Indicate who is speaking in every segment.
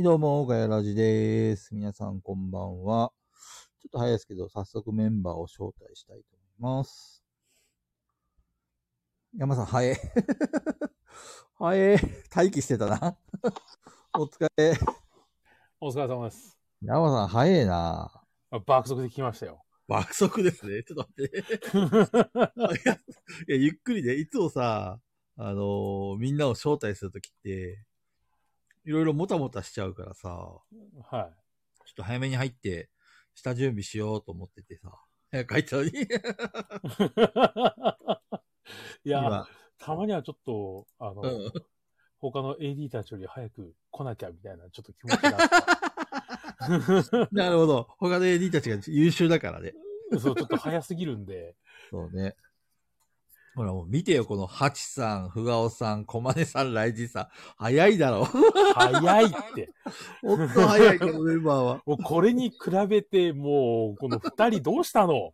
Speaker 1: どうも、ガヤラジでーす。皆さんこんばんは。ちょっと早いですけど、早速メンバーを招待したいと思います。山さん、早え。 早え。待機してたな。お疲れ。
Speaker 2: お疲れ様です。
Speaker 1: 山さん、早えな。
Speaker 2: あ爆速で聞きましたよ。
Speaker 3: 爆速ですね。ちょっと待ってね。 いや、ゆっくりで、いつもさ、あのーみんなを招待するときって、いろいろもたもたしちゃうからさ、ちょ
Speaker 2: は
Speaker 3: っと早めに入って、下準備しようと思っててさ、早く入ったのに。
Speaker 2: い。いや、
Speaker 3: 今、
Speaker 2: たまにはちょっと、あの、
Speaker 3: うん
Speaker 2: 他の AD たちより早く来なきゃみたいな、ちょっと気持ちがあ った。
Speaker 3: なるほど。他の AD たちが優秀だからね。
Speaker 2: そう、ちょっと早すぎるんで。
Speaker 3: そうね。
Speaker 1: ほら、もう、
Speaker 3: 見てよ、このハチさん、フガオさん、コマネさん、ライジンさん。早い だろ。
Speaker 2: 早いって。
Speaker 3: ほんと早い、このメンバーは。
Speaker 2: もうこれに比べて、もう、この二人どうしたの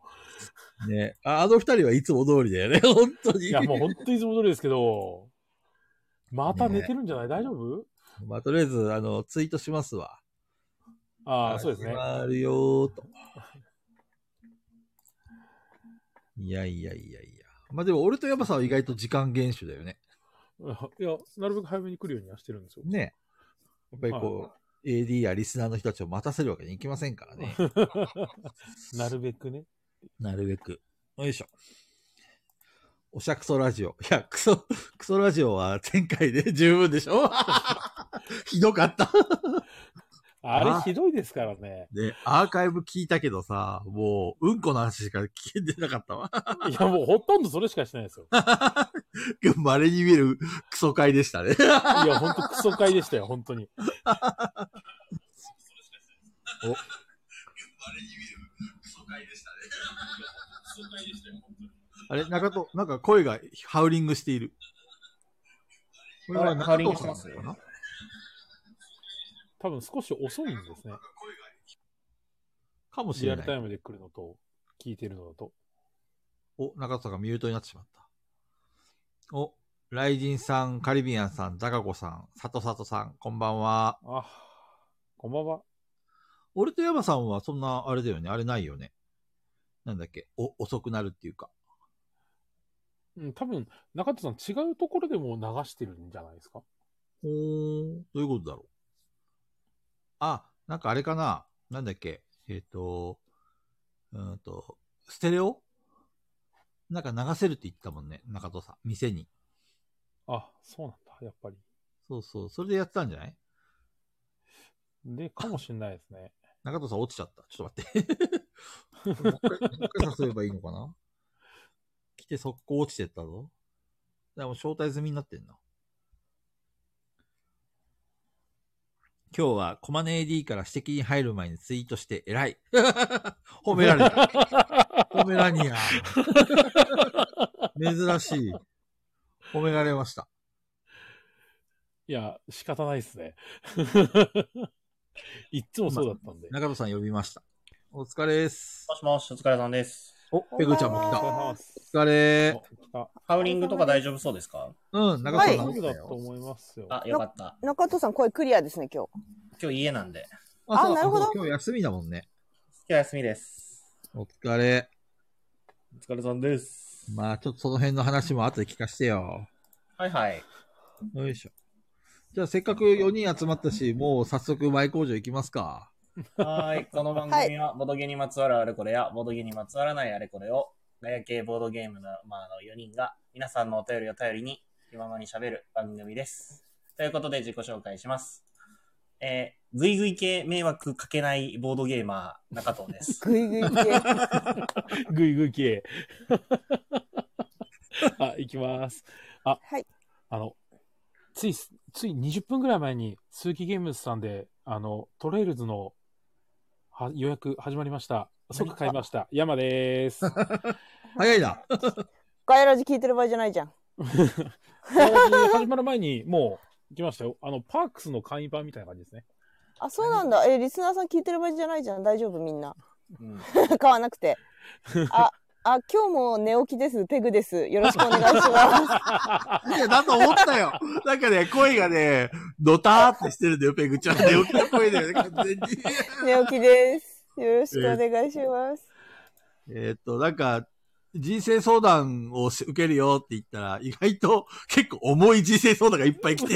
Speaker 3: ね。ああの二人はいつも通りだよね。 本当に。
Speaker 2: いや、もう本当にいつも通りですけど、また寝てるんじゃない大丈夫
Speaker 3: まあ、とりあえず、あの、ツイートしますわ。
Speaker 2: ああ、そうですね
Speaker 3: 始。まるよーと。いやいやいやいや。まあでも、俺とヤマさんは意外と時間厳守だよね。
Speaker 2: いや、なるべく早めに来るようにはしてるん ですよ。
Speaker 3: ね。やっぱりこう、AD やリスナーの人たちを待たせるわけにいきませんからね。
Speaker 2: なるべくね。
Speaker 3: なるべく。よいしょ。おしゃくそラジオ。いや、クソ、クソラジオは前回で 十分でしょひどかった。
Speaker 2: あれひどいですからね。
Speaker 3: ね、アーカイブ聞いたけどさ、もう、うんこの話しか聞けてなかったわ。
Speaker 2: いや、もうほとんどそれしかしてないですよ。
Speaker 3: 稀に見るクソ会でしたね。
Speaker 2: いや、ほんとクソ会でしたよ、本当に。
Speaker 3: あれ、中と、なんか声がハウリングしている。これは中藤さんなのかな
Speaker 2: 多分少し遅いんですね。
Speaker 3: かもし
Speaker 2: リア
Speaker 3: れ
Speaker 2: ル
Speaker 3: な
Speaker 2: タ
Speaker 3: い。
Speaker 2: イムで来るのと、聞いてるのだと。
Speaker 3: お、中藤さんがミュートになってしまった。お、ライジンさん、カリビアンさん、ザカコさん、サトサトさん、こんばんは。
Speaker 2: あ、こんばんは。
Speaker 3: 俺とヤマさんはそんな、あれだよね。あれないよね。なんだっけ。お、遅くなるっていうか。
Speaker 2: うん、多分、中田さん違うところでも流してるんじゃないですか
Speaker 3: ほーん。どういうことだろう。あ、なんかあれかな。なんだっけ。えっ、と、うーんと、ステレオなんか流せるって言ってたもんね。中戸さん。店に。
Speaker 2: あ、そうなんだ、やっぱり。
Speaker 3: そうそう。それでやってたんじゃない
Speaker 2: で、かもしれないですね。
Speaker 3: 中戸さん落ちちゃった。ちょっと待って。もう一回もう一回誘えばいいのかな来て速攻落ちてったぞ。でもう招待済みになってんな。今日はコマネ AD から指摘に入る前にツイートして偉い。 褒めら れた。褒めらにゃ。珍しい。褒められました。
Speaker 2: いや、仕方ないですね。 いっつもそうだったんで。
Speaker 3: 中戸さん呼びました。お疲れです。
Speaker 4: もしもし、お疲れさんです。
Speaker 3: お、ペグちゃんも来
Speaker 2: お疲れ
Speaker 3: た。
Speaker 2: 様です。
Speaker 3: お疲れ。
Speaker 2: お来た。
Speaker 4: ハウリングとか大丈夫そうですか
Speaker 3: うん、中
Speaker 5: は
Speaker 3: 戸
Speaker 5: い
Speaker 2: 大
Speaker 3: さ
Speaker 2: 丈
Speaker 3: ん
Speaker 2: 夫
Speaker 3: 来
Speaker 2: だ
Speaker 3: た
Speaker 2: と
Speaker 3: よ。
Speaker 2: 思いますよ。
Speaker 4: あ、よかった。
Speaker 5: 中藤さん、声クリアですね、今日。
Speaker 4: 今日家なんで。
Speaker 5: あなるほど
Speaker 3: そう今日休みだもんね。
Speaker 4: 今日休みです。
Speaker 3: お疲れ。
Speaker 4: お疲れさんです
Speaker 3: まあ、ちょっとその辺の話も後で聞かしてよ。
Speaker 4: はいはい。
Speaker 3: よいしょ。じゃあ、せっかく4人集まったし、もう早速前工場行きますか。
Speaker 4: はー い。この番組は、ボドゲにまつわるあれこれや、ボドゲにまつわらないあれこれを、ガヤ系ボードゲームの、まあ、あの、4人が、皆さんのお便りを頼りに、気ままに喋る番組です。ということで、自己紹介します。えー、ぐいぐい系迷惑かけないボードゲーマー、中藤です。
Speaker 5: ぐいぐい 系。
Speaker 2: ぐいぐい系。あ、行きます。あ、
Speaker 5: はい。
Speaker 2: あの、つい、つい20分ぐらい前に、鈴木ゲームズさんで、あの、トレイルズのは予約始まりました。即買いました。山でー す。
Speaker 3: 早いな。
Speaker 5: ガヤラジ聞いてる場合じゃないじゃん。
Speaker 2: 始まる前に、もう、来ましたよ。あの、パークスの会員版みたいな感じ ですね。
Speaker 5: あ、そうなんだ。 え、リスナーさん聞いてる場合じゃないじゃん。大丈夫、みんな。
Speaker 4: うん。
Speaker 5: 買わなくて。あ、あ、今日も寝起きです。ペグです。よろしくお願いします。
Speaker 6: いや、だと思ったよ。なんかね、声がね、ドターってしてるんだよ、ペグちゃん。寝起きの声だよね、完全に。
Speaker 5: 寝起きです。よろしくお願いします。
Speaker 6: えーっと、なんか、人生相談をし受けるよって言ったら、意外と結構重い人生相談がいっぱい来て、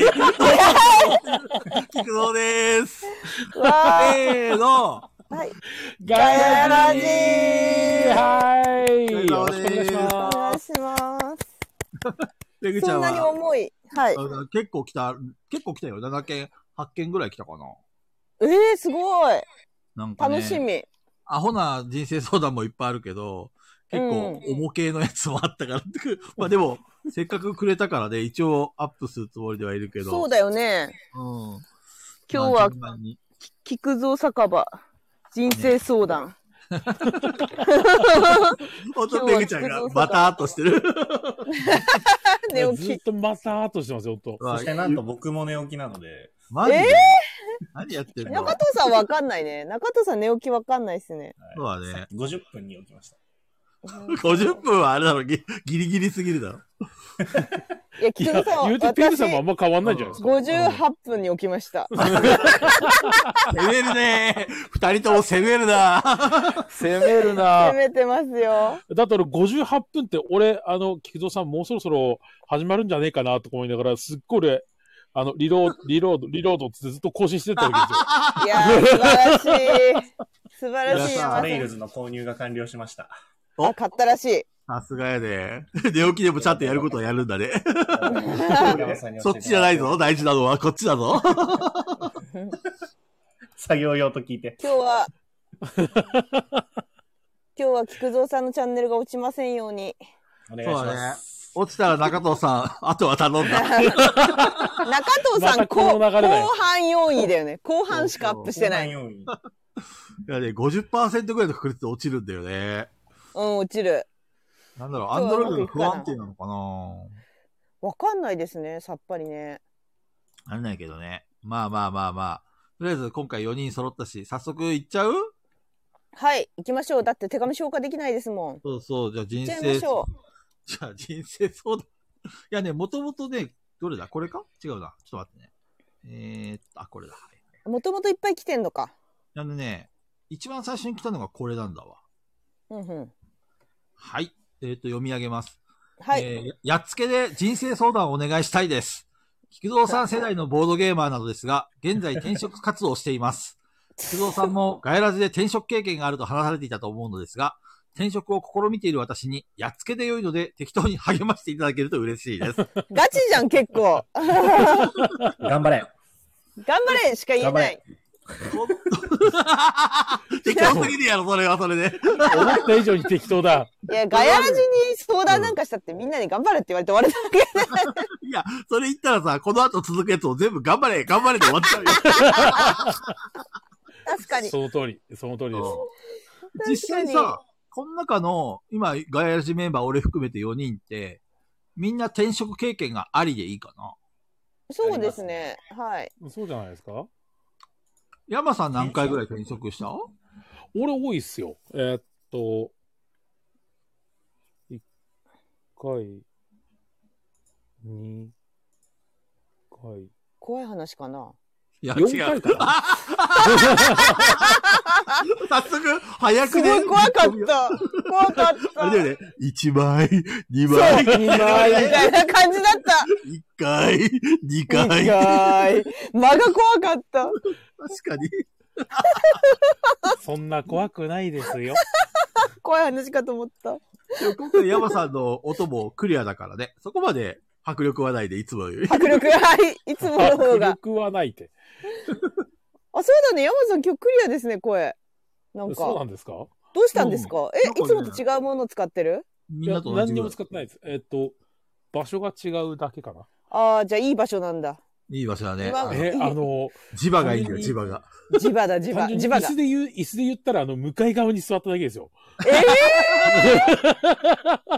Speaker 6: 聞くのでーす。
Speaker 5: わ
Speaker 6: せーの。
Speaker 5: ー。はい。
Speaker 2: ガ
Speaker 5: ヤラジ
Speaker 2: はい。
Speaker 6: お
Speaker 2: よろしく
Speaker 6: 疲れ様です
Speaker 2: お願いし
Speaker 5: お
Speaker 2: ま
Speaker 5: 願いします。
Speaker 6: ペグちゃ
Speaker 5: そ
Speaker 6: ん
Speaker 5: んなに
Speaker 6: は、
Speaker 5: 重い。はい。
Speaker 6: あの結構来た、結構来たよ。7件、8件ぐらい来たかな。
Speaker 5: えー、すごい。
Speaker 6: なんか、ね、
Speaker 5: 楽しみ。
Speaker 6: アホな人生相談もいっぱいあるけど、結構重系のやつもあったから。 まあでも、せっかくくれたからね、一応アップするつもりではいるけど。
Speaker 5: そうだよね。
Speaker 6: うん。
Speaker 5: 今日は
Speaker 6: まあ順番に
Speaker 5: 菊蔵酒場。人生相談。
Speaker 6: ほんとペグちゃんがバターっとしてる。
Speaker 5: 寝
Speaker 2: す。ず
Speaker 5: 起
Speaker 2: っ
Speaker 5: き。
Speaker 2: とまたーっとしてますよ、ほんと。
Speaker 4: そしてなんと僕も寝起きなので、
Speaker 6: マジで、
Speaker 5: え
Speaker 6: 何やってんの
Speaker 5: 中藤さんわかんないね。中藤さん寝起きわかんないっすね。
Speaker 6: そうだね。
Speaker 4: 50分に起きました。
Speaker 6: 50分はあれだろ、ギギリギリすぎるだろ。
Speaker 5: いや、
Speaker 2: い
Speaker 5: 菊
Speaker 2: や
Speaker 5: 蔵さんは、
Speaker 2: 言うて、
Speaker 5: 私、
Speaker 2: ペグさんもあんま変わんないんじゃないですか。
Speaker 5: 58分に起きました。
Speaker 6: 攻め るね二人とも攻めるな
Speaker 3: 攻めるな
Speaker 5: 攻めてますよ。
Speaker 2: だって俺58分って、俺、あの、菊蔵さんもうそろそろ始まるんじゃねえかなとか思いながら、すっごい俺、あの、リロー ド、リロード、リロードってずっと更新してたわけですよ。
Speaker 5: いやー、素晴らしい。素晴らしい
Speaker 6: いや
Speaker 5: 山
Speaker 6: さ
Speaker 5: さ
Speaker 4: トレイル
Speaker 5: ん。
Speaker 4: ズの購入が完了しました。
Speaker 5: あ、買ったらしい。
Speaker 6: さすがやで。寝起きでもちゃんとやることはやるんだね。 そ
Speaker 4: そ
Speaker 6: っちじゃないぞ、。大事なのはこっちだぞ。
Speaker 4: 作業用と聞いて。
Speaker 5: 今日 は、今日は菊蔵さんのチャンネルが落ちませんように。
Speaker 4: お願いします。
Speaker 6: 落ちたら中藤さん、あとは頼ん だ。
Speaker 5: 中藤さ
Speaker 2: また
Speaker 5: ん、
Speaker 2: この
Speaker 5: こう後
Speaker 2: 流れだよ
Speaker 5: 半4位だよね。後半しかアップしてない。
Speaker 4: 後半4位
Speaker 6: いやね、50%ぐらいの確率で落ちるんだよね。
Speaker 5: うん、落ちる。
Speaker 6: なんだろう、ア
Speaker 5: 今
Speaker 6: ン
Speaker 5: 日
Speaker 6: ド
Speaker 5: はうま
Speaker 6: ロイド
Speaker 5: く
Speaker 6: の
Speaker 5: いくか
Speaker 6: 不
Speaker 5: な
Speaker 6: 安定なのかな
Speaker 5: わかんないですね、さっぱりね。
Speaker 6: あれないけどね。まあまあまあまあ。とりあえず今回4人揃ったし、早速行っちゃう
Speaker 5: はい、行きましょう。だって手紙消化できないですもん。
Speaker 6: そうそう、じゃあ人
Speaker 5: 行っちゃい
Speaker 6: 生
Speaker 5: ましょ。
Speaker 6: じゃあ人生相談。いやね、もともとね、どれだこれか違うな。ちょっと待ってね。えー、っと、あ、これだ。はいう
Speaker 5: もともといっぱい来てんのか。
Speaker 6: あのね、一番最初に来たのがこれなんだわ。
Speaker 5: うんうん。
Speaker 6: はい。えー、っと、読み上げます。
Speaker 5: はい。
Speaker 6: えーやっつけで人生相談をお願いしたいです。菊蔵さん世代のボードゲーマーなどですが、現在転職活動をしています。菊蔵さんもガイラジで転職経験があると話されていたと思うのですが、転職を試みている私に、やっつけで良いので適当に励ましていただけると嬉しいです。
Speaker 5: ガチじゃん、結構。
Speaker 4: 頑張れ。
Speaker 5: 頑張れしか言えない。
Speaker 6: 適当すぎるやろ、それはそれで。
Speaker 2: 思った以上に適当だ。
Speaker 5: いや、ガヤラジに相談なんかしたってみんなに頑張れって言われて終われただけ
Speaker 6: いや、それ言ったらさ、この後続くやつを全部頑張れ、頑張れで終わっちゃ うよ。
Speaker 5: 確かに。
Speaker 2: その通り、その通りです。
Speaker 6: 実際さ、この中の、今、ガヤラジメンバー俺含めて4人って、みんな転職経験がありでいいかな。
Speaker 5: そうですね。はい。
Speaker 2: そうじゃないですか
Speaker 6: 山さん何回ぐらい転職した
Speaker 2: 俺多いっすよ。えーっと、1回、2回、
Speaker 5: 怖い話かな。
Speaker 6: いや、
Speaker 2: 4
Speaker 6: 違
Speaker 2: 回
Speaker 6: う。
Speaker 2: かな
Speaker 6: 早速、早
Speaker 5: す
Speaker 6: く
Speaker 5: ご
Speaker 6: ね
Speaker 5: い怖かった。怖かっ
Speaker 6: あ
Speaker 5: た。
Speaker 6: れだよね。1枚、2 枚、
Speaker 5: みたいな感じだった。
Speaker 6: 1回、2
Speaker 5: 意
Speaker 6: 回。
Speaker 5: 外間が怖かった。
Speaker 6: 確かに。
Speaker 2: そんな怖くないですよ。
Speaker 5: 怖い話かと思った。
Speaker 6: でも今回山さんの音もクリアだからね。そこまで迫力はないで、いつもより。
Speaker 5: 迫力はい。いつも の方
Speaker 2: 迫
Speaker 5: が。
Speaker 2: 力はないって。
Speaker 5: あ、そうだね。山さん今日クリアですね、声。なん
Speaker 2: そうな
Speaker 5: か、
Speaker 2: んですか
Speaker 5: どうしたんですかえ、
Speaker 6: なん
Speaker 5: い
Speaker 6: かね
Speaker 5: つもと違うものを使ってる
Speaker 6: み
Speaker 2: い
Speaker 6: んな
Speaker 2: や
Speaker 6: と同じ
Speaker 2: 何
Speaker 6: ぐ
Speaker 2: に
Speaker 6: ら
Speaker 2: も
Speaker 6: い
Speaker 2: 使ってないです。えーっと、場所が違うだけかな。
Speaker 5: ああ、じゃあいい場所なんだ。
Speaker 6: いい場所だね。
Speaker 5: 今は
Speaker 6: あの
Speaker 2: え、あの、
Speaker 6: 磁場がいいんだよ、磁場が。
Speaker 5: 磁場だ、磁場。
Speaker 2: 単純に
Speaker 5: 磁
Speaker 2: 椅
Speaker 5: 場が
Speaker 2: 子。で言う、椅子で言ったら、あの、向かい側に座っただけですよ。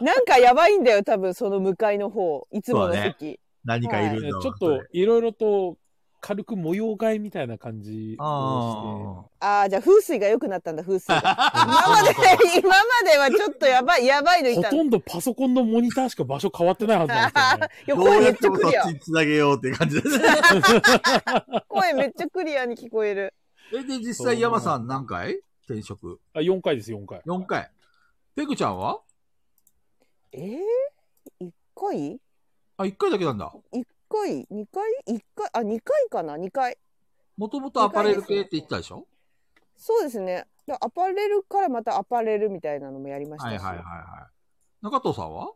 Speaker 5: なんかやばいんだよ、多分その向かいの方。いつもの
Speaker 6: そうだね
Speaker 5: 席。
Speaker 6: 何かいるんだ
Speaker 2: ち
Speaker 6: ろうな
Speaker 2: ょっと、いろいろと、軽く模様替えみたいな感じを
Speaker 6: あ
Speaker 5: ああ、じゃあ風水が良くなったんだ、風水が。
Speaker 6: あ。
Speaker 5: 今まで、今まではちょっとやばい、やばいの
Speaker 2: して、ほ
Speaker 5: いた
Speaker 2: と
Speaker 5: の。
Speaker 2: んどパソコンのモニターしか場所変わってないはずなんですよね。
Speaker 5: いや、声
Speaker 6: どう
Speaker 5: め
Speaker 6: や
Speaker 5: っ
Speaker 6: っ
Speaker 5: ち
Speaker 6: て
Speaker 5: ゃ
Speaker 6: も
Speaker 5: ク
Speaker 6: そっ
Speaker 5: リア
Speaker 6: ち。につなげようっていう感じですね。
Speaker 5: 声めっちゃクリアに聞こえる。
Speaker 6: え、で、実際山さん何回転職。
Speaker 2: あ4回です、4回。
Speaker 6: 4回。ペグちゃんは
Speaker 5: えー、一回
Speaker 6: あ、1回だけなんだ。
Speaker 5: 一回二回一回あ、二回かな二回。
Speaker 6: もともとアパレル系って言ってたでしょ
Speaker 5: そうですね。でアパレルからまたアパレルみたいなのもやりました
Speaker 6: はい
Speaker 5: し。
Speaker 6: はいはいはい。中藤さんは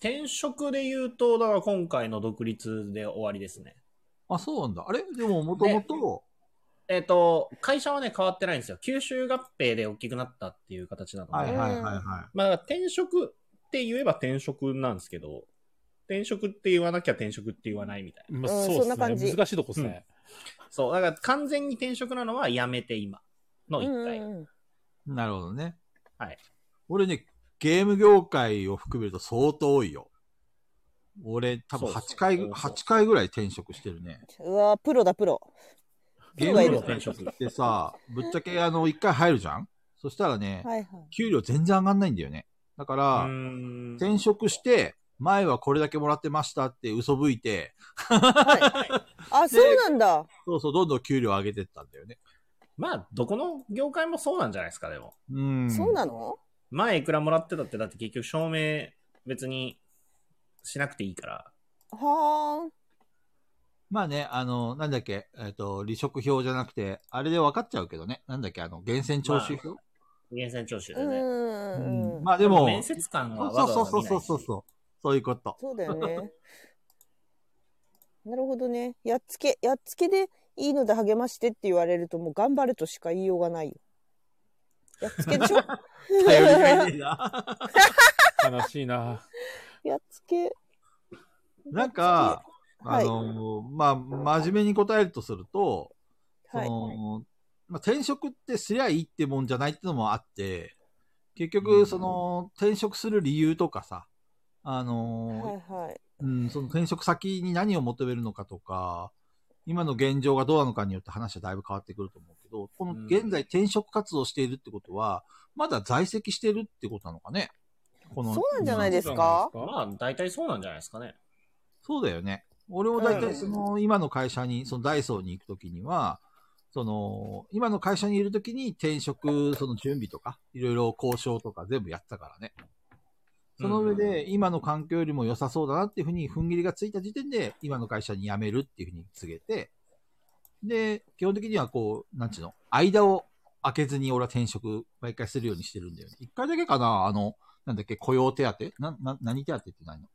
Speaker 4: 転職で言うと、だから今回の独立で終わりですね。
Speaker 6: あ、そうなんだ。あれでも、もともと、
Speaker 4: えっ、と、会社はね、変わってないんですよ。吸収合併で大きくなったっていう形なので、
Speaker 6: はいはいはいはい。
Speaker 4: まあ、転職って言えば転職なんですけど、転職って言わなきゃ転職って言わないみたい
Speaker 2: まあ、
Speaker 5: うん
Speaker 2: そう
Speaker 5: そんな感
Speaker 2: で
Speaker 5: じ
Speaker 2: すね。難しいとこですね。
Speaker 4: な。そう、だから完全に転職なのはやめて今の
Speaker 5: う
Speaker 4: 一
Speaker 5: んう
Speaker 4: 回。
Speaker 5: んうん。
Speaker 6: なるほどね。
Speaker 4: はい。
Speaker 6: 俺ね、ゲーム業界を含めると相当多いよ。俺、多分
Speaker 4: そうそう
Speaker 6: 8回ぐ、
Speaker 4: そうそう
Speaker 6: 8回ぐらい転職してるね。
Speaker 5: うわープロだ、プロ。
Speaker 6: ゲ
Speaker 5: 人
Speaker 6: ー
Speaker 5: が
Speaker 6: ム
Speaker 5: い
Speaker 6: 業
Speaker 5: る
Speaker 6: 界転職ってさ、ぶっちゃけあの、1回入るじゃんそしたらね、
Speaker 5: はいはい。
Speaker 6: 給料全然上がんないんだよね。だから、
Speaker 4: うーん
Speaker 6: 転職して、前はこれだけもらってましたって嘘吹いて、
Speaker 5: はい、あ、そうなんだ。
Speaker 6: そうそう、どんどん給料上げてったんだよね。
Speaker 4: まあ、どこの業界もそうなんじゃないですか、でも。
Speaker 6: うん。
Speaker 5: そうなの
Speaker 4: 前いくらもらってたって、だって結局証明別にしなくていいから。
Speaker 5: はー
Speaker 6: まあね、あの、なんだっけ、えっ、と、離職票じゃなくて、あれで分かっちゃうけどね。なんだっけ、あの、源泉徴収票、
Speaker 4: 源泉徴収
Speaker 5: う
Speaker 4: でね。
Speaker 5: んうんうん。
Speaker 6: まあでも、
Speaker 4: 面接官はわざ
Speaker 6: そ
Speaker 4: わ
Speaker 6: う
Speaker 4: ざ
Speaker 6: そう
Speaker 4: 見ないし
Speaker 6: そうそうそう。そうい うこと。
Speaker 5: そうだよね。なるほどね。やっつけ、やっつけでいいので励ましてって言われるともう頑張るとしか言いようがないよ。やっつけでしょ
Speaker 6: 頼りがいねえな。
Speaker 2: 悲しいな。
Speaker 5: やっつけ。
Speaker 6: なんか、
Speaker 5: は
Speaker 6: あ
Speaker 5: い
Speaker 6: の、まあ、真面目に答えるとすると、そ
Speaker 5: はい。
Speaker 6: の、まあ、転職ってすりゃいいってもんじゃないってのもあって、結局、その、転職する理由とかさ、あの、
Speaker 5: はいはい。
Speaker 6: うん、その転職先に何を求めるのかとか、今の現状がどうなのかによって話はだいぶ変わってくると思うけど、この現在転職活動しているってことは、まだ在籍してるってことなのかねこの
Speaker 5: そうなんじゃないです
Speaker 2: そう
Speaker 5: か
Speaker 2: なんです
Speaker 4: まあ、大体そうなんじゃないですかね。
Speaker 6: そうだよね。俺も大体その、今の会社に、そのダイソーに行くときには、その、今の会社にいるときに転職、その準備とか、いろいろ交渉とか全部やってたからね。その上で、今の環境よりも良さそうだなっていうふうに踏ん切りがついた時点で、今の会社に辞めるっていうふうに告げて、で、基本的にはこう、なんちゅうの、間を空けずに俺は転職、毎回するようにしてるんだよね。一回だけかな、あの、なんだっけ、雇用手当な、な、何手当ってないの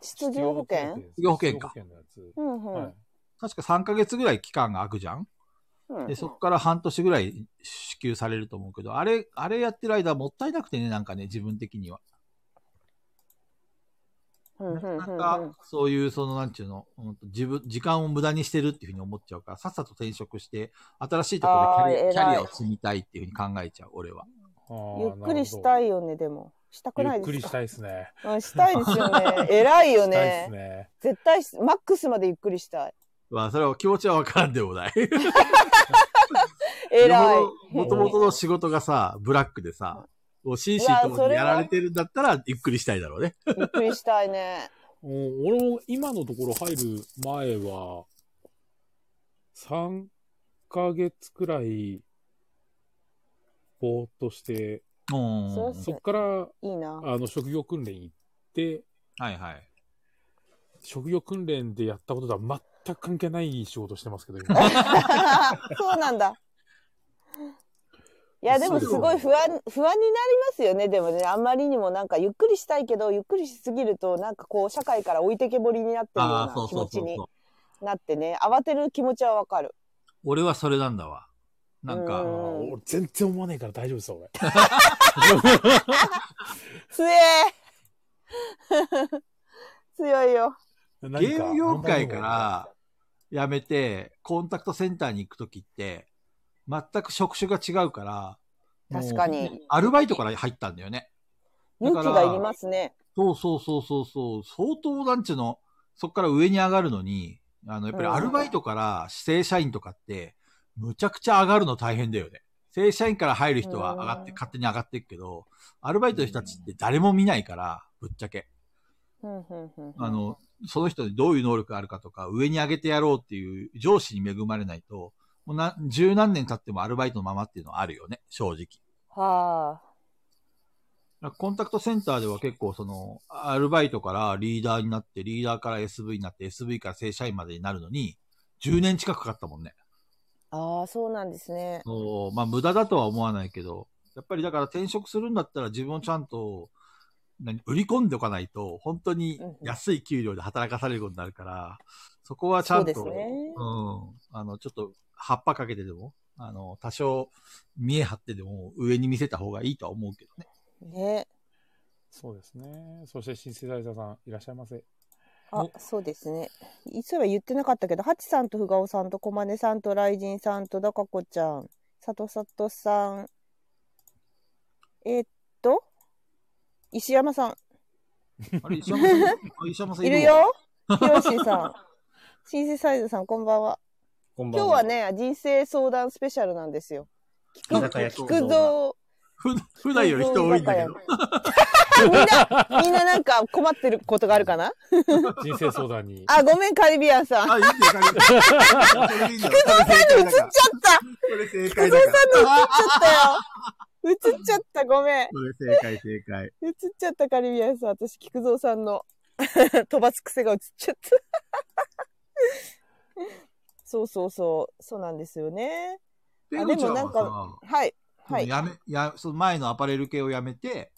Speaker 5: 失業保険
Speaker 2: 失
Speaker 6: 失業保険か
Speaker 2: 失業のやつ
Speaker 5: うんう
Speaker 2: はい
Speaker 5: ん。
Speaker 6: 確か3ヶ月ぐらい期間が空くじゃん
Speaker 5: うん
Speaker 6: で、そこから半年ぐらい支給されると思うけど、あれ、あれやってる間はもったいなくてね、なんかね、自分的には。
Speaker 5: うんうん
Speaker 6: な
Speaker 5: うんんうん
Speaker 6: か、そういう、その、なんちゅうの、うんと自分、時間を無駄にしてるっていうふうに思っちゃうから、さっさと転職して、新しいところでキャ
Speaker 5: あー偉
Speaker 6: リ
Speaker 5: い
Speaker 6: キャリアを積みたいっていうふうに考えちゃう、俺は。
Speaker 2: あー
Speaker 5: ゆっくりし
Speaker 2: な
Speaker 5: た
Speaker 2: る
Speaker 5: いよね、でも。した
Speaker 2: ほ
Speaker 5: く
Speaker 2: ど
Speaker 5: な
Speaker 2: ゆ
Speaker 5: い
Speaker 2: っく
Speaker 5: で
Speaker 2: り
Speaker 5: す
Speaker 2: し
Speaker 5: か
Speaker 2: たいですね。
Speaker 5: うんしたいですよ ね。偉いよ
Speaker 2: したいです
Speaker 5: ね。
Speaker 2: ね。
Speaker 5: 絶対し、マックスまでゆっくりしたい。
Speaker 6: まあ、それは気持ちはわからんでもない。よ
Speaker 5: 偉い。
Speaker 6: ほどもともとの仕事がさ、ブラックでさ、こう心身と
Speaker 5: うわ
Speaker 6: も
Speaker 5: そ
Speaker 6: に
Speaker 5: れ
Speaker 6: や
Speaker 5: は
Speaker 6: られてるんだったら、ゆっくりしたいだろうね。
Speaker 5: ゆっくりしたいね。
Speaker 2: うん俺も今のところ入る前は、3ヶ月くらい、ぼーっとして、
Speaker 6: うん。
Speaker 5: そうっす
Speaker 2: そっから、
Speaker 5: い いな。
Speaker 2: あの、職業訓練行って、
Speaker 6: はいはい。
Speaker 2: 職業訓練でやったこととは全く関係ない仕事してますけど、今
Speaker 5: そうなんだ。いや、でもすごい不安、不安になりますよね。でもね、あんまりにもなんかゆっくりしたいけど、ゆっくりしすぎると、なんかこう、社会から置いてけぼりになってるよう
Speaker 6: ああ、そ
Speaker 5: な
Speaker 6: う
Speaker 5: 気
Speaker 6: そ
Speaker 5: 持
Speaker 6: うそ
Speaker 5: ち
Speaker 6: う
Speaker 5: に
Speaker 6: そう。
Speaker 5: なってね、慌てる気持ちはわかる。
Speaker 6: 俺はそれなんだわ。なんか、
Speaker 5: うん
Speaker 2: 俺全然思わないから大丈夫ですよ、俺。
Speaker 5: 強え 強いよ。
Speaker 2: なんか
Speaker 6: ゲーム業界から辞めて、コンタクトセンターに行くときって、全く職種が違うから、もう
Speaker 5: 確かに。
Speaker 6: アルバイトから入ったんだよね。だから
Speaker 5: 勇気がいりますね。
Speaker 6: そうそうそうそうそう、相当なんちゅうの、そっから上に上がるのに、あの、やっぱりアルバイトから正社員とかって、むちゃくちゃ上がるの大変だよね。正社員から入る人は上がって、
Speaker 5: うん
Speaker 6: 勝手に上がっていくけど、アルバイトの人たちって誰も見ないから、ぶっちゃけ。
Speaker 5: うんうんうん
Speaker 6: あの、その人にどういう能力があるかとか、上に上げてやろうっていう上司に恵まれないと、もうな、十何年経ってもアルバイトのままっていうのはあるよね、正直。
Speaker 5: はあ。
Speaker 6: なんかコンタクトセンターでは結構その、アルバイトからリーダーになって、リーダーから SV になって、SV から正社員までになるのに、10年近くかかったもんね。
Speaker 5: ああ、そうなんですね。
Speaker 6: そう、まあ無駄だとは思わないけど、やっぱりだから転職するんだったら自分をちゃんと、何、売り込んでおかないと、本当に安い給料で働かされることになるから、そこはちゃんと、
Speaker 5: そうですね
Speaker 6: うん、あの、ちょっと葉っぱかけてでも、あの、多少見え張ってでも上に見せた方がいいとは思うけどね。
Speaker 5: ね。
Speaker 2: そうですね。そしてシンセサイザーさん、いらっしゃいませ。
Speaker 5: あ、そうですね。いそういえば言ってなかったけど、ハチさんとフガオさんとコマネさんとライジンさんとダカコちゃん、サトサトさん、えーっと、石山さん、
Speaker 6: あれ、石山さん、あ石山さん
Speaker 5: いるよ。ヒロシさ ん、シンセサイズさん、こんばんは。
Speaker 4: こんば
Speaker 5: 今
Speaker 4: ん
Speaker 5: 日
Speaker 4: は。
Speaker 5: はね、人生相談スペシャルなんですよ。
Speaker 4: 居酒屋
Speaker 5: 聞
Speaker 4: 聞
Speaker 5: く
Speaker 4: くぞ
Speaker 5: ぞ。
Speaker 6: 普段普段より人多いんだけど。
Speaker 5: みんな、みんななんか困ってることがあるかな
Speaker 2: 人生相談に。
Speaker 5: あ、ごめん、カリビアンさん。
Speaker 6: あ、いいんだよ、いいんだよ。菊蔵さんに映っちゃっ
Speaker 5: ちょっと
Speaker 6: それ正
Speaker 5: 菊
Speaker 6: 解
Speaker 5: 蔵
Speaker 6: だ
Speaker 5: さん
Speaker 6: から。
Speaker 5: の映っちゃったよ。映っちゃった、ごめん。
Speaker 6: それ正解、正解。
Speaker 5: 映っちゃったカリビアンさん。私、菊蔵さんの 飛ばす癖が映っちゃった。そうそうそう。そうなんですよね。
Speaker 6: ペグちゃん
Speaker 5: でも
Speaker 6: は
Speaker 5: はい。
Speaker 6: さ、
Speaker 5: はい。
Speaker 6: やめ、や、その前のアパレル系をやめて、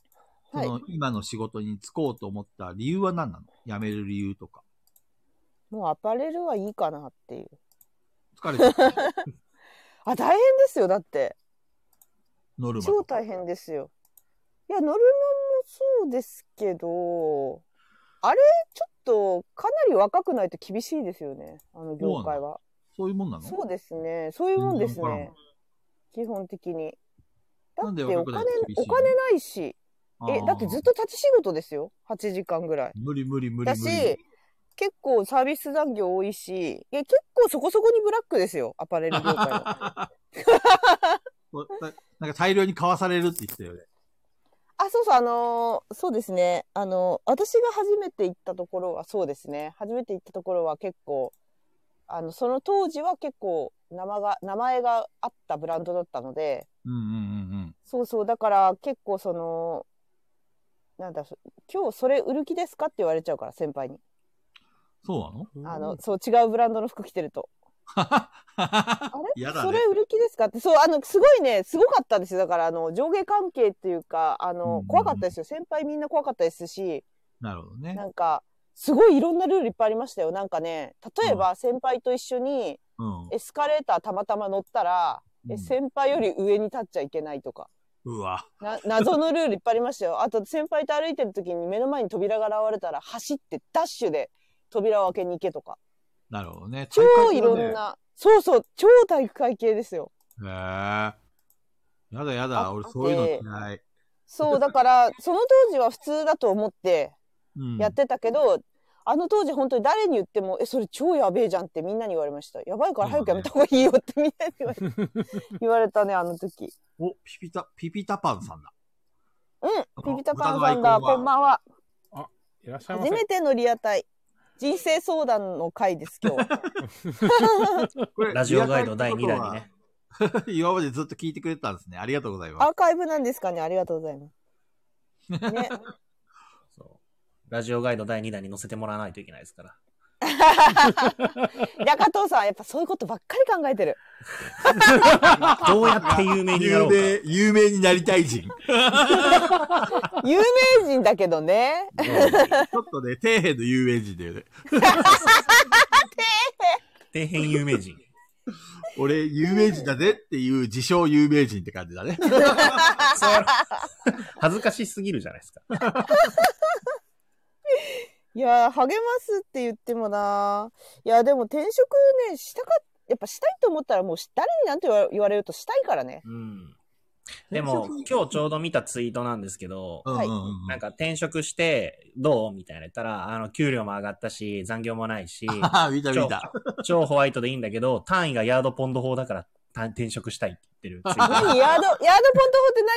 Speaker 6: そ
Speaker 5: はい
Speaker 6: の今の仕事に就こうと思った理由は何なの辞める理由とか。
Speaker 5: もうアパレルはいいかなっていう。
Speaker 6: 疲れて る
Speaker 5: あ、大変ですよ。だって。
Speaker 6: ノルマと
Speaker 5: 超
Speaker 6: か。
Speaker 5: 大変ですよ。いや、ノルマもそうですけど、あれ、ちょっと、かなり若くないと厳しいですよね。あの業界は。
Speaker 6: そういうもんなの
Speaker 5: そうですね。そういうもんです
Speaker 6: うんわからん
Speaker 5: ね。基本的に。だ
Speaker 6: なん
Speaker 5: っ
Speaker 6: で
Speaker 5: て
Speaker 6: 若
Speaker 5: お
Speaker 6: くな
Speaker 5: 金
Speaker 6: いと厳しいの
Speaker 5: お金ないし。え
Speaker 6: あ、ー
Speaker 5: だってずっと立ち仕事ですよ。8時間ぐらい。
Speaker 6: 無理無理無理
Speaker 5: だ
Speaker 6: 無
Speaker 5: し
Speaker 6: 理。、
Speaker 5: 結構サービス残業多いし、いや、結構そこそこにブラックですよ。アパレル業界は。
Speaker 6: こうたなんか大量に買わされるって言ってたよね。
Speaker 5: あ、そうそう、あのーそうですね。あのー私が初めて行ったところは、そうですね。初めて行ったところは結構、あの、その当時は結構、名前が、名前があったブランドだったので、
Speaker 6: うんうんうん
Speaker 5: そうそう、だから結構その、なんだ、そ今日それ売る気ですかって言われちゃうから、先輩に。
Speaker 6: そう
Speaker 5: あの、そう、違うブランドの服着てると。
Speaker 6: な
Speaker 5: あ
Speaker 6: の
Speaker 5: れ
Speaker 6: 嫌だ
Speaker 5: それ
Speaker 6: ね。
Speaker 5: 売る気ですかって、そう、あの、すごいね、すごかったですよ。だから、あの、上下関係っていうか、あ
Speaker 6: うんうんう
Speaker 5: の
Speaker 6: ん、
Speaker 5: 怖かったですよ。先輩みんな怖かったですし、
Speaker 6: なるほどね。
Speaker 5: なんか、すごいいろんなルールいっぱいありましたよ。なんかね、例えば先輩と一緒に
Speaker 6: うん。
Speaker 5: エスカレーターたまたま乗ったら、
Speaker 6: う
Speaker 5: え
Speaker 6: ん
Speaker 5: 先輩より上に立っちゃいけないとか。
Speaker 6: うわ。
Speaker 5: な謎のルールいっぱいありましたよ。あと先輩と歩いてる時に目の前に扉が現れたら走ってダッシュで扉を開けに行けとか。
Speaker 6: なるほどね。
Speaker 5: 超
Speaker 6: 大
Speaker 5: い
Speaker 6: 会
Speaker 5: ろ
Speaker 6: だ
Speaker 5: ん
Speaker 6: ね。
Speaker 5: な、そうそう、超体育会系ですよ。
Speaker 6: へえ。やだやだ、
Speaker 5: あ
Speaker 6: 俺そういうの嫌い。
Speaker 5: そう、だからその当時は普通だと思って
Speaker 6: うん、
Speaker 5: やってたけど、あの当時本当に誰に言っても、え、それ超やべえじゃんってみんなに言われました。やばいから早くやめた方がいいよってみんなに言われた。言われたね、あの時。
Speaker 6: お、ピピタ、ピピタパンさんだ。
Speaker 5: うん、ピピタパンさ
Speaker 6: 豚の
Speaker 5: ん
Speaker 6: アイ
Speaker 5: だ、
Speaker 6: コンは
Speaker 5: こんばんは。
Speaker 2: いらっしゃいま
Speaker 5: 初
Speaker 2: せ。
Speaker 5: めてのリアタイ。人生相談の回です、今日。
Speaker 6: これ
Speaker 4: ラジオガイド第2弾に。
Speaker 6: リア
Speaker 4: ね。
Speaker 6: タイってことは今までずっと聞いてくれてたんですね。ありがとうございま
Speaker 5: ア
Speaker 6: す。
Speaker 5: ーカイブなんですかね、ありがとうございます。ね。
Speaker 4: そうラジオガイド第2弾に載せてもらわないといけないです から。
Speaker 5: 中藤さん、やっぱそういうことばっかり考えてる。
Speaker 4: どうやって有名になろうか。
Speaker 6: 有名、有名になりたい人。ち
Speaker 5: 有名人だけどね。
Speaker 6: ょっとね、底辺の有名人だよね。
Speaker 4: 底辺有名人。
Speaker 6: 俺、有名人だぜっていう自称有名人って感じだね。
Speaker 4: 恥ずかしすぎるじゃないですか。
Speaker 5: いやー、励ますって言ってもなー。いや、でも転職 ね、したか、やっぱしたいと思ったらもうし誰になんて言わ言われるとしたいからね。
Speaker 4: うん。でも、今日ちょうど見たツイートなんですけど、
Speaker 6: うんうんうん
Speaker 4: なんか転職してどうみたいな言ったら、あの、給料も上がったし、残業もないし、
Speaker 6: ああ、見た見た。
Speaker 4: 超ホワイトでいいんだけど、単位がヤードポンド法だから単転職したいって言ってるツイート。
Speaker 5: 何ヤード、ヤードポンド法っ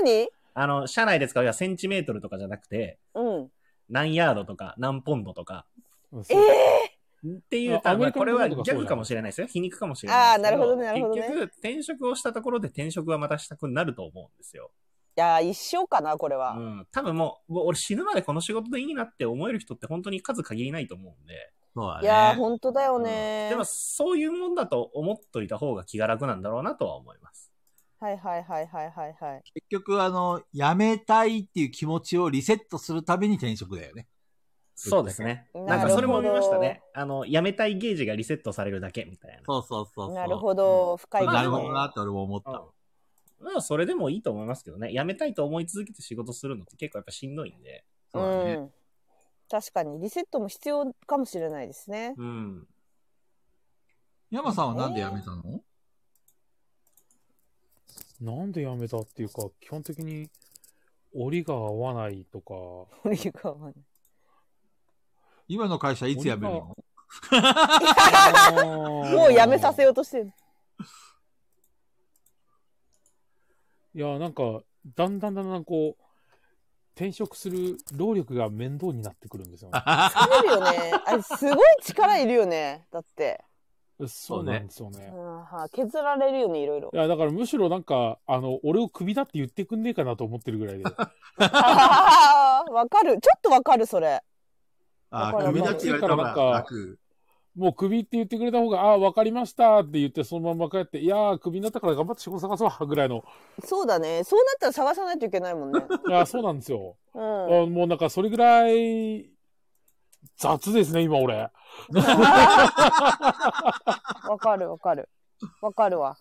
Speaker 5: て
Speaker 4: あの、社内で使う、いや、センチメートルとかじゃなくて、
Speaker 5: 何うん。
Speaker 4: 何ヤードとか何ポンドとか、
Speaker 2: うんそ
Speaker 5: え
Speaker 2: う
Speaker 5: え
Speaker 4: っていう
Speaker 2: あア
Speaker 4: 単語、
Speaker 2: メリカの
Speaker 4: これ
Speaker 2: 文
Speaker 4: は
Speaker 2: 化と
Speaker 4: ギ
Speaker 2: かそうだね
Speaker 4: ャグかもしれないですよ。皮肉かもしれないですけ。
Speaker 5: あーなるほどねなるほどね
Speaker 4: 結局、転職をしたところで転職はまたしたくなると思うんですよ。
Speaker 5: いやー、一生かな、これは。
Speaker 4: うん。多分もう、もう俺死ぬまでこの仕事でいいなって思える人って本当に数限りないと思うんで。
Speaker 6: そうだね。
Speaker 5: いやー、本当だよね、
Speaker 4: でも、そういうもんだと思っといた方が気が楽なんだろうなとは思います。
Speaker 5: はいはいはいはいはいはい。
Speaker 6: 結局、あの、辞めたいっていう気持ちをリセットするために転職だよね。
Speaker 4: そうですね。なん
Speaker 5: な
Speaker 4: か
Speaker 5: る
Speaker 4: そ
Speaker 5: ほど
Speaker 4: れも見ましたね。あの、辞めたいゲージがリセットされるだけみたいな。
Speaker 6: そうそうそうそう。
Speaker 5: なるほど、深いですね。
Speaker 6: なるほどなって俺も思った。
Speaker 4: うん。まあ、それでもいいと思いますけどね。辞めたいと思い続けて仕事するのって結構やっぱしんどいんで。
Speaker 6: そうだね。
Speaker 5: ん。確かに、リセットも必要かもしれないです ね。
Speaker 4: うん。
Speaker 6: 山さんはなんで辞めたの
Speaker 2: なんで辞めたっていうか、基本的に、折が合わないと か、
Speaker 5: こういう顔はね
Speaker 6: 今の会社いつ辞める
Speaker 2: 俺
Speaker 6: の
Speaker 2: は
Speaker 5: も
Speaker 2: も
Speaker 5: うやめさせようとしてる。
Speaker 2: いや、なんか、だんだんだんだんこう、転職する労力が面倒になってくるんですよね。
Speaker 5: 疲れるよね。あれ、すごい力いるよね。だって。
Speaker 2: そうなんですよね。
Speaker 5: うん、は削られるよね、いろいろ
Speaker 2: い。や、だからむしろなんか、あの、俺をクビだって言ってくんねえかなと思ってるぐらい で。
Speaker 5: あーわかる。ちょっとわかる、それ。
Speaker 6: あ
Speaker 5: わ
Speaker 6: あ、
Speaker 5: かる
Speaker 6: 組だって言われた
Speaker 2: わ
Speaker 6: ら
Speaker 2: かる
Speaker 6: 楽。
Speaker 2: もうクビって言ってくれた方が、ああ、わかりましたって言って、そのまま帰って、いやー、クビになったから頑張って仕事探そうぐらいの。
Speaker 5: そうだね。そうなったら探さないといけないもん ね。
Speaker 2: いや、そうなんですよ。あ
Speaker 5: うん。
Speaker 2: ーもうなんか、それぐらい、雑ですね、今俺。
Speaker 5: わかる、わかる。わかるわ。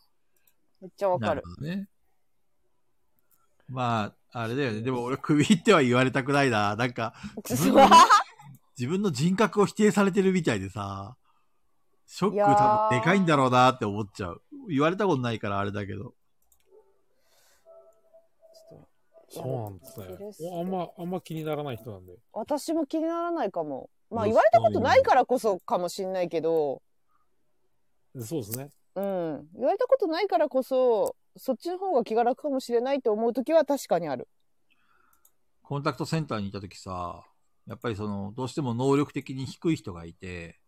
Speaker 5: めっちゃわか
Speaker 6: な
Speaker 5: る
Speaker 6: る。ほどね。まあ、あれだよね。でも俺、首っては言われたくないな。なんか、 自分の自分の人格を否定されてるみたいでさ、ショック
Speaker 5: いやー
Speaker 6: 多分でかいんだろうなって思っちゃう。言われたことないからあれだけど。
Speaker 2: そうなんですね
Speaker 5: いや。
Speaker 2: おあんま、あんま気にならない人なんで。
Speaker 5: 私も気にならないかも。まあ、
Speaker 6: うん
Speaker 5: 言われたことないからこそかもしんないけど、
Speaker 2: そうですね。
Speaker 5: うん。言われたことないからこそ、そっちの方が気が楽かもしれないと思うときは確かにある。
Speaker 6: コンタクトセンターにいた時さ、やっぱりその、どうしても能力的に低い人がいて、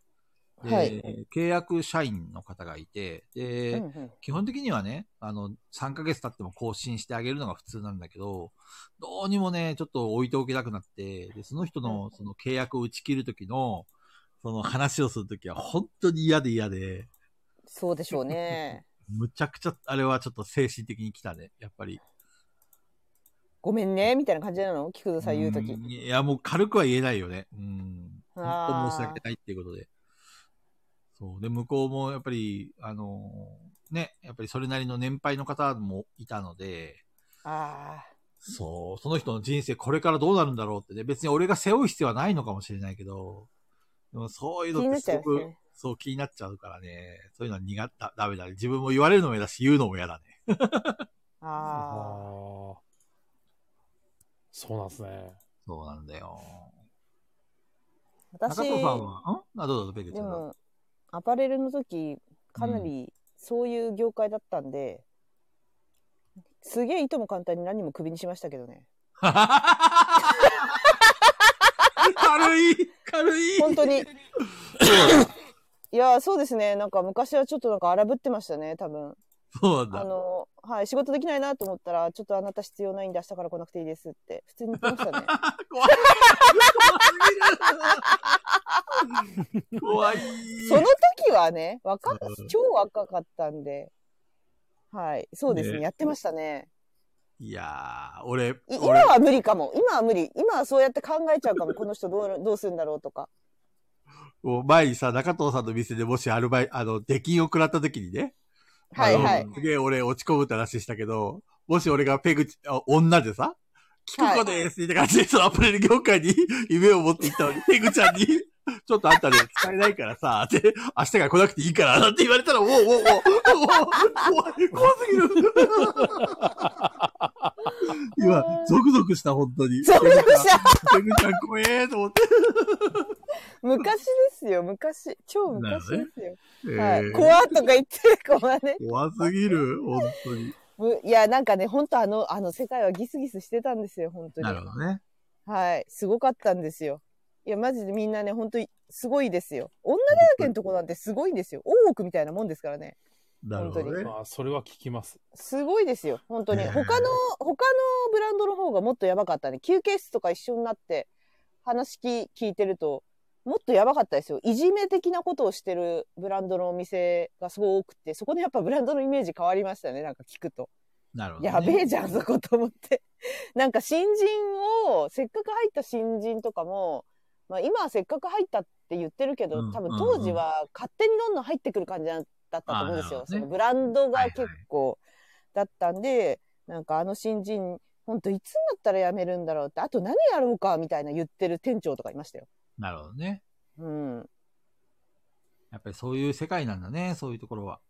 Speaker 6: で、
Speaker 5: はい
Speaker 6: 契約社員の方がいて、で、
Speaker 5: うんうん
Speaker 6: 基本的にはね、あの、3ヶ月経っても更新してあげるのが普通なんだけど、どうにもね、ちょっと置いておけなくなって、で、その人の、その契約を打ち切るときの、その話をするときは本当に嫌で嫌で、
Speaker 5: そうでしょうね。
Speaker 6: むちゃくちゃ、あれはちょっと精神的に来たね、やっぱり。
Speaker 5: ごめんね、みたいな感じなの菊田さん言うとき。
Speaker 6: んいや、もう軽くは言えないよね。うん。
Speaker 5: あー
Speaker 6: 本当申し訳ないっていうことで。そう。で、向こうもやっぱり、あのね、やっぱりそれなりの年配の方もいたので、
Speaker 5: あ
Speaker 6: そう、その人の人生これからどうなるんだろうってね、別に俺が背負う必要はないのかもしれないけど、でもそういう
Speaker 5: あ、気に
Speaker 6: のっ
Speaker 5: なってちゃ
Speaker 6: す
Speaker 5: いま
Speaker 6: ご
Speaker 5: す
Speaker 6: く、
Speaker 5: ね。
Speaker 6: そう気になっちゃうからね、そういうのは苦手だ、ダメだね。自分も言われるのも嫌だし、言うのも嫌だね。
Speaker 5: ああ。
Speaker 2: あーそうなんですね。
Speaker 6: そうなんだよ。
Speaker 5: 私、
Speaker 6: 中藤さん
Speaker 5: で
Speaker 6: は、んあ、どうぞ、ペケちゃんどうぞ。
Speaker 5: も、アパレルの時、かなりそういう業界だったんで、すげえいとも簡単に何もクビにしましたけどね。
Speaker 6: 軽い軽い
Speaker 5: 本 当に。いや、そうですね。なんか昔はちょっとなんか荒ぶってましたね、多分。
Speaker 6: そうな
Speaker 5: あ
Speaker 6: んだ。
Speaker 5: の、はい、仕事できないなと思ったら、ちょっとあなた必要ないんで明日から来なくていいですって、普通に言ってましたね。
Speaker 6: 怖い怖い怖い
Speaker 5: その時はね、若、超若かったんで、はい、そうですね、
Speaker 6: ね
Speaker 5: やってましたね。
Speaker 6: いやー、俺、
Speaker 5: い今
Speaker 6: 俺、
Speaker 5: は無理かも。今は無理。今はそうやって考えちゃうかも。この人どう、どうするんだろうと か。
Speaker 6: もう前にさ、中藤さんの店でもしアルバイ、あの、出禁を食らった時にね。
Speaker 5: はいは
Speaker 6: あ
Speaker 5: い。
Speaker 6: のすげえ俺落ち込むって話したけど、もし俺がペグチ、あ女でさ、キクコですって感じで、そのアパレル業界に 夢を持っていった のに、ペグちゃんに、ちょっとあんたね、使えないからさ、で、明日から来なくていいから、なん て言われたら、もう、もう、もう、もう、怖い怖すぎる。今、ゾクゾクした、本当に。
Speaker 5: ゾクゾクした
Speaker 6: ペグちゃん怖えーと思って。
Speaker 5: 昔ですよ、昔。超昔ですよ。 は
Speaker 6: え
Speaker 5: い。
Speaker 6: ー
Speaker 5: 怖っとか言ってる子はね。
Speaker 6: 怖すぎる、本当 に。
Speaker 5: むいや、なんかね、本当あの、あの世界はギスギスしてたんですよ、本当
Speaker 6: なる
Speaker 5: に。
Speaker 6: ほどね。
Speaker 5: はい。すごかったんですよ。いや、マジでみんなね、本当にすごいですよ。女だらけのとこなんてすごいんですよ。大奥みたいなもんですからね。
Speaker 6: なるほど
Speaker 5: 本当
Speaker 6: ね。
Speaker 2: まあ、それは聞きます。
Speaker 5: すごいですよ、本当に。
Speaker 6: ねえ
Speaker 5: 他の、他のブランドの方がもっとやばかったね。休憩室とか一緒になって話聞聞いてると、もっとやばかったですよ。いじめ的なことをしてるブランドのお店がすごい多くて、そこでやっぱブランドのイメージ変わりましたね、なんか聞くと。
Speaker 6: なるほどね。
Speaker 5: やべえじゃん、そこと思って。 なんか新人を、せっかく入った新人とかも、まあ今はせっかく入ったって言ってるけど、
Speaker 6: うん
Speaker 5: 多
Speaker 6: うんう
Speaker 5: 分
Speaker 6: ん
Speaker 5: 当時は勝手にどんどん入ってくる感じだったと思うんですよ。
Speaker 6: あーなるほど
Speaker 5: そ
Speaker 6: ね
Speaker 5: のブランドが
Speaker 6: はいはい
Speaker 5: 結構だったんで、なんかあの新人、ほんといつになったら辞めるんだろうって、あと何やろうかみたいな言ってる店長とかいましたよ。
Speaker 6: なるほどね。
Speaker 5: うん。
Speaker 6: やっぱりそういう世界なんだね、そういうところは。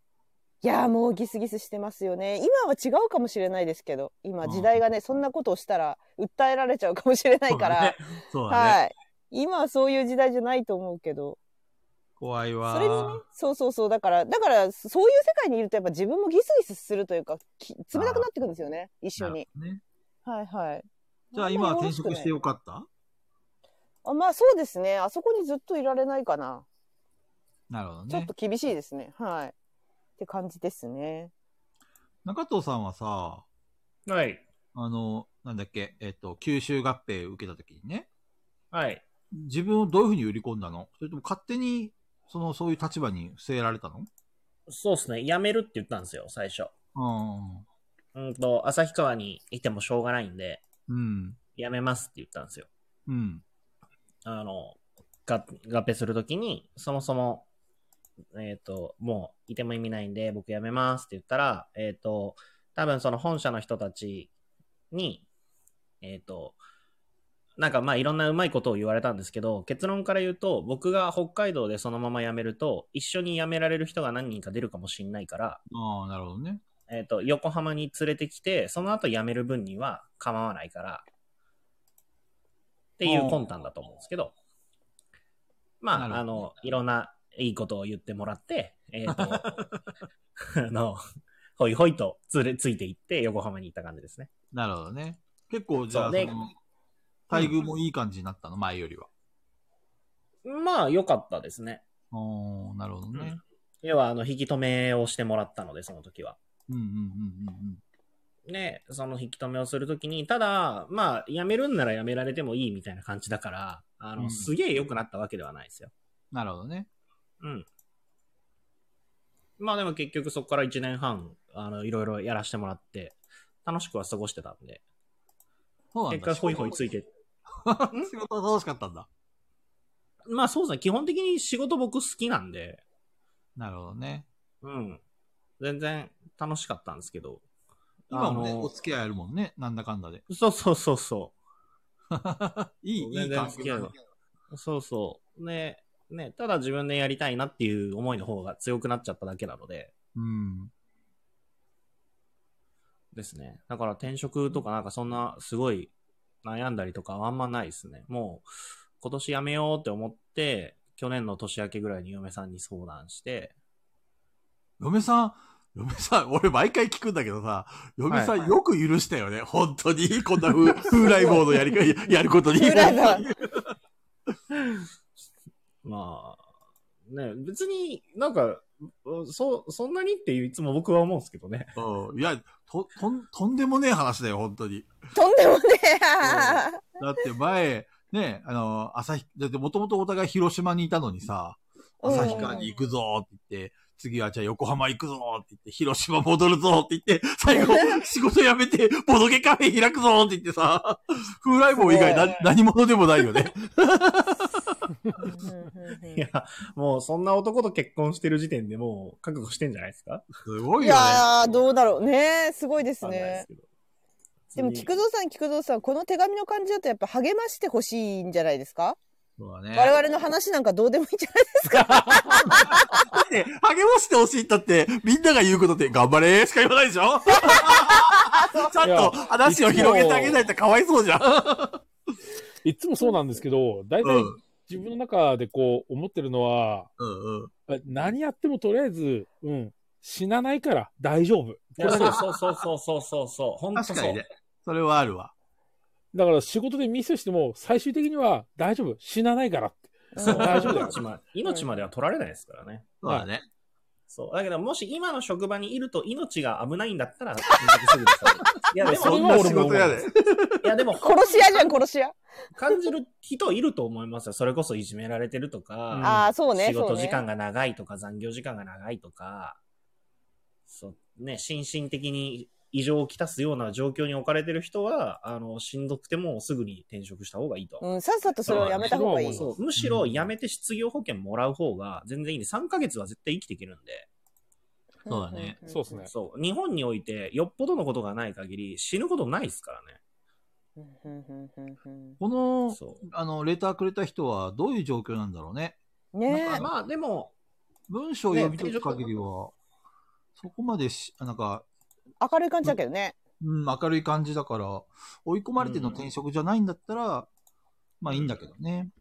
Speaker 5: いやーもうギスギスしてますよね。今は違うかもしれないですけど、今時代がね、そんなことをしたら訴えられちゃうかもしれないから、
Speaker 6: そうだね。
Speaker 5: はい。今はそういう時代じゃないと思うけど、
Speaker 6: 怖いわ。
Speaker 5: それにね、そうそうそう、だから、だから、そういう世界にいると、やっぱ自分もギスギスするというか、き冷たくなってくるんですよね、一緒に。
Speaker 6: なるほどね。
Speaker 5: はいはい。
Speaker 6: じゃあ今は転職して
Speaker 5: よ。
Speaker 6: よかった
Speaker 5: あまあそうですね、あそこにずっといられないかな。
Speaker 6: なるほど
Speaker 5: ちょっ
Speaker 6: ね
Speaker 5: と。厳しいですね、はい。って感じです ね。
Speaker 6: 中藤さんはさ、
Speaker 4: はい。
Speaker 6: あの、なんだっけ、えっと、吸収合併受けた時にね、
Speaker 4: はい。
Speaker 6: 自分をどういうふうに売り込んだのそれとも勝手に、その、そういう立場に伏せられたの
Speaker 4: そうですね。辞めるって言ったんですよ、最初。
Speaker 6: う
Speaker 4: うんと、旭川にいてもしょうがないんで、
Speaker 6: ん。うん。
Speaker 4: 辞めますって言ったんですよ。
Speaker 6: うん。
Speaker 4: あの、合合併するときに、そもそも、えっ、と、もういても意味ないんで、僕辞めますって言ったら、えっ、と、多分その本社の人たちに、えっ、と、なんかまあいろんなうまいことを言われたんですけど、結論から言うと、僕が北海道でそのまま辞めると、一緒に辞められる人が何人か出るかもしれないから、
Speaker 6: ああ、なるほどね。
Speaker 4: えっと横浜に連れてきてその後辞める分には構わないからっていう魂胆だと思うんですけどま
Speaker 6: なる
Speaker 4: ああ
Speaker 6: ほどね
Speaker 4: のいろんないいことを言ってもらってえっ、 とあのほいほいとつれついていって横浜に行った感じですね
Speaker 6: なるほどね。結構、じゃあ、
Speaker 4: そう
Speaker 6: そ
Speaker 4: ね
Speaker 6: の、待遇もいい感じになったの、前よりは。
Speaker 4: まあ良かったですね
Speaker 6: おーなるほどね。
Speaker 4: 要はあの引き止めをしてもらったのでその時は
Speaker 6: うんうんうん
Speaker 4: ねその引き止めをするときにただまあ辞めるんなら辞められてもいいみたいな感じだからあの、
Speaker 6: うん
Speaker 4: すげえ良くなったわけではないですよ
Speaker 6: なるほどね。
Speaker 4: うん。まあでも結局そこから1年半、あの、いろいろやらせてもらって、楽しくは過ごしてたんで、
Speaker 6: そうなん
Speaker 4: 結
Speaker 6: だ。
Speaker 4: 果ホイホイついて。
Speaker 6: 仕事は楽しかったんだ。
Speaker 4: まあそうですね、基本的に仕事僕好きなんで、
Speaker 6: なるほどね。
Speaker 4: うん。全然楽しかったんですけど。
Speaker 6: 今もね、
Speaker 4: あの
Speaker 6: お付き合いあるもんね。なんだかんだで。
Speaker 4: そうそうそうそ
Speaker 6: いい、
Speaker 4: 全
Speaker 6: い
Speaker 4: 然
Speaker 6: い環
Speaker 4: 付
Speaker 6: 境
Speaker 4: き合
Speaker 6: だ
Speaker 4: い
Speaker 6: ね
Speaker 4: は。う。そうそう。ね、ね、ただ自分でやりたいなっていう思いの方が強くなっちゃっただけなので、
Speaker 6: うん。
Speaker 4: ですね。だから転職とかなんかそんなすごい悩んだりとかはあんまないですね。もう今年辞めようって思って、去年の年明けぐらいに嫁さんに相談して、
Speaker 6: 嫁さん、嫁さん、俺毎回聞くんだけどさ、嫁さん、
Speaker 4: はい
Speaker 6: よく許したよね。本当に、こんな風、風来坊のや りか、やることに。
Speaker 5: 風来坊
Speaker 4: まあ、ね、別になんか、うそ、そんなにっていういつも僕は思うんですけどね。
Speaker 6: うんいや、と、とん、とんでもねえ話だよ、本当に。
Speaker 5: とんでもね
Speaker 6: だって前、ね、あの、朝日、だってもともとお互い広島にいたのにさ、
Speaker 5: うん
Speaker 6: 朝日川に行くぞーって言って、次はじゃあ横浜行くぞーって言って、広島戻るぞーって言って、 最後、仕事辞めて、ボドゲカフェ開くぞーって言ってさ、 風来坊以外な何者でもないよね。
Speaker 4: いや、もうそんな男と結婚してる時点でもう覚悟してんじゃないですか
Speaker 6: すご
Speaker 5: え。い
Speaker 6: いよね。
Speaker 5: やー、どうだろうね。すごいです
Speaker 4: わかんないで
Speaker 5: ね
Speaker 4: す。けど。
Speaker 5: でも、菊蔵さん、菊蔵さん、この手紙の感じだとやっぱ励ましてほしいんじゃないですか、
Speaker 6: そうだね。
Speaker 5: 我々の話なんかどうでもいいんじゃない
Speaker 6: だって、 励ましてほしいったって、みんなが言うことって、頑張れーしか言わないでしょ
Speaker 5: あ、
Speaker 6: ちゃんと話を広げてあげないとかわいそうじゃん。
Speaker 2: いつもそうなんですけど、大
Speaker 6: うん。う
Speaker 2: 体
Speaker 6: ん
Speaker 2: 自分の中でこう思ってるのは、
Speaker 6: うん。
Speaker 2: 何やってもとりあえず、うん、死なないから大丈夫。こ
Speaker 4: い
Speaker 2: れ
Speaker 4: や
Speaker 2: だけです
Speaker 4: そうそうそうそうそうそう。本当そ
Speaker 6: 確
Speaker 4: う。
Speaker 6: かにね。それはあるわ。
Speaker 2: だから仕事でミスしても最終的には大丈夫。死なないからって。
Speaker 4: そう
Speaker 2: 大丈夫だよ
Speaker 4: 命ま命までは取られないですからね。
Speaker 6: そうだね。
Speaker 4: そう。だけど、もし今の職場にいると命が危ないんだったら、 すぐですよいや、で
Speaker 2: そ
Speaker 6: そ
Speaker 2: れ
Speaker 6: ん
Speaker 2: は
Speaker 6: な
Speaker 2: 俺も
Speaker 6: 仕事やで。
Speaker 4: いや、でも、
Speaker 5: 殺し屋じゃん、殺し屋。
Speaker 4: 感じる人いると思いますよ。それこそいじめられてるとか、
Speaker 2: うん
Speaker 5: ああ、そうね、
Speaker 4: 仕
Speaker 5: そ
Speaker 4: 事
Speaker 5: う
Speaker 4: 時
Speaker 5: ね。
Speaker 4: 間が長いとか、残業時間が長いとか、そう、ね、心身的に異常をきたすような状況に置かれてる人は、あの、しんどくてもすぐに転職した方がいいと。
Speaker 5: うん、さっさとそれをやめた方がいい。
Speaker 2: そ
Speaker 4: そうむしろ辞めて失業保険もらう方が全然いいんで、3ヶ月は絶対生きていけるんで、
Speaker 6: そうだね
Speaker 2: そうですね。
Speaker 4: そう、日本においてよっぽどのことがない限り死ぬことないですからね。
Speaker 5: うんうんうんうんうん
Speaker 6: この、
Speaker 4: そう。
Speaker 6: あの、レターくれた人はどういう状況なんだろうね。
Speaker 5: うん。ね
Speaker 4: まあまあ、でも、
Speaker 6: 文章を読み解く限りは、そこまでし、なんか、
Speaker 5: え、明るい感じだけどね。
Speaker 6: うん、明るい感じだから、追い込まれての転職じゃないんだったら、まあいいんだけどね。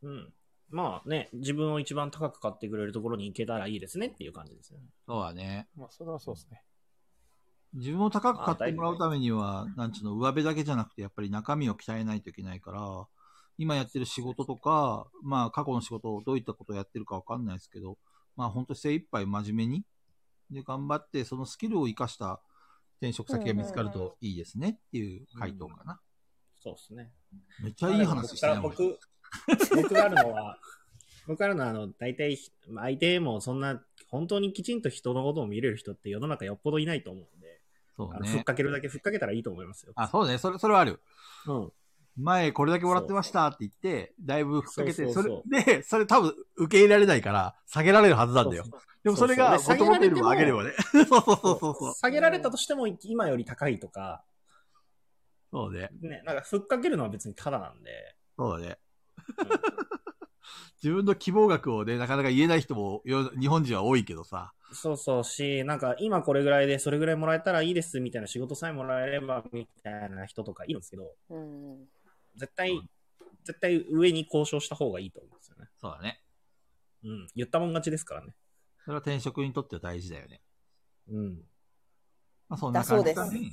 Speaker 4: うん。まあね、自分を一番高く買ってくれるところに行けたらいいですねっていう感じですよね。
Speaker 6: そうだね。
Speaker 2: まあ、それはそうですね。
Speaker 6: 自分を高く買ってもらうためには、なんちゅうの、上辺だけじゃなくて、やっぱり中身を鍛えないといけないから、今やってる仕事とか、まあ過去の仕事をどういったことをやってるかわかんないですけど、まあ本当精一杯真面目に、で、頑張って、そのスキルを活かした転職先が見つかるといいですねっていう回答かな。
Speaker 4: そうですね。
Speaker 6: めっちゃいい話してない
Speaker 4: 僕から僕、僕があるのは、 僕があるのは、あの、大体、まあ相手もそんな、本当にきちんと人のことを見れる人って世の中よっぽどいないと思うんで、
Speaker 6: そ
Speaker 4: あ
Speaker 6: う
Speaker 4: のふっ
Speaker 6: ね。
Speaker 4: かけるだけふっかけたらいいと思いますよ。
Speaker 6: あ、そうね。それ、それはある。
Speaker 4: うん。
Speaker 6: 前これだけ笑ってましたって言って、だいぶふっかけて、
Speaker 4: そ
Speaker 6: そう
Speaker 4: そう
Speaker 6: れ、で、それ多分受け入れられないから、下げられるはずなんだよ。
Speaker 4: そうそう
Speaker 6: でもそれが、
Speaker 4: そう
Speaker 6: 元
Speaker 4: そう
Speaker 6: 々よりも上げればね。 そうそうそうそうそう。
Speaker 4: 下げられたとしても、今より高いとか、
Speaker 6: そうね。
Speaker 4: ね、なんか、ふっかけるのは別にただなんで、
Speaker 6: そうだね
Speaker 4: うん。
Speaker 6: 自分の希望額をね、なかなか言えない人も、よ日本人は多いけどさ。
Speaker 4: そうそうし、なんか今これぐらいでそれぐらいもらえたらいいですみたいな仕事さえもらえればみたいな人とかいるんですけど、
Speaker 5: うん。
Speaker 4: 絶対、絶対上に交渉した方がいいと思うんですよね。
Speaker 6: そうだね。
Speaker 4: うん。言ったもん勝ちですからね。
Speaker 6: それは転職にとっては大事だよね。
Speaker 4: うん。
Speaker 6: まあ、そんな感じだ
Speaker 5: だそう
Speaker 6: ね。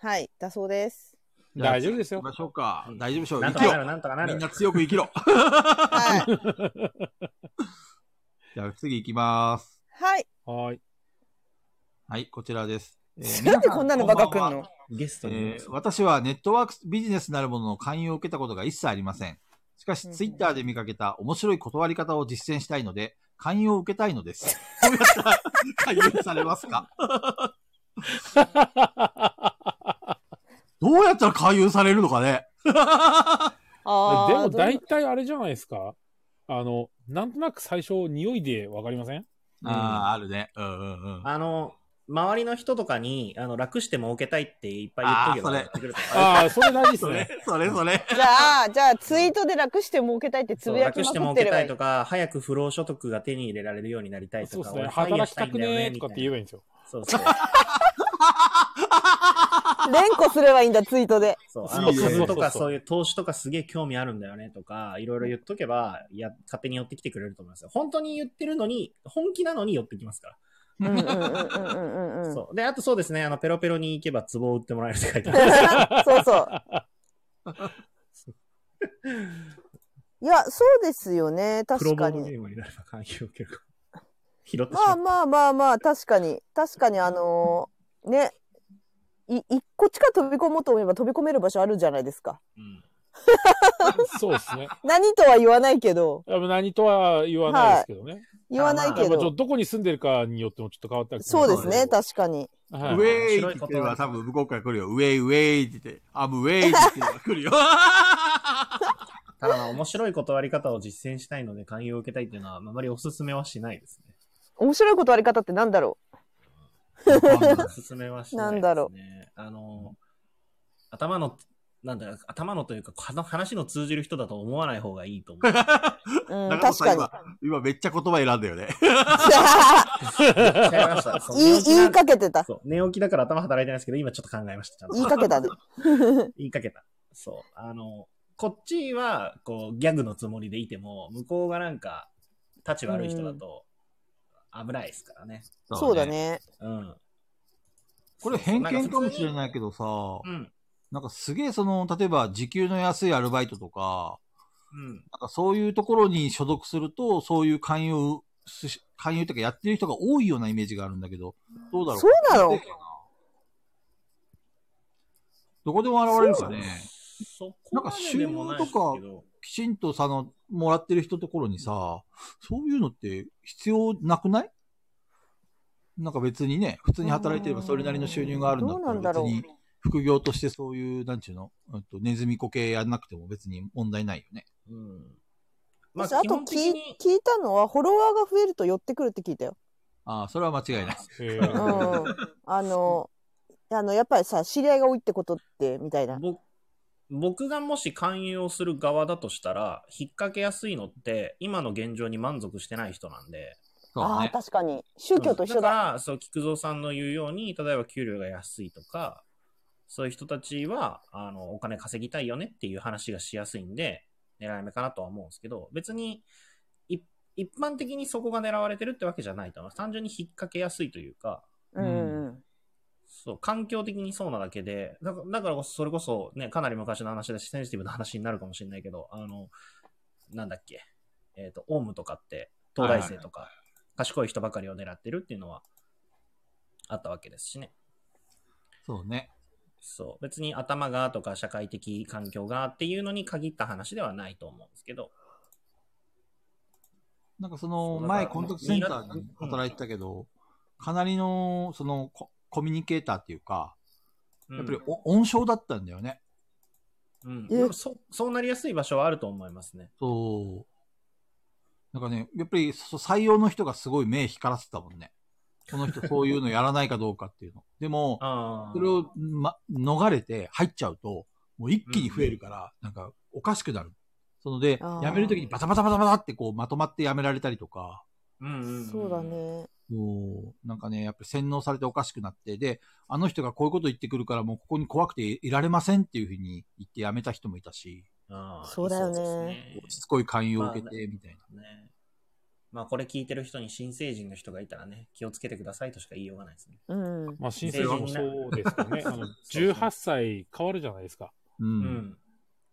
Speaker 5: はい、だそうです。
Speaker 6: じゃあ
Speaker 2: 大丈夫ですよ
Speaker 6: 行きましょうか。大丈夫でしょう。
Speaker 4: なん
Speaker 6: 生
Speaker 4: と
Speaker 6: き
Speaker 4: か
Speaker 6: ろ
Speaker 4: な。る、なんとかな
Speaker 6: みん
Speaker 4: る
Speaker 6: な。強く生きろ。
Speaker 5: はい。
Speaker 6: じゃあ次行きます。
Speaker 5: はい。
Speaker 2: はい。
Speaker 6: はい、こちらです。えー
Speaker 5: なんでこんなのばっかくん
Speaker 6: 皆さんばは
Speaker 5: の
Speaker 4: ゲストに、
Speaker 6: えー私はネットワークビジネスなるものの勧誘を受けたことが一切ありません。しか
Speaker 5: う
Speaker 6: し、
Speaker 5: んうん
Speaker 6: ツイッターで見かけた面白い断り方を実践したいので、勧誘を受けたいのです。 どうやったら勧誘されますかどうやったら勧誘されるのかね
Speaker 5: ああ。
Speaker 2: でも
Speaker 5: どう
Speaker 2: 大体あれじゃないですか。あの、なんとなく最初、匂いでわかりません
Speaker 6: ああ、あるね。うんうんうん。
Speaker 4: あの、周りの人とかに、あの、楽して儲けたいっていっぱい言っとけば
Speaker 6: あーそれ
Speaker 4: やってくれるとか
Speaker 2: ああ、それ大事です
Speaker 6: それ
Speaker 2: ね。、
Speaker 6: それ、それ。
Speaker 5: じゃあ、じゃあ、ツイートで楽して儲けたいってつ
Speaker 4: そう
Speaker 5: ぶやき
Speaker 4: 楽
Speaker 5: ま
Speaker 4: して
Speaker 5: くっ
Speaker 4: 儲
Speaker 5: て
Speaker 4: け
Speaker 5: れば
Speaker 4: た
Speaker 5: い
Speaker 4: い
Speaker 5: い
Speaker 4: と。か、早く不労所得が手に入れられるようになりたい
Speaker 2: そう
Speaker 4: と
Speaker 2: で
Speaker 4: か、
Speaker 2: すね。
Speaker 4: 俺ファイヤー
Speaker 2: 働
Speaker 4: し
Speaker 2: き
Speaker 4: た
Speaker 2: た
Speaker 4: いん
Speaker 2: く
Speaker 4: だよ
Speaker 2: ね
Speaker 4: ね
Speaker 2: ー
Speaker 4: み
Speaker 2: と
Speaker 4: た
Speaker 2: かっ
Speaker 4: いな
Speaker 2: て言えばいいんですよ。
Speaker 4: そうそう。
Speaker 5: 連呼すればいいんだ、ツイートで。
Speaker 4: そう、
Speaker 2: そう
Speaker 4: あの
Speaker 2: そう
Speaker 4: 株
Speaker 2: そ
Speaker 4: とか
Speaker 2: うそう
Speaker 4: そういう投資とかすげえ興味あるんだよねとか、いろいろ言っとけば、いや、勝手に寄ってきてくれると思いますよ。本当に言ってるのに、本気なのに寄ってきますか
Speaker 5: うんうんうんうんうんう
Speaker 4: ら。
Speaker 5: ん。
Speaker 4: そう。で、あとそうですね、あの、ペロペロに行けば壺を売ってもらえるって書いてある。
Speaker 5: そう そう。いや、そうですよね。
Speaker 4: 黒
Speaker 5: 確か
Speaker 4: 棒の
Speaker 5: に。
Speaker 4: ゲームになれば関係を受けるか。 拾ってしま
Speaker 5: まあ
Speaker 4: う。
Speaker 5: まあまあまあ、確かに。確かに、あのーね。い、い、こっちから飛び込もうと思えば飛び込める場所あるじゃないですか。
Speaker 4: うん
Speaker 2: そうですね。
Speaker 5: 何とは言わないけど、
Speaker 2: でも何とは言わないですけどね。
Speaker 5: 言わない
Speaker 2: や
Speaker 5: け
Speaker 2: っぱちょっと
Speaker 5: ど。
Speaker 2: どこに住んでるかによってもちょっと変わったり
Speaker 5: そう
Speaker 2: る
Speaker 5: ですね、確かに。
Speaker 2: はい
Speaker 6: ウェーイって言ってれば多分向こうから来るよ。ウェイウェイって言って、アムウェイって言ってれば来るよ。
Speaker 4: ただまあ、面白い断り方を実践したいので、勧誘を受けたいっていうのは、あまりおすすめはしないですね。
Speaker 5: 面白いことあり方ってなんだろ
Speaker 4: おすすめはしないです、ね。
Speaker 5: なんだろ
Speaker 4: あの、頭の、なんだろう頭のというか、かの話の通じる人だと思わない方がいいと思う。め
Speaker 5: うん、
Speaker 6: 中野
Speaker 5: 確
Speaker 6: さ
Speaker 5: か
Speaker 6: ん
Speaker 5: に
Speaker 6: 今。、今めっちゃ言葉選んだよね。
Speaker 4: っちゃいました。そう寝
Speaker 5: 言い
Speaker 4: 起きな
Speaker 5: 言いかけてた。
Speaker 4: そう寝起きだから頭働いてないですけど、今ちょっと考えました。ちゃんと
Speaker 5: 言いかけたね。
Speaker 4: 言いかけた。 そう。あの、こっちは、こう、ギャグのつもりでいても、向こうがなんか、立ち悪い人だと、危ないですからね。
Speaker 5: そうだ。ね。
Speaker 4: うん。
Speaker 6: これ偏見かもしれないけどさ、
Speaker 4: うん。
Speaker 6: なんかすげえその、例えば時給の安いアルバイトとか、
Speaker 4: うん。
Speaker 6: なんかそういうところに所属すると、そういう勧誘すし、勧誘とかやってる人が多いようなイメージがあるんだけど、どうだろう
Speaker 5: そうなの
Speaker 6: どこでも現れるかね。
Speaker 4: そこまででもないですけ
Speaker 6: なんか収
Speaker 4: ど。
Speaker 6: きちんとさ、あの、もらってる人ところにさ、そういうのって必要なくないなんか別にね、普通に働いてればそれなりの収入があるんだっ
Speaker 5: どう
Speaker 6: た
Speaker 5: なんだ
Speaker 6: ら別
Speaker 5: ろう
Speaker 6: に副業としてそういう、なんちゅうの、うんとネズミコ系やんなくても別に問題ないよね。
Speaker 4: うん。ま
Speaker 5: 私
Speaker 4: あ、
Speaker 5: あ
Speaker 4: 基
Speaker 5: と
Speaker 4: 本的
Speaker 5: 聞い
Speaker 4: に、
Speaker 5: 聞いたのは、フォロワーが増えると寄ってくるって聞いた よ。
Speaker 6: ああ、それは間違いない。
Speaker 2: え
Speaker 5: う
Speaker 2: ー
Speaker 5: ん。あの、あの、やっぱりさ、知り合いが多いってことって、みたいな。
Speaker 4: ぼ僕がもし勧誘をする側だとしたら、引っ掛けやすいのって、今の現状に満足してない人なんで。
Speaker 6: そう
Speaker 5: ああ、
Speaker 6: ね。
Speaker 5: 確かに。宗教と一緒
Speaker 4: だ
Speaker 5: だ。
Speaker 4: から、そう、菊蔵さんの言うように、例えば給料が安いとか、そういう人たちは、あの、お金稼ぎたいよねっていう話がしやすいんで、狙い目かなとは思うんですけど、別に、い一般的にそこが狙われてるってわけじゃないと思います。単純に引っ掛けやすいというか、
Speaker 5: うんうん。
Speaker 4: そう、環境的にそうなだけで、だから、だからこそそれこそね、かなり昔の話だし、センシティブな話になるかもしれないけど、あの、なんだっけ、えっ、と、オウムとかって、東大生とか、賢い人ばかりを狙ってるっていうのは、あったわけですしね。
Speaker 6: そうね。
Speaker 4: そう、別に頭がとか社会的環境がっていうのに限った話ではないと思うんですけど、
Speaker 6: なんかそ
Speaker 4: そ
Speaker 6: の、
Speaker 4: うだから
Speaker 6: 前コンタクトセンターに働いてたけど、かなりの、そのコ、コミュニケーターっていうか、
Speaker 4: うん
Speaker 6: やっぱりお音章だったんだよね。
Speaker 4: うん、
Speaker 5: え
Speaker 4: でもそそうなりやすい場所はあると思いますね。
Speaker 6: そう。なんかね、やっぱりそ採用の人がすごい目光らせてたもんね。この人そういうのやらないかどうかっていうの。 でも、
Speaker 4: ああ。
Speaker 6: それを、ま、逃れて入っちゃうと、もう一気に増えるから、なんかおかしくなる。そので、
Speaker 5: あー
Speaker 6: 辞めるときにバタバタバタバタってこうまとまって辞められたりとか、
Speaker 4: うんうんん
Speaker 5: そうだ。ね。
Speaker 6: もう、なんかね、やっぱり洗脳されておかしくなって、で、あの人がこういうこと言ってくるからもうここに怖くていられませんっていうふうに言って辞めた人もいたし、
Speaker 4: あー
Speaker 5: そうだよね
Speaker 4: です
Speaker 6: しつこい勧誘を受けて、みたいな。
Speaker 4: ね。まあこれ聞いてる人に新成人の人がいたらね、気をつけてくださいとしか言いようがないですね。
Speaker 5: うん。
Speaker 2: まあ、新成人もそうですかね。あの
Speaker 4: そう
Speaker 2: 18歳変わるじゃないですか。
Speaker 6: うん。
Speaker 4: うん。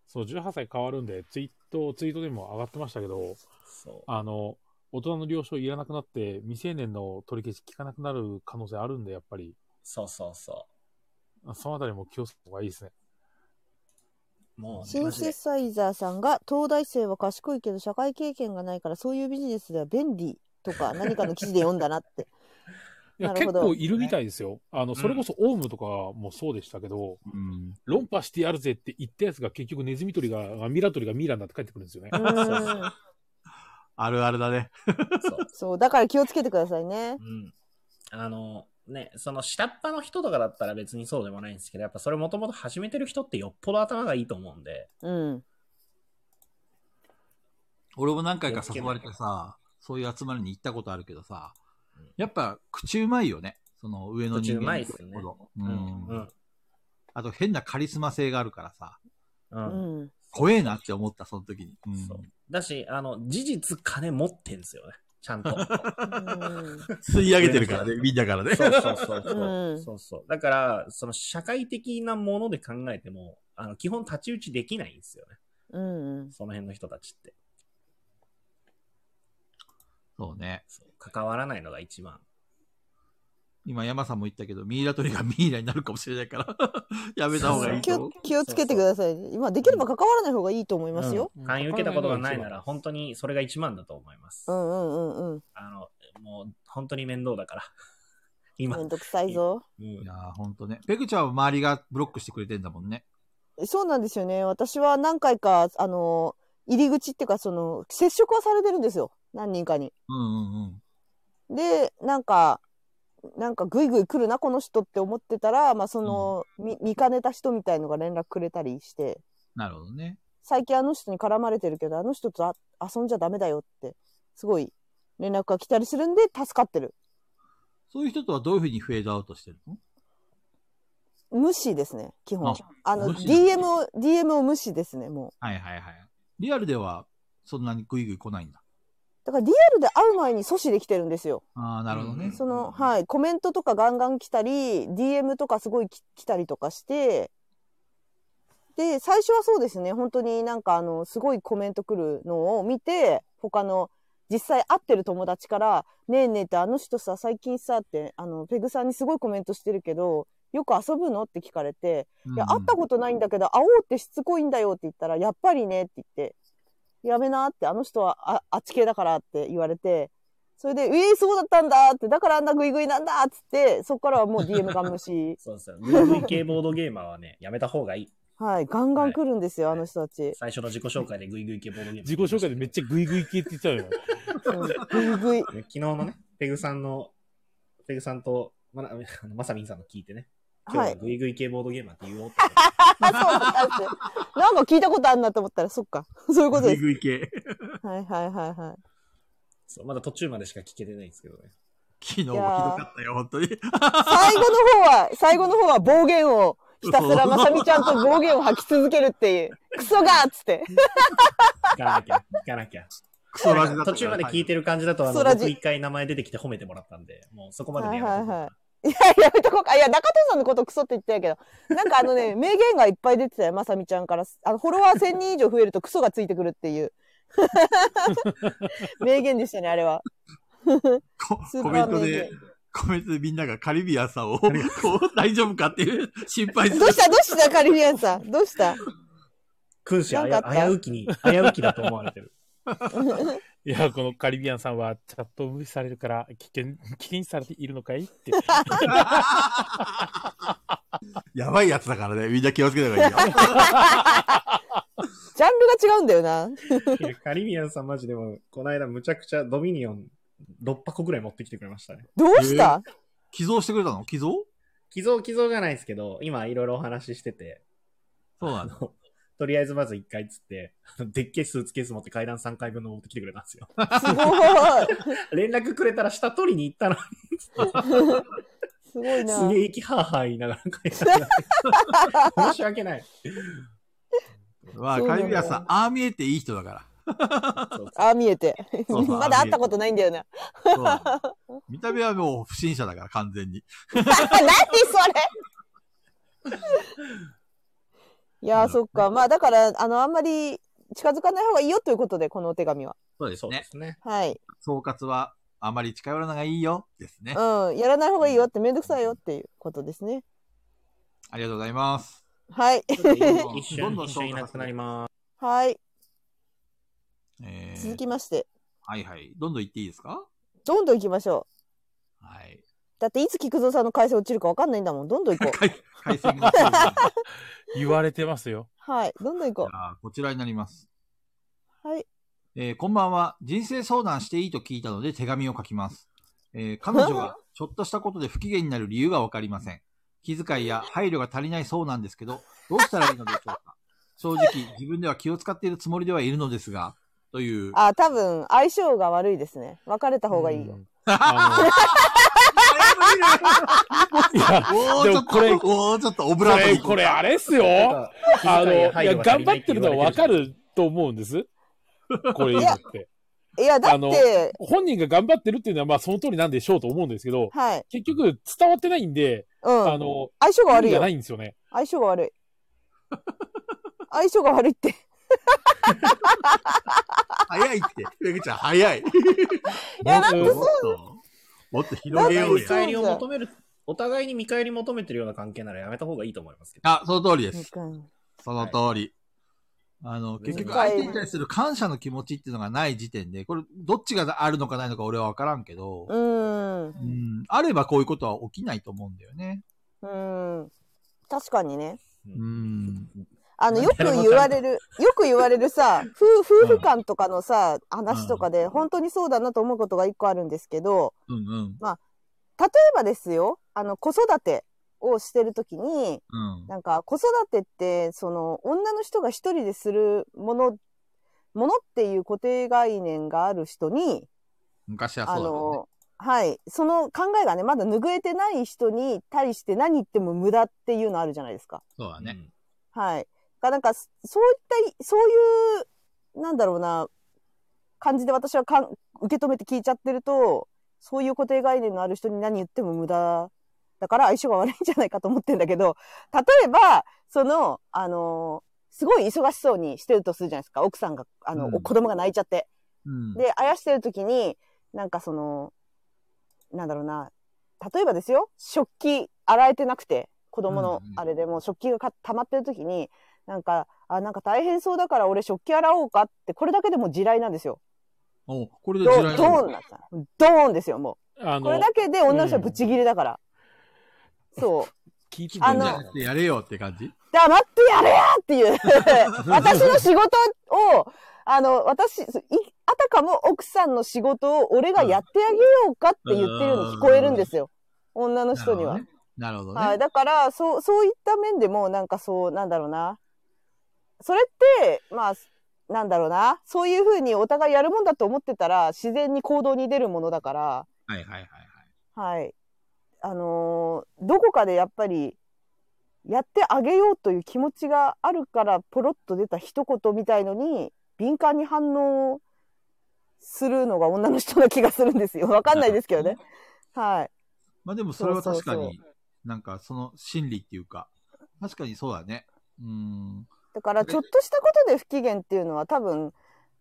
Speaker 2: そう、18歳変わるんで、ツイート、ツイートでも上がってましたけど、
Speaker 4: そう。
Speaker 2: あの、大人の了承いらなくなって、未成年の取り消し聞かなくなる可能性あるんで、やっぱり、
Speaker 4: そうそうそ
Speaker 2: そのあたりも気をつけた方がいいですね。
Speaker 4: う。もう、
Speaker 5: シン
Speaker 4: マジ
Speaker 5: セ
Speaker 4: で。
Speaker 5: サイザーさんが、東大生は賢いけど社会経験がないから、そういうビジネスでは便利とか、何かの記事で読んだな って。
Speaker 2: いや、
Speaker 5: なる
Speaker 2: 結
Speaker 5: ほど
Speaker 2: 構いるみたいですよ。あの、それこそオウムとかもそうでしたけど、
Speaker 6: うん
Speaker 2: 論破してやるぜって言ったやつが結局ネズミ捕りが、ミイラ捕りがミイラになって帰ってくるん ですよね
Speaker 5: う。ん。
Speaker 6: あるあるだね。
Speaker 4: そう。
Speaker 5: そう、だから気をつけてくださいね
Speaker 4: う。ん。あの、ね、その下っ端の人とかだったら別にそうでもないんですけど、やっぱそれもともと始めてる人ってよっぽど頭がいいと思うんで。
Speaker 5: うん。
Speaker 6: 俺も何回か誘われてさ、そういう集まりに行ったことあるけどさ、やっぱ口うまいよね。その上の人
Speaker 4: 口うま
Speaker 6: 間
Speaker 4: いっすね
Speaker 6: ほど
Speaker 4: う
Speaker 6: うん
Speaker 4: うん。
Speaker 6: あと変なカリスマ性があるからさ、
Speaker 4: う。
Speaker 5: うんん。
Speaker 6: 怖えなって思った、その時に。うん
Speaker 4: そうだし、あの、事実金持ってんすよね。ち ゃんと。
Speaker 5: うん
Speaker 6: 吸い上げてるからね、みんなからね。
Speaker 4: そうそうそうそうう。
Speaker 5: ん
Speaker 4: そうそう。だから、その社会的なもので考えても、あの、基本立ち打ちできないんですよね。
Speaker 5: うん。
Speaker 4: その辺の人たちって。
Speaker 6: そうね。
Speaker 4: そう関わらないのが一番。
Speaker 6: 今山さんも言ったけど、ミイラ取りが ミイラになるかもしれないから、 やめた方がいい
Speaker 5: 気
Speaker 6: と思
Speaker 5: を
Speaker 6: う。
Speaker 5: 気をつけてくださいね。今、できれば関わらない方がいいと思いますよ。
Speaker 4: う
Speaker 2: うんん
Speaker 4: 勧誘受けたことがな
Speaker 2: 関わらない
Speaker 4: いな
Speaker 2: のが一
Speaker 4: ら、
Speaker 2: 番
Speaker 4: 本当にそれが一番だと思います。
Speaker 5: うんうんうんうん。
Speaker 4: あの、もう、本当に面倒だから。 今。
Speaker 5: め
Speaker 4: うん
Speaker 5: んどくさいぞ。
Speaker 6: いやー、ほんとね。ペグちゃんは周りがブロックしてくれてんだもんね。
Speaker 5: そうなんですよね。私は何回か、あの、入り口っていうか、その、接触はされてるんですよ。何人かに。
Speaker 6: うんうんうん。
Speaker 5: で、なんか、なんかグイグイ来るなこの人って思ってたら、まあ、その、み見かねた人みたいのが連絡くれたりして
Speaker 6: なるほどね。
Speaker 5: 最近あの人に絡まれてるけどあの人とあ遊んじゃダメだよってすごい連絡が来たりするんで助かってる
Speaker 6: そういう人とはどういうふうにフェードアウトしてるの
Speaker 5: 無視ですね基本
Speaker 6: あ
Speaker 5: あの
Speaker 6: 無視なん
Speaker 5: DM を DM を無視ですねもう
Speaker 6: はいはいはい。リアルではそんなにグイグイ来ないんだ。
Speaker 5: だからリアルで会う前に阻止できてるんですよ
Speaker 6: ああ、なるほどね。
Speaker 4: うん。
Speaker 5: その、はい、コメントとかガンガン来たり、DM とかすごいき来たりとかして、で、最初はそうですね、本当になんかあの、すごいコメント来るのを見て、他の、実際会ってる友達から、ねえねえってあの人さ、最近さって、あの、ペグさんにすごいコメントしてるけど、よく遊ぶのって聞かれて、いや、会ったことないんだけど、会おうってしつこいんだよって言ったら、やっぱりねって言って、やめなって、あの人はああっち系だからって言われて、それで、ええそうだったんだって、だからあんなグイグイなんだっつって、そこからはもう DM が無視
Speaker 4: そうですよ。グルグイ系ボードゲーマーはね、やめた方がいい。
Speaker 5: はい、ガンガン来るんですよ、
Speaker 4: はい
Speaker 5: あの人たち。
Speaker 4: 最初の自己紹介でグイグイ系ボードゲーム。
Speaker 2: 自己紹介でめっちゃグイグイ系って言ってた よ。
Speaker 5: うんグイグイ。
Speaker 4: ね昨日のね、ペグさんの、ペグさんと、まな、あのまさみんさんの聞いてね、今
Speaker 5: は。
Speaker 4: 日はいグイグイ系ボードゲーマーって言おうって。
Speaker 5: あ、そうだったんですなんか聞いたことあんなと思ったら、そっか。 そういうこと
Speaker 6: グ
Speaker 5: で
Speaker 6: イ
Speaker 5: す。
Speaker 6: グイ系。
Speaker 5: はいはいはいはい。
Speaker 4: そうまだ途中までしか聞けてないんですけどね。
Speaker 6: 昨日もひどかったよ、本当に。
Speaker 5: 最後の方は、最後の方は暴言を、ひたすらまさみちゃんと暴言を吐き続けるっていう。クソがーっつって。
Speaker 4: 聞かなきゃ、 聞かなきゃ。
Speaker 6: クソラジだった
Speaker 4: 途中まで聞いてる感じだと、あ
Speaker 5: ク
Speaker 4: の、
Speaker 5: ソラジ
Speaker 4: 僕一回名前出てきて褒めてもらったんで、もうそこまででやめ
Speaker 5: はい
Speaker 4: とこう
Speaker 5: はいはい。い や、やめとこうか。いや、中藤さんのことクソって言ってたけど、なんかあのね、名言がいっぱい出てたよ、まさみちゃんから。あの、フォロワー1000人以上増えるとクソがついてくるっていう。名言でしたね、あれは。
Speaker 6: コ
Speaker 5: スーパ
Speaker 6: コメン
Speaker 5: ー
Speaker 6: ト
Speaker 5: 名言。。
Speaker 6: でコメントでみんながカリビアンさん を、こう、大丈夫かっていう心配す
Speaker 5: ど
Speaker 6: る
Speaker 5: う。したどうしたカリビアンさん。どうした
Speaker 4: 君子
Speaker 5: なんかあ
Speaker 4: あ
Speaker 5: った
Speaker 4: や危うきに、危うきだと思われてる。
Speaker 2: いや、このカリビアンさんはチャットを無視されるから危険、危険視されているのかいって。
Speaker 6: やばいやつだからね、みんな気をつけた方がいいよ。
Speaker 5: ジャンルが違うんだよな。
Speaker 4: いやカリビアンさんマジでも、この間むちゃくちゃドミニオン6箱ぐらい持ってきてくれましたね。
Speaker 5: どうした、
Speaker 6: 寄贈してくれたの寄贈
Speaker 4: 寄贈寄贈じゃないですけど、今いろいろお話ししてて、
Speaker 6: そうな
Speaker 4: あ
Speaker 6: の。
Speaker 4: の、とりあえずまず1回っつって、あのでっけえスーツケース持って階段3回分の持ってきてくれたんですよ。
Speaker 5: すごい。
Speaker 4: 連絡くれたら下取りに行ったの
Speaker 5: すごいな。
Speaker 4: すげえ息はーはー言いながら階段上が申し訳ない。
Speaker 6: まあ、
Speaker 5: そうな
Speaker 6: カ
Speaker 5: の
Speaker 6: リビアンさん、ああ見えていい人だか
Speaker 4: そう
Speaker 5: ああ、見えて。
Speaker 6: そうそう
Speaker 5: まだ会ったことないんだよな。
Speaker 6: ら。そう見た目はもう不審者だから、完全に。
Speaker 5: 何それいやー、そっか。まあ、だから、あの、あんまり近づかない方がいいよということで、このお手紙は。
Speaker 6: そうで
Speaker 4: そうで。すね。
Speaker 5: はい。
Speaker 6: 総括は、あまり近寄らない方がいいよ、ですね。
Speaker 5: うん。やらない方がいいよって、めんどくさいよっていうことですね。
Speaker 6: ありがとうございます。
Speaker 5: はい。
Speaker 6: ん
Speaker 4: 一
Speaker 6: どん
Speaker 4: 瞬、
Speaker 6: どん
Speaker 4: 一瞬いなくなります。
Speaker 5: はい。
Speaker 6: えー
Speaker 5: 続きまして。
Speaker 6: はいはい。どんどん行っていいですか
Speaker 5: どんどん行きましょう。
Speaker 6: はい。
Speaker 5: だって、いつ菊蔵さんの回線落ちるかわかんないんだもん。どんどん行こう。
Speaker 6: 回回線が強いな
Speaker 2: 言われてますよ。
Speaker 5: はい。どんどん行こ
Speaker 6: じゃあこちらになります。
Speaker 5: う。はい。
Speaker 6: えーこんばんは。人生相談していいと聞いたので手紙を書きます。えー彼女がちょっとしたことで不機嫌になる理由がわかりません。気遣いや配慮が足りないそうなんですけど、どうしたらいいのでしょうか正直、自分では気を使っているつもりではいるのですが、という。
Speaker 5: あ、多分、相性が悪いですね。別れた方がいいよ
Speaker 2: う。ん。 あの いや、
Speaker 6: もうちょっと、
Speaker 2: これ
Speaker 6: もうちょっとオブラ
Speaker 2: こ
Speaker 6: ート
Speaker 2: れ、
Speaker 6: に
Speaker 2: これあれっすよ。あの、いや、頑張ってるのはわか。ると思うん です。これ今って。
Speaker 5: いや、だ
Speaker 2: あ
Speaker 5: っ
Speaker 2: の
Speaker 5: て、
Speaker 2: 本人が頑張ってるっていうのは、まあその通りなんでしょうと思うんですけど、
Speaker 5: はい。
Speaker 2: 結局伝わってないんで、
Speaker 5: うん。
Speaker 2: あの、
Speaker 5: 相性が
Speaker 2: 意
Speaker 5: 悪
Speaker 2: 味
Speaker 5: い
Speaker 2: が
Speaker 5: よ
Speaker 2: な。いんですよね。
Speaker 5: 相性が悪い。相性が悪いって。
Speaker 6: 早いって。ペグちゃん、早い。
Speaker 5: い
Speaker 2: な
Speaker 5: や
Speaker 6: もっ
Speaker 2: んか
Speaker 6: ともっと、もっと広げよう
Speaker 4: 見
Speaker 5: だって
Speaker 6: や。
Speaker 4: 返りを求める、お互いに見返り求めてるような関係ならやめた方がいいと思いますけど。
Speaker 6: あ、その通りで
Speaker 5: み
Speaker 6: す。
Speaker 5: かん
Speaker 6: その通り。あの、結局
Speaker 5: はい
Speaker 6: 相手に対する感謝の気持ちっていうのがない時点で、これ、どっちがあるのかないのか俺はわからんけど
Speaker 5: う、ーん。
Speaker 6: うん、あればこういうことは起きないと思うんだよね。
Speaker 5: うーん。確かにね。
Speaker 6: うん。
Speaker 5: あの、よく言われる、よく言われるさ、夫夫婦間とかのさ、話とかで、本当にそうだなと思うことが一個あるんですけど、
Speaker 6: うんうん。
Speaker 5: 例えばですよ、あの、子育てをしてるときに、
Speaker 6: うん。
Speaker 5: なんか子育てって、その、女の人が一人でするもの、ものっていう固定概念がある人に、
Speaker 6: 昔は
Speaker 5: あ
Speaker 6: そうだろ
Speaker 5: の、はい、その考えがね、まだ拭えてない人に対して何言っても無駄っていうのあるじゃないですか。
Speaker 6: うね。そうだね。
Speaker 5: はい。だからなんか、そそういったい、そういう、なんだろうな、感じで私はかん受け止めて聞いちゃってると、そういう固定概念のある人に何言っても無駄だから相性が悪いんじゃないかと思ってんだけど、例えば、その、あのすごい忙しそうにしてるとするじゃないですか。奥さんが、あの、
Speaker 6: うん
Speaker 5: 子供が泣いちゃって。
Speaker 6: うん。
Speaker 5: で、あやしてる時に、なんかその、なんだろうな、例えばですよ、食器洗えてなくて、子供の
Speaker 6: うんうん
Speaker 5: あれでもう食器がか溜まってる時に、なんか、あ、なんか大変そうだから俺食器洗おうかって、これだけでもう地雷なんですよ。
Speaker 6: おこれで
Speaker 5: ド
Speaker 6: 地
Speaker 5: ーン、
Speaker 6: 雷
Speaker 5: ドーンなった。ドーンですよ、も
Speaker 2: あ
Speaker 5: う。こ
Speaker 2: の
Speaker 5: れだ、けで女の人はぶっちぎりだから。そう。
Speaker 2: 聞いて
Speaker 5: あ
Speaker 6: あ
Speaker 5: の
Speaker 6: の、やれよって感じ
Speaker 5: 黙ってやれやっていう。 私の仕事を、あの、私、いあたかも奥さんの仕事を俺がやってあげようかって言ってるように聞こえるんですよ。女の人には。
Speaker 6: なるほどね。
Speaker 5: はい。だから、そう、そういった面でも、なんかそう、なんだろうな。それって、まあ、なんだろうな。そういうふうにお互いやるもんだと思ってたら、自然に行動に出るものだから。
Speaker 6: はいはいはいはい。
Speaker 5: はい。あのーどこかでやっぱり、やってあげようという気持ちがあるから、ポロッと出た一言みたいのに、敏感に反応するのが女の人の気がするんですよ。 わかんないですけどね。はい。
Speaker 6: まあでもそれは確か
Speaker 5: そう
Speaker 6: に、なんかその心理っていうか、確かにそうだね。うーん。
Speaker 5: だから、ちょっとしたことで不機嫌っていうのは多分、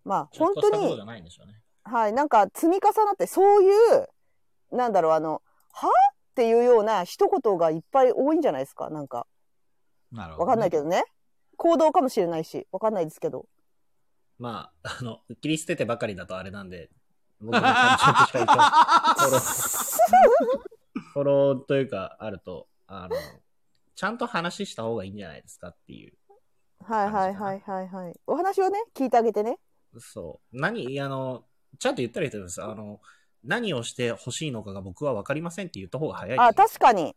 Speaker 5: まあ、
Speaker 4: ちょ
Speaker 5: 本
Speaker 4: っと
Speaker 5: 当
Speaker 4: したこと
Speaker 5: に
Speaker 4: じ、ゃないんでしょうね。
Speaker 5: はい、なんか積み重なって、そういう、なんだろう、あの、はっていうような一言がいっぱい多いんじゃないですか、なんか。
Speaker 6: なるほど、
Speaker 5: わかんないけど。ね。行動かもしれないし、わかんないですけど。
Speaker 4: まあ、あの、切り捨ててばかりだとあれなんで、僕の感情としては一応フォロー、フォローというか、あると、あの、ちゃんと話した方がいいんじゃないですかっていう。
Speaker 5: はいはいはいはいはい。お話をね、聞いてあげてね。
Speaker 4: そう。何、あの、ちゃんと言ったらいいと思います。あの、何をして欲しいのかが僕は分かりませんって言った方が早いと思う。
Speaker 5: あ、確かに。ち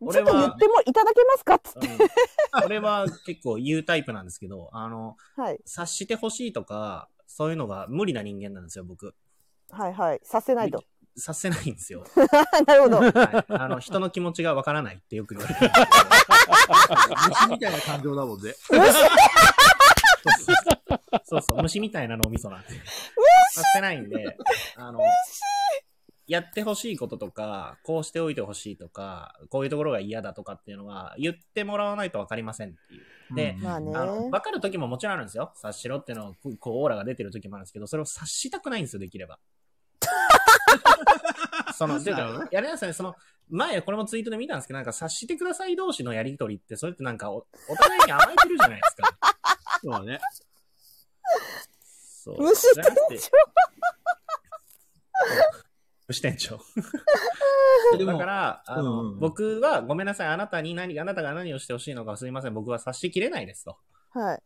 Speaker 4: 俺
Speaker 5: ょっ
Speaker 4: は
Speaker 5: と言ってもいただけますかっつって。
Speaker 4: うん、俺は結構言うタイプなんですけど、あの、
Speaker 5: はい。
Speaker 4: 察してほしいとか、そういうのが無理な人間なんですよ、僕。
Speaker 5: はいはい。させないと。
Speaker 4: 察せないんですよ。
Speaker 5: なるほど。はい
Speaker 4: はい、あの、人の気持ちが分からないってよく言われるんです
Speaker 6: 虫みたいな感情だもんね。
Speaker 4: けどそうそう、虫みたいな脳みそなんで。察せないんで、あの、やってほしいこととか、こうしておいてほしいとか、こういうところが嫌だとかっていうのは、言ってもらわないと分かりませんっていう。で
Speaker 6: うん
Speaker 5: まあね
Speaker 4: あの、分かる時ももちろんあるんですよ。察しろっていうのを、こうこう、オーラが出てる時もあるんですけど、それを察したくないんですよ、できれば。その、ていう
Speaker 6: なるほど
Speaker 4: か、やれないですよね、その、前、これもツイートで見たんですけど、なんか、察してください同士のやりとりって、それってなんかお、お互いに甘えてるじゃないですか。
Speaker 6: そうだね。
Speaker 4: そう。
Speaker 5: 無視店
Speaker 4: じゃなくて
Speaker 5: 長
Speaker 4: 無視店長。
Speaker 6: で
Speaker 4: だ
Speaker 6: も
Speaker 4: か、ら、あの、
Speaker 6: うんうん
Speaker 4: 僕は、ごめんなさい、あなたに何、あなたが何をしてほしいのかすいません、僕は察しきれないですと。
Speaker 5: はい。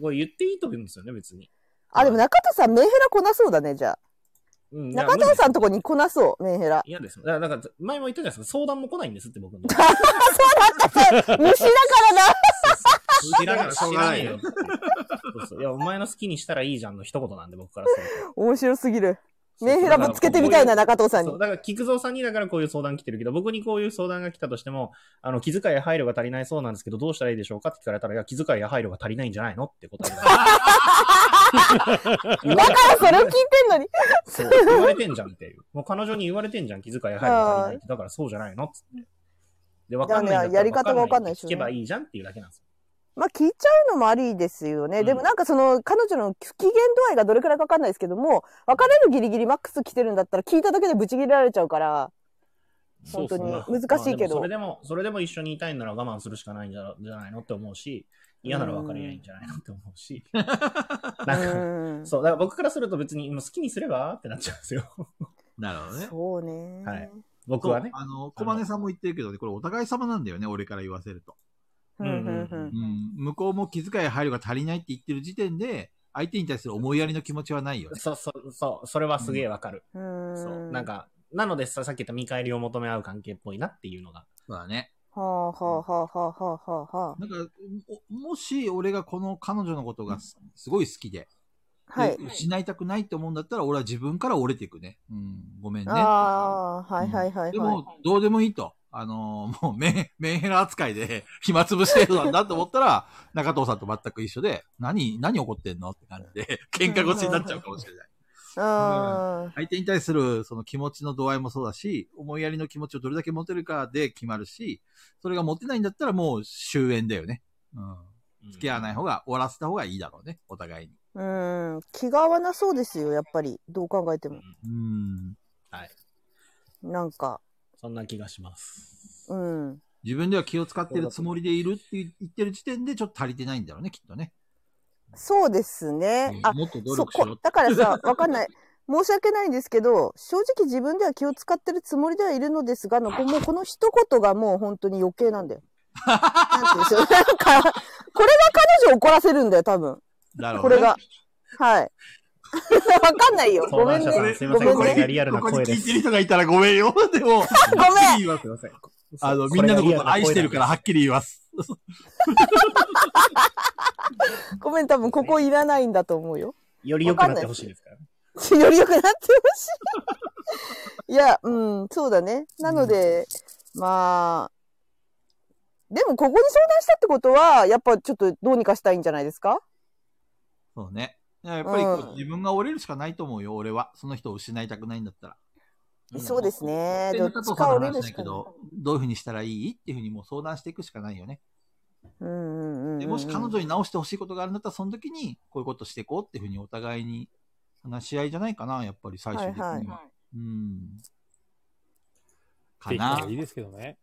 Speaker 4: これ言っていいと思うんですよね、別に。
Speaker 5: あ、でも中田さん、メンヘラこなそうだね、じゃあ。
Speaker 4: うんいや
Speaker 5: 中田さんとこにこなそう、メンヘラ。
Speaker 4: 嫌です。だから、だから前も言ったじゃないですか、相談も来ないんですって、僕の。
Speaker 5: 虫だからな。
Speaker 4: 知ら
Speaker 6: だか
Speaker 4: ない、
Speaker 6: ら
Speaker 4: 知
Speaker 6: しょうが
Speaker 4: ら
Speaker 6: な
Speaker 4: ない
Speaker 6: い
Speaker 4: よ
Speaker 6: よ。
Speaker 4: そうそういや、お前の好きにしたらいいじゃんの一言なんで、僕からする
Speaker 5: 面白すぎる。
Speaker 4: と。
Speaker 5: メンヘラぶつけてみたいな、
Speaker 4: だか
Speaker 5: 中藤さ
Speaker 4: ら
Speaker 5: ん
Speaker 4: こういうそう。
Speaker 5: に
Speaker 4: だから、菊蔵さんにだからこういう相談来てるけど、僕にこういう相談が来たとしても、あの、気遣いや配慮が足りないそうなんですけど、どうしたらいいでしょうかって聞かれたら、いや、気遣いや配慮が足りないんじゃないのって答え
Speaker 5: だからそれを聞いてんのに。
Speaker 4: そう、言われてんじゃんっていう。 もう彼女に言われてんじゃん、気遣いや配慮が足りないって。だからそうじゃないのっつって。で、わかんないんだったら。
Speaker 5: やり方がわかんないでしょ
Speaker 4: 聞
Speaker 5: うね
Speaker 4: けばいいじゃんっていうだけなんですよ。
Speaker 5: まあ聞いちゃうのもありですよね。
Speaker 4: うん
Speaker 5: でもなんかその彼女の不機嫌度合いがどれくらいかわかんないですけども、別れるギリギリマックス来てるんだったら聞いただけでブチ切れられちゃうから、
Speaker 2: そう
Speaker 5: 本
Speaker 2: っ
Speaker 5: 当
Speaker 2: す
Speaker 5: に
Speaker 2: ね
Speaker 5: 難しいけど。
Speaker 4: まあでもそれでも、それでも一緒にいたいんなら我慢するしかないんじゃじゃないのって思うし、嫌なら別れりゃいいんじゃないのって思う し。なんか、
Speaker 5: うん
Speaker 4: そう、だから僕からすると別にもう好きにすればってなっちゃうんですよ。
Speaker 6: なるほどね。
Speaker 5: そうね。
Speaker 4: はい僕はね。
Speaker 6: あの、小金さんも言ってるけどね、これお互い様なんだよね、俺から言わせると。
Speaker 5: うんうんうん
Speaker 6: うん。向こうも気遣い配慮が足りないって言ってる時点で、相手に対する思いやりの気持ちはないよね。
Speaker 4: そうそうそう、それはすげえわかる。
Speaker 5: うん
Speaker 4: そう。なんか、なのでさ、さっき言った見返りを求め合う関係っぽいなっていうのが。。
Speaker 6: そうだね。
Speaker 5: はあはあはあはあはあはあは
Speaker 6: なんか、おもし俺がこの彼女のことがすすごい好きで、
Speaker 5: あ。はい。
Speaker 6: で失いたくないって思うんだったら、俺は自分から折れていくね。うん、ごめんね。
Speaker 5: ああ、はいはいは
Speaker 6: で
Speaker 5: いはい。
Speaker 6: も、どうでもいいと。あのーもうメン、メンヘラ扱いで 暇つぶしてるんだと思ったら、中藤さんと全く一緒で、何、何怒ってんのって感じで、喧嘩腰になっちゃうかもしれない。
Speaker 5: うん。
Speaker 6: 相手に対するその気持ちの度合いもそうだし、思いやりの気持ちをどれだけ持てるかで決まるし、それが持てないんだったらもう終焉だよね。うん。付き合わないい方が、終わらせた方がいいだろうね、お互いに。
Speaker 5: うん、気が合わなそうですよ、やっぱり。どう考えても。
Speaker 6: うん。
Speaker 4: はい。
Speaker 5: なんか、
Speaker 4: そんな気がします。
Speaker 5: うん。
Speaker 6: 自分では気を使ってるつもりでいるって言ってる時点でちょっと足りてないんだろうね、きっとね。
Speaker 5: そうですね。あ、
Speaker 6: もっと努
Speaker 5: そ
Speaker 6: 力しろ
Speaker 5: こ、だから さ、わかんない。申し訳ないんですけど、正直自分では気を使ってるつもりではいるのですが、のこもうこの一言がもう本当に余計なんだよ。なんて言うんで しょう。なんか、これが彼女を怒らせるんだよ、多分。
Speaker 6: なる
Speaker 5: こ
Speaker 6: ほ
Speaker 5: れ
Speaker 6: どね。
Speaker 5: が。 はい。わかんないよ。ご
Speaker 4: 相
Speaker 5: めん
Speaker 4: 談者さん、
Speaker 5: ね。ごめん
Speaker 4: すいません。これが
Speaker 5: ね。
Speaker 4: リアルな
Speaker 6: ここ
Speaker 4: 声
Speaker 6: に聞
Speaker 4: で
Speaker 6: い
Speaker 4: す
Speaker 6: て。る人がいたらごめんよ。でも、
Speaker 5: ごめん
Speaker 4: 言います、すいません。
Speaker 6: あの、みんなのこと愛してるからは
Speaker 4: は
Speaker 6: っきり言います。
Speaker 5: ごめん、多分ここいらないんだと思うよ。
Speaker 4: より良くなってほしいですから。
Speaker 5: より良くなってほし い。いや、うん、そうだね。なので、まあ、でもここに相談したってことは、やっぱちょっとどうにかしたいんじゃないですか
Speaker 6: そうね。いややっぱりこう
Speaker 5: うん
Speaker 6: 自分が折れるしかないと思うよ、俺は。その人を失いたくないんだったら。うん
Speaker 5: そうですね。
Speaker 6: で
Speaker 5: どっ
Speaker 6: 中
Speaker 5: ち
Speaker 6: 藤さ
Speaker 5: か
Speaker 6: ん
Speaker 5: 折
Speaker 6: の
Speaker 5: れる
Speaker 6: 話
Speaker 5: し
Speaker 6: だけ
Speaker 5: かない。
Speaker 6: ど、どういうふうにしたらいいっていうふうにもう相談していくしかないよね。
Speaker 5: うんうんうんうん。
Speaker 6: でもし彼女に直してほしいことがあるんだったら、その時にこういうことしていこうっていうふうにお互いに話し合いじゃないかな、やっぱり最終的には。
Speaker 5: はいは
Speaker 6: うん。
Speaker 2: っ
Speaker 6: か
Speaker 2: て言ったら。
Speaker 6: ない
Speaker 2: いですけどね。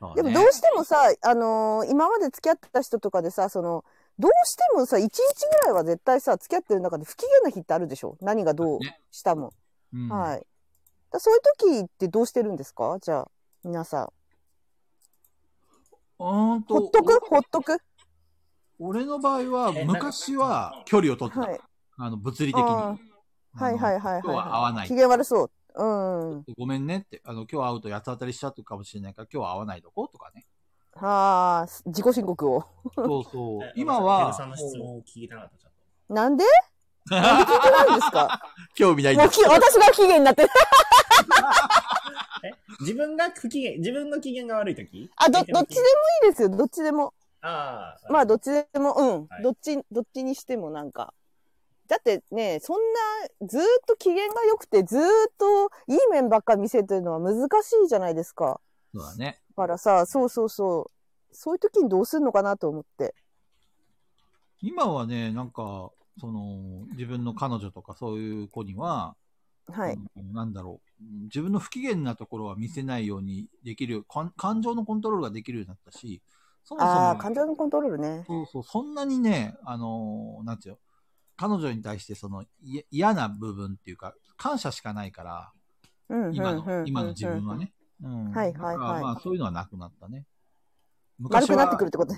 Speaker 6: そう
Speaker 5: でも
Speaker 6: ね
Speaker 5: どうしてもさ、あのー今まで付き合ってた人とかでさ、その、どうしてもさ、1日ぐらいは絶対さ、付き合ってる中で不機嫌な日ってあるでしょ何がどう
Speaker 6: ね
Speaker 5: したも。
Speaker 6: うん
Speaker 5: はい。だそういう時ってどうしてるんですかじゃあ、皆さん。
Speaker 6: うーんと
Speaker 5: ほっとくほっとく
Speaker 6: 俺の場合は、
Speaker 4: えなんか
Speaker 6: 昔は距離を取ってた。
Speaker 5: はい。
Speaker 6: あの、物理的に。
Speaker 5: あーはいはいはいはいはい
Speaker 6: あの今日は会わない
Speaker 5: 機。嫌悪そう。うん。
Speaker 6: ごめんねって、あの、今日会うと八つ当たりしちゃうかもしれないから、今日は会わないとことかね。
Speaker 5: はあ、自己申告を。
Speaker 6: そうそ
Speaker 4: え
Speaker 6: う。今は
Speaker 4: さんの、質問を聞いてなかった、ちゃんと。
Speaker 5: なん でなんで聞いてないんですか
Speaker 6: 興味ないん
Speaker 5: も
Speaker 6: だ
Speaker 5: うき私が機嫌になってる。
Speaker 4: 自分が不機嫌、自分の機嫌が悪いとき
Speaker 5: あ、ど、どっちでもいいですよ。どっちでも。
Speaker 4: ああ。
Speaker 5: まあどっちでも、うん、
Speaker 4: はい
Speaker 5: どっち、どっちにしてもなんか。だってね、そんな、ずーっと機嫌が良くて、ずーっといい面ばっか見せてるのは難しいじゃないですか。
Speaker 6: そうだね。
Speaker 5: だからさ、そうそうそう。そういう時にどうするのかなと思って。
Speaker 6: 今はね、なんか、その、自分の彼女とかそういう子には、
Speaker 5: はい。
Speaker 6: うんなんだろう。うん自分の不機嫌なところは見せないようにできるようかん感情のコントロールができるようになったし、そもそも、
Speaker 5: ああ、感情のコントロールね。
Speaker 6: そうそう、そんなにね、あのーなんていうの彼女に対してそのい嫌な部分っていうか、感謝しかないから、
Speaker 5: うん、うん、
Speaker 6: 今
Speaker 5: うん
Speaker 6: の、
Speaker 5: うん。
Speaker 6: 今の自分は。ね。うん。
Speaker 5: はいはいはい
Speaker 6: だからまあそういうのはなくなったね。
Speaker 5: 丸
Speaker 6: 昔
Speaker 5: くなって
Speaker 6: は
Speaker 5: くるっ、てこと。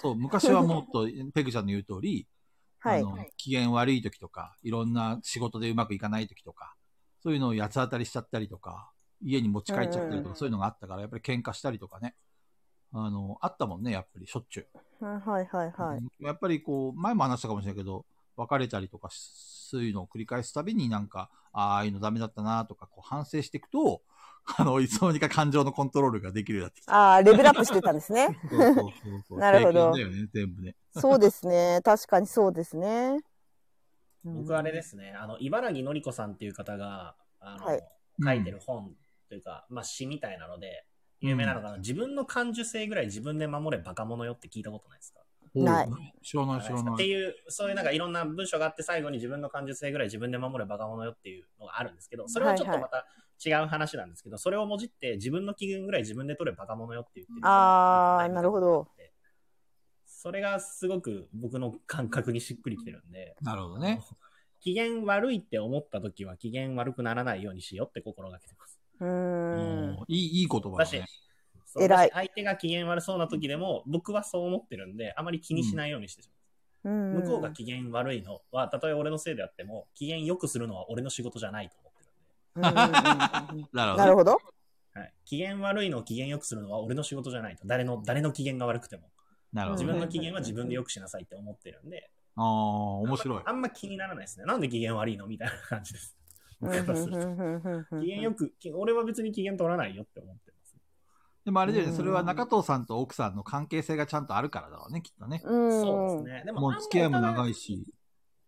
Speaker 6: そう、昔はもっと、 ペグちゃんの言う通り、
Speaker 5: はい
Speaker 6: あ。の、機嫌悪い時とか、いろんな仕事でうまくいかない時とか、そういうのを八つ当たりしちゃったりとか、家に持ち帰っちゃ
Speaker 5: う
Speaker 6: ったり
Speaker 5: ん
Speaker 6: と
Speaker 5: うん
Speaker 6: か、そういうのがあったから、やっぱり喧嘩したりとかね。あの、あったもんね、やっぱりしょっちゅ
Speaker 5: う
Speaker 6: う。
Speaker 5: んはい、はい、はい。
Speaker 6: やっぱりこう、前も話したかもしれないけど、別れたりとかし、そういうのを繰り返すたびになんか、ああああいうのダメだったなとか、こう反省していくと、あの、いつの間にか感情のコントロールができるようにな
Speaker 5: ああ、レベルアップしてたんです ね。
Speaker 6: ってきた。そうそうそうそう
Speaker 5: なるほど
Speaker 6: 経験だよね、全部ね。
Speaker 5: そうですね。確かにそうですね。。
Speaker 4: 僕あれですすね、あの、茨城のりこさんっていう方が、あの、
Speaker 5: はい
Speaker 4: 書いてる本というか、まあ詩みたいなので、有名なのが、自分の感受性ぐらい自分で守れバカ者よって聞いたことないですか
Speaker 6: うん。
Speaker 5: ない
Speaker 6: おう。知らない、知ら
Speaker 4: っ
Speaker 6: な
Speaker 4: て
Speaker 6: い。
Speaker 4: いう、そういうなんかいろんな文章があって、最後に自分の感受性ぐらい自分で守れバカ者よっていうのがあるんですけど、それはちょっとまた違う話なんですけど、それをもじって自分の機嫌ぐらい自分で取れバカ者よって言ってる。
Speaker 5: あーなるほど。
Speaker 4: それがすごく僕の感覚にしっくりきてるんで。
Speaker 6: なるほどね。
Speaker 4: 機嫌悪いって思った時は機嫌悪くならないようにしようって心がけてます。
Speaker 5: うーん。
Speaker 6: おういい、いい言葉だね。
Speaker 4: そう
Speaker 5: 偉い
Speaker 4: もし相手が機嫌悪そうな時でも、僕はそう思ってるんで、あまり気にしないようにしてしまう。
Speaker 5: 向
Speaker 4: 向こうが機嫌悪いのは、たとえ俺のせいであっても、機嫌良くするのは俺の仕事じゃないと思ってるんで。
Speaker 5: うんうんうんうん
Speaker 6: なるほど。
Speaker 5: なるほど。
Speaker 4: はい、機嫌悪いのを機嫌良くするのは俺の仕事じゃないと。誰の、誰の機嫌が悪くても。
Speaker 6: なるほ
Speaker 4: 自
Speaker 6: ど
Speaker 4: 分
Speaker 6: ね。
Speaker 4: の機嫌は自分で良くしなさいって思ってるんで、
Speaker 6: ああ、面白い。
Speaker 4: あんま気にならないですね。なんで機嫌悪いのみたいな感じです。
Speaker 5: うんうんうんうんうんうん
Speaker 4: 機嫌よく、き俺は別に機嫌取らないよって思ってます。
Speaker 6: でもあれだよ
Speaker 5: う
Speaker 6: ね、
Speaker 5: ん
Speaker 6: それは中藤さんと奥さんの関係性がちゃんとあるからだろうね、きっとね。
Speaker 5: うん
Speaker 4: そうですね。でも、
Speaker 6: もう付き合いも長い
Speaker 4: し。
Speaker 6: し。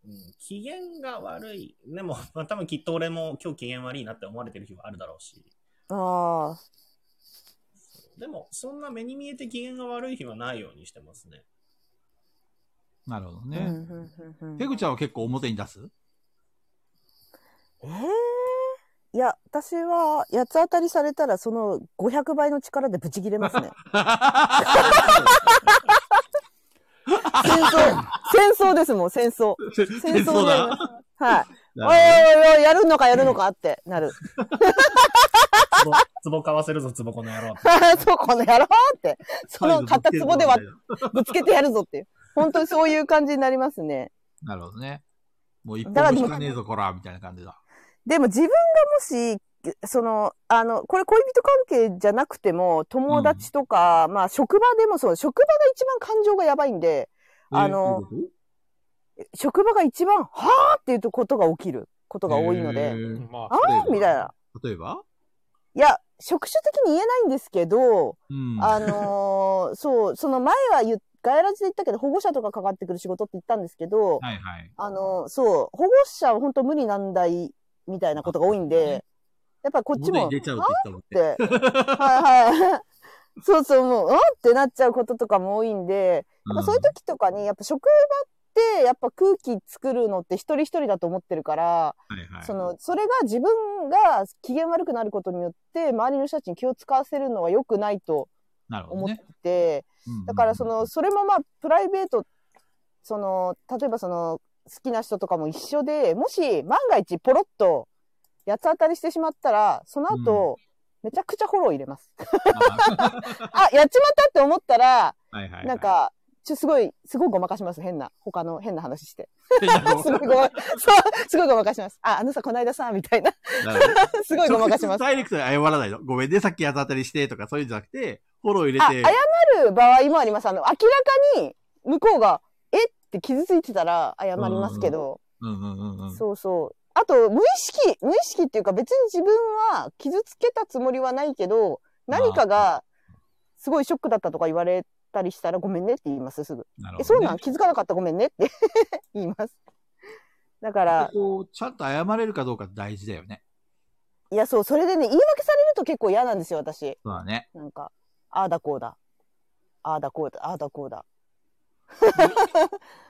Speaker 4: うん機嫌が悪い。でも、まあ、多分きっと俺も今日機嫌悪いなって思われてる日はあるだろうし。
Speaker 5: ああ。
Speaker 4: でも、そんな目に見えて機嫌が悪い日はないようにしてます ね。
Speaker 6: なるほど
Speaker 5: うんう
Speaker 6: ね。
Speaker 5: んうんうん
Speaker 6: ペグちゃんは結構表に出す
Speaker 5: ええいや、私は、八つ当たりされたら、その500倍の力でブチ切れますね。 戦争、戦争ですもん、戦争。 戦
Speaker 6: 戦
Speaker 5: 争
Speaker 6: 争
Speaker 5: で
Speaker 6: だ。
Speaker 5: はい。おいおい
Speaker 6: なる
Speaker 5: おい、やるのかやるのかってなる。
Speaker 4: つぼ、つぼ買わせるぞ、つぼこの野 郎って。
Speaker 5: そう、この野郎って。その買った壺ではぶつけてやるぞっていう。本当にそういう感じになりますね。
Speaker 6: なるほどね。もう一歩
Speaker 5: だから
Speaker 6: も引かねえぞ、こら、みたいな感じだ。
Speaker 5: でも自分がもし、その、あの、これ恋人関係じゃなくても、友達とか、まあ職場でもそう、職場が一番感情がやばいんで、あの
Speaker 6: えー、どういう
Speaker 5: 職場が一番、はぁっていうことが起きることが多いの
Speaker 6: え
Speaker 5: で、
Speaker 6: ー
Speaker 2: ま
Speaker 5: あ
Speaker 2: あ、
Speaker 5: あーみたいな。
Speaker 6: 例えば
Speaker 5: いや、職種的に言えないんですけど、
Speaker 6: うん。
Speaker 5: あ のーそう、その前は言っ外来で言ったけど、保護者とかかかってくる仕事って言ったんですけど、
Speaker 6: はいはい。
Speaker 5: あのーそう、保護者は本当無理難題みたいなことが多いんで、やっぱりこっち
Speaker 6: 表
Speaker 5: も、
Speaker 6: に出ちゃうって言った
Speaker 5: って。はいはい。そうそう、もう、うんってなっちゃうこととかも多いんで、やっ
Speaker 6: もん
Speaker 5: ぱそ
Speaker 6: ね。
Speaker 5: ういう時とかに、やっぱ職場って、やっぱ空気作るのって一人一人だと思ってるから、
Speaker 6: うんはいはい
Speaker 5: その、それが自分が機嫌悪くなることによって、周りの人たちに気を使わせるのは良くないと
Speaker 6: なるほ
Speaker 5: 思
Speaker 6: ど
Speaker 5: っ
Speaker 6: ね。
Speaker 5: て、
Speaker 6: うん
Speaker 5: だからその、、それもまあ、プライベート、その、例えばその、好きな人とかも一緒で、もし万が一ポロッと八つ当たりしてしまったら、その後、めちゃくちゃフォロー入れます。 あ、やっちまったって思ったら、
Speaker 6: はいはいはい。
Speaker 5: なんか、ちょ、すごい、すごいごまかします。変な、他の変な話 して。
Speaker 6: で、 なんか
Speaker 5: すごいごま、そう、すごいごまかします。あ、あのさ、こないださ、みたい な。
Speaker 6: なるほど
Speaker 5: すごいごまかします。
Speaker 6: 直接ダイレクトに謝らないの。ごめんね、さっき八つ当たりしてとかそういうんじゃなくて、フォロー入れ
Speaker 5: あ、
Speaker 6: て。
Speaker 5: 謝る場合もあります。あの、明らかに、向こうが、えって傷ついてたら謝りますけど、
Speaker 6: うんうんうんうん。
Speaker 5: そうそう。あと、無意識、無意識っていうか別に自分は傷つけたつもりはないけど、何かが、すごいショックだったとか言われたりしたら、ごめんねって言います、すぐ。
Speaker 6: なる
Speaker 5: え、
Speaker 6: ほ
Speaker 5: そ
Speaker 6: ど
Speaker 5: う
Speaker 6: ね
Speaker 5: なん気づかなかったごめんねって 言います。だから、
Speaker 6: こうちゃんと謝れるかどうか大事だよね。
Speaker 5: いや、そう、それでね、言い訳されると結構嫌なんですよ、私。
Speaker 6: そうだね。
Speaker 5: なんか、ああだこうだ。ああだこうだ、ああだこうだ。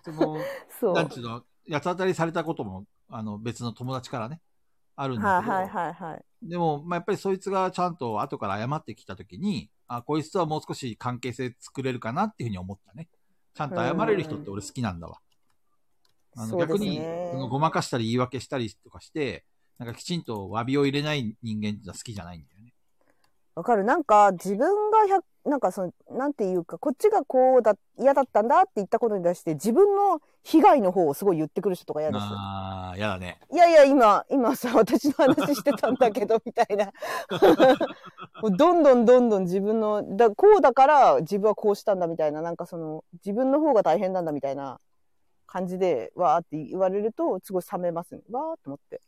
Speaker 6: その、
Speaker 5: そう。は
Speaker 6: なん
Speaker 5: い
Speaker 6: ちゅうの、八つ当たりされたことも、あの、別の友達からね、あるん
Speaker 5: はい
Speaker 6: だけど、
Speaker 5: はいはい。
Speaker 6: でも、まあ、やっぱりそいつがちゃんと後から謝ってきたときに、あ、こいつとはもう少し関係性作れるかなっていうふうに思ったね。ちゃんと謝れる人って俺好きなんだわ。あの、
Speaker 5: そうで
Speaker 6: 逆
Speaker 5: す
Speaker 6: に
Speaker 5: ね、
Speaker 6: そのごまかしたり言い訳したりとかして、なんかきちんと詫びを入れない人間ってのは好きじゃないんだよね。
Speaker 5: わかるなんか、自分が百、なんかその、なんていうか、こっちがこうだ、嫌だったんだって言ったことに対して、自分の被害の方をすごい言ってくる人とか嫌です。
Speaker 6: ああ、やだね。
Speaker 5: いやいや、今、今さ、私の話してたんだけ ど、みたいな。もうどんどんどんどん自分の、だこうだから自分はこうしたんだみたいな、なんかその、自分の方が大変なんだみたいな感じで、わーって言われると、すごい冷めますね。わーって思って。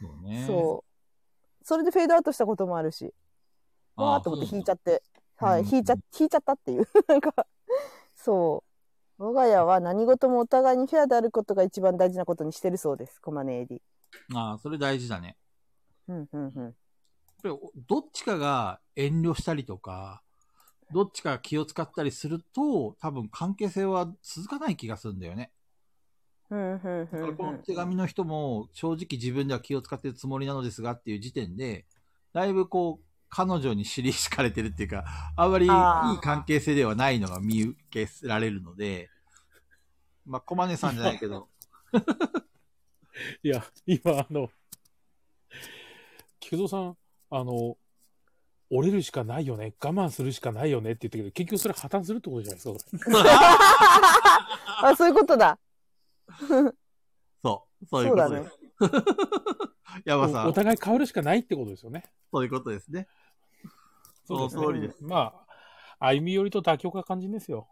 Speaker 6: そうね。
Speaker 5: そう。それでフェードアウトしたこともあるし、
Speaker 6: あー
Speaker 5: わーって思って引いちゃって、
Speaker 6: そうなんだ
Speaker 5: はい、
Speaker 6: うん
Speaker 5: 引いちゃ、引いちゃったっていう。 なんか、そう。我が家は何事もお互いにフェアであることが一番大事なことにしてるそうです。コマネエディ。
Speaker 6: ああ、それ大事だね。
Speaker 5: うんうんうん。
Speaker 6: やっぱりどっちかが遠慮したりとか、どっちかが気を使ったりすると、多分関係性は続かない気がするんだよね。
Speaker 5: うんうんう
Speaker 6: だ
Speaker 5: ん
Speaker 6: からこ
Speaker 5: う
Speaker 6: の
Speaker 5: ん
Speaker 6: 手紙の人も、正直自分では気を使ってるつもりなのですがっていう時点で、だいぶこう、彼女に尻敷かれてるっていうか、あんまりいい
Speaker 5: あー
Speaker 6: 関係性ではないのが見受けられるので、まあ、コマネさんじゃない けど、
Speaker 2: いや、今、あの、菊蔵さん、あの、折れるしかないよね、我慢するしかないよねって言ったけど、結局それ破綻するってことじゃないですか、それ
Speaker 5: あ、そういうことだ。
Speaker 6: そう、そういう
Speaker 5: そう
Speaker 6: こ
Speaker 5: だ
Speaker 6: と
Speaker 5: ね
Speaker 6: です。。ヤマさ
Speaker 2: おお
Speaker 6: ん、
Speaker 2: 互い変わるしかないってことですよね。
Speaker 6: そういうことですね。そう
Speaker 2: ですね
Speaker 6: そうです
Speaker 2: まあ、歩み寄りと妥協が肝心 ですよ。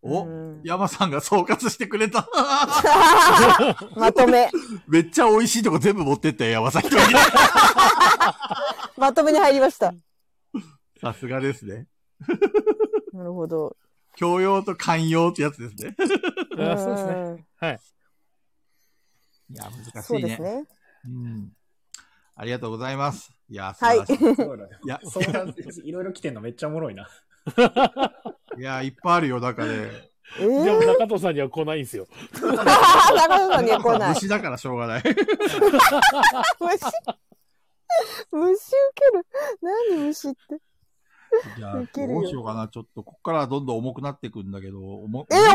Speaker 6: お、
Speaker 5: うん
Speaker 6: ヤマさんが総括してくれた。
Speaker 5: まとめ、
Speaker 6: めっちゃ美味しいとこ全部持ってったよ、ヤマさ ん。
Speaker 5: まとめに入りました。
Speaker 6: さすがですね。
Speaker 5: なるほど。
Speaker 6: 教養と寛容ってやつですね。
Speaker 2: あそうですね。
Speaker 5: ね。
Speaker 2: はい。
Speaker 6: いや、難し
Speaker 5: そう
Speaker 6: い
Speaker 5: で
Speaker 6: ね。
Speaker 5: すね。
Speaker 6: うん。ありがとうございます。いや、素
Speaker 5: はい
Speaker 6: 晴らしい。
Speaker 4: すごいな。
Speaker 6: いや、
Speaker 4: そうなんです。いろいろ来てんのめっちゃおもろいな。
Speaker 6: いや、いっぱいあるよ、中で。
Speaker 5: え
Speaker 2: でも
Speaker 5: ー、
Speaker 2: 中藤さんには来ないんですよ。
Speaker 5: 中野さんには 来ない。
Speaker 6: 虫だからしょうが ない。
Speaker 5: 虫 虫受ける。何虫って。
Speaker 6: じゃあ
Speaker 5: いける
Speaker 6: ど
Speaker 5: よ
Speaker 6: うしようかな。ちょっと、ここからどんどん重くなっていくんだけど、重
Speaker 5: え、重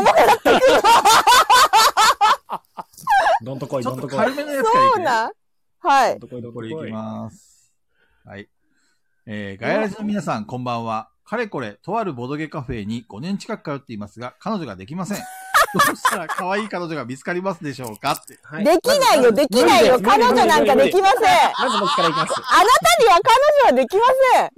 Speaker 5: くなっ
Speaker 4: どんとこい、
Speaker 6: ち
Speaker 4: ど
Speaker 6: ょ
Speaker 4: ん
Speaker 6: っ
Speaker 4: と
Speaker 6: と
Speaker 4: こい。
Speaker 6: 軽めのやつからい
Speaker 5: そう
Speaker 6: くね
Speaker 5: なんは
Speaker 4: ど
Speaker 5: い
Speaker 4: ん。とこい、どんと
Speaker 6: こ
Speaker 4: こ
Speaker 6: れ
Speaker 4: い。
Speaker 6: いきます。はい。えー、ガヤラジの皆さん、こんばんは。かれこれ、とあるボドゲカフェに5年近く通っていますが、彼女ができ ません。どうしたら可愛い彼女が見つかりますでしょうかって。
Speaker 4: は
Speaker 5: できないよ、できないよ。
Speaker 4: 無理
Speaker 5: 彼
Speaker 4: です
Speaker 5: 女なんかできません。あ
Speaker 4: まず僕からいきます。
Speaker 5: なたには彼女はできません。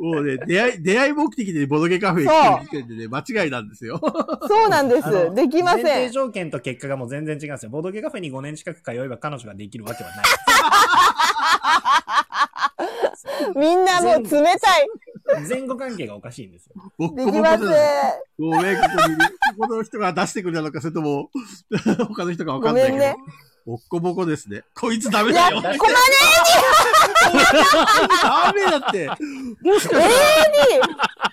Speaker 6: もうね、出会い、出会い目的でボドゲカフェに来てる時点でね、間違いなんですよ。
Speaker 5: そうなんで
Speaker 4: あの
Speaker 5: す。できま
Speaker 4: 前
Speaker 5: せ
Speaker 4: 提
Speaker 5: ん。
Speaker 4: 条件と結果がもう全然違うんですよ。ボードゲカフェに5年近く通えば彼女ができるわけはない。
Speaker 5: みんなもう冷たい。
Speaker 4: 前後関係がおかしいんですよ。
Speaker 6: 僕
Speaker 5: で
Speaker 6: も
Speaker 5: きません。
Speaker 6: ごめん、ここに、ここの人が出してくれたのか、それとも、 他の人がわかんないけど。
Speaker 5: ごめんね
Speaker 6: ボッコボコですね。こいつダメ
Speaker 5: いやこ
Speaker 6: だ、よ。
Speaker 5: のね、
Speaker 6: ダメだって。もしか
Speaker 5: 永遠
Speaker 6: して、
Speaker 5: に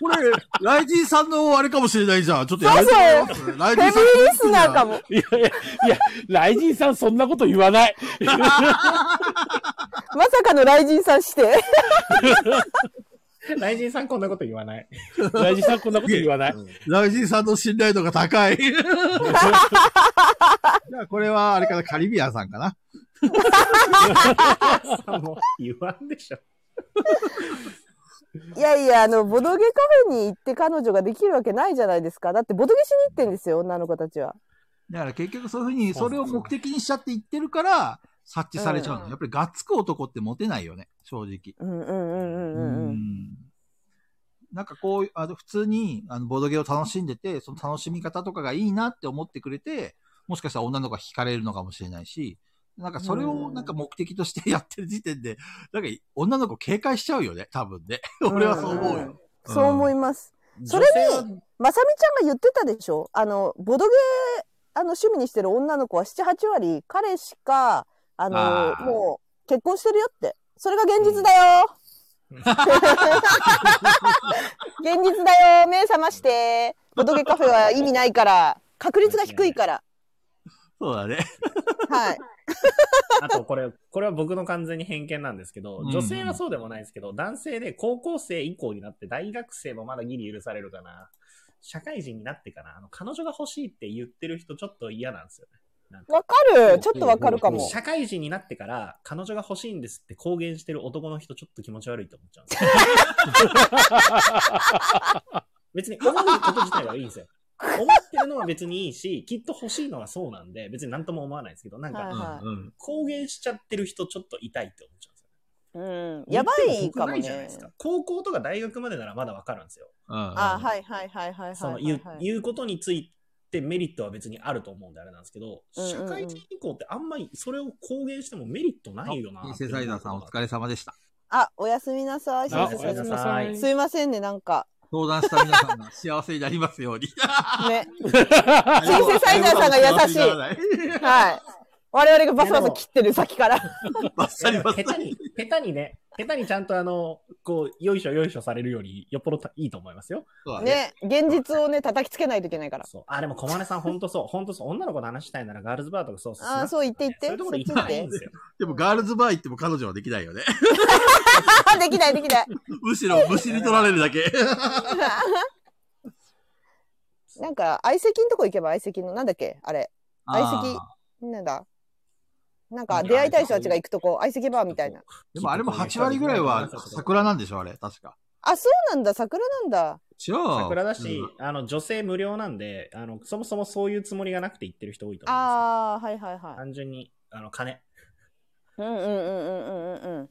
Speaker 6: これ、ライジンさんのあれかもしれないじゃん。ちょっとやめてよライ
Speaker 5: ヘビ
Speaker 6: ジンさん。
Speaker 5: ーリスナーかも。
Speaker 2: いやいや、いや、雷神さんそんなこと言わ ない。
Speaker 5: まさかの雷神さんして。雷
Speaker 4: 雷神さんこんなこと言わ ない。
Speaker 2: 雷神さんこんなこと言わない。
Speaker 6: ライジンさんの信頼度が 高い。じゃあ、これは、あれかな、カリビアンさんかな。
Speaker 4: もう言わんでしょ。
Speaker 5: いやいや、あの、ボドゲカフェに行って彼女ができるわけないじゃないですか。だって、ボドゲしに行ってんですよ、女の子たちは。
Speaker 6: だから結局そういうふうに、それを目的にしちゃって言ってるから、察知されちゃうの。やっぱり、がっつく男ってモテないよね、正直。
Speaker 5: うんうんうんうんうんうん。
Speaker 6: なんかこう、あの普通にあのボードゲームを楽しんでて、その楽しみ方とかがいいなって思ってくれて、もしかしたら女の子が惹かれるのかもしれないし、なんかそれ
Speaker 5: う
Speaker 6: を
Speaker 5: ん
Speaker 6: なんか目的としてやってる時点で、なんか女の子警戒しちゃうよね、多分ね。俺はそう思うよ。ん
Speaker 5: そう思います。それに、まさみちゃんが言ってたでしょあの、ボドゲ、あの、趣味にしてる女の子は7、8割、彼しか、あの、
Speaker 6: あー
Speaker 5: もう、結婚してるよって。それが現実だよ、現実だよ目覚まして。ボドゲカフェは意味ないから。確率が低いから。
Speaker 6: そうだね。
Speaker 5: はい。
Speaker 4: あと、これ、これは僕の完全に偏見なんですけど、
Speaker 6: うん
Speaker 4: 女性はそうでもないですけど、男性で高校生以降になって、大学生もまだギリ許されるかな。社会人になってかな。あの、彼女が欲しいって言ってる人ちょっと嫌なんですよね。
Speaker 5: わかる。ちょっとわかるかも。
Speaker 4: 社会人になってから、彼女が欲しいんですって公言してる男の人ちょっと気持ち悪いと思っちゃうんですよ。別に思うこと自体はいいんです よ。思ってるのは別にいいし、きっと欲しいのはそうなんで、別に何とも思わないですけど、なんか、
Speaker 5: は
Speaker 6: う
Speaker 5: いはい
Speaker 6: んうん。
Speaker 4: 公言しちゃってる人ちょっと痛いって思っちゃうんですよ。
Speaker 5: うん。やばいかも
Speaker 4: 言っても良くないじゃない
Speaker 5: ね
Speaker 4: です。か。高校とか大学までならまだわかるんですよ。
Speaker 5: あ、
Speaker 6: あ
Speaker 5: はいはいはいはいはいはい、はい。
Speaker 4: その言う言うことについてメリットは別にあると思うんであれなんですけど、
Speaker 5: うんうんうん
Speaker 4: 社会人以降ってあんまりそれを公言してもメリットないよなって
Speaker 6: い。セサイダーさんお疲れ様でした。
Speaker 5: あ、おやすみなさ
Speaker 4: あ
Speaker 5: い。すいま
Speaker 4: おやすみなさい
Speaker 5: せんすいませんね、なんか。
Speaker 6: 相談した皆さんが幸せになりますよ うに。シ
Speaker 5: ね。シンセサイザーさんが優しい。
Speaker 6: い。
Speaker 5: はい。我々がバサバサ切ってる先から。
Speaker 6: バッサリバッ
Speaker 4: 下
Speaker 6: サ
Speaker 4: 手
Speaker 6: リ。
Speaker 4: に、下手にね、下手にちゃんとあの、こう、よいしょよいしょされるより、よっぽどいいと思いますよ。
Speaker 6: そうだね
Speaker 5: ね。現実をね、叩きつけないといけないから。
Speaker 4: そう。あ、でも、小金さん、ほんとそう。ほんとそう。女の子の話したいなら、ガールズバーとかそう。
Speaker 5: あーそう言って言って
Speaker 4: そういうところ行ったらいいんですよ。
Speaker 6: でもガールズバー行っても彼女はできないよね。
Speaker 5: あ、できないできない。
Speaker 6: むしろ虫に取られるだけ。
Speaker 5: なんか、相席のとこ行けば相席の、なんだっけあれ。相席
Speaker 6: あー。
Speaker 5: なんだ。なんか、出会いたい人たちが行くとこ、相席バーみたいな。
Speaker 6: でもあれも8割ぐらいは桜なんでしょあれ、確か。
Speaker 5: あ、そうなんだ、桜なんだ。
Speaker 6: 違う。
Speaker 4: 桜だし、あの、女性無料なんで、あの、そもそもそういうつもりがなくて行ってる人多いと思いますよ。
Speaker 5: あー、はいはいはい。
Speaker 4: 単純に、あの、金。
Speaker 5: うんうんうんうんうんうんうん。でもうま、う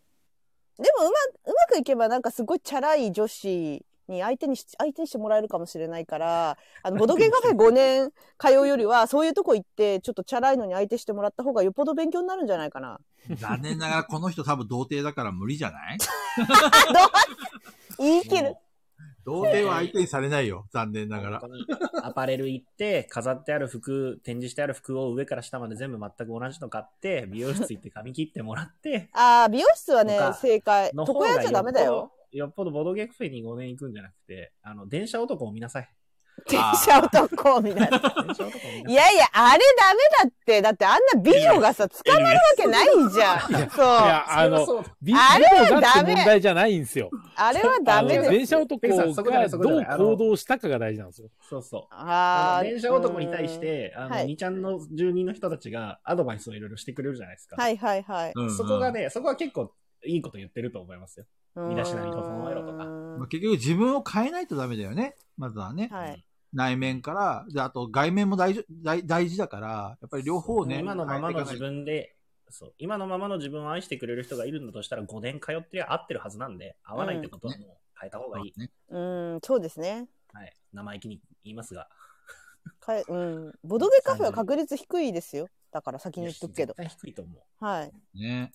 Speaker 5: まくいけばなんかすごいチャラい女子に相手にし、相手にしてもらえるかもしれないから、あの、ボドゲカフェ5年通うよりは、そういうとこ行って、ちょっとチャラいのに相手してもらった方がよっぽど勉強になるんじゃないか な。
Speaker 6: 残念ながらこの人多分童貞だから無理じゃない
Speaker 5: 言い切る。
Speaker 6: 童貞は相手にされないよ。残念ながら。
Speaker 4: 本当にアパレル行って、飾ってある服、展示してある服を上から下まで全部全く同じの買って、美容室行って髪切ってもらって、
Speaker 5: ああ、美容室はね
Speaker 4: とか、
Speaker 5: 正解。
Speaker 4: の
Speaker 5: 床
Speaker 4: 方が
Speaker 5: 屋じゃダメだよ。
Speaker 4: よっぽどボドゲカフェに5年行くんじゃなくて、あの、電車男を見な さい。
Speaker 5: 電車男みたいな。
Speaker 4: 電車男を見ないさい。
Speaker 5: やいや、あれダメだって。だってあんな美女がさ、捕まるわけないじゃん。そう。
Speaker 2: い
Speaker 5: あ
Speaker 2: や、あの、
Speaker 4: そう
Speaker 2: ビ
Speaker 5: あれ
Speaker 2: ビデオ
Speaker 5: は
Speaker 2: だって
Speaker 5: ダメ
Speaker 2: 問題じゃないんですよ。
Speaker 5: れはダ
Speaker 2: あ
Speaker 5: メ
Speaker 2: の
Speaker 5: です。
Speaker 2: 電車男
Speaker 4: ペグさんそこじゃな
Speaker 2: が
Speaker 4: いそこじゃ
Speaker 2: どう
Speaker 4: ないあの
Speaker 2: 行動したかが大事なんですよ。
Speaker 4: そうそう。
Speaker 5: あ
Speaker 4: あ
Speaker 5: あ。
Speaker 4: の電車男に対して、あの、
Speaker 5: はい
Speaker 4: 2ちゃんの住人の人たちがアドバイスをいろいろしてくれるじゃないですか。
Speaker 5: うん。はいはいはい。
Speaker 6: うんうん
Speaker 4: そこがね、そこは結構いいこと言ってると思いますよ。身だしなみ整えろとか
Speaker 6: まあ
Speaker 5: か。
Speaker 6: 結局自分を変えないとダメだよね。まずはね。
Speaker 5: はい。
Speaker 6: 内面から、で、あと外面も大事大大事だから、やっぱり両方ね。
Speaker 4: 今のままの
Speaker 6: 変えて
Speaker 4: 自
Speaker 6: いかない
Speaker 4: 分で、そう、今のままの自分を愛してくれる人がいるんだとしたら5年通ってりゃ合ってるはずなんで、合わないってことはもう変えた方がいい。
Speaker 6: とね
Speaker 5: うん、そうですね。
Speaker 4: はい。生意気に言いますが。
Speaker 5: かえうん。ボドゲカフェは確率低いですよ。だから先に言っとくけど
Speaker 4: い。や絶対低いと思う。
Speaker 5: はい。
Speaker 6: ね。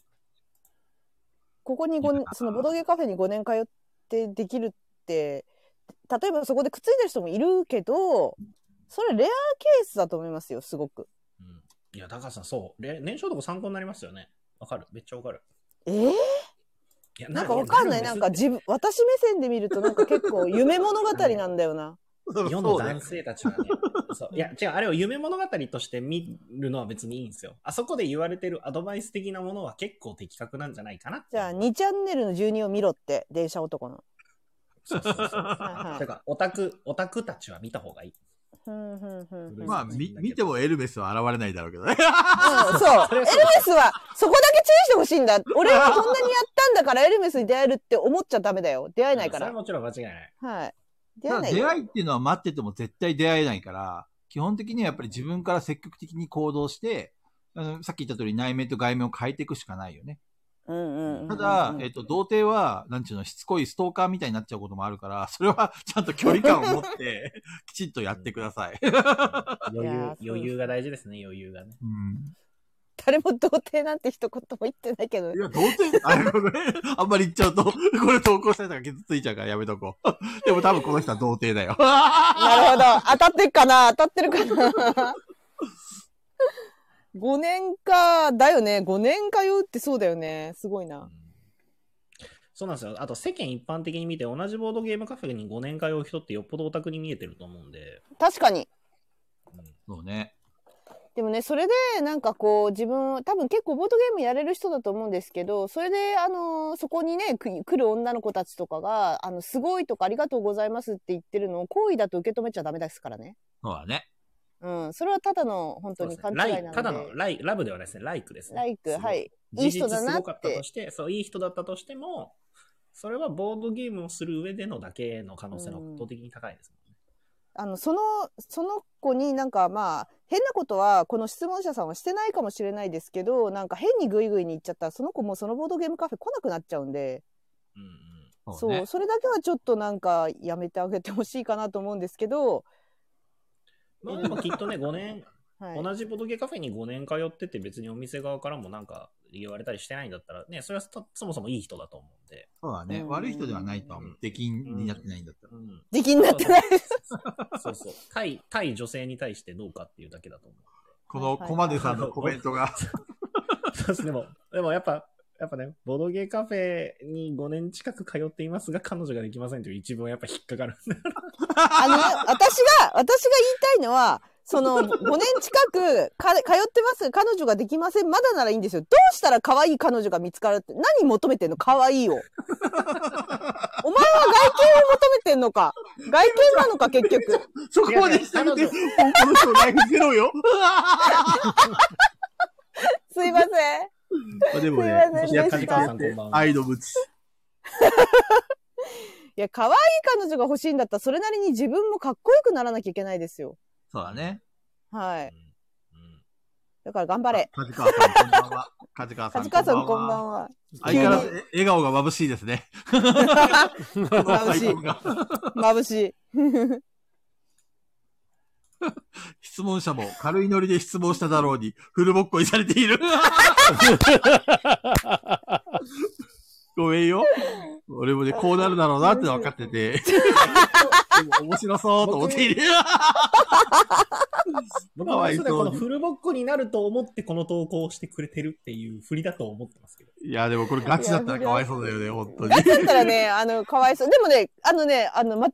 Speaker 5: ここに五年
Speaker 6: いや
Speaker 5: そのボドゲカフェに5年通ってできるって、例えばそこでくっついてる人もいるけど、それレアケースだと思いますよ、すごく。
Speaker 4: うん。いや、高橋さん、そう。れ年少とか参考になりますよね。わかる。めっちゃわかる。
Speaker 5: えー
Speaker 4: いや
Speaker 5: なんかわかんない。なんか自分、私目線で見るとなんか結構夢物語なんだよ な。
Speaker 4: 世
Speaker 6: そ
Speaker 4: の
Speaker 6: うね
Speaker 4: 男性たちはね、そういや違う、あれを夢物語として見るのは別にいいんですよ。あそこで言われてるアドバイス的なものは結構的確なんじゃないかな。
Speaker 5: じゃあ、2チャンネルの住人を見ろって、電車男の。
Speaker 4: そうそうそう。
Speaker 5: はいは
Speaker 4: だ
Speaker 5: い
Speaker 4: から、オタク、オタクたちは見た方がいい。
Speaker 5: ふんふんふんふん。
Speaker 6: まあ、み見てもエルメスは現れないだろうけどね。
Speaker 5: うんそう。エルメスは、そこだけ注意してほしいんだ。俺はそんなにやったんだから、エルメスに出会えるって思っちゃダメだよ。出会えないか
Speaker 4: それは
Speaker 5: ら。
Speaker 4: もちろん間違いない。
Speaker 5: はい。 出会え
Speaker 6: ただ
Speaker 5: ない
Speaker 6: 出
Speaker 5: よ。
Speaker 6: 会いっていうのは待ってても絶対出会えないから、基本的にはやっぱり自分から積極的に行動して、あのさっき言った通り内面と外面を変えていくしかないよね。
Speaker 5: うんうんうんうん
Speaker 6: ただ、えっと、童貞は、なんちゅうの、しつこいストーカーみたいになっちゃうこともあるから、それはちゃんと距離感を持って、きちっとやってください。
Speaker 5: い
Speaker 4: 余
Speaker 5: やーそ
Speaker 4: 裕
Speaker 5: うです、ね
Speaker 4: 余裕が大事ですね、余裕がね。
Speaker 6: うん。
Speaker 5: 誰も童貞なんて一言も言ってないけど
Speaker 6: い。や、童貞あ、ごめん。 あんまり言っちゃうと、これ投稿した人が傷ついちゃうからやめとこう。 でも多分この人は童貞だよ。
Speaker 5: なるほど。当たってるかな当たってるかな ?5 年か。だよね。5年通うってそうだよね。すごいな。
Speaker 4: そうなんですよ。あと、世間一般的に見て、同じボードゲームカフェに5年通う人ってよっぽどオタクに見えてると思うんで。
Speaker 5: 確かに。
Speaker 4: うん
Speaker 6: そうね。
Speaker 5: でもね、それで、なんかこう、自分、多分結構ボードゲームやれる人だと思うんですけど、それで、あの、そこにね、く来る女の子たちとかが、あの、すごいとかありがとうございますって言ってるのを、好意だと受け止めちゃダメですからね。
Speaker 6: そうだね。
Speaker 5: うん。それはただの、本当に
Speaker 4: そう
Speaker 5: 勘違
Speaker 4: で
Speaker 5: い
Speaker 4: すね
Speaker 5: な
Speaker 4: ラ
Speaker 5: んで。
Speaker 4: イただのライラブではないですね、ライクですね。
Speaker 5: ライク、
Speaker 4: すごく
Speaker 5: はい。いい
Speaker 4: 事
Speaker 5: 人
Speaker 4: 実
Speaker 5: だ
Speaker 4: す
Speaker 5: な
Speaker 4: ご
Speaker 5: っ
Speaker 4: かった
Speaker 5: て
Speaker 4: と。して、そう、いい人だったとしても、それはボードゲームをする上でのだけの可能性の圧倒的に高いですもんね。
Speaker 5: あの、その、その子になんかまあ、変なことは、この質問者さんはしてないかもしれないですけど、なんか変にグイグイに行っちゃったら、その子もうそのボードゲームカフェ来なくなっちゃうんで、
Speaker 4: うんうん。
Speaker 5: そ
Speaker 6: そう
Speaker 5: う,、
Speaker 6: ね。
Speaker 5: それだけはちょっとなんかやめてあげてほしいかなと思うんですけど、
Speaker 4: まあでもきっ とね、5年、
Speaker 5: はい。
Speaker 4: 同じボードゲーカフェに5年通ってて別にお店側からもなんか言われたりしてないんだったら、ね、それはそそもそもいい人だと思うんで。
Speaker 6: そうだね。
Speaker 5: うん
Speaker 6: 悪い人ではないとは思う。出禁になってないんだったら。
Speaker 4: うん。
Speaker 5: 出禁になってない。
Speaker 4: そう そう。対、対女性に対してどうかっていうだけだと思う。
Speaker 6: このコマネさんのコメントが。
Speaker 4: そう ですでも、でもやっぱ、やっぱね、ボドゲカフェに5年近く通っていますが、彼女ができませんという一文はやっぱ引っかかる。
Speaker 5: あのね、私が、私が言いたいのは、その、5年近くか通ってます、彼女ができません、まだならいいんですよ。どうしたら可愛い彼女が見つかるって、何求めてんの可愛いを。お前は外見を求めてんのか外見なのか結局。
Speaker 6: そこまでしてみて、もうこの人ライフゼロよ。
Speaker 5: すいません。
Speaker 6: です
Speaker 5: いません
Speaker 4: いや梶川さんこんばんは
Speaker 6: 愛の無知。
Speaker 5: いや、可愛い彼女が欲しいんだったら、それなりに自分もかっこよくならなきゃいけないですよ。
Speaker 6: そうだね。
Speaker 5: はい。だから頑張れ。
Speaker 6: 梶川さん、こんばんは。梶川さん、
Speaker 5: 梶川さん、こんば
Speaker 6: は。
Speaker 5: んは。
Speaker 6: 相変わらずえ笑顔が眩しいですね。
Speaker 5: 眩しい。眩しい。
Speaker 6: 質問者も軽いノリで質問しただろうに、フルボッコにされている。ごめんよ。俺もね、こうなるだろうなって分かってて。でも面白そうと思っている。
Speaker 4: 僕は実はこのフルボッコになると思ってこの投稿をしてくれてるっていう振りだと思ってますけど。
Speaker 6: いや、でもこれガチだったらかわいそうだよね、 本当に
Speaker 5: ガ。チだったらね、あの、かわいそう。でもね、あのね、あの、間違っ、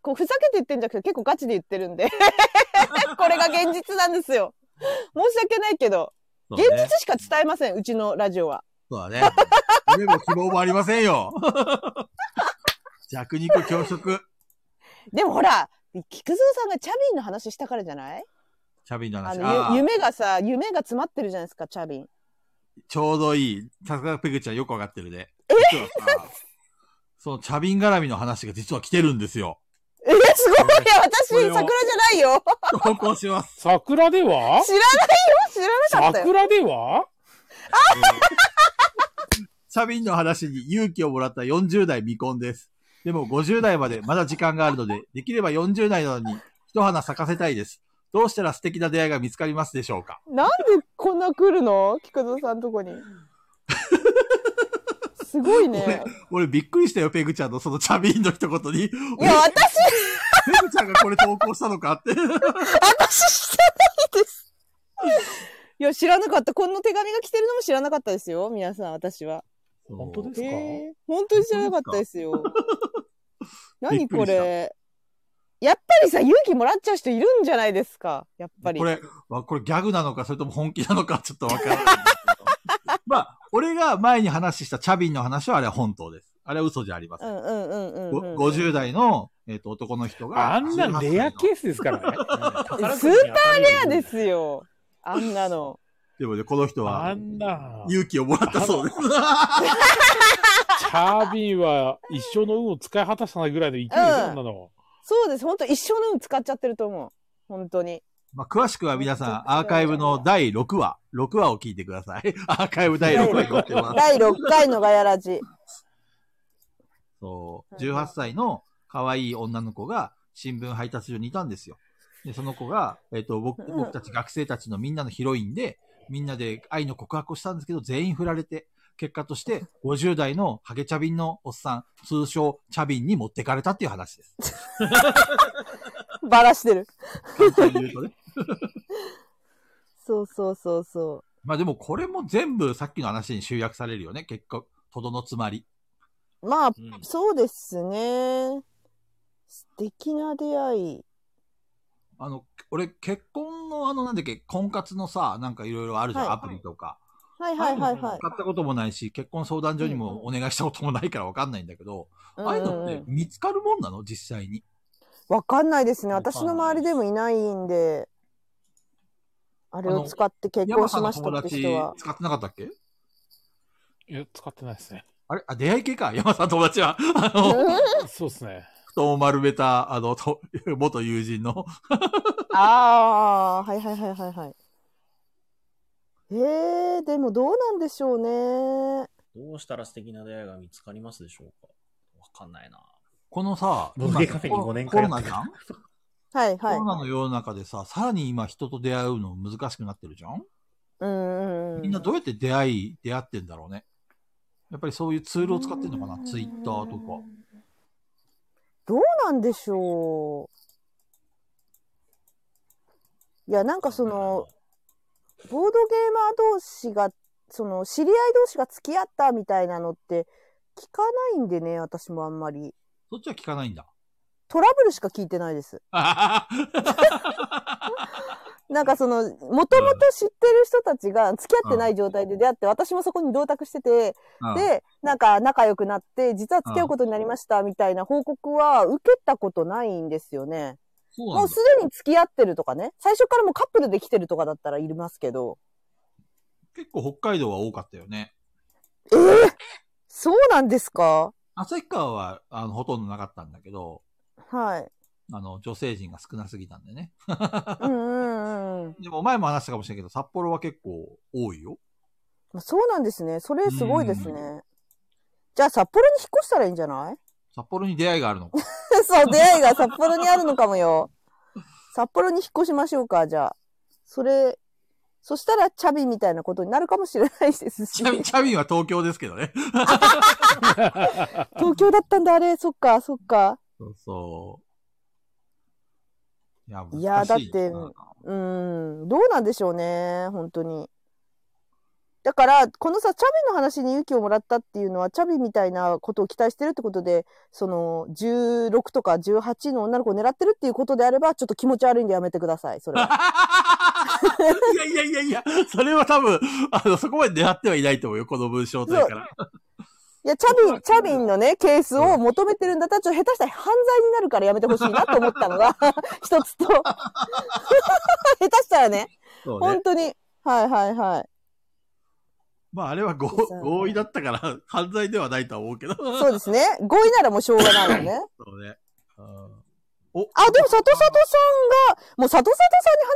Speaker 5: こう、ふざけて言ってんじゃなくて、結構ガチで言ってるんで。 これが現実なんですよ。申し訳ないけど、
Speaker 6: そう
Speaker 5: 現
Speaker 6: ね
Speaker 5: 実しか伝えません、うちのラジオは。
Speaker 6: そうだね。夢も希望もありませんよ。弱肉強食。
Speaker 5: でもほら、菊蔵さんがチャビンの話したからじゃない
Speaker 6: チャビンの
Speaker 5: あ
Speaker 6: 話。
Speaker 5: の
Speaker 6: あ
Speaker 5: ゆ
Speaker 6: ー
Speaker 5: 夢がさ、夢が詰まってるじゃないですか、チャビン。
Speaker 6: ちょうどいい。さすがペグちゃんよくわかってるね。実はさそのチャビン絡みの話が実は来てるんですよ。
Speaker 5: え、すごい私、
Speaker 6: これ
Speaker 5: 桜じゃな
Speaker 6: を
Speaker 5: いよ
Speaker 6: 投稿します。
Speaker 2: 桜では
Speaker 5: 知らないよ知らなかったよ
Speaker 2: 桜では
Speaker 6: チャビンの話に勇気をもらった40代未婚です。でも50代までまだ時間があるので、できれば40代なのに一花咲かせたいです。どうしたら素敵な出会いが見つかりますでしょうか
Speaker 5: なんでこんな来るの菊蔵さんとこ に。すごいね。
Speaker 6: 俺びっくりしたよ、ペグちゃんのそのチャビンの一言に。
Speaker 5: いや、私、
Speaker 6: ペグちゃんがこれ投稿したのかって。
Speaker 5: 私してないです。いや、知らなかった。この手紙が来てるのも知らなかったですよ。皆さん、私は。
Speaker 2: 本当です
Speaker 5: へ
Speaker 2: か
Speaker 5: え。本当に知らなかったですよ。何こ
Speaker 6: びっく
Speaker 5: れ。やっぱりさ、勇気もらっちゃう人いるんじゃないですか。やっぱり。
Speaker 6: これ、わこれギャグなのか、それとも本気なのか、ちょっとわからないんですけ ど。まあ、俺が前に話したチャビンの話はあれは本当です。あれは嘘じゃありませ
Speaker 5: うん
Speaker 6: ん。
Speaker 5: うんうんうん
Speaker 6: ご
Speaker 5: うん。
Speaker 6: 50代の、えっと男の人が。
Speaker 2: あんなレア
Speaker 6: 系
Speaker 2: ケースですからね。
Speaker 5: スー
Speaker 4: パーレ
Speaker 5: 嫌ですよ。あんなの。
Speaker 6: でもね、この人
Speaker 2: あ
Speaker 6: は
Speaker 2: んな。
Speaker 6: 勇気をもらったそうです。
Speaker 2: チャービンは一生の運を使い果たしたないぐらいの勢いですよ、
Speaker 5: うん
Speaker 2: そんなの。
Speaker 5: そうです。本当一生の運使っちゃってると思う。本当に。
Speaker 6: まあ、詳しくは皆さん、アーカイブの第6話、6話を聞いてください。アーカイブ第6話に載って ます。
Speaker 5: 第6回のガヤラジ。
Speaker 6: そう、18歳の可愛い女の子が新聞配達所にいたんですよ。で、その子が、えっ、と、
Speaker 5: う
Speaker 6: 僕、
Speaker 5: ん
Speaker 6: 僕たち学生たちのみんなのヒロインで、みんなで愛の告白をしたんですけど、全員振られて、結果として、50代のハゲチャビンのおっさん、通称チャビンに持ってかれたっていう話です。
Speaker 5: バラしてる。
Speaker 6: 簡単に言うとね。
Speaker 5: そうそうそうそ
Speaker 6: まあでもこれも全部さっきの話に集約されるよね。結果、とどのつまり。
Speaker 5: う。まあ、
Speaker 4: うん
Speaker 5: そうですね。素敵な出会い。
Speaker 6: あの、俺、結婚のあの、なんだっけ、婚活のさ、なんかいろいろあるじゃん、
Speaker 5: はい
Speaker 6: アプリとか。
Speaker 5: はいはいはいはい。
Speaker 6: 買ったこともないし、結婚相談所にもお願いしたこともないからわかんないんだけど、ああいうのっ
Speaker 5: うんう
Speaker 6: て
Speaker 5: ん
Speaker 6: 見つかるもんなの実際に。
Speaker 5: わかんないですね。
Speaker 4: わかんない
Speaker 5: 私の周りでもいないんで。あれを使って結
Speaker 6: 山
Speaker 5: 婚
Speaker 6: さ
Speaker 5: し
Speaker 6: んの
Speaker 5: ました
Speaker 6: 友
Speaker 5: って
Speaker 6: 達
Speaker 5: 人は。
Speaker 6: 使ってなかったっけ
Speaker 2: いや、使ってないですね。
Speaker 6: あれあ、出会い系か。山さんの友達は。 あの、
Speaker 5: うん
Speaker 2: そうですね。
Speaker 6: 布団を丸めた、あの、と 元友人の。
Speaker 5: ああ、はいはいはいはいはい。ええでもどうなんでしょうね。
Speaker 4: どうしたら素敵な出会いが見つかりますでしょうかわかんないな。
Speaker 6: このさ、
Speaker 4: ボドゲカフェに
Speaker 6: 今
Speaker 4: 5年
Speaker 6: コ
Speaker 4: 間
Speaker 6: ロ
Speaker 4: や
Speaker 6: ナ
Speaker 4: っ
Speaker 6: じ
Speaker 4: て
Speaker 6: ゃ
Speaker 4: た
Speaker 6: ん
Speaker 5: はい
Speaker 6: コ
Speaker 5: はい。
Speaker 6: ロナの世の中でさ、さらに今人と出会うの難しくなってるじゃん
Speaker 5: うんうんうん。
Speaker 6: みんなどうやって出会い、出会ってんだろうね。やっぱりそういうツールを使ってんのかなツイッターとか。
Speaker 5: どうなんでしょう。いや、なんかその、ボードゲーマー同士が、その、知り合い同士が付き合ったみたいなのって、聞かないんでね、私もあんまり。
Speaker 6: そっちは聞かないん だ。
Speaker 5: トラブルしか聞いてないです。なんかその、もともと知ってる人たちが付き合ってない状態で出会って、私もそこに同卓してて、
Speaker 6: うん
Speaker 5: で、なんか仲良くなって、実は付き合うことになりましたみたいな報告は受けたことないんですよね。
Speaker 6: そう
Speaker 5: も
Speaker 6: な
Speaker 5: うんす
Speaker 6: だ。
Speaker 5: でに付き合ってるとかね。最初からもうカップルで来てるとかだったらいますけど。
Speaker 6: 結構北海道は多かったよね。
Speaker 5: ええそうなんですか
Speaker 6: 旭川は、あの、ほとんどなかったんだけど、
Speaker 5: はい。
Speaker 6: あの、女性陣が少なすぎたんでね。
Speaker 5: うんうんうんうん。
Speaker 6: でも前も話したかもしれないけど、札幌は結構多いよ。
Speaker 5: まあそうなんですね。それすごいですね。じゃあ札幌に引っ越したらいいんじゃない
Speaker 6: 札幌に出会いがあるのか。
Speaker 5: そう、出会いが札幌にあるのかもよ。札幌に引っ越しましょうか、じゃあ。それ、そしたらチャビみたいなことになるかもしれないですし。
Speaker 6: チャビ、チャビンは東京ですけどね。
Speaker 5: 東京だったんだ、あれ。そっか、そっか。
Speaker 6: そうそう。いや、
Speaker 5: いや
Speaker 6: 難し
Speaker 5: だって
Speaker 6: な
Speaker 5: うん、どうなんでしょうね、本当に。だから、このさ、チャビの話に勇気をもらったっていうのは、チャビみたいなことを期待してるってことで、その、16とか18の女の子を狙ってるっていうことであれば、ちょっと気持ち悪いんでやめてください、それは。
Speaker 6: いやいやいやいや、それは多分、あの、そこまで狙ってはいないと思うよ、この文章というから。
Speaker 5: いや、チャビン、チャビンのね、ケースを求めてるんだったら、ちょっと下手したら犯罪になるからやめてほしいなと思ったのが、 一つ と。下手したらね、
Speaker 6: そうね
Speaker 5: 本。当に。はいはいはい。
Speaker 6: まあ、あれはご
Speaker 5: そう
Speaker 6: 合意だったから、犯罪ではないとは思うけど。そ
Speaker 5: そうですね。5位ならもうしょうがないよね。
Speaker 6: うね。うんお
Speaker 5: あ、でも、里里さんが、もう里里さんに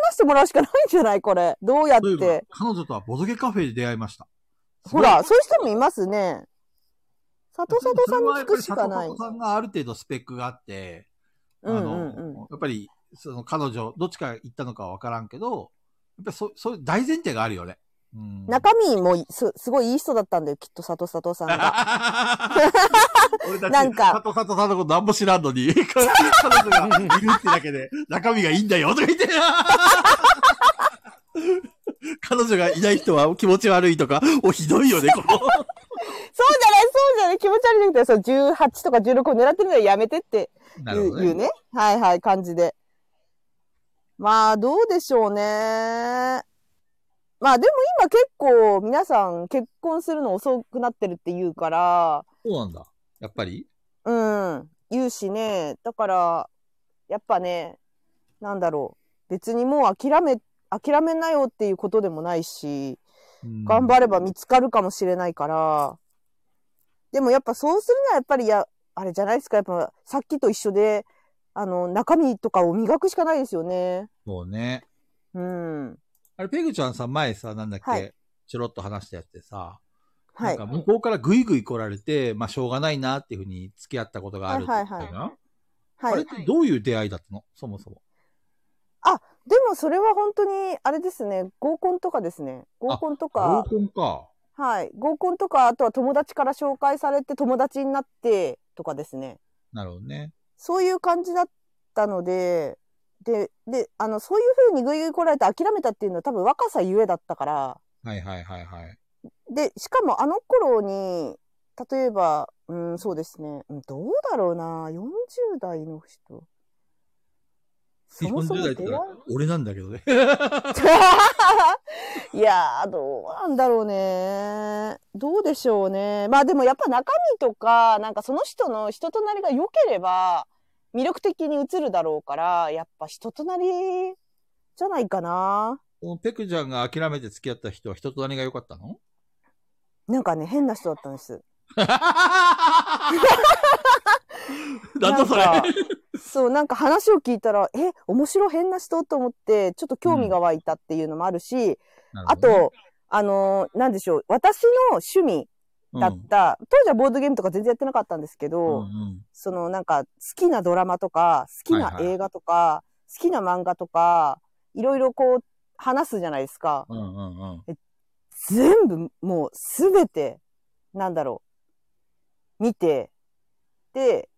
Speaker 5: 話してもらうしかないんじゃないこれ。どうやっ
Speaker 6: そういえば
Speaker 5: て。
Speaker 6: 彼女とはボドゲカフェで出会いました。
Speaker 5: ほら、そういう人もいますね。里
Speaker 6: すごい、
Speaker 5: 里さんに
Speaker 6: そ
Speaker 5: 聞
Speaker 6: れは
Speaker 5: くしかない
Speaker 6: やっぱり里。里さんがある程度スペックがあって、あ
Speaker 5: うんう
Speaker 6: の、
Speaker 5: んうん。
Speaker 6: やっぱり、その彼女、どっちから行ったのかは分からんけど、やっぱりそ、そういう大前提があるよね。うん。
Speaker 5: 中身もいす、すごいいい人だったんだよ、きっと里里さんが。
Speaker 6: 俺たち、
Speaker 5: なんか
Speaker 6: 佐藤佐藤さんのこと何も知らんのに、 彼女がいるってだけで、中身がいいんだよ、とか言って。 彼女がいない人は気持ち悪いとか、お、ひどいよね、こ の。
Speaker 5: そうじゃない、そうじゃない、気持ち悪いんだけど、そう、18とか16を狙ってるのはやめてって
Speaker 6: な
Speaker 5: いういうね。はいはい、感じで。まあ、どうでしょうね。まあ、でも今結構皆さん結婚するの遅くなってるって言うから、
Speaker 6: そうなんだ。やっぱり
Speaker 5: うん、言うしね。だから、やっぱね、なんだろう。別にもう諦め、諦めなよっていうことでもないし、頑張れば見つかるかもしれないから、でもやっぱそうするのはやっぱりや、あれじゃないですか、やっぱさっきと一緒で、あの、中身とかを磨くしかないですよね。
Speaker 6: そうね。
Speaker 5: うん。
Speaker 6: あれ、ペグちゃんさ、前さ、なんだっけ、
Speaker 5: はい
Speaker 6: ちょろっと話したやつでさ、
Speaker 5: はい。
Speaker 6: な
Speaker 5: は
Speaker 6: ん
Speaker 5: い
Speaker 6: か向こうからぐいぐい来られて、まあ、しょうがないなっていうふうに付き合ったことがあるって言ったよな
Speaker 5: はいはい
Speaker 6: あれってどういう出会いだったのそもそも。
Speaker 5: でもそれは本当に、あれですね、合コンとかですね。合コンと
Speaker 6: 合
Speaker 5: か、
Speaker 6: コンか。
Speaker 5: はい。合コンとか、あとは友達から紹介されて友達になってとかですね。
Speaker 6: なるほどね。
Speaker 5: そういう感じだったので、で、で、あの、そういうふうにぐいぐい来られて諦めたっていうのは多分若さゆえだったから、
Speaker 6: はいはいはいはい。
Speaker 5: で、しかもあの頃に、例えば、うん、そうですね。うんどうだろうな。40代の人。そもそも
Speaker 6: 40代って言ったら俺なんだけどね。
Speaker 5: い やー、どうなんだろうね。どうでしょうね。まあでもやっぱ中身とか、なんかその人の人となりが良ければ、魅力的に映るだろうから、やっぱ人となりじゃないかな。
Speaker 6: このペクちゃんが諦 めて付き合った人は人と何が良かったの
Speaker 5: なんかね、変な人だったんです。
Speaker 6: なんだそれ。
Speaker 5: なんかそう、なんか話を聞いたら、え、面白変な人と思って、ちょっと興味が湧いたっていうのもあるし、あと、あのーなんでしょう、私の趣味
Speaker 6: うん、
Speaker 5: だった、当時はボードゲームとか全然やってなかったんですけ
Speaker 6: う
Speaker 5: ど、
Speaker 6: んうん
Speaker 5: そのなんか好きなドラマとか、好き
Speaker 6: はい
Speaker 5: な
Speaker 6: はい
Speaker 5: 映画とか、好きな漫画とか、いろいろこう話すじゃないですか。
Speaker 6: うんうんうん。
Speaker 5: 全部、もうすべて、なんだろう、見て、で、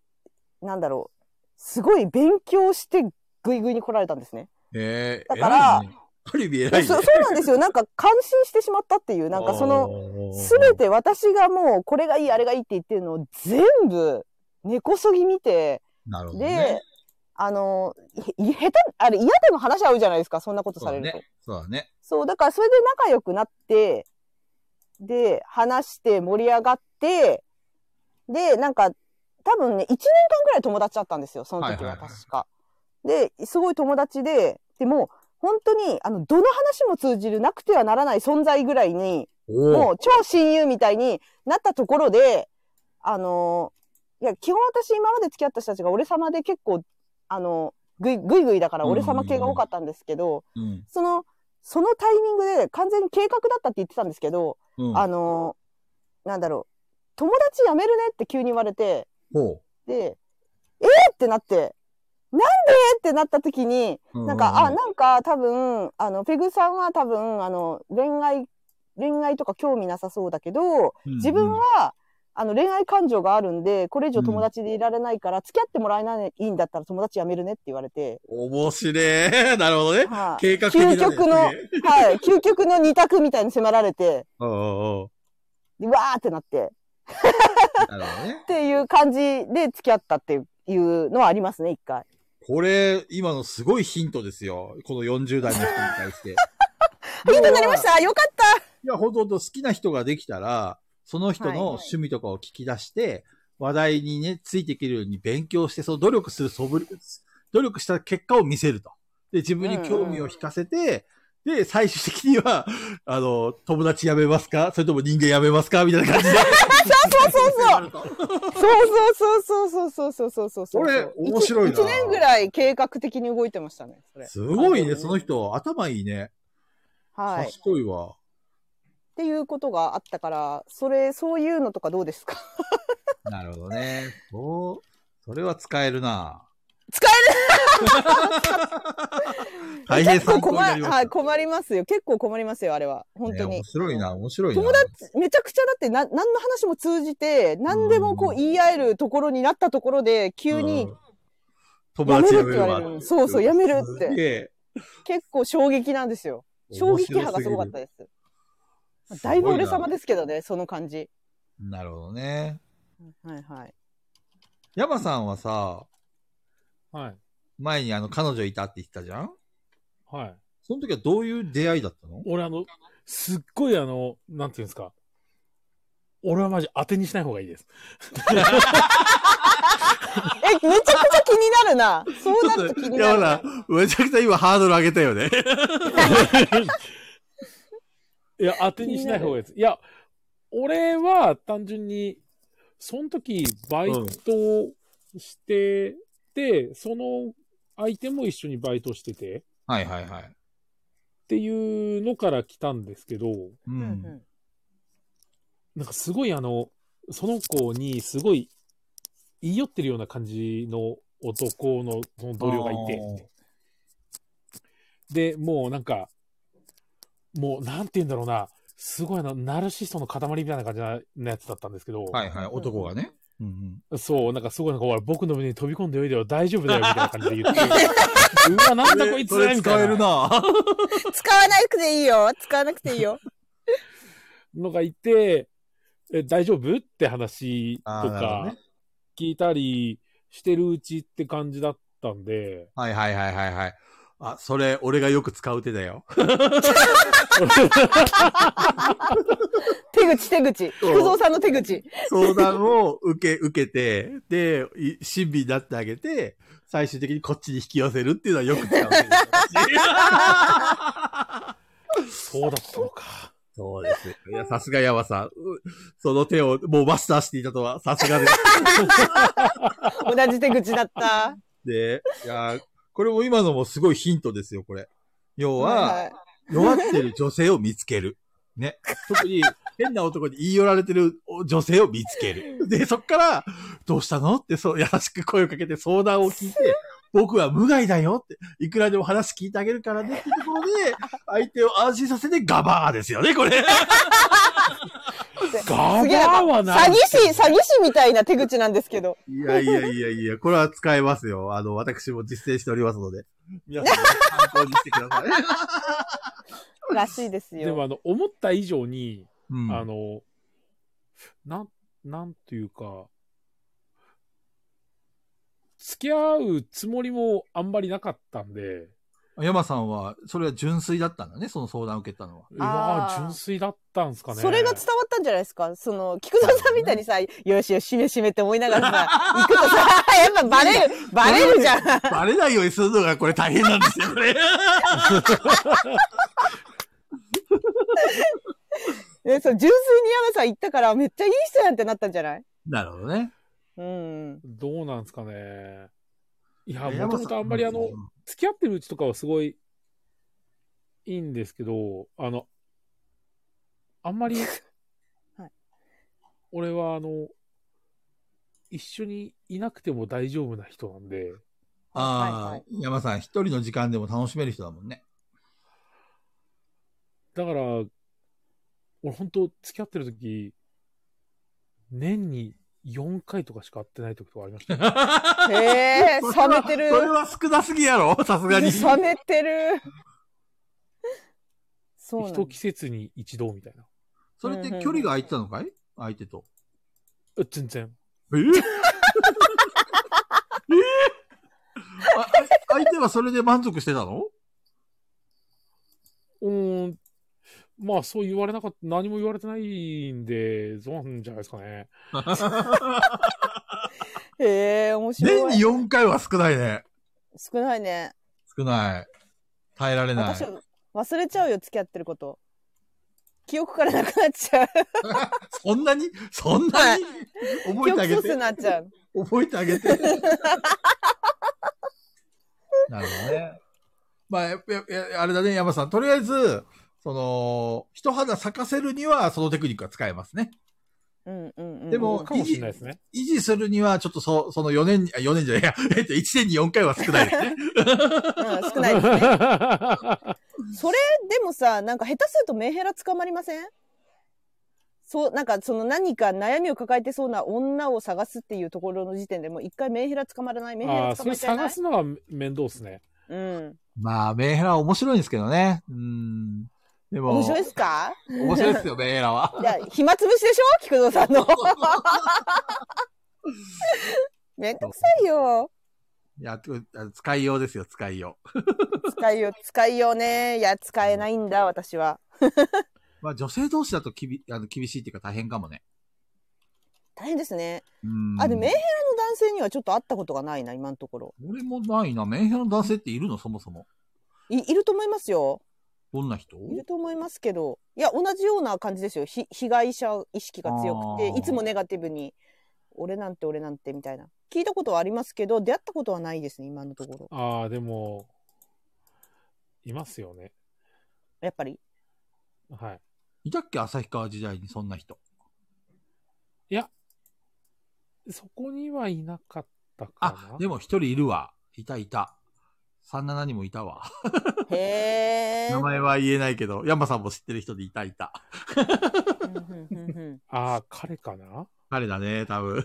Speaker 5: なんだろう、すごい勉強してぐいぐいに来られたんですね。
Speaker 6: えー、
Speaker 5: だから
Speaker 6: 偉いねある意味
Speaker 5: い
Speaker 6: 偉
Speaker 5: や
Speaker 6: いね
Speaker 5: そ。そうなんですよ。なんか感心してしまったっていう、なんかその、
Speaker 6: の
Speaker 5: すべて私がもうこれがいいあれがいいって言ってるのを全部根こそぎ見て、
Speaker 6: なる
Speaker 5: で、
Speaker 6: ほどね。
Speaker 5: あの、い下手、あれ嫌でも話し合うじゃないですか、そんなことされると。
Speaker 6: そうだね。
Speaker 5: そう、だからそれで仲良くなって、で、話して盛り上がって、で、なんか、多分ね、1年間ぐらい友達だったんですよ、その時
Speaker 6: はいは
Speaker 5: はい
Speaker 6: はい
Speaker 5: 確か。で、すごい友達で、でも、本当に、あの、どの話も通じるなくてはならない存在ぐらいに、
Speaker 6: お
Speaker 5: も
Speaker 6: お。
Speaker 5: う超親友みたいになったところで、あのーいや、基本私今まで付き合った人たちが俺様で結構あの、ぐいぐいぐいだから俺様系が多かったんですけど、その、そのタイミングで完全に計画だったって言ってたんですけど、
Speaker 6: うん。
Speaker 5: あの、なんだろう、友達辞めるねって急に言われて、
Speaker 6: ほ
Speaker 5: で、えー、ってなって、なんでってなった時に、
Speaker 6: う。
Speaker 5: なんか、あ、なんか多分、あの、ペグさんは多分、あの、恋愛、恋愛とか興味なさそうだけど、
Speaker 6: うん、
Speaker 5: 自分は、あの、恋愛感情があるんで、これ以上友達でいられないから、付き合ってもらえないんだったら友達やめるねって言われて、
Speaker 6: 面白え。 なるほどね。
Speaker 5: は
Speaker 6: 計画的だね
Speaker 5: 究極の
Speaker 6: すげえ
Speaker 5: い、はい、究極の二択みたいに迫られて、
Speaker 6: お うおうおう
Speaker 5: でわーってなって、
Speaker 6: なるほどね
Speaker 5: っ。ていう感じで付き合ったっていういうのはありますね、一回。
Speaker 6: これ、今のすごいヒントですよ。この40代の人に対して。
Speaker 5: ヒントになりましたよかった
Speaker 6: いや、ほとんど好きな人ができたら、その人
Speaker 5: はいは
Speaker 6: の
Speaker 5: い
Speaker 6: 趣味とかを聞き出して、話題にね、ついていけるように勉強して、その努力する素振り、努力した結果を見せると。で、自分に興味を引かせて、で、最終的には、あの、友達やめますかそれとも人間やめますかみたいな感じで。
Speaker 5: そうそうそうそうそうそうそうそうそうそうそうそう。
Speaker 6: これ面白いな
Speaker 5: 1年ぐらい計画的に動いてましたね、それ。
Speaker 6: すごいね、その人。頭いいね。
Speaker 5: はい。っ
Speaker 6: 賢いわ。
Speaker 5: ていうことがあったから、それ、そういうのとかどうですか
Speaker 6: なるほどね。そう、それは使えるな。
Speaker 5: 使
Speaker 6: える 大変
Speaker 5: 結構
Speaker 6: 参考に
Speaker 5: 困
Speaker 6: な
Speaker 5: る、
Speaker 6: りま
Speaker 5: は
Speaker 6: し
Speaker 5: い、
Speaker 6: た。
Speaker 5: 困りますよ。結構困りますよ、あれは。本当に
Speaker 6: ね面。白いな、面白いな。
Speaker 5: 友達、めちゃくちゃだってな、何の話も通じて、何でもこ
Speaker 6: う
Speaker 5: うん言い合えるところになったところで、急
Speaker 6: う
Speaker 5: に
Speaker 6: ん、友達やめ
Speaker 5: やめるって
Speaker 6: る
Speaker 5: 言わ
Speaker 6: わ
Speaker 5: れるそうそうやめるって
Speaker 6: すげえ
Speaker 5: 結構衝撃なんですよ。衝撃波がすごかったです。だいぶ俺様ですけどね、その感じ。
Speaker 6: なるほどね。
Speaker 5: はいはい。
Speaker 6: 山さんはさ、
Speaker 2: はい。
Speaker 6: 前にあの彼女いたって言ってたじゃん
Speaker 2: はい。
Speaker 6: その時はどういう出会いだったの
Speaker 2: 俺あの、すっごいあの、なんていうんですか。俺はマジ当てにしない方がいいです。
Speaker 5: え、めちゃくちゃ気になるな。そうなると気になるな。
Speaker 6: めちゃくちゃ今ハードル上げたよね。
Speaker 2: いや、当てにしない方がいいです。いや、俺は単純に、その時バイトをしてて、その相手も一緒にバイトしてて、っ
Speaker 6: はいはいはい。
Speaker 2: ていうのから来たんですけど、
Speaker 6: う。
Speaker 5: うんん
Speaker 2: なんかすごいあの、その子にすごい言い寄ってるような感じの男のその同僚がいて、で、もうなんか、もうなんて言うんだろうな、すごいな、ナルシストの塊みたいな感じなやつだったんですけど、
Speaker 6: はいはい、男がね。うんうん
Speaker 2: そう、なんかすごいなんか、おい僕の胸に飛び込んでおいでよ、大丈夫だよ、みたいな感じで言 って、うわ、なんだこいつ
Speaker 6: それ
Speaker 2: み
Speaker 6: 使
Speaker 2: た
Speaker 6: え
Speaker 2: い
Speaker 6: る
Speaker 2: な
Speaker 6: な
Speaker 5: 使わなくていいよ。使わなくていいよ。
Speaker 2: のがいて、え大丈夫って話と
Speaker 6: あーなるほど
Speaker 2: か
Speaker 6: ね、
Speaker 2: 聞いたりしてるうちって感じだったんで、
Speaker 6: はいはいはいはいはい。あ、それ、俺がよく使う手だよ。
Speaker 5: 手口手口。菊蔵さんの手口。
Speaker 6: 相談を受け、受けて、で、い親身になってあげて、最終的にこっちに引き寄せるっていうのはよく使う手です私
Speaker 2: そうだったのか。
Speaker 6: そうです。いや、さすが山さん。うその手をもうマスターしていたとは、さすがです。
Speaker 5: 同じ手口だ った。
Speaker 6: で、いや、これも今のもすごいヒントですよ、これ。要は、
Speaker 5: はい
Speaker 6: 弱ってる女性を見つける。ね。特に、変な男に言い寄られてる女性を見つける。で、そっから、どうしたのって、そう、優しく声をかけて相談を聞いて、僕は無害だよって、いくらでも話聞いてあげるからねってところで、相手を安心させてガバーですよね、これ。
Speaker 2: ガバ
Speaker 5: すげえ
Speaker 2: ーはな
Speaker 5: 詐欺師、詐欺師みたいな手口なんですけど。
Speaker 6: いやいやいやいや、これは使えますよ。あの、私も実践しておりますので。皆さんも参考にしてください。
Speaker 5: らしいです
Speaker 2: でも
Speaker 5: よ。
Speaker 2: あの、思った以上に、
Speaker 6: うん
Speaker 2: あの、なん、なんというか、付き合うつもりもあんまりなかったんで、
Speaker 6: 山さんは、それは純粋だったんだね、その相談を受けたのは。
Speaker 2: うわ
Speaker 5: あー
Speaker 2: 純粋だったんすかね。
Speaker 5: それが伝わったんじゃないですかその、菊蔵さんみたいにさ、よしよし、しめしめって思いながら さ、行くとさ、 やっぱバレる、バレるじゃん。
Speaker 6: バレないようにするのがこれ大変なんですよ、これ。
Speaker 5: ね、そう、純粋に山さん行ったから、めっちゃいい人やんってなったんじゃない
Speaker 6: なるほどね。
Speaker 5: うん。
Speaker 2: どうなんすかね。いや、もともとあんまりあの、付き合ってるうちとかはすごいいいんですけど、あの、あんまり、
Speaker 5: はい
Speaker 2: 俺はあの、一緒にいなくても大丈夫な人なんで、
Speaker 6: ああ、
Speaker 5: はいはい
Speaker 6: 山さん、一人の時間でも楽しめる人だもんね。
Speaker 2: だから、俺本当付き合ってる時、年に4回とかしか会ってない時とかありましたよ。
Speaker 5: へえ、
Speaker 6: それは
Speaker 5: 冷めて
Speaker 6: それ
Speaker 5: る。
Speaker 6: は少なすぎやろさすがに。
Speaker 5: 冷めてる。そうなんだ
Speaker 2: 一季節に一度みたいな。
Speaker 6: それって距離が空いてたのかい相手と。
Speaker 2: え全然。
Speaker 6: え えああ相手はそれで満足してたの
Speaker 2: うーん。まあ、そう言われなかった、何も言われてないんで、そうなんじゃないですかね。
Speaker 5: へえ、面
Speaker 6: 年
Speaker 5: 白
Speaker 6: に
Speaker 5: い。
Speaker 6: 4回は少ないね。
Speaker 5: 少ないね。
Speaker 6: 少ない。耐えられない
Speaker 5: 私。忘れちゃうよ、付き合ってること。記憶からなくなっちゃう。
Speaker 6: そんなにそんなに覚
Speaker 5: 記
Speaker 6: えてあ
Speaker 5: 憶
Speaker 6: げ
Speaker 5: 喪失
Speaker 6: て
Speaker 5: に。なっちゃう。
Speaker 6: 覚えてあげて。 なるほどね。まあ、やっぱややあれだね、山さん。とりあえず、その、人肌咲かせるには、そのテクニックは使えますね。
Speaker 5: うんうんうん。
Speaker 6: でも
Speaker 2: かもしれないですね。
Speaker 6: 維持するには、ちょっとそ、その4年に、あ、4年じゃない、いや、えっと、1年に4回は少ないですね。
Speaker 5: うん、少ないですね。それでもさなんか下手するとメンヘラ捕まりませんそうなんかその何か悩みを抱えてそうな女を探すっていうところの時点でもう一回メンヘラ捕まらないメン ヘ
Speaker 2: ああ、
Speaker 5: ラ
Speaker 2: そ
Speaker 5: 捕ま
Speaker 2: れ
Speaker 5: っちゃいな
Speaker 2: 探
Speaker 5: い
Speaker 2: すのは面倒ですね。
Speaker 5: うん
Speaker 6: まあ、メンヘラは面白いんですけどね。うん。でも、
Speaker 5: 面白いっすか
Speaker 6: 面白いですよ、メンヘラは。
Speaker 5: いや暇つぶしでしょ菊蔵さんのめんどくさいよ
Speaker 6: いや、てかあの使いようですよ、使いよう。
Speaker 5: 使いよ使いよねいや使えないんだ私は
Speaker 6: まあ、女性同士だときびあの厳しいっていうか大変かもね。
Speaker 5: 大変ですね
Speaker 6: うん。
Speaker 5: あでメンヘラの男性にはちょっと会ったことがないな今のところ
Speaker 6: 俺もないな。メンヘラの男性っているのそもそも。
Speaker 5: いいると思いますよ
Speaker 6: どんな人
Speaker 5: いると思いますけど、いや、同じような感じですよ。ひ被害者意識が強く
Speaker 6: あ
Speaker 5: て、
Speaker 6: ー
Speaker 5: いつもネガティブに、俺なんて俺なんてみたいな。聞いたことはありますけど、出会ったことはないですね、今のところ。
Speaker 2: ああ、でも、いますよね。
Speaker 5: やっぱり。
Speaker 2: はい。
Speaker 6: いたっけ旭川時代にそんな人。
Speaker 2: そこにはいなかったか
Speaker 6: あ
Speaker 2: な。、
Speaker 6: でも一人いるわ。いたいた。37にもいたわ。
Speaker 5: へー
Speaker 6: 名。前は言えないけど、山さんも知ってる人でいたいた。
Speaker 5: うん うんうんうん
Speaker 2: ああ、彼かな
Speaker 6: 彼だね、多分。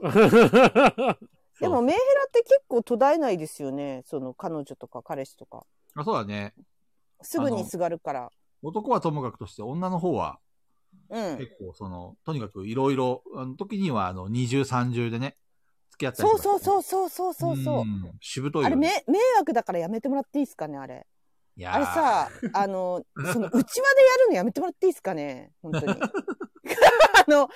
Speaker 5: でもメンヘラって結構途絶えないですよね。その彼女とか彼氏とか。
Speaker 6: あそうだね。
Speaker 5: すぐにすがるから。
Speaker 6: 男はともかくとして、女の方は
Speaker 5: うん。
Speaker 6: 結構その、とにかくいろいろ、あの時にはあの、20、30でね、付き合ったり
Speaker 5: そうそう
Speaker 6: う
Speaker 5: そうそうそうそうそう。
Speaker 6: んしぶとい
Speaker 5: あれ、
Speaker 6: よね。
Speaker 5: め迷惑だからやめてもらっていいですかね、あれ。
Speaker 6: いやー
Speaker 5: あれさ、あ の、その、内輪でやるのやめてもらっていいですかね本当に。 あの、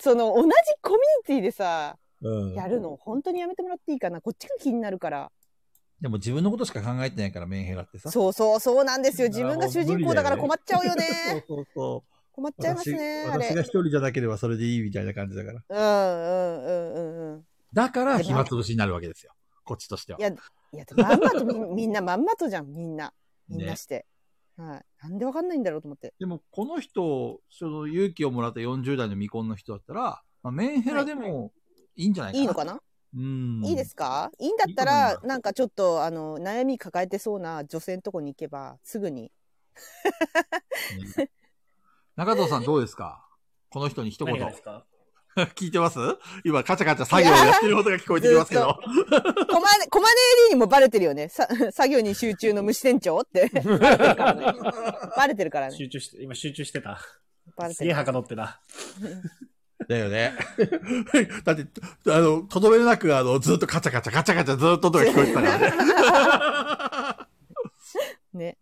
Speaker 5: その、同じコミュニティでさ、
Speaker 6: うん
Speaker 5: やるの、本当にやめてもらっていいかなこっちが気になるから。
Speaker 6: でも自分のことしか考えてないから、メンヘラってさ。
Speaker 5: そうそう、そうなんですよ。自分が主人公だから困っちゃうよね。
Speaker 6: そうそうそう。
Speaker 5: 困っちゃいますね、あ
Speaker 6: 私私が
Speaker 5: れ
Speaker 6: 一。人じゃなければそれでいいみたいな感じだか
Speaker 5: う
Speaker 6: ら。
Speaker 5: んうんうんうんうん。
Speaker 6: だから
Speaker 5: でも
Speaker 6: 暇つぶしになるわけですよ。こっちとしては。
Speaker 5: いや、いや、まんまとみ、みんなまんまとじゃん、みんな。みん
Speaker 6: ね
Speaker 5: な、して。はい。なんでわかんないんだろうと思って。
Speaker 6: でも、この人、その勇気をもらった40代の未婚の人だったら、まあ、メンヘラでもいいんじゃないかな。
Speaker 5: いいのかな
Speaker 6: うん。
Speaker 5: いいですかいいんだった
Speaker 6: いいと
Speaker 5: ら
Speaker 6: 思い、
Speaker 5: なんかちょっと、あの、悩み抱えてそうな女性のとこに行けば、すぐに。
Speaker 6: ね中藤さんどうですかこの人に一言
Speaker 4: 何がですか
Speaker 6: 聞いてます今カチャカチャ作業をやってる音が聞こえてきますけ
Speaker 5: いや
Speaker 6: ど。
Speaker 5: コマネ、コマネ AD にもバレてるよね。さ 作業に集中の虫店長って。バレてるからね。
Speaker 4: 集中して、今集中してた。
Speaker 5: バレ
Speaker 4: す
Speaker 5: て
Speaker 4: げえ
Speaker 5: る。
Speaker 4: はかどってた。
Speaker 6: だよね。だって、あの、とどめなく、あの、ずっとカチャカチャカチャカチャずっと音が聞こえてたからね。
Speaker 5: ね。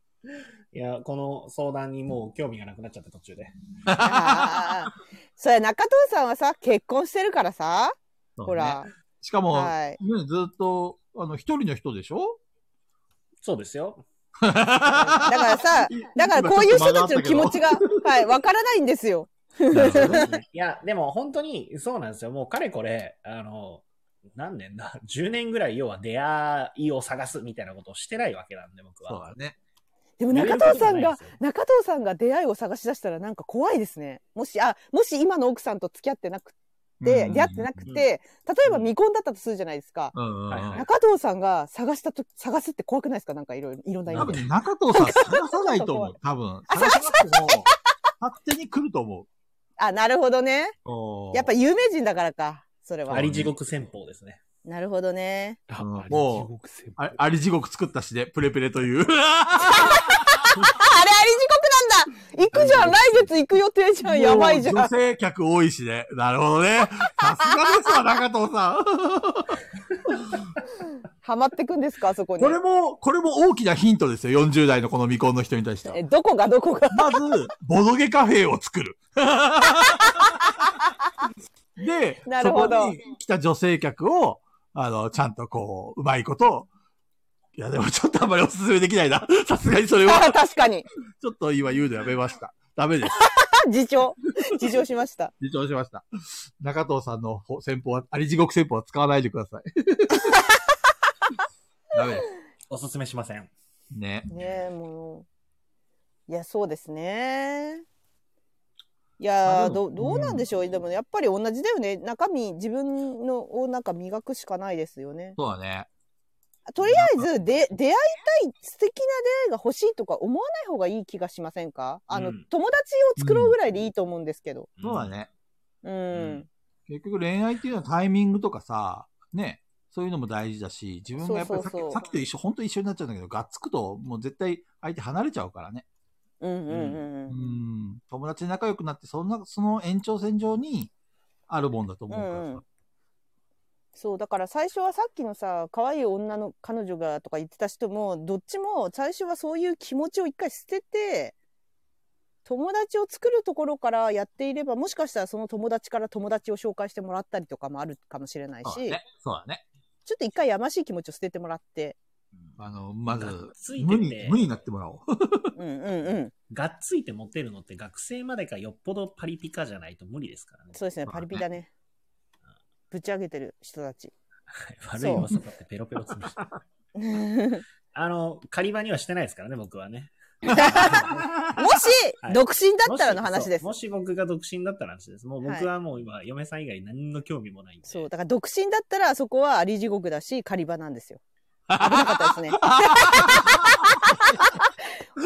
Speaker 4: いや、この相談にもう興味がなくなっちゃって途中で。
Speaker 5: あーそれ中藤さんはさ、結婚してるからさ、ほら。
Speaker 6: しかも、
Speaker 5: はい
Speaker 6: ねずっと、あの、一人の人でしょ
Speaker 4: そうですよ。
Speaker 5: だからさ、だからこういう人たちの気持ちが、はい、わからないんですよ。
Speaker 6: なるほどね
Speaker 4: いや、でも本当にそうなんですよ。もうかれこれ、あの、何年だ ?10 年ぐらい、要は出会いを探すみたいなことをしてないわけなんで、僕
Speaker 6: そう
Speaker 4: は。
Speaker 6: だね。
Speaker 5: でも
Speaker 4: やれ
Speaker 5: 中
Speaker 4: ること
Speaker 5: 藤さん
Speaker 4: ない
Speaker 5: が
Speaker 4: ですよ
Speaker 5: 中藤さんが出会いを探し出したらなんか怖いですね。もし、あ、もし今の奥さんと付き合ってなくて、出会ってなくて、例えば未婚だったとするじゃないですか。
Speaker 6: うんうんうん。
Speaker 4: はいはい
Speaker 5: 中藤さんが探したと、探すって怖くないですかなんかいろいろ、いろんな意
Speaker 6: 多
Speaker 5: 味で。
Speaker 6: 分、中藤さん探さない と思う。多分。探さなくても、勝手に来ると思う
Speaker 5: あ、なるほどね。
Speaker 6: おー。
Speaker 5: やっぱ有名人だからか。それは
Speaker 4: あ。り地獄戦法ですね。
Speaker 5: なるほどね。
Speaker 2: あ
Speaker 6: うん
Speaker 2: あれ
Speaker 6: もう
Speaker 2: 地獄戦
Speaker 6: あ、あり地獄作ったしで、プレプレとい
Speaker 5: あ、あ
Speaker 6: う。
Speaker 5: れあり地獄なんだ行くじゃん来月行く予定じゃんやばいじゃん
Speaker 6: もう女性客多いしね。なるほどね。さすがですわ、中藤さん。
Speaker 5: ハマってくんですかあそこに
Speaker 6: こ。れも、これも大きなヒントですよ。40代のこの未婚の人に対しては
Speaker 5: え、。どこがどこが。
Speaker 6: まず、ボドゲカフェを作 る。で、
Speaker 5: な
Speaker 6: そ
Speaker 5: る
Speaker 6: こ
Speaker 5: ほど
Speaker 6: に来た女性客を、あの、ちゃんとこう、うまいこと、いや、でもちょっとあんまりお勧めできないな。 さすがにそれは、
Speaker 5: あ 確かに。
Speaker 6: ちょっと今言うのやめました。ダメです。
Speaker 5: あ自重。自重しました。
Speaker 6: 自重しました。中藤さんのほ戦法は、あり地獄戦法は使わないでく ださい。ダメです。
Speaker 4: おすすめしません。
Speaker 6: ね。
Speaker 5: ねえ、もう。いや、そうですね。い
Speaker 6: まあ
Speaker 5: やー
Speaker 6: で
Speaker 5: ど
Speaker 6: も
Speaker 5: どうなんでしょう、でもやっぱり同じだよね中身自分のをなんか磨くしかないですよね
Speaker 6: そうだね。
Speaker 5: とりあえずで出会いたい素敵な出会いが欲しいとか思わない方がいい気がしませんかあの、
Speaker 4: うん
Speaker 5: 友達を作ろうぐらいでいいと思うんですけど
Speaker 6: そうだね。
Speaker 5: うん、
Speaker 6: 結局恋愛っていうのはタイミングとかさ、ね。そういうのも大事だし、自分がやっぱりさっき
Speaker 5: そうそうそう
Speaker 6: さっきと一緒、本当一緒になっちゃうんだけど、がっつくと、もう絶対相手離れちゃうからね。
Speaker 5: うんうんうん
Speaker 6: う
Speaker 5: うん
Speaker 6: ん。友達で仲良くなって、そんな、その延長線上にあるもんだと思うからさ。
Speaker 5: うんうんそうだから最初はさっきのさ可愛い女の彼女がとか言ってた人もどっちも最初はそういう気持ちを一回捨てて友達を作るところからやっていればもしかしたらその友達から友達を紹介してもらったりとかもあるかもしれないし、
Speaker 6: そうだね。そうだね。
Speaker 5: ちょっと一回やましい気持ちを捨ててもらって、
Speaker 6: あの、まず
Speaker 4: がっつ、いてて
Speaker 6: 無に、無になってもらおう。
Speaker 5: うんうんうん
Speaker 4: がっついてモテるのって学生までかよっぽどパリピカじゃないと無理ですからね。
Speaker 5: そうですねパリピだねぶち上げてる人たち
Speaker 4: 悪い噂だってペロペロつぶして。
Speaker 5: も
Speaker 4: あの、狩り場にはしてないですからね、僕はね。は
Speaker 5: し
Speaker 4: い
Speaker 5: 独身だったらの話です
Speaker 4: もしそうもし僕が独身だったらの話です。もう僕はもう今、嫁さん以外何の興味も ないんで。
Speaker 5: そうだから独身だったらあそこはあり地獄だし狩り場なんです よ危なかったですね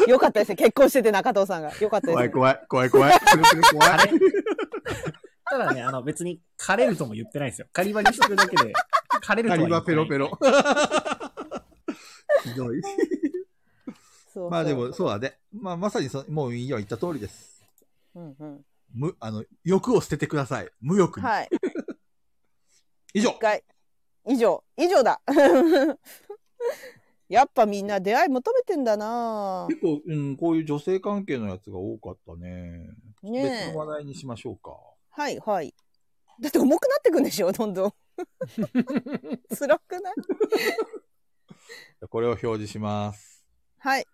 Speaker 5: よかったですね結婚してて中藤さんがよかったです
Speaker 6: 怖
Speaker 5: ね
Speaker 6: い怖い、怖い怖い。くるくる怖い。
Speaker 4: ただね、あの別に枯れるとも言ってないんですよ。狩り場にしてるだけで、枯れると
Speaker 6: カ
Speaker 4: は言って
Speaker 6: リ
Speaker 4: な
Speaker 6: バ
Speaker 4: い。
Speaker 6: ペロペロ。ひどい。
Speaker 5: そうそう
Speaker 6: まあでも、そうだね。まあまさにそ、もういいよ、言った通りです。
Speaker 5: うんうん
Speaker 6: 無、あの、欲を捨ててください。無欲に。
Speaker 5: はい
Speaker 6: 以上
Speaker 5: 一。回以上以上だ やっぱみんな出会い求めてんだな
Speaker 3: 結構、うん、こういう女性関係のやつが多かったね。
Speaker 5: ね
Speaker 6: 別
Speaker 5: え
Speaker 6: の話題にしましょうか。
Speaker 5: はいはいだって重くなってくんでしょどんどん 辛くない
Speaker 3: これを表示します。
Speaker 5: はい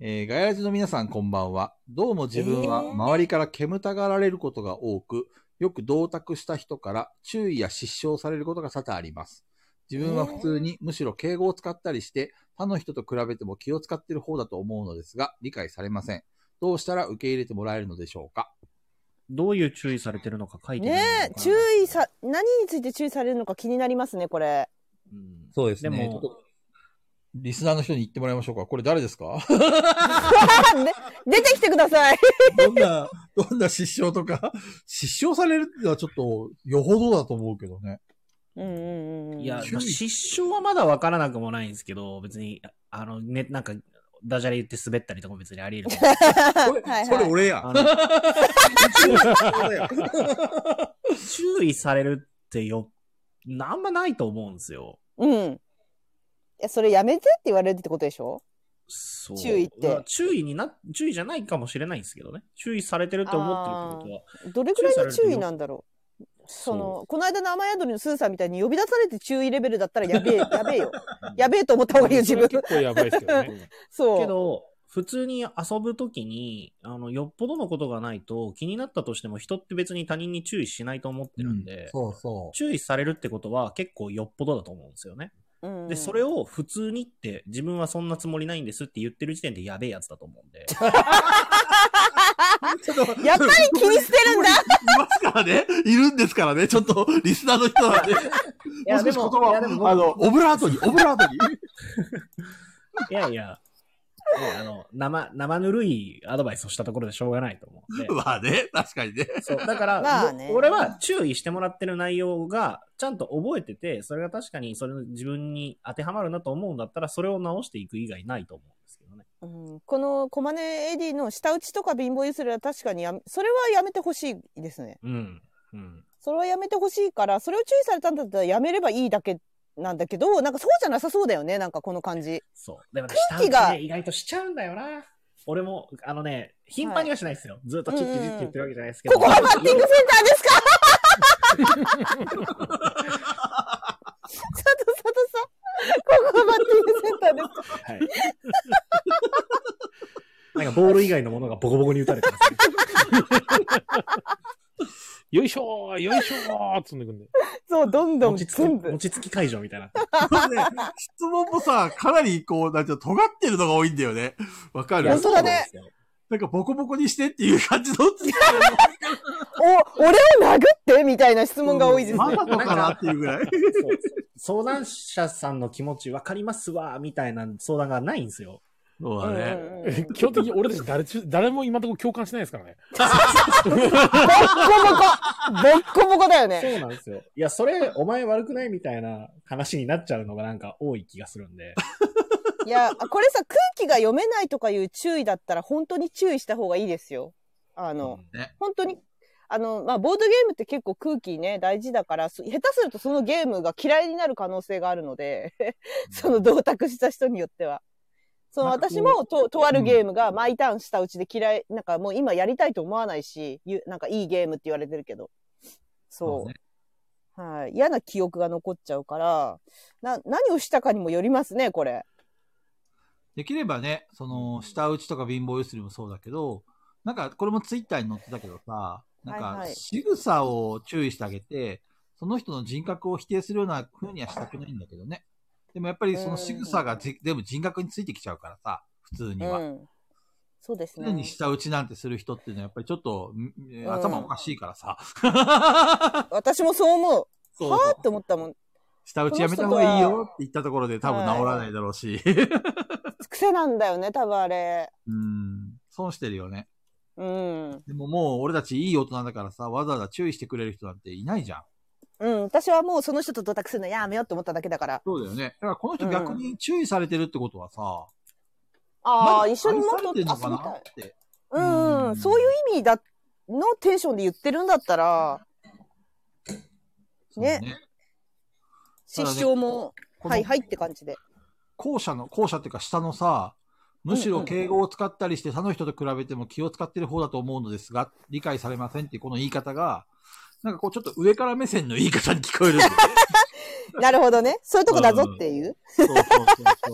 Speaker 3: えーガヤラジの皆さんこんばんは。どうも自分は
Speaker 5: えー
Speaker 3: 周りから煙たがられることが多く、よく同卓した人から注意や失笑されることが多々あります。自分は普通に、むしろ敬語を使ったりして、他の人と比べても気を使ってる方だと思うのですが、理解されません。どうしたら受け入れてもらえるのでしょうか
Speaker 4: どういう注意されてるのか書いてない
Speaker 5: ね
Speaker 4: のかな
Speaker 5: え注意さ何について注意されるのか気になりますねこれ
Speaker 4: うん
Speaker 3: そうです
Speaker 4: ね
Speaker 3: ね。
Speaker 4: ちょっと
Speaker 3: リスナーの人に言ってもらいましょうか。これ誰ですか
Speaker 5: で出てきてください。
Speaker 6: どんな、どんな失笑とか、 失笑されるのはちょっと、よほどだと思うけどね。
Speaker 5: うんうんうん。
Speaker 4: い や、
Speaker 6: 注
Speaker 4: まあ
Speaker 6: 意
Speaker 4: 失笑はまだわからなくもないんですけど、別に、あの、ね、なんか、ダジャレ言って滑ったりとかも別にあり得ると 思うんですけど。
Speaker 5: は
Speaker 6: これ、
Speaker 5: いはい。
Speaker 6: それ俺や。
Speaker 4: あの注意されるってよ、あんまないと思うんですよ。
Speaker 5: うん。いや、それやめてって言われるってことでしょ
Speaker 4: そう
Speaker 5: 注意って
Speaker 4: だから注意にな、注意じゃないかもしれないんですけどね。注意されてると思ってるってことは。
Speaker 5: どれくらいの注意なんだろう
Speaker 4: そ
Speaker 5: そうの、この間の雨宿りのスーさんみたいに呼び出されて注意レベルだったらやべえ、やべえよ。やべえと思った方がいいよ、自分
Speaker 2: それ。は結構やばいですけどね。
Speaker 5: そう。
Speaker 4: けど、普通に遊ぶときに、あの、よっぽどのことがないと、気になったとしても人って別に他人に注意しないと思 ってるんで、
Speaker 6: そうそ
Speaker 4: 注意されるってことは結構よっぽどだと思うんですよね。
Speaker 5: うん
Speaker 4: で、それを普通にって、自分はそんなつもりないんですって言ってる時点でやべえやつだと思うん で。
Speaker 6: う。ちょっと待って
Speaker 5: やっぱり気にしてるんだ
Speaker 6: いますからね。いるんですからね。ちょっと、リスナーの人なんで。も
Speaker 4: いや
Speaker 6: う少し言葉
Speaker 4: でもいやでも
Speaker 6: を、あの、オブラートに、オブラートに。
Speaker 4: いやいや、ねあの、生、生ぬるいアドバイスをしたところでしょうがないと思うん で。
Speaker 6: まあね、確かにね。
Speaker 4: そう。だから、
Speaker 5: まあね
Speaker 4: ぼ俺は注意してもらってる内容が、ちゃんと覚えてて、それが確かにそれ自分に当てはまるなと思うんだったら、それを直していく以外ないと思うんですけどね。
Speaker 5: うんこのコマネ AD の舌打ちとか貧乏ゆすりは確かにやめそれはやめてほしいですね。
Speaker 4: うん。うん。
Speaker 5: それはやめてほしいからそれを注意されたんだったらやめればいいだけなんだけどなんかそうじゃなさそうだよねなんかこの感じ。
Speaker 4: そう。でもね、
Speaker 5: 空気が
Speaker 4: 下打ちね、意外としちゃうんだよな。俺も、あのね、頻繁にはしないですよ。ずっとチッチチッチ言ってるわけじゃないですけど。
Speaker 5: ここはバッティングセンターですか佐藤佐藤さんここはバッティングセンターですか
Speaker 4: はい。なんかボール以外のものがボコボコに打たれてます、ね。
Speaker 2: よいしょーよいしょーっつんでくんで。
Speaker 5: そうどんどん
Speaker 4: 餅つき、
Speaker 5: 全部
Speaker 4: 餅つき会場みたいな。
Speaker 6: そうね質問もさ、かなりこう、なんていうの尖ってるのが多いんだよね。わかる
Speaker 5: いやそうだね
Speaker 4: そうなんですよ
Speaker 6: なんかボコボコにしてっていう 感じの。
Speaker 5: お俺を殴ってみたいな質問が多いですね。
Speaker 6: まだとかなっていうぐら
Speaker 4: そ
Speaker 6: い。
Speaker 4: う相談者さんの気持ち分かりますわ、みたいな相談がないんですよ。
Speaker 6: そう
Speaker 5: う
Speaker 6: だ
Speaker 5: ん
Speaker 6: ね。
Speaker 5: うんうん
Speaker 2: 基本的に俺たち誰ち 誰も今のところ共感してないですからね。
Speaker 5: ボッコボコボッコボコだよ
Speaker 4: そ
Speaker 5: ね。
Speaker 4: うなんですよ。いや、それ、お前悪くないみたいな話になっちゃうのがなんか多い気がするんで。
Speaker 5: いや、これさ、空気が読めないとかいう注意だったら、本当に注意した方がいいですよ。あの、
Speaker 6: ね
Speaker 5: 本当に、あの、まあ、ボードゲームって結構空気ね、大事だから、そ下手するとそのゲームが嫌いになる可能性があるので、 その同卓した人によっては。その
Speaker 4: なんかこう
Speaker 5: 私もと、とあるゲームが毎ターンしたうちで嫌い、なんかもう今やりたいと思わないし、ゆなんかいいゲームって言われてるけど。そう。
Speaker 6: そうね
Speaker 5: はい、嫌な記憶が残っちゃうから、な、何をしたかにもよりますね、これ。
Speaker 6: できればね、その、舌打ちとか貧乏ゆすりもそうだけど、なんか、これもツイッターに載ってたけどさ、なん
Speaker 5: はい
Speaker 6: か
Speaker 5: は、い
Speaker 6: 仕草を注意してあげて、その人の人格を否定するような風にはしたくないんだけどね。でもやっぱりその仕草がじ全部人格についてきちゃうからさ、普通に
Speaker 5: う
Speaker 6: は。
Speaker 5: ん。そうです
Speaker 6: 常に
Speaker 5: ね。
Speaker 6: 舌打ちなんてする人っていうのはやっぱりちょっと、ん
Speaker 5: ん
Speaker 6: 頭おかしいか らさ。
Speaker 5: 私もそう思う。
Speaker 6: そう
Speaker 5: はあって思ったもん。
Speaker 6: 舌打ちやめた方がいいよって言ったところで多分治らないだろうし。
Speaker 5: 癖なんだよね、多分あれ。
Speaker 6: うん。損してるよね。
Speaker 5: うん。
Speaker 6: でももう俺たちいい大人だからさ、わざわざ注意してくれる人なんていないじゃん。
Speaker 5: うん、私はもうその人と同卓するのやめようって思っただけだから。
Speaker 6: そうだよね。だからこの人逆に注意されてるってことはさ、
Speaker 5: あ
Speaker 6: ま
Speaker 5: あ、
Speaker 6: だ
Speaker 5: 一緒にもっと
Speaker 6: 愛されてんのか
Speaker 5: 遊び
Speaker 6: な
Speaker 5: た
Speaker 6: っ
Speaker 5: い。
Speaker 6: て。
Speaker 5: うん、うん、そういう意味だ、のテンションで言ってるんだったら、
Speaker 6: そうね。ただね
Speaker 5: 失笑も、
Speaker 6: この
Speaker 5: はいはいって感じで。
Speaker 6: 後者の、後者っていうか下のさ、むしろ敬語を使ったりして他の人と比べても気を使ってる方だと思うのですが、理解されませんっていうこの言い方が、なんかこうちょっと上から目線の言い方に聞こえるんだよね。
Speaker 5: なるほどね。そういうとこだぞっていう。
Speaker 6: そうそうそう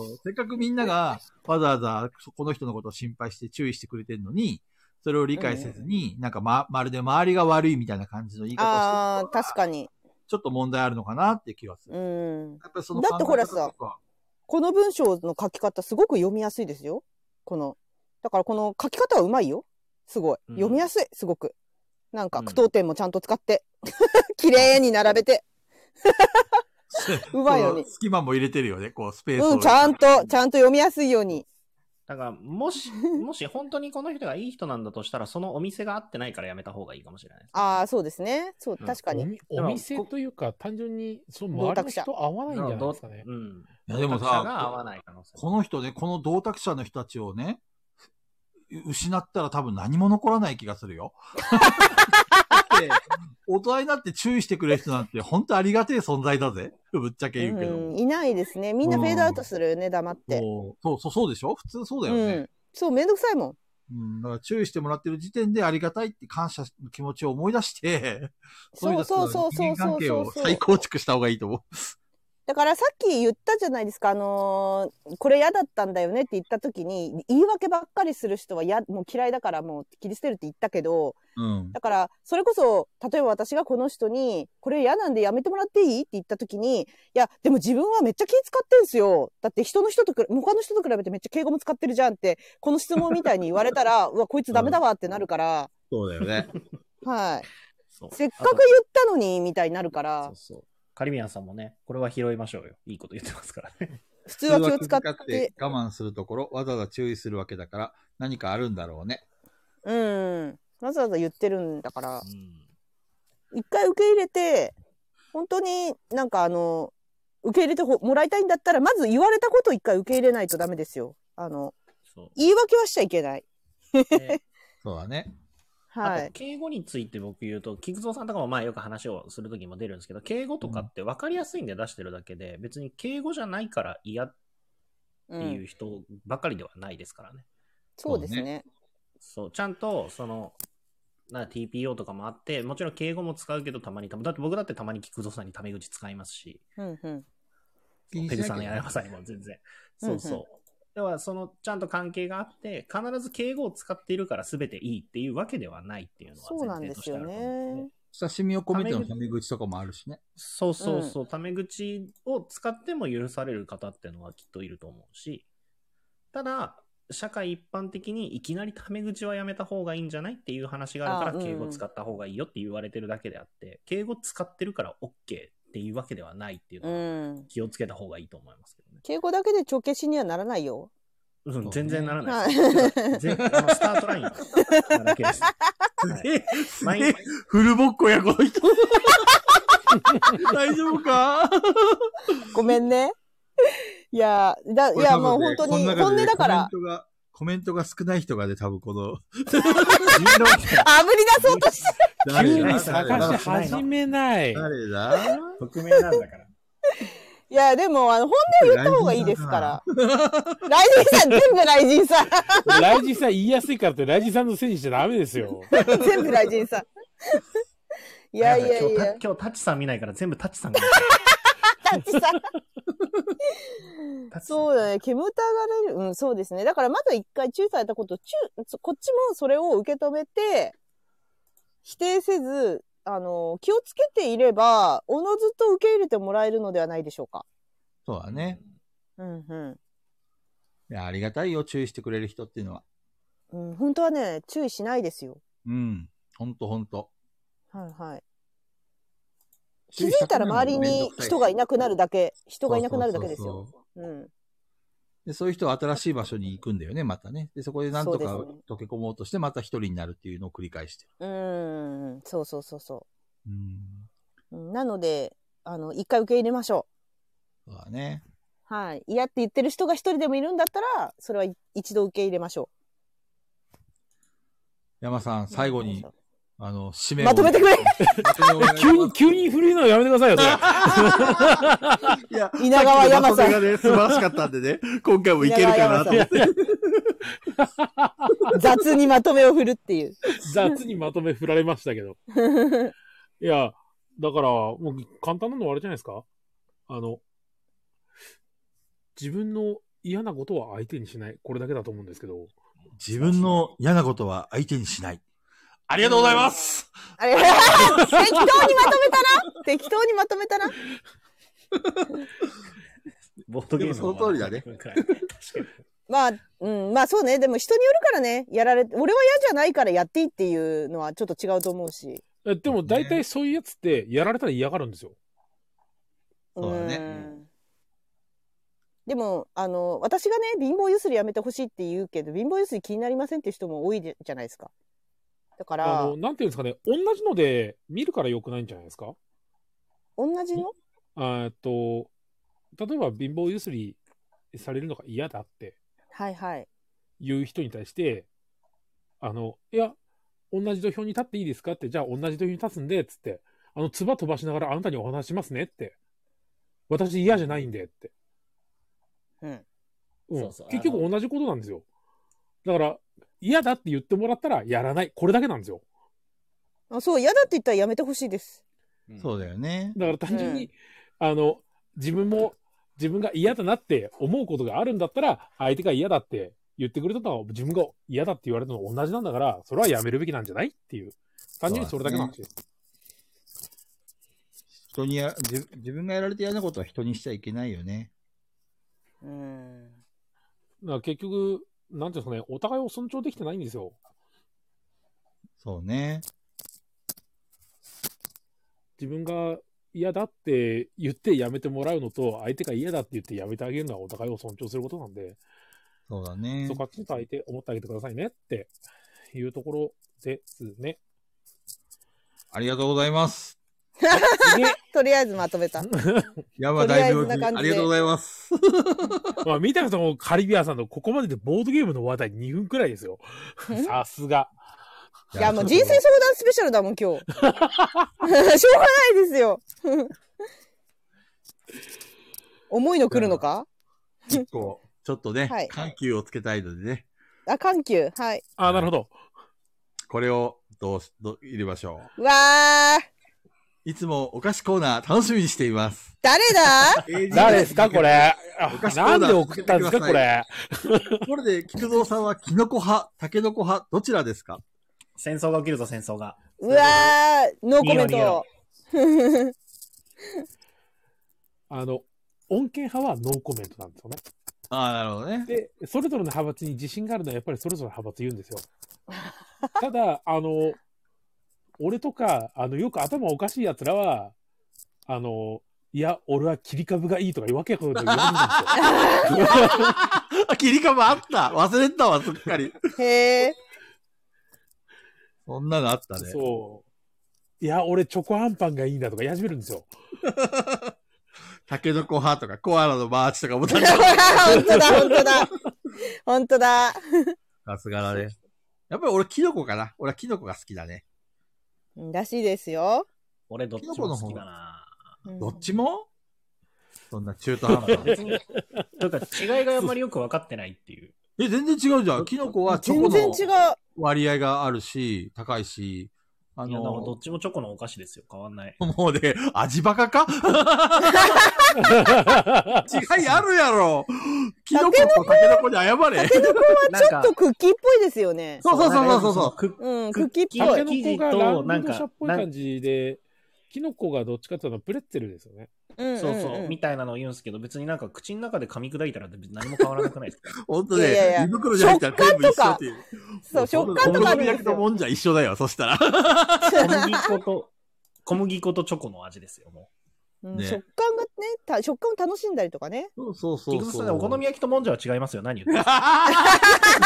Speaker 6: そう。せっかくみんながわざわざこの人のことを心配して注意してくれてるのに、それを理解せずに、なんかま、まるで周りが悪いみたいな感じの言い方を
Speaker 5: ああ、確かに。
Speaker 6: して、ちょっと問題あるのかなっていう気がする。
Speaker 5: うん。
Speaker 6: やっぱりその
Speaker 5: だってほらさ
Speaker 6: 考え方とか
Speaker 5: この文章の書き方すごく読みやすいですよ。この。だからこの書き方はうまいよ。すごい。
Speaker 4: うん
Speaker 5: 読みやすい、すごく。なんか
Speaker 4: うん
Speaker 5: 句読点もちゃんと使って。 綺麗に並べて。 うまいよね
Speaker 6: こ。隙間も入れてるよね、こうスペースを。
Speaker 5: うん、ちゃんと、ちゃんと読みやすいように。
Speaker 4: だから、も し、もし本当にこの人がいい人なんだとしたら、そのお店が合ってないからやめた方がいいかもしれないです。
Speaker 5: ああ、そうですね。そう、
Speaker 4: うん
Speaker 5: 確か
Speaker 2: お
Speaker 5: に。
Speaker 2: みお店というか、単純に、その周りの人合わないんじゃないですかね。
Speaker 4: うん。
Speaker 6: いやでも
Speaker 4: 作
Speaker 6: さ
Speaker 4: 者が合わない可能性
Speaker 6: この人ね、この同卓者の人たちをね、失ったら多分何も残らない気がす るよ。だって大人になって注意してくれる人なんて本当ありがてえ存在だぜ。ぶっちゃけ言うけど。
Speaker 5: うん、いないですね。みんなフェードアウトするよね、黙って。
Speaker 6: そうそうそう、そうでしょ普通そうだ
Speaker 5: う
Speaker 6: よね、
Speaker 5: ん。そう、めんどくさいもん。
Speaker 6: うんだから注意してもらってる時点でありがたいって感謝の気持ちを思い出して、
Speaker 5: そうそうそうそうそ
Speaker 6: 人間関
Speaker 5: う
Speaker 6: 係
Speaker 5: そう
Speaker 6: を
Speaker 5: そう
Speaker 6: 再。構築した方がいいと思う。
Speaker 5: だからさっき言ったじゃないですか、あのーこれ嫌だったんだよねって言った時に、言い訳ばっかりする人はやもう嫌いだからもう切り捨てるって言ったけど、
Speaker 6: うん。
Speaker 5: だから、それこそ、例えば私がこの人に、これ嫌なんでやめてもらっていいって言った時に、いや、でも自分はめっちゃ気使ってんすよ。だって人の人とく、他の人と比べてめっちゃ敬語も使ってるじゃんって、この質問みたいに言われた ら、うわ、こいつダメだわってなるから、
Speaker 6: そうだよね。
Speaker 5: はい。
Speaker 4: そう
Speaker 5: せっかく言ったのに、みたいになるか
Speaker 4: あと
Speaker 5: ら
Speaker 4: そう、そう。カリビアンさんもね、これは拾いましょうよ。いいこと言ってますからね。
Speaker 5: 普通は気を使っ
Speaker 6: 普通は気遣
Speaker 5: て、
Speaker 6: 我慢するところ、わざわざ注意するわけだから、何かあるんだろうね。
Speaker 5: うん。わざわざ言ってるんだから
Speaker 4: う、ん
Speaker 5: 一回受け入れて、本当になんかあの、受け入れてほもらいたいんだったら、まず言われたことを一回受け入れないとダメですよ。あの、
Speaker 4: そう
Speaker 5: 言い訳はしちゃいけない。
Speaker 4: で
Speaker 6: そうだね。
Speaker 5: は
Speaker 4: あと
Speaker 5: い。
Speaker 4: 敬語について僕言うと、菊蔵さんとかも前よく話をするときも出るんですけど、敬語とかって分かりやすいんで出してるだけで、別に敬語じゃないから嫌って
Speaker 5: う
Speaker 4: い
Speaker 5: ん、
Speaker 4: う人ばかりではないですからね。
Speaker 5: そうですね。
Speaker 4: そう、ちゃんと、その、な TPO とかもあって、もちろん敬語も使うけど、たまに、だって僕だってたまに菊蔵さんにタメ口使いますし、
Speaker 5: うんうん。
Speaker 6: 気にし
Speaker 4: ペグ
Speaker 6: なきゃ
Speaker 4: さんや山さんにも全然。そうそう。
Speaker 5: うん
Speaker 4: では、その、ちゃんと関係があって、必ず敬語を使っているから全ていいっていうわけではないっていうのは
Speaker 5: そうなん
Speaker 4: 前
Speaker 5: で
Speaker 4: 提と
Speaker 5: す
Speaker 4: してあ
Speaker 5: よ
Speaker 4: ると思うんで
Speaker 5: ね。。
Speaker 6: 親しみを込めてのタメ口とかもあるしね。
Speaker 4: そうそうそう、タメ口を使っても許される方っていうのはきっといると思うし、ただ、社会一般的にいきなりタメ口はやめた方がいいんじゃないっていう話がある
Speaker 5: あ
Speaker 4: か
Speaker 5: う
Speaker 4: ら、
Speaker 5: ん
Speaker 4: 敬語使った方がいいよって言われてるだけであって、敬語使ってるから OK っていうわけではないっていう
Speaker 5: う
Speaker 4: のは
Speaker 5: ん。
Speaker 4: 気をつけた方がいいと思いますけどね。
Speaker 5: 敬語だけで帳消しにはならないよ。
Speaker 4: うん、
Speaker 6: ね
Speaker 4: 全然ならな
Speaker 5: はいい
Speaker 4: です。 全あのスタートラインなだけです。はい毎日
Speaker 6: フルボッコや、この人。大丈夫か
Speaker 5: ごめんね。 いや、だ、いや、もう本当に本音だから、
Speaker 6: コメントが、コメントが少ない人がね、多分 この、
Speaker 5: 炙り出そうとして
Speaker 2: 急
Speaker 4: 誰
Speaker 2: に
Speaker 4: だ
Speaker 2: 探し始めない。
Speaker 6: 誰だ
Speaker 4: 匿名なんだから。
Speaker 5: いや、でも、あの、本音を言った方がいいです から。雷神さん、全部雷神さん。
Speaker 2: ライジンさん言いやすいからって、ライジンさんのせいにしちゃダメですよ。
Speaker 5: 全部雷神さん。い
Speaker 4: い
Speaker 5: やいやい
Speaker 4: 今
Speaker 5: や
Speaker 4: 日、た今日タッチさん見ないから全部タッチさんが見
Speaker 5: タッチさん。
Speaker 4: てる。タッチさん
Speaker 5: そうだね。煙たがれる。うん、そうですね。だからまず一回注意されたこと、注そこっちもそれを受け止めて、否定せず、あの、気をつけていれば、おのずと受け入れてもらえるのではないでしょうか。
Speaker 6: そうだね。
Speaker 5: うんうん。
Speaker 6: いや、ありがたいよ、注意してくれる人っていうのは。
Speaker 5: うん、本当はね、注意しないですよ。
Speaker 6: うん。ほんとほんと。
Speaker 5: はいはい。気づいたら周りに人がいなくなるだけ、人がいなくなるだけですよ。うん。
Speaker 6: で、そういう人は新しい場所に行くんだよね、またね。で、そこでなんとか
Speaker 5: そうですね
Speaker 6: 溶け込もうとして、また一人になるっていうのを繰り返してる。
Speaker 5: うん、そうそうそうそ
Speaker 6: うん。
Speaker 5: う。うんなので、あの、一回受け入れましょ
Speaker 6: そうだね。
Speaker 5: う。はい。嫌って言ってる人が一人でもいるんだったら、それは一度受け入れましょ
Speaker 6: 山さん、
Speaker 5: う。
Speaker 6: 最後に、あの、締めを
Speaker 5: まとめてくれ
Speaker 6: まとめをお願いし
Speaker 2: 急
Speaker 6: ま
Speaker 2: に、
Speaker 6: す
Speaker 2: 急に振るのやめてくださいよ、それ。
Speaker 6: いや、
Speaker 5: 稲川山さん
Speaker 6: さっきのまとめがね、素晴らしかったんでね、今回もいけるかなと思って。
Speaker 5: 雑にまとめを振るっていう。
Speaker 2: 雑にまとめ振られましたけど。いや、だから、もう簡単なのはあれじゃないですかあの、自分の嫌なことは相手にしない。これだけだと思うんですけど。
Speaker 6: 自分の嫌なことは相手にしない。ありがとうございます
Speaker 5: あれ適当にまとめたな適当にまとめたな
Speaker 4: ボードゲームの
Speaker 6: でもその通りだね
Speaker 4: くらい確かに。
Speaker 5: まあ、うん、まあそうね。でも人によるからね、やられて、俺は嫌じゃないからやっていいっていうのはちょっと違うと思うし。
Speaker 2: えでも大体そういうやつって、やられたら嫌がるんですよ。
Speaker 6: そうだね
Speaker 5: んでも、あの、私がね、貧乏ゆすりやめてほしいって言うけど、貧乏ゆすり気になりませんって人も多いじゃないですか。だか
Speaker 2: あ
Speaker 5: ら
Speaker 2: の、、なんていうんですかね、同じので見るから良くないんじゃないですか
Speaker 5: 同じの
Speaker 2: あーっと、例えば貧乏ゆすりされるのが嫌だって
Speaker 5: はいはい。
Speaker 2: いう人に対して、あの、いや、同じ土俵に立っていいですかって、じゃあ同じ土俵に立つんで、つって、あの、唾飛ばしながらあなたにお話しますねって。私嫌じゃないんでって。
Speaker 5: うん。
Speaker 2: うん。
Speaker 4: そうそう
Speaker 2: 結局同じことなんですよ。だから、嫌だって言ってもらったらやらない。これだけなんですよ。
Speaker 5: あそう、嫌だって言ったらやめてほしいです。
Speaker 6: そうだよね。
Speaker 2: だから単純に、
Speaker 5: う
Speaker 2: あの、自分も、自分が嫌だなって思うことがあるんだったら、相手が嫌だって言ってくれたのは、自分が嫌だって言われたのと同じなんだから、それはやめるべきなんじゃないっていう。単純にそれだけの話です。
Speaker 6: 人にや自、自分がやられて嫌なことは人にしちゃいけないよね。
Speaker 5: うん。
Speaker 2: だから結局、なんていうんですかね、お互いを尊重できてないんですよ。
Speaker 6: そうね。
Speaker 2: 自分が嫌だって言ってやめてもらうのと、相手が嫌だって言ってやめてあげるのはお互いを尊重することなんで、
Speaker 6: そうだね
Speaker 2: そ。こはきちんと相手、思ってあげてくださいねっていうところですね。
Speaker 6: ありがとうございます。
Speaker 2: 次
Speaker 5: とりあえずまとめた。
Speaker 6: やばい、
Speaker 5: とりあ
Speaker 6: だ
Speaker 5: え
Speaker 6: い
Speaker 5: ず
Speaker 6: ぶ
Speaker 5: な感じで
Speaker 6: ありがとうございます。
Speaker 2: まあ、三谷さんもカリビアさんのここまででボードゲームの話題2分くらいですよ。さすが。
Speaker 5: いや、もう人生相談スペシャルだもん、今日。し ょうがないですよ。思いの来るのか
Speaker 6: 一個、ちょっとね、
Speaker 5: はい
Speaker 6: 緩急をつけたいのでね、
Speaker 5: あ、緩急。はい。
Speaker 2: あなるほど。
Speaker 6: これをどうし、どう入れましょう。
Speaker 5: わー、
Speaker 6: いつもお菓子コーナー楽しみにしてい ます。
Speaker 5: 誰 だ
Speaker 2: 誰ですかこれ。
Speaker 6: お菓子コ
Speaker 2: な
Speaker 6: ーナー
Speaker 2: んで送ったんですかこれ。
Speaker 6: これで、菊蔵さんはキノコ派、タケノコ派、どちらですか
Speaker 4: 戦争が起きるぞ、戦争が。
Speaker 5: うわー、ノーコメン
Speaker 4: いいよ
Speaker 5: ト。
Speaker 2: あの、恩恵派はノーコメントなんですよね。
Speaker 6: ああ、なるほどね。
Speaker 2: で、それぞれの派閥に自信があるのはやっぱりそれぞれの派閥言うん ですよ。ただ、あの、俺とか、あの、よく頭おかしい奴らは、あの、いや、俺は切り株がいいとか言うわけこと言われるんですよ。
Speaker 6: あ、切り株あった忘れてたわ、すっかり。
Speaker 5: へー。
Speaker 6: そんなのあったね。
Speaker 2: そう。いや、俺チョコアンパンがいいんだとか言い始めるんです よ。
Speaker 6: タケノコ派とか、コアラのマーチとか も
Speaker 5: 本当だ、本当だ。本当だ。
Speaker 6: さすがだね。やっぱり俺、キノコかな。俺はキノコが好きだね。
Speaker 5: らしいですよ。
Speaker 4: 俺どっちも好きだな。
Speaker 5: うん
Speaker 6: どっちもそんな中途半 端。
Speaker 4: なんか違いがあんまりよく分かってないっていう。
Speaker 6: え、全然違うじゃん。キノコはチョコ
Speaker 5: 全然違う
Speaker 6: の。割合があるし、高いし、あ
Speaker 4: いや、でもど
Speaker 6: の、
Speaker 4: っちもチョコのお菓子ですよ。変わんない。
Speaker 6: もうね、味バカか違いあるやろキノコとタケノコに謝れ
Speaker 4: なん
Speaker 5: ちょっとクッキーっぽいですよね。
Speaker 6: そうそうそうそうそう。
Speaker 4: クッ
Speaker 5: うん、
Speaker 4: ク
Speaker 5: ク
Speaker 4: ッ
Speaker 5: ッ
Speaker 4: キ
Speaker 5: キ
Speaker 4: ー
Speaker 5: ー
Speaker 4: っ
Speaker 5: っ
Speaker 4: ぽ
Speaker 5: ぽ
Speaker 4: い
Speaker 5: い。
Speaker 2: タケノコがラン
Speaker 4: なん
Speaker 2: ド
Speaker 4: か
Speaker 2: 社っぽい感じで、キノコがどっちかっていうとプレッツェルですよ ね。
Speaker 5: うん
Speaker 4: そうそう、
Speaker 5: うんうん
Speaker 4: みたいなのを言うんですけど、別になんか口の中で噛み砕いたら別に何も変わらなくないですか
Speaker 6: ほんと
Speaker 5: いやいやい
Speaker 6: ね、
Speaker 5: や
Speaker 6: 胃袋に入ったら全部一緒っていう。
Speaker 5: そう、食感とかあ
Speaker 6: お好
Speaker 5: る
Speaker 6: み
Speaker 5: んで
Speaker 6: 焼き
Speaker 5: す
Speaker 6: と
Speaker 5: よ。
Speaker 6: もんじゃ一緒だよ、そしたら。
Speaker 4: 小麦粉と、小麦粉とチョコの味ですよ、も
Speaker 5: うん
Speaker 6: ね
Speaker 5: 食感がねた、食感を楽しんだりとか ね。
Speaker 6: そうそう
Speaker 4: う。
Speaker 6: そ
Speaker 4: 結
Speaker 6: う
Speaker 4: 局そ
Speaker 6: そ。
Speaker 4: うれお好み焼きともんじゃは違いますよ、何言って
Speaker 5: あ、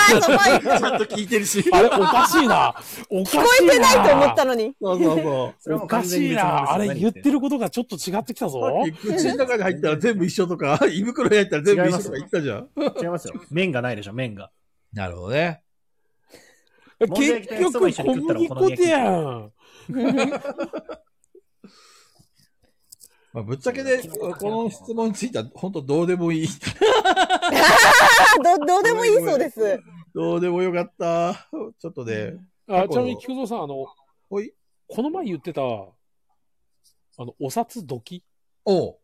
Speaker 5: そこは
Speaker 6: ちゃんと聞いてるし。
Speaker 2: あれ、おかしいな。おかしいな。
Speaker 5: 聞こえてないと思ったの に。
Speaker 6: そうそうそう。
Speaker 4: それはも
Speaker 2: お
Speaker 4: う
Speaker 2: か
Speaker 4: 完全に
Speaker 2: しい
Speaker 4: 別物です
Speaker 2: な。
Speaker 4: よ
Speaker 2: あれ言って
Speaker 4: 何
Speaker 2: ることがちょっと違ってきたぞ。
Speaker 6: 口の中に入ったら全部一緒とか、胃袋に入ったら全部一緒とか言ったじゃん。
Speaker 4: 言って違いますよ。麺がないでしょ、麺が。
Speaker 6: なるほどね。
Speaker 4: もんじゃ
Speaker 2: 結
Speaker 4: 焼きと
Speaker 2: 局
Speaker 4: 焼きそば一緒
Speaker 2: 小
Speaker 4: に食ったらお
Speaker 2: 麦
Speaker 4: 好み
Speaker 2: 粉
Speaker 4: 焼き
Speaker 2: でやん。
Speaker 6: まあ、ぶっちゃけね、この質問については本当どうでもいい。
Speaker 5: あ、ど、どうでもいいそうです。
Speaker 6: どうでもよかった。ちょっとね、
Speaker 2: あ
Speaker 6: 過去
Speaker 2: ちなみに菊蔵さん、あの、
Speaker 6: ほい。
Speaker 2: この前言ってた、あの、お札どき
Speaker 6: おう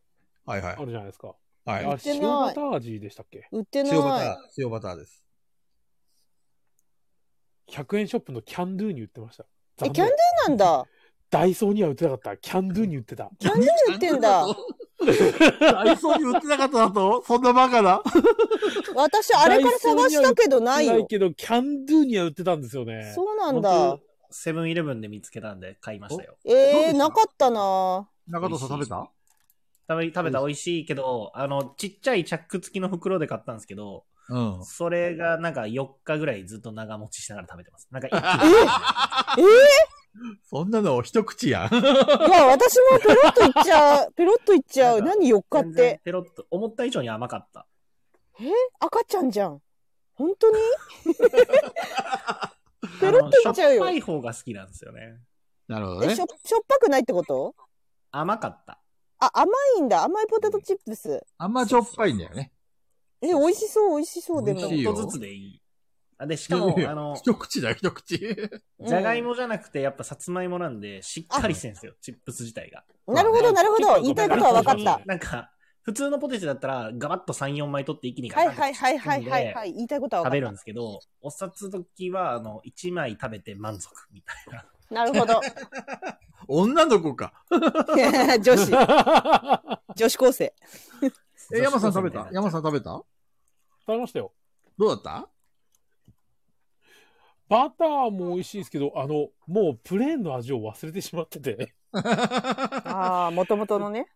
Speaker 6: はいは
Speaker 2: あるじゃないですか。
Speaker 6: い。は
Speaker 2: あ
Speaker 6: い。
Speaker 2: れ、
Speaker 5: てな
Speaker 2: 塩
Speaker 5: い
Speaker 2: バター味でしたっけ
Speaker 5: 売って
Speaker 6: 塩バター
Speaker 5: な、
Speaker 6: 塩バターです。
Speaker 2: ?100 円ショップのキャンドゥに売ってました。
Speaker 5: い。え、
Speaker 2: 残
Speaker 5: キャン
Speaker 2: 念
Speaker 5: ドゥなんだ。
Speaker 2: ダイソーには売ってなかった。キャンドゥに売ってた。
Speaker 5: キャンドゥ売ってんだ。
Speaker 6: ダイソーに売ってなかっただとそんなバカな。
Speaker 5: 私、あれから探したけどない
Speaker 2: ない
Speaker 5: よ。
Speaker 2: けど、キャンドゥには売ってたんですよね。
Speaker 5: そうなんだ。
Speaker 4: セブンイレブンで見つけたんで買いましたよ。
Speaker 5: えー、なかったな
Speaker 6: 中藤さん食べた
Speaker 4: 食べ食べた美味しいけど、あの、ちっちゃいチャック付きの袋で買ったんですけど、
Speaker 6: うん。
Speaker 4: それがなんか4日ぐらいずっと長持ちしながら食べてます。なんか一
Speaker 5: え
Speaker 4: 気
Speaker 5: い
Speaker 4: に。
Speaker 6: そんなの一口や
Speaker 5: や、
Speaker 6: ん。
Speaker 5: 私もペロッといっちゃう。ペロッといっちゃう。何4日っ
Speaker 4: 全然
Speaker 5: て。
Speaker 4: ペロッと、思った以上に甘かった。
Speaker 5: 赤ちゃんじゃん。本当にペ
Speaker 4: あ
Speaker 5: ロッ
Speaker 4: の
Speaker 5: といっちゃう
Speaker 4: しょ
Speaker 5: よ
Speaker 4: っぱ。い方が好きなんですよね。
Speaker 6: なるほ
Speaker 5: え、しょ、しょっぱくないってこと
Speaker 4: 甘かった。
Speaker 5: あ、甘いんだ。甘いポテトチップス。
Speaker 6: あんましょっぱいんだよね。
Speaker 5: え、美味しそう、美味しそう、で
Speaker 6: 美
Speaker 4: ちょ
Speaker 5: も。
Speaker 4: っ
Speaker 6: 味しいよ
Speaker 4: とずつでいい。あで、しかも、あの、
Speaker 6: 一口だよ、一口。
Speaker 5: うん
Speaker 4: じゃがいもじゃなくて、やっぱさつまいもなんで、しっかりしてんすよ、チップス自体が。
Speaker 5: なるほど、なるほど。言いたいことは分か
Speaker 4: 結構
Speaker 5: った
Speaker 4: ごめんなさい。なんか、普通のポテチだったら、ガバッと3、4枚取って一気にガ
Speaker 5: はい
Speaker 4: バッと
Speaker 5: はいはいは
Speaker 4: 包ん
Speaker 5: いはい
Speaker 4: で
Speaker 5: はい。言いたいことは
Speaker 4: 食べ
Speaker 5: 分か
Speaker 4: るん
Speaker 5: っ
Speaker 4: ですけど、お札時は、あの、1枚食べて満足みたいな。
Speaker 5: た。なるほど。
Speaker 6: 女の子か。
Speaker 5: 女 子、女子高生。
Speaker 6: え、山さん食
Speaker 4: 女子高生み
Speaker 6: べた
Speaker 4: いな
Speaker 6: 山さん食べた
Speaker 2: 食べましたよ。
Speaker 6: どうだ った
Speaker 2: バターも美味しいですけど、あの、もうプレーンの味を忘れてしまってて。
Speaker 5: ああ、もともとのね。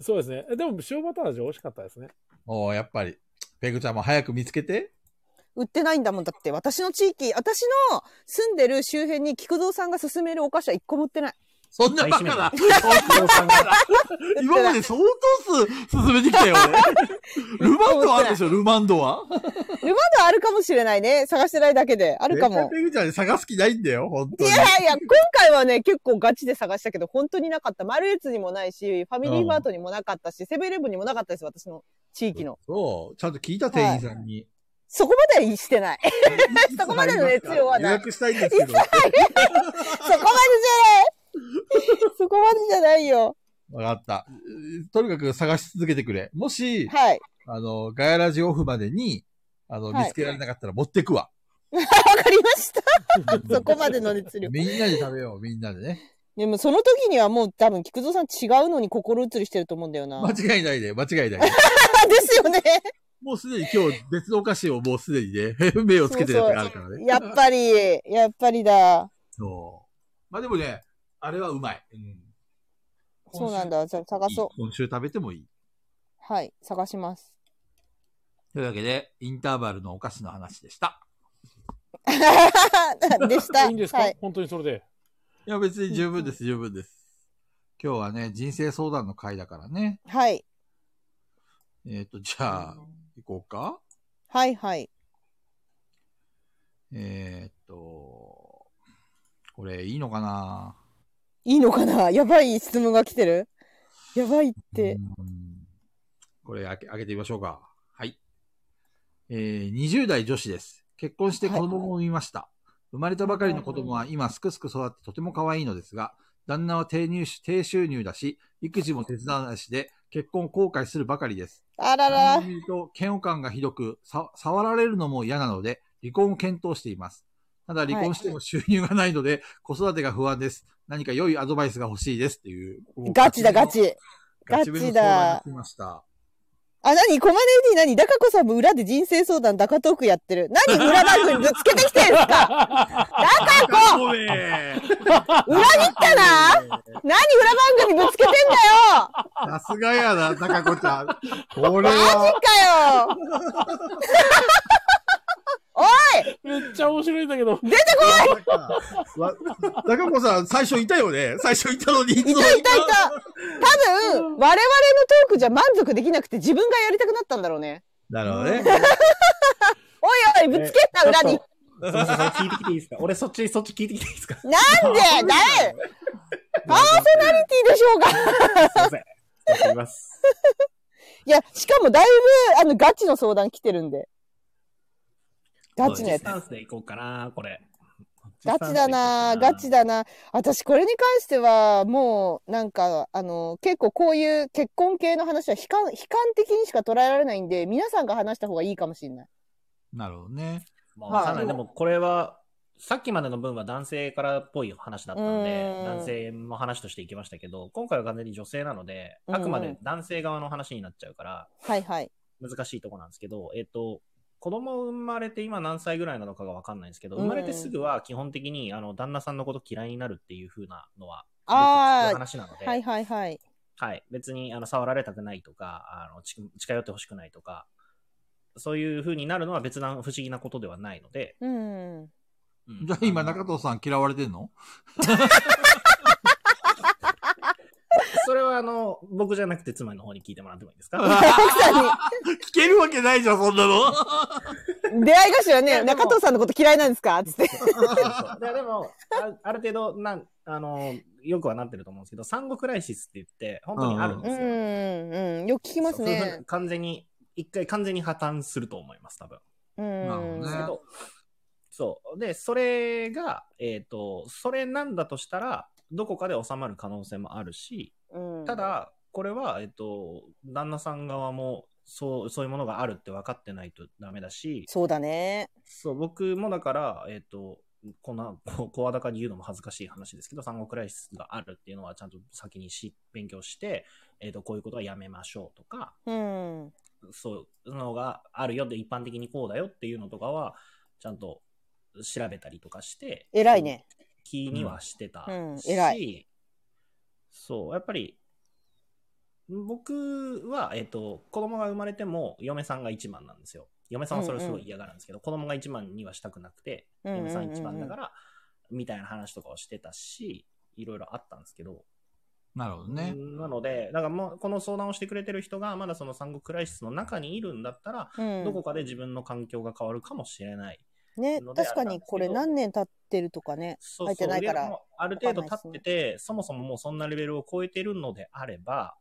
Speaker 2: そうですね。えでも塩バター味美味しかったですね。
Speaker 6: おーやっぱり。ペグちゃんも早く見つけて。
Speaker 5: 売ってないんだもん。だって、私の地域、私の住んでる周辺に菊蔵さんが勧めるお菓子は一個も売ってない。
Speaker 6: そんなバカ
Speaker 4: 買
Speaker 6: な。
Speaker 4: い占めた
Speaker 6: 今まで相当数進めてきたよ、俺。ルマンドはあるでしょ、ルマンドは。
Speaker 5: まだあるかもしれないね。探してないだけで。あるかも。
Speaker 6: ペグちゃんに探す気ないんだよ、本
Speaker 5: い
Speaker 6: 当に。
Speaker 5: やいや、今回はね、結構ガチで探したけど、本当になかった。マルエツにもないし、ファミリーマートにもなかったし、セブンイレブンにもなかったです、私の地域の。
Speaker 6: そう、ちゃんと聞いた店員さんに。
Speaker 5: そこまでしてない。 そこまでの熱量はない
Speaker 6: 予約したいんですけど。
Speaker 5: そこまでじゃない そこまでじゃないよ。
Speaker 6: わかった。うとにかく探し続けてくれ。もし、
Speaker 5: はい。
Speaker 6: あの、ガヤラジオフまでに、あの、
Speaker 5: はい
Speaker 6: 見つけられなかったら持ってくわ。
Speaker 5: わかりました。 そこまでの熱量。
Speaker 6: みんなで食べよう、みんなでね。
Speaker 5: でもその時にはもう多分菊蔵さん違うのに心移りしてると思うんだよな。
Speaker 6: 間違いないで、間違いないで。
Speaker 5: ですよね。
Speaker 6: もうすでに今日別のお菓子をもうすでにね、 目をつけてるやつがあるからね。
Speaker 5: やっぱり、やっぱりだ。
Speaker 6: そう。まあでもね、あれはうまい。うん。
Speaker 5: そうなんだ。じゃあ探そう。
Speaker 6: 今週食べてもいい。
Speaker 5: はい。探します。
Speaker 6: というわけで、インターバルのお菓子の話でした。
Speaker 5: でした。
Speaker 2: いいんですか、
Speaker 5: はい。
Speaker 2: 本当にそれで。
Speaker 6: いや、別に十分です、十分です。今日はね、人生相談の回だからね。
Speaker 5: はい。
Speaker 6: えっ、と、じゃあ、行こうか。
Speaker 5: はいはい。
Speaker 6: えっ、と、これいいのかない
Speaker 5: いのかなやばい質問が来てるやばいって。
Speaker 6: うんこれ開け、開けてみましょうか。はい。えー、20代女子です。結婚して子供も産みました。生まれたばかりの子供は今すくすく育ってとても可愛いのですが、旦那は低入手低収入だし、育児も手伝わないしで、結婚を後悔するばかりです。
Speaker 5: あら
Speaker 6: 旦那を
Speaker 5: ら。
Speaker 6: 見ると嫌悪感がひどく、さ触られるのも嫌なので、離婚を検討しています。ただ離婚しても収入がないので、子育てが不安です。何か良いアドバイスが欲しいですっていう。
Speaker 5: ガチだガ。チ。
Speaker 6: ガチめの
Speaker 5: ガチ
Speaker 6: 相
Speaker 5: だ
Speaker 6: 談が来ました。
Speaker 5: あ、なにコマネーディ何ダカ子さんも裏で人生相談ダカトークやってる。なに裏番組ぶつけてきてるんですかダカ子
Speaker 6: ごめん
Speaker 5: 裏切ったな何裏番組ぶつけてんだよ
Speaker 6: さすがやな、高子ちゃん。これ
Speaker 5: マジ
Speaker 6: は、
Speaker 5: かよ
Speaker 2: めっちゃ面白いんだけど。
Speaker 6: わ高子さん、最初いたよね最初いたのに、いつ
Speaker 5: いたいたいた多分、我々のトークじゃ満足できなくて自分がやりたくなったんだろうね。
Speaker 6: なるほどね。
Speaker 5: おいおい、ぶつけんな、裏に。
Speaker 4: すいませんそれ聞いてきていいですか俺そっち、そっち聞いてきていい ですかす
Speaker 5: なんで誰パーソナリティでしょうか
Speaker 4: いません。やってみます。
Speaker 5: いや、しかもだいぶ、あの、ガチの相談来てるんで。ガチのやつ
Speaker 4: ス。タンスでいこうかな、これ。
Speaker 5: ガチだなガチ
Speaker 4: だ。
Speaker 5: だな私、これに関しては、もう、なんか、あの、結構こういう結婚系の話は悲観、悲観的にしか捉えられないんで、皆さんが話した方がいいかもしれない。
Speaker 6: なるほどね。
Speaker 4: まあ、わかんな。
Speaker 5: はいい
Speaker 4: でも、これは、さっきまでの分は男性からっぽい話だったんで
Speaker 5: う、ん
Speaker 4: 男性の話としていきましたけど、今回は完全に女性なので、
Speaker 5: うんうん
Speaker 4: あくまで男性側の話になっちゃうから、
Speaker 5: はいはい。
Speaker 4: 難しいとこなんですけど、えっ、と、子供生まれて今何歳ぐらいなのかがわかんないんですけど、
Speaker 5: うん
Speaker 4: 生まれてすぐは基本的に、あの、旦那さんのこと嫌いになるっていう風なのは、よ
Speaker 5: あー
Speaker 4: く聞く話なので、
Speaker 5: はいはいはい。
Speaker 4: はい。別に、あの、触られたくないとか、あの、ち近寄ってほしくないとか、そういう風になるのは別な不思議なことではないので。
Speaker 5: うん。
Speaker 4: うん
Speaker 6: じゃあ今、
Speaker 4: あの
Speaker 6: 中藤さん嫌われてんの
Speaker 4: それはあの、僕じゃなくて妻の方に聞いてもらってもいいですか
Speaker 5: 奥さん
Speaker 6: 聞けるわけないじゃん、そんなの。
Speaker 5: に、出会い頭はね、
Speaker 4: やでも
Speaker 5: 中藤さんのこと嫌いなんですかつって。
Speaker 4: いやでもあ、ある程度なん、あの、よくはなってると思うんですけど、産後クライシスって言って、本当にあるん
Speaker 5: う
Speaker 4: ですよ。
Speaker 5: ん、うん。よく聞きます
Speaker 4: そうそうそう
Speaker 5: ね。
Speaker 4: 完全に、一回完全に破綻すると思います、多分。
Speaker 5: う
Speaker 6: なるほど
Speaker 5: ん
Speaker 6: ね。
Speaker 4: ですけど、そう。で、それが、えっ、と、それなんだとしたら、どこかで収まる可能性もあるし、
Speaker 5: うん
Speaker 4: た、だ、これは、えっと、旦那さん側も、そう、そういうものがあるって分かってないとダメだし、
Speaker 5: そうだね。
Speaker 4: そう、僕もだから、えっと、こんな、こ声高に言うのも恥ずかしい話ですけど、産後クライシスがあるっていうのはちゃんと先にし、勉強して、えっと、こういうことはやめましょうとか、
Speaker 5: うん。
Speaker 4: そういうのがあるよって、一般的にこうだよっていうのとかは、ちゃんと調べたりとかして、
Speaker 5: 偉いね。
Speaker 4: 気にはしてたし、
Speaker 5: うんうん偉
Speaker 4: そう、やっぱり、僕は、えっ、と、子供が生まれても、嫁さんが一番なんですよ。嫁さんはそれをすごい嫌がるんですけど、子供が一番にはしたくなくて、
Speaker 5: うんうんうんうん
Speaker 4: 嫁さん一番だから、みたいな話とかをしてたし、いろいろあったんですけど、
Speaker 6: なるほどね。
Speaker 4: なので、だからもう、この相談をしてくれてる人が、まだその産後クライシスの中にいるんだったら、
Speaker 5: うん、
Speaker 4: どこかで自分の環境が変わるかもしれない。
Speaker 5: ね
Speaker 4: の、で
Speaker 5: 確かにこれ
Speaker 4: あれなん
Speaker 5: 何年経ってるとかね。
Speaker 4: そう
Speaker 5: 入ってないから
Speaker 4: でもある程度経ってて、そもそももうそんなレベルを超えてるのであれば、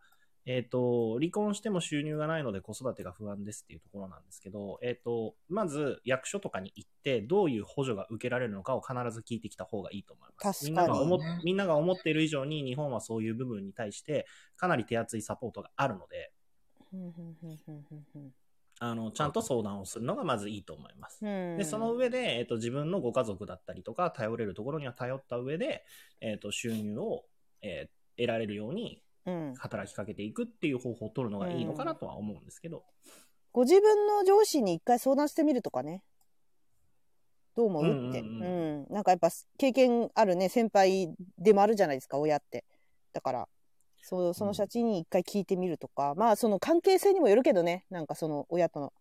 Speaker 4: えっ、と、離婚しても収入がないので子育てが不安ですっていうところなんですけど、えっ、と、まず役所とかに行って、どういう補助が受けられるのかを必ず聞いてきた方がいいと思います。
Speaker 5: 確
Speaker 4: みんな
Speaker 5: か
Speaker 4: が
Speaker 5: に
Speaker 4: 思っみんなが思っている以上に日本はそういう部分に対して、かなり手厚いサポートがあるので、
Speaker 5: うんうんうんうんうん
Speaker 4: あの、ちゃんと相談をするのがまずいいと思います。
Speaker 5: うんうん
Speaker 4: で、その上で、えっと、自分のご家族だったりとか、頼れるところには頼った上で、えっと、収入を、えー得られるように
Speaker 5: うん、
Speaker 4: 働きかけていくっていう方法を取るのがいいのかなとは思うんですけど。
Speaker 5: ご自分の上司に一回相談してみるとかね。どう思うって、
Speaker 4: う
Speaker 5: うんん
Speaker 4: うんう
Speaker 5: なんかやっぱ経験あるね、先輩でもあるじゃないですか、親って。だから、そうその社長に一回聞いてみるとか、まあその関係性にもよるけどね、なんかその親との。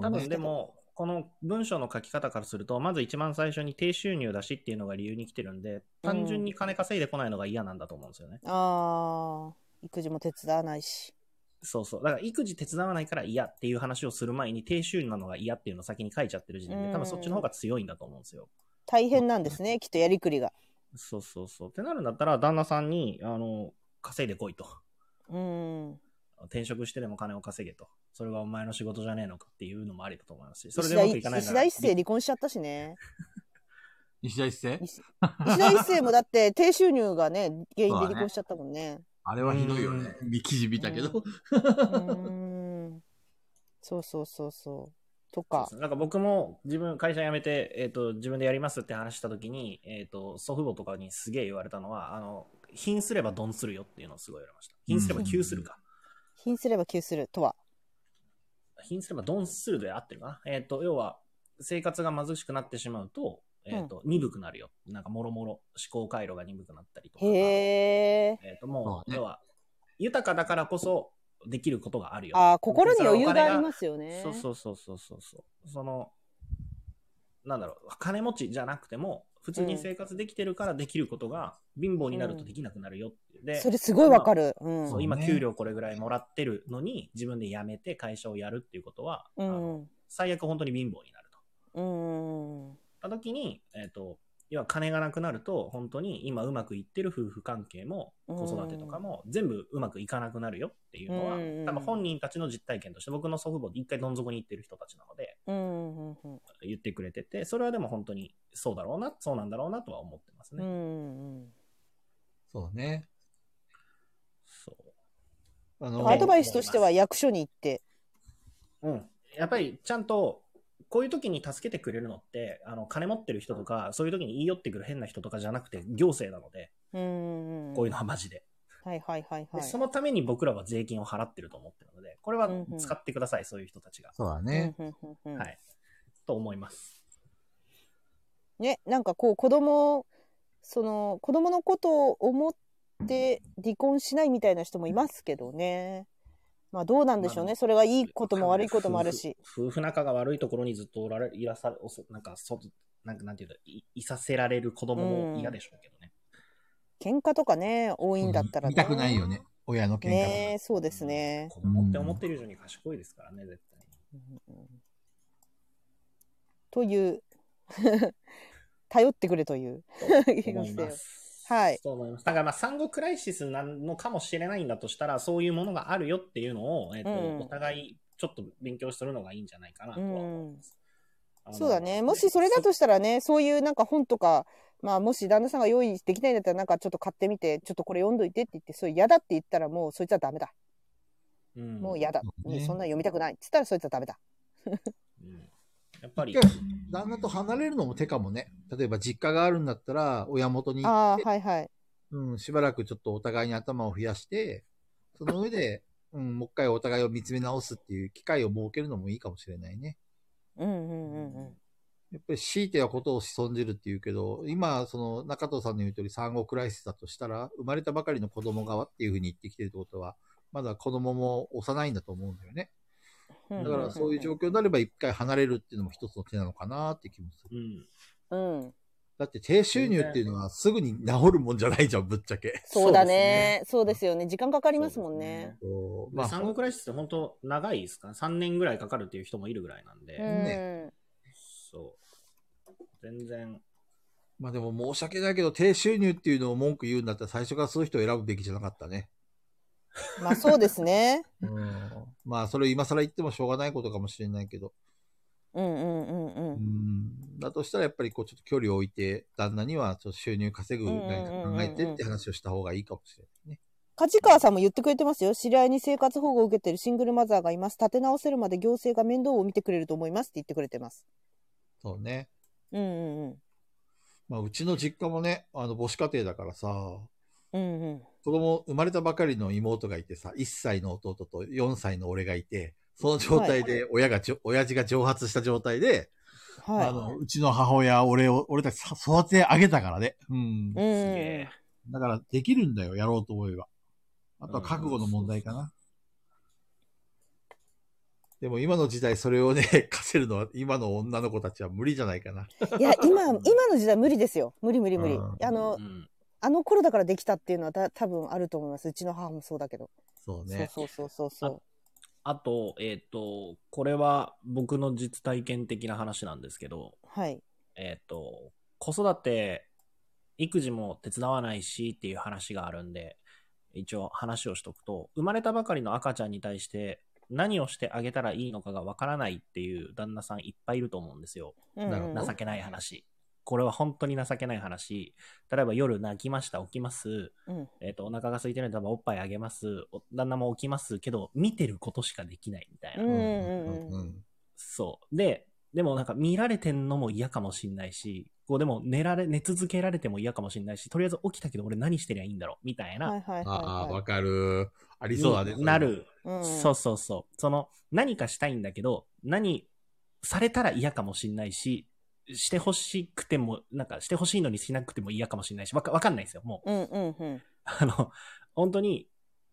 Speaker 4: 多分でも、この文章の書き方からすると、まず一番最初に低収入だしっていうのが理由に来てるんで、単純に金稼いでこないのが嫌なんだと思うんですよね。
Speaker 5: あー、育児も手伝わないし。
Speaker 4: そうそう。だから育児手伝わないから嫌っていう話をする前に低収入なのが嫌っていうのを先に書いちゃってる時点で、多分そっちの方が強いんだと思うんですよ。
Speaker 5: 大変なんですね、きっとやりくりが。
Speaker 4: そうそうそう。ってなるんだったら、旦那さんに、あの、稼いでこいと。
Speaker 5: うん。
Speaker 4: 転職してでも金を稼げと。それはお前の仕事じゃねえのかっていうのもありだと思いますし、それ
Speaker 5: 石
Speaker 4: でう
Speaker 5: 田
Speaker 4: まく
Speaker 5: 一
Speaker 4: いかないな
Speaker 5: 石
Speaker 4: ら
Speaker 5: 田、一世離婚しちゃったしね。
Speaker 6: 石田一世
Speaker 5: 石田一世もだって低収入がね、原因で離婚しちゃったもんね。
Speaker 6: あれはひどいよね。見記事見たけど。
Speaker 5: うんそうそうそうそう。とか
Speaker 4: そうです。ねなんか僕も自分、会社辞めて、えっ、と、自分でやりますって話した時に、えっ、と、祖父母とかにすげえ言われたのは、あの、貧すればドンするよっていうのをすごい言われました。貧すれば窮するか。
Speaker 5: 貧すれば窮するとは。
Speaker 4: 貧すればドンするで合ってるかな。えっ、と、要は、生活が貧しくなってしまうと、えっ、と、鈍くなるよ。なんか、もろもろ、思考回路が鈍くなったりとか。
Speaker 5: へえ。
Speaker 4: えっ、と、も、
Speaker 6: そううね
Speaker 4: 要は、豊かだからこそできることがあるよ。
Speaker 5: ああ、心に余裕がありますすよね。
Speaker 4: そうそうそうそうそうそう。その、なんだろう、金持ちじゃなくても、普通に生活できてるからできることが、貧乏になるとできなくなるよっていう。で、
Speaker 5: それすごいわかる。う
Speaker 4: そ
Speaker 5: ん。
Speaker 4: う今、
Speaker 6: ね
Speaker 4: 給料これぐらいもらってるのに、自分で辞めて会社をやるっていうことは、
Speaker 5: う
Speaker 4: あの
Speaker 5: ん。
Speaker 4: 最悪本当に貧乏になると。
Speaker 5: うん。
Speaker 4: た時に、えっ、と、要は金がなくなると、本当に今うまくいってる夫婦関係も、
Speaker 5: うん
Speaker 4: 子育てとかも、全部うまくいかなくなるよっていうのは、
Speaker 5: うん
Speaker 4: 多分本人たちの実体験として、僕の祖父母で一回どん底に行ってる人たちなので、
Speaker 5: うん。うん。
Speaker 4: 言ってくれてて、それはでも本当にそうだろうな、そうなんだろうなとは思ってます
Speaker 5: う
Speaker 4: ね。
Speaker 5: ん。
Speaker 6: そうね。
Speaker 4: そう。
Speaker 6: あ
Speaker 5: だ
Speaker 6: の、
Speaker 5: からアドバイスとしては役所に行って。
Speaker 4: うん。やっぱりちゃんと、こういう時に助けてくれるのって、あの、金持ってる人とか、そういう時に言い寄ってくる変な人とかじゃなくて、行政なので、
Speaker 5: うん。
Speaker 4: こういうのはマジで。
Speaker 5: はいはいはいは
Speaker 4: で
Speaker 5: い。
Speaker 4: そのために僕らは税金を払ってると思ってるので、これは使ってください、そういう人たちが。
Speaker 6: そうだ
Speaker 5: う
Speaker 6: ね
Speaker 5: ん。うんうんうん
Speaker 4: はい。と思います。
Speaker 5: ね、なんかこう子供、その子供のことを思って離婚しないみたいな人もいますけどね。まあどうなんでしょう
Speaker 4: まあ
Speaker 5: ね。それがいいことも悪いこともあるし。
Speaker 4: 夫婦。夫婦仲が悪いところにずっとおられ、いらさ、おそなんか、そ、なんか、なんていうの、い、いさせられる子供も嫌でしょうけどね。
Speaker 5: 喧嘩とかね、多いんだったら、ね。
Speaker 6: 見たくないよね。親の喧嘩とか。
Speaker 5: ねえそうですね。
Speaker 4: 子供って思ってる以上に賢いですからね、絶対に。
Speaker 5: という、 頼ってくれという気が
Speaker 4: 思い
Speaker 5: し
Speaker 4: ま
Speaker 5: て。
Speaker 4: す。
Speaker 5: はい
Speaker 4: そう思います。だからまあ産後クライシスなのかもしれないんだとしたら、そういうものがあるよっていうのを、えっ、と、
Speaker 5: うん
Speaker 4: お互いちょっと勉強するのがいいんじゃないかなとは思います。あの
Speaker 5: そうだね。もしそれだとしたらね、そういうなんか本とか、まあ、もし旦那さんが用意できないんだったら、なんかちょっと買ってみて、ちょっとこれ読んどいてって言って、それ嫌だって言ったら、もうそいつはダメだ。
Speaker 4: うん
Speaker 5: もう嫌だ。
Speaker 7: うん
Speaker 5: そんな読みたくない。っつったら、そいつはダメだ。
Speaker 4: うんやっぱり
Speaker 6: 一、旦那と離れるのも手かもね。例えば実家があるんだったら、親元に、
Speaker 5: ああ、はいはい。
Speaker 6: うん、しばらくちょっとお互いに頭を増やして、その上で、うん、もう一回お互いを見つめ直すっていう機会を設けるのもいいかもしれないね。
Speaker 5: うんうんうんうん。
Speaker 6: やっぱり強いてはことを損じるっていうけど、今、その中藤さんの言う通り産後クライシスだとしたら、生まれたばかりの子供側っていうふうに言ってきてるってことは、まだ子供も幼いんだと思うんだよね。
Speaker 5: うんうん
Speaker 6: だ
Speaker 5: うん
Speaker 6: からそういう状況になれば一回離れるっていうのも一つの手なのかなって気もする。
Speaker 4: うん、
Speaker 5: うん。
Speaker 6: だって低収入っていうのはすぐに治るもんじゃないじゃん、ぶっちゃけ。
Speaker 5: そうだね。そうですよね。時間かかりますもんね。
Speaker 6: そう
Speaker 4: ま
Speaker 6: ま
Speaker 4: あ、
Speaker 6: あ、
Speaker 4: 産後クライシスって本当長いですか ?3 年ぐらいかかるっていう人もいるぐらいなんで、
Speaker 5: う
Speaker 6: ね
Speaker 5: ん。
Speaker 4: そう。全然、
Speaker 6: まあでも申し訳ないけど、低収入っていうのを文句言うんだったら最初からそういう人を選ぶべきじゃなかったね。
Speaker 5: まあそうですね。
Speaker 6: うん、まあそれを今更言ってもしょうがないことかもしれないけど。
Speaker 5: うんうんうんう。
Speaker 6: うんんだとしたらやっぱりこうちょっと距離を置いて旦那にはちょっと収入稼ぐ何か考えてって話をした方がいいかもしれないね。
Speaker 5: 梶川さんも言ってくれてますよ。知り合いに生活保護を受けてるシングルマザーがいます。立て直せるまで行政が面倒を見てくれると思いますって言ってくれてます。
Speaker 6: そうね。
Speaker 5: うんうんうん。
Speaker 6: まあうちの実家もね、あの母子家庭だからさ、
Speaker 5: うんうん。
Speaker 6: 子供生まれたばかりの妹がいてさ、1歳の弟と4歳の俺がいて、その状態で親がじょ、親父が蒸発した状態で、
Speaker 5: はい。
Speaker 6: あの、うちの母親は俺を、俺たちさ育て上げたからね。うん。
Speaker 5: うんうん
Speaker 4: え
Speaker 6: だからできるんだよ、やろうと思えば。あとは覚悟の問題かな。でも今の時代それをね、 課せるのは今の女の子たちは無理じゃないかな。
Speaker 5: いや、今、今の時代無理ですよ。無理無理無理。
Speaker 6: うん
Speaker 5: あ
Speaker 4: う
Speaker 5: の、
Speaker 4: ん、
Speaker 5: あの頃だからできたっていうのはた多分あると思います。うちの母もそうだけど。
Speaker 6: そうね。
Speaker 5: そうそうそうそう
Speaker 4: あと、えっ、と、これは僕の実体験的な話なんですけど、
Speaker 5: そう。はい。
Speaker 4: えっ、と、子育て、育児も手伝わないしっていう話があるんで、一応話をしとくと、生まれたばかりの赤ちゃんに対して何をしてあげたらいいのかがわからないっていう旦那さんいっぱいいると思うんですよ。
Speaker 5: うんうん
Speaker 6: なるほど
Speaker 4: 情けない話。これは本当に情けない話。例えば夜泣きました、起きます。
Speaker 5: うん
Speaker 4: えっ、と、お腹が空いてるんで、多分おっぱいあげます。お旦那も起きますけど、見てることしかできないみたいな。
Speaker 5: うんうんうん
Speaker 6: う
Speaker 5: うん。
Speaker 6: ん
Speaker 4: そう。で、でもなんか見られてんのも嫌かもしんないし、こうでも寝られ、寝続けられても嫌かもしんないし、とりあえず起きたけど俺何してりゃいいんだろうみたいな、
Speaker 5: はいはいはい、
Speaker 6: ああ、
Speaker 5: は
Speaker 6: わかる。ありそうだね。
Speaker 4: にな。る。
Speaker 5: い。うん
Speaker 4: そうそうそう。その、何かしたいんだけど、何、されたら嫌かもしんないし、してほしくても、なんかしてほしいのにしなくても嫌かもしんないし、わかわかんないですよ、もう。
Speaker 5: うんうんうん。
Speaker 4: あの、本当に、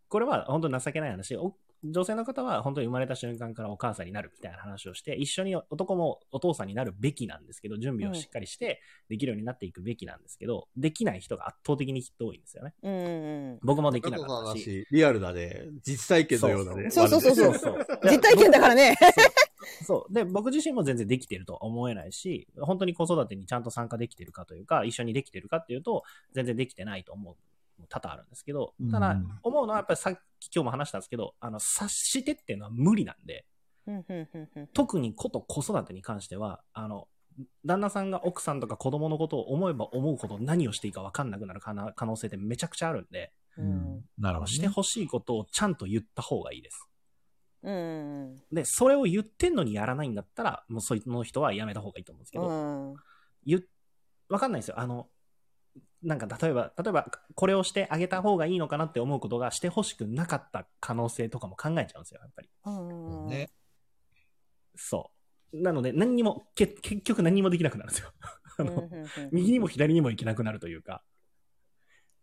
Speaker 4: これは本当情けない話。お女性の方は本当に生まれた瞬間からお母さんになるみたいな話をして、一緒に男もお父さんになるべきなんですけど、準備をしっかりして、できるようになっていくべきなんですけど、できない人が圧倒的にきっと多いんですよね。
Speaker 5: うんうんうん。
Speaker 4: 僕もでき
Speaker 6: 中
Speaker 4: な
Speaker 6: 藤さ
Speaker 4: か
Speaker 6: んの
Speaker 4: ったし。
Speaker 6: 話、リアルだね。実体験のようだね。
Speaker 5: そうそうそうそう
Speaker 4: そう。
Speaker 5: 実体験だからね。
Speaker 4: そう。で、僕自身も全然できてるとは思えないし、本当に子育てにちゃんと参加できてるかというか、一緒にできてるかっていうと、全然できてないと思う。多々あるんですけど、た
Speaker 6: う
Speaker 4: だ
Speaker 6: ん、
Speaker 4: 思うのはやっぱりさっき今日も話したんですけど、あの、察してっていうのは無理なんで、
Speaker 5: うんうんうんうん
Speaker 4: 特にこと子育てに関しては、あの、旦那さんが奥さんとか子供のことを思えば思うほど何をしていいか分かんなくなるかな可能性ってめちゃくちゃあるんで、
Speaker 5: う
Speaker 6: うんん。なるほどね。
Speaker 4: してほしいことをちゃんと言った方がいいです。
Speaker 5: うん
Speaker 4: で、それを言ってんのにやらないんだったら、もうそいつの人はやめた方がいいと思うんですけ
Speaker 5: う
Speaker 4: ど、
Speaker 5: ん。
Speaker 4: 言っわかんないですよ。あの、なんか例えば、例えば、これをしてあげた方がいいのかなって思うことがしてほしくなかった可能性とかも考えちゃうんですよ、やっぱり。
Speaker 5: うん。
Speaker 6: ね。
Speaker 4: そう。なので、何にも、け結局何にもできなくなるんですよ。 あ
Speaker 5: うん
Speaker 4: の
Speaker 5: うん うん
Speaker 4: 右にも左にも行けなくなるというか、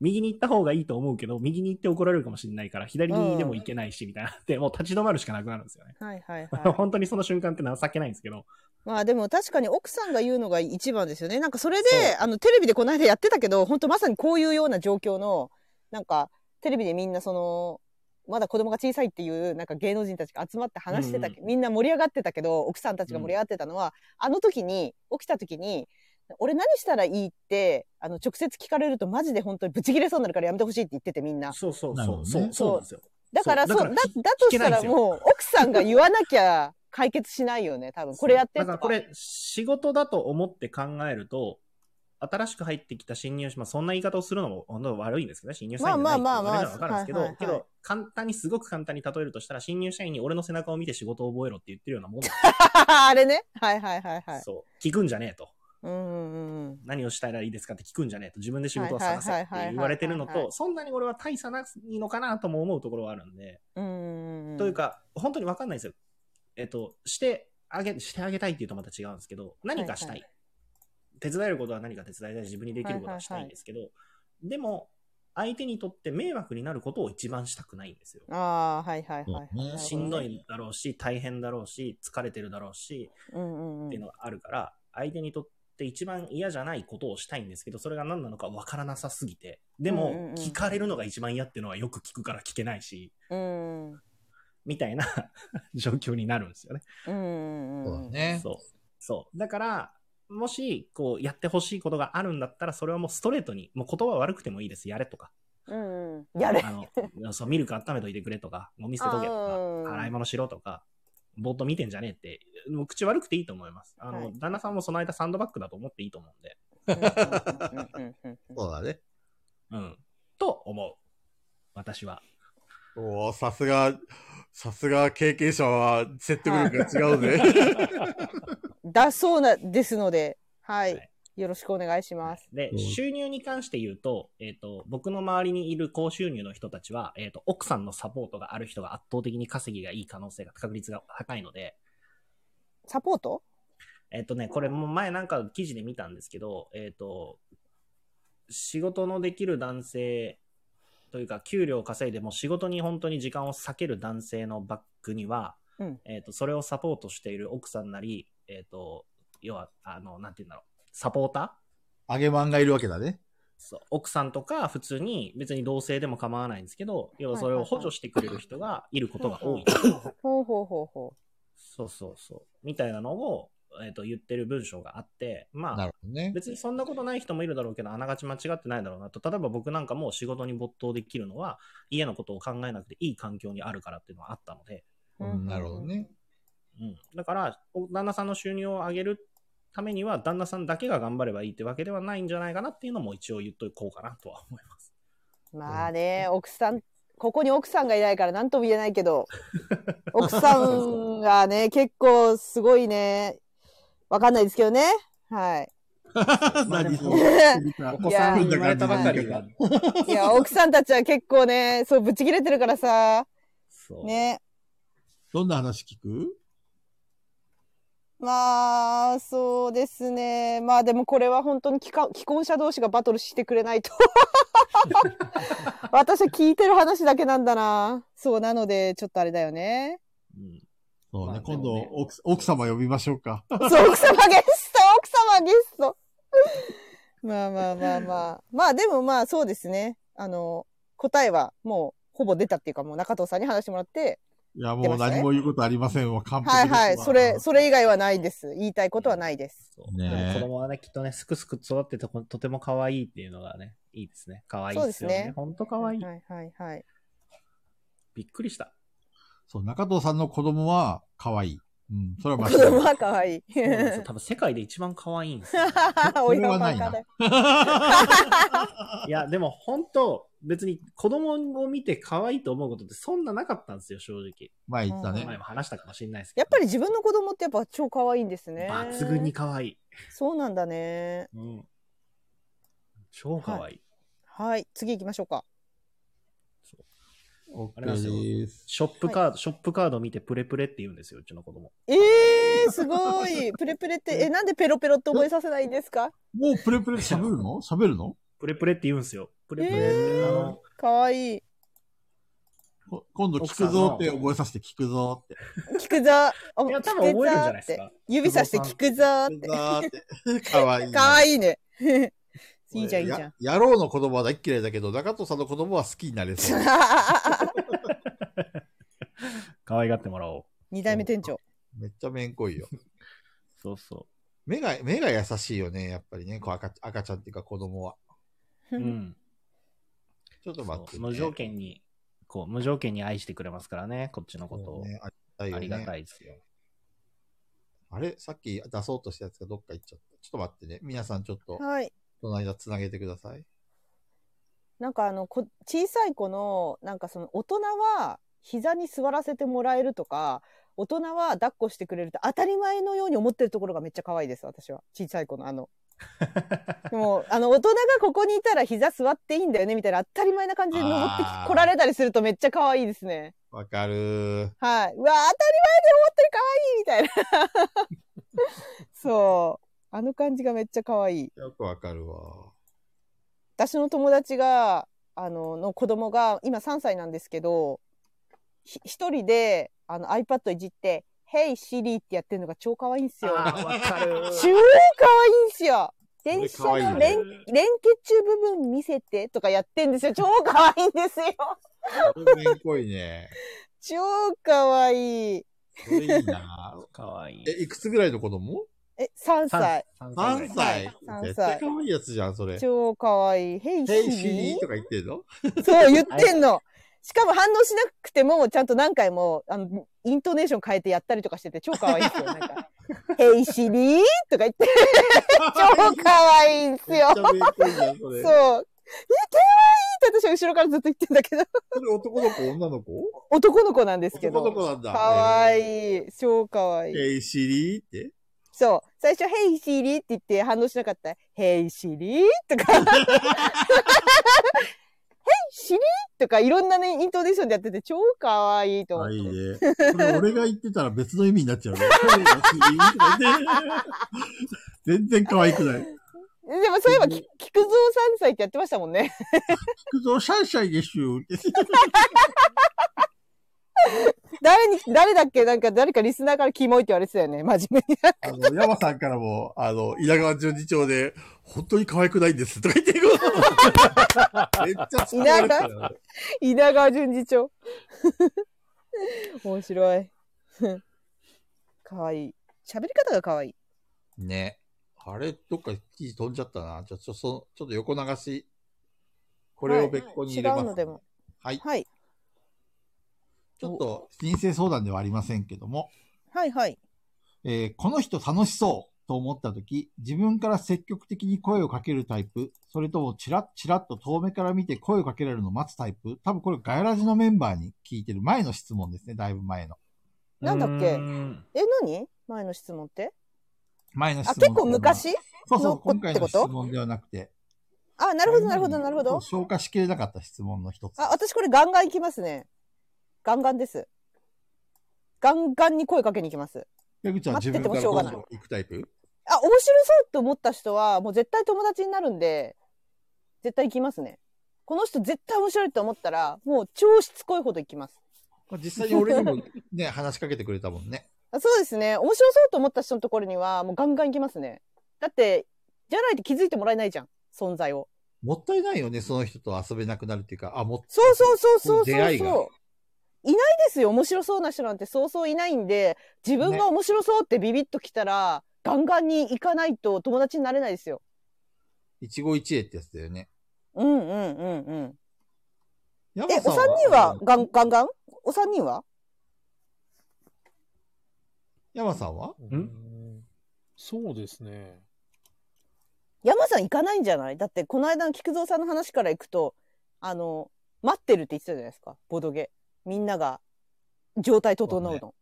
Speaker 4: 右に行った方がいいと思うけど、右に行って怒られるかもしれないから、左にでも行けないし、みたいなって、もう立ち止まるしかなくなるんですよね。
Speaker 5: はいはい
Speaker 4: あの
Speaker 5: はい。
Speaker 4: 本当にその瞬間って情けないんですけど、
Speaker 5: まあでも確かに奥さんが言うのが一番ですよね。なんかそれ
Speaker 4: そう
Speaker 5: で、あのテレビでこの間やってたけど、本当まさにこういうような状況の、なんかテレビでみんなその、まだ子供が小さいっていうなんか芸能人たちが集まって話してた、
Speaker 4: うんう
Speaker 5: みんな盛り上がってたけど、奥さんたちが盛り上がってたのは、あの時に、起きた時に、俺何したらいいって、あの直接聞かれるとマジで本当にブチ切れそうになるからやめてほしいって言っててみんな。
Speaker 4: そうそう
Speaker 6: なるほどね
Speaker 4: そう、そうなんですよ。
Speaker 5: だから、そ、
Speaker 4: そうう
Speaker 5: だ
Speaker 4: だから、
Speaker 5: だとした
Speaker 4: 聞け
Speaker 5: ら
Speaker 4: ないんですよ
Speaker 5: もう、奥さんが言わなきゃ解決しないよね、多分。これやって
Speaker 4: だ
Speaker 5: と
Speaker 4: か
Speaker 5: から
Speaker 4: これ、仕事だと思って考えると、新しく入ってきた新入社、まあ、そんな言い方をするのも本当は悪いんですけどね、新入社
Speaker 5: まあ
Speaker 4: 員
Speaker 5: まあ
Speaker 4: じゃ
Speaker 5: まあ
Speaker 4: ない
Speaker 5: ま
Speaker 4: って言われるのは
Speaker 5: あ
Speaker 4: わかるんですけど、
Speaker 5: はいはい
Speaker 4: け
Speaker 5: はい
Speaker 4: ど、簡単に、すごく簡単に例えるとしたら、新入社員に俺の背中を見て仕事を覚えろって言ってるようなもんだ、
Speaker 5: あれね。はいはいはいはい。
Speaker 4: そう、聞くんじゃねえと。
Speaker 5: うんうんうん。
Speaker 4: 何をしたらいいですかって聞くんじゃねえと、自分で仕事を探せって言われてるの
Speaker 5: はいはいはいはいはいは
Speaker 4: と、そんなに俺は大差ないのかなとも思うところはあるんで、
Speaker 5: うんうん。
Speaker 4: という、か、本当にわかんないですよ。えっと、してあげ、してあげたいっていうとまた違うんですけど、何かしたい。
Speaker 5: はい
Speaker 4: 手伝えることは何か手伝いたい、自分にできることはしたいんですけど、でも、相手にとって迷惑になることを一番したくないんですよ。
Speaker 5: ああ、はいはいはいはい、
Speaker 6: ね
Speaker 4: しんどいだろうし、大変だろうし、疲れてるだろうし、
Speaker 5: うんうん
Speaker 4: っ
Speaker 5: う。
Speaker 4: ていうんのがあるから、相手にとって一番嫌じゃないことをしたいんですけど、それが何なのかわからなさすぎて、で
Speaker 5: うんうんうん
Speaker 4: も、聞かれるのが一番嫌っていうのはよく聞くから聞けないし、
Speaker 5: うん
Speaker 4: みたいな 状況になるんですよね。
Speaker 5: うん
Speaker 6: そううんだね。
Speaker 4: そう。そう。だから、もし、こう、やってほしいことがあるんだったら、それはもうストレートに、もう言葉悪くてもいいです。やれとか。
Speaker 5: うんうん。やれ。
Speaker 4: あの、 そう、ミルク温めといてくれとか、ゴミ捨てとけと
Speaker 5: うん
Speaker 4: か、洗い物しろとか、ぼーっと見てんじゃねえって、もう口悪くていいと思います。あの、
Speaker 5: はい
Speaker 4: 旦那さんもその間サンドバッグだと思っていいと思うんで。
Speaker 5: うんうんうんうん
Speaker 6: そうだね。
Speaker 4: うん。と思う。私は。
Speaker 3: おーさすが、さすが経験者は説得力が違うぜ。
Speaker 5: だそうなですので、はい、
Speaker 4: はい
Speaker 5: よろしくお願いします。
Speaker 4: で
Speaker 6: うん、
Speaker 4: 収入に関して言うと、えっ、と、僕の周りにいる高収入の人たちは、えっ、と、奥さんのサポートがある人が圧倒的に稼ぎがいい可能性が、確率が高いので、
Speaker 5: サポート
Speaker 4: えっ、とね、これも前なんか記事で見たんですけど、えっ、と、仕事のできる男性というか、給料を稼いでも仕事に本当に時間を割ける男性のバックには、
Speaker 5: うん
Speaker 4: えっ、と、それをサポートしている奥さんなり、えっ、と、要は、あの、なんて言うんだろう、サポーター
Speaker 6: 揚げマンがいるわけだね。
Speaker 4: そう奥さんとか普通に別に同性でも構わないんですけど要はそれを補助してくれる人がいることが多い
Speaker 5: ほうほうほうほ
Speaker 4: そうそうそうみたいなのを、えっと言ってる文章があってま
Speaker 6: な
Speaker 4: あ
Speaker 6: るほどね。
Speaker 4: 別にそんなことない人もいるだろうけどあながち間違ってないだろうなと例えば僕なんかも仕事に没頭できるのは家のことを考えなくていい環境にあるからっていうのはあったので、
Speaker 5: う。
Speaker 6: うんなるほどね。
Speaker 4: うん、だからお旦那さんの収入を上げるためには旦那さんだけが頑張ればいいってわけではないんじゃないかなっていうのも一応言っとこうかなとは思います。
Speaker 5: まあね、奥さん、ここに奥さんがいないから何とも言えないけ ど、奥さんがね、結構すごいね、わかんないですけどね。はい。
Speaker 4: まあでもお子
Speaker 5: い
Speaker 4: さ
Speaker 5: や
Speaker 4: ん生まれたばかりが。
Speaker 5: いや、奥さんたちは結構ね、そう、ぶち切れてるからさ、
Speaker 4: そう。
Speaker 5: ね。
Speaker 6: どんな話聞く
Speaker 5: まあ、そうですね。まあでもこれは本当に既婚既婚者同士がバトルしてくれないと。私は聞いてる話だけなんだな。そうなので、ちょっとあれだよね。
Speaker 4: うん
Speaker 6: そう
Speaker 4: ま
Speaker 6: ね
Speaker 4: あ。
Speaker 6: 今
Speaker 4: で
Speaker 6: 度
Speaker 4: もね
Speaker 6: 奥、奥様呼びましょうか。
Speaker 5: そう、奥様ゲスト奥様ゲストまあまあまあまあ。まあでもまあそうですね。あの、答えはもうほぼ出たっていうか、もう中藤さんに話してもらって、
Speaker 6: いや、
Speaker 5: 出ま
Speaker 6: もう
Speaker 5: したね
Speaker 6: 何も言うことありませんわ。完璧
Speaker 5: はい
Speaker 6: ですわ
Speaker 5: はい、それ、それ以外はないです。言いたいことはないです。
Speaker 4: そう
Speaker 6: ね
Speaker 4: で
Speaker 6: え
Speaker 4: も子供はね、きっとね、すくすく育ってとことても可愛いっていうのがね、いいですね。可愛いですよ
Speaker 5: そうですね
Speaker 4: ね。ほんと可愛い。
Speaker 5: はいはいはい。
Speaker 4: びっくりした。
Speaker 6: そう、中藤さんの子供は可愛い。うん、それは
Speaker 5: 子
Speaker 6: 間違い
Speaker 5: 供
Speaker 6: ない。
Speaker 5: は可愛い。
Speaker 4: そうなん ですよ多分世界で一番可愛いんですよ。
Speaker 5: お色は
Speaker 6: それはないい
Speaker 4: いや、でも本当別に子供を見て可愛いと思うことってそんななかったんですよ、正直。
Speaker 6: 前言ってた
Speaker 5: うん
Speaker 6: ね
Speaker 4: 前。も話したかもしれないですけ
Speaker 5: や
Speaker 4: ど
Speaker 5: っ。ぱり自分の子供ってやっぱ超可愛いんですね。
Speaker 4: 抜群に。可愛い。
Speaker 5: そうなんだね。
Speaker 4: うん。超可愛い。
Speaker 5: はい、次行きましょうか。
Speaker 4: あれなんですよ
Speaker 6: OK です。
Speaker 4: ショップカード、ショップカード見てプレプレって言うんですよ、うちの子供。
Speaker 5: えー、すごい。プレプレって、え、なんでペロペロって覚えさせないんですか
Speaker 6: もうプレプレ喋るの喋るの
Speaker 4: プレプレって言うんですよ。プレプレって、あの、
Speaker 5: 可愛いい。
Speaker 6: こ今度聞くぞって覚えさせて聞くぞって。
Speaker 5: 聞くぞ。お
Speaker 4: いや、多分覚えるんじゃないです。
Speaker 5: 聞くぞーって
Speaker 4: か。
Speaker 5: 指さして聞くぞーっ
Speaker 6: 聞く
Speaker 5: て
Speaker 6: ぞ。ーって。 可愛い。
Speaker 5: 可愛い いね。いいじゃん、いいじゃ
Speaker 6: や
Speaker 5: ん。
Speaker 6: 野郎の子供は大っ嫌いだけど、中藤さんの子供は好きになれ そう。
Speaker 4: 可愛がってもらおう。
Speaker 5: 二代目店長。
Speaker 6: めっちゃめんこいよ。
Speaker 4: そうそ
Speaker 6: 目が、目が優しいよね、やっぱりね、こう赤赤ちゃんっていうか子供は。
Speaker 4: う。うん。
Speaker 6: ちょっと待って、ね。
Speaker 4: 無条件に、こう、無条件に愛してくれますからね、こっちのこと
Speaker 6: そ
Speaker 4: を。
Speaker 6: うねありがたいよ
Speaker 4: あ
Speaker 6: ね
Speaker 4: りがたいですよ。
Speaker 6: あれさっき出そうとしたやつがどっか行っちゃった。ちょっと待ってね。皆さんちょっと、
Speaker 5: はい。
Speaker 6: その間つなげてください。
Speaker 5: なんかあのこ小さい子のなんかその大人は膝に座らせてもらえるとか大人は抱っこしてくれると当たり前のように思ってるところがめっちゃ可愛いです私は小さい子のあのでもあの大人がここにいたら膝座っていいんだよねみたいな当たり前な感じで登ってき
Speaker 6: あー
Speaker 5: 来られたりするとめっちゃ可愛いですね
Speaker 6: わかる
Speaker 5: はい。うわあ、当たり前で思ってる可愛いみたいな。 そう。あの感じがめっちゃ可愛い。
Speaker 6: ー。よくわかるわ。
Speaker 5: 私の友達が、あの、の子供が、今3歳なんですけど、ひ一人で、あの iPad いじって、Hey Siri ってやってるのが超可愛いんですよ。
Speaker 3: あーわかる。
Speaker 5: 超可愛いんすよ電車
Speaker 6: これ可愛い
Speaker 5: の
Speaker 6: ね
Speaker 5: 連連結中部分見せてとかやってんですよ。超可愛いんですよ。
Speaker 6: これめんこいね。
Speaker 5: 超可愛い。
Speaker 6: これいい な。
Speaker 4: かわいい。
Speaker 6: え、いくつぐらいの子供
Speaker 5: え、3歳。
Speaker 4: 三
Speaker 6: 三歳
Speaker 5: 三歳
Speaker 6: 絶対可愛いやつじゃん、それ。
Speaker 5: 超可愛い。ヘイシ
Speaker 6: ヘイ
Speaker 5: リ
Speaker 6: シリーとか言ってんの
Speaker 5: そう言ってんの。しかも反応しなくても、ちゃんと何回も、あの、イントネーション変えてやったりとかしてて、超可愛いんですよ。なん か、ヘイシリーとか言って、超可愛いんです
Speaker 6: めっち
Speaker 5: よ。
Speaker 6: ゃめんこいじゃん、そ
Speaker 5: そう。え、
Speaker 6: れ。
Speaker 5: 可
Speaker 6: そ
Speaker 5: 愛いって私は後ろからずっと言ってんだけど、
Speaker 6: れ男の子、女の子
Speaker 5: 男の子なんですけど。
Speaker 6: 男の子なんだ。
Speaker 5: 可
Speaker 6: い。
Speaker 5: 愛い。超可愛い。
Speaker 6: ヘイシリーって。
Speaker 5: そう。最初、ヘイシリって言って反応しなかった。ヘイシリと か。ヘイシリとかいろんなね、イントネーションでやってて超可愛いと思
Speaker 6: あ、
Speaker 5: っ
Speaker 6: い
Speaker 5: て。
Speaker 6: いね。これ俺が言ってたら別の意味になっちゃうね。ヘイシリーとか言って全然可愛くない。
Speaker 5: でもそういえば、き菊蔵三歳ってやってましたもんね。
Speaker 6: 菊蔵シャンシャイですよ。
Speaker 5: 誰に、誰だっけなんか誰かリスナーからキモいって言われてたよね。真面目に。
Speaker 6: あの、山さんからも、あの、稲川淳二町で、本当に可愛くないんですとか言ってくる。めっちゃ
Speaker 5: 稲川、稲川淳二 長。面白い。 可愛い。喋り方が可愛い。
Speaker 6: ね。あれ、どっか記事飛んじゃったな。じゃあ、ちょ、その、ちょっと横流し。これを別個に
Speaker 5: 違う
Speaker 6: 入れます。
Speaker 5: のでも。
Speaker 6: はい。
Speaker 5: はい。
Speaker 6: ちょっと、人生相談ではありませんけども、
Speaker 5: はいはい。
Speaker 6: えーこの人楽しそうと思った時、自分から積極的に声をかけるタイプ、それともチラッチラッと遠目から見て声をかけられるのを待つタイプ、多分これガヤラジのメンバーに聞いてる前の質問ですね、だいぶ前の。
Speaker 5: なんだっけ
Speaker 4: うん
Speaker 5: え、何前の質問って
Speaker 6: 前の質
Speaker 5: あ、
Speaker 6: 問
Speaker 5: 結構
Speaker 6: で
Speaker 5: 昔
Speaker 6: はそうそう
Speaker 5: の子
Speaker 6: 今回の質問ではなくて。
Speaker 5: あ、なるほどなるほどなるほど。
Speaker 6: 消化しきれなかった質問の一つ。
Speaker 5: あ、私これガンガン行きますね。ガンガンです。ガンガンに声かけに行きます。
Speaker 6: ペグちゃん
Speaker 5: 待
Speaker 6: 自
Speaker 5: って
Speaker 6: 分
Speaker 5: て
Speaker 6: か
Speaker 5: も
Speaker 6: ら
Speaker 5: しょ
Speaker 6: ど
Speaker 5: うんがな
Speaker 6: ど
Speaker 5: い
Speaker 6: ん行くタイプ
Speaker 5: あ、面白そうって思った人は、もう絶対友達になるんで、絶対行きますね。この人絶対面白いと思ったら、もう超しつこいほど行きます。
Speaker 6: まあ実際に俺にもね、 話しかけてくれたもんね。
Speaker 5: あそうですね。面白そうと思った人のところには、もうガンガン行きますね。だって、じゃないと気づいてもらえないじゃん。存在を。
Speaker 6: もったいないよね、その人と遊べなくなるっていうか、あ、もっ
Speaker 5: そうそうそうそうそう
Speaker 6: 出
Speaker 5: そう。
Speaker 6: 会
Speaker 5: い
Speaker 6: いが
Speaker 5: ないですよ。面白そうな人なんてそうそういないんで、自分が面白そうってビビッときたら、ガンガンに行かないと友達になれないですよ。
Speaker 6: 一期一会ってやつだよね。
Speaker 5: うんうんうんうん。
Speaker 6: え、お
Speaker 5: え、お三人はガンガンガンお三人は
Speaker 6: 山さんは
Speaker 2: うんそうです ね。
Speaker 5: 山さん行かないんじゃないだって、この間の菊蔵さんの話から行くと、あの、待ってるって言ってたじゃないですか。ボドゲ。みんなが、状態整うの。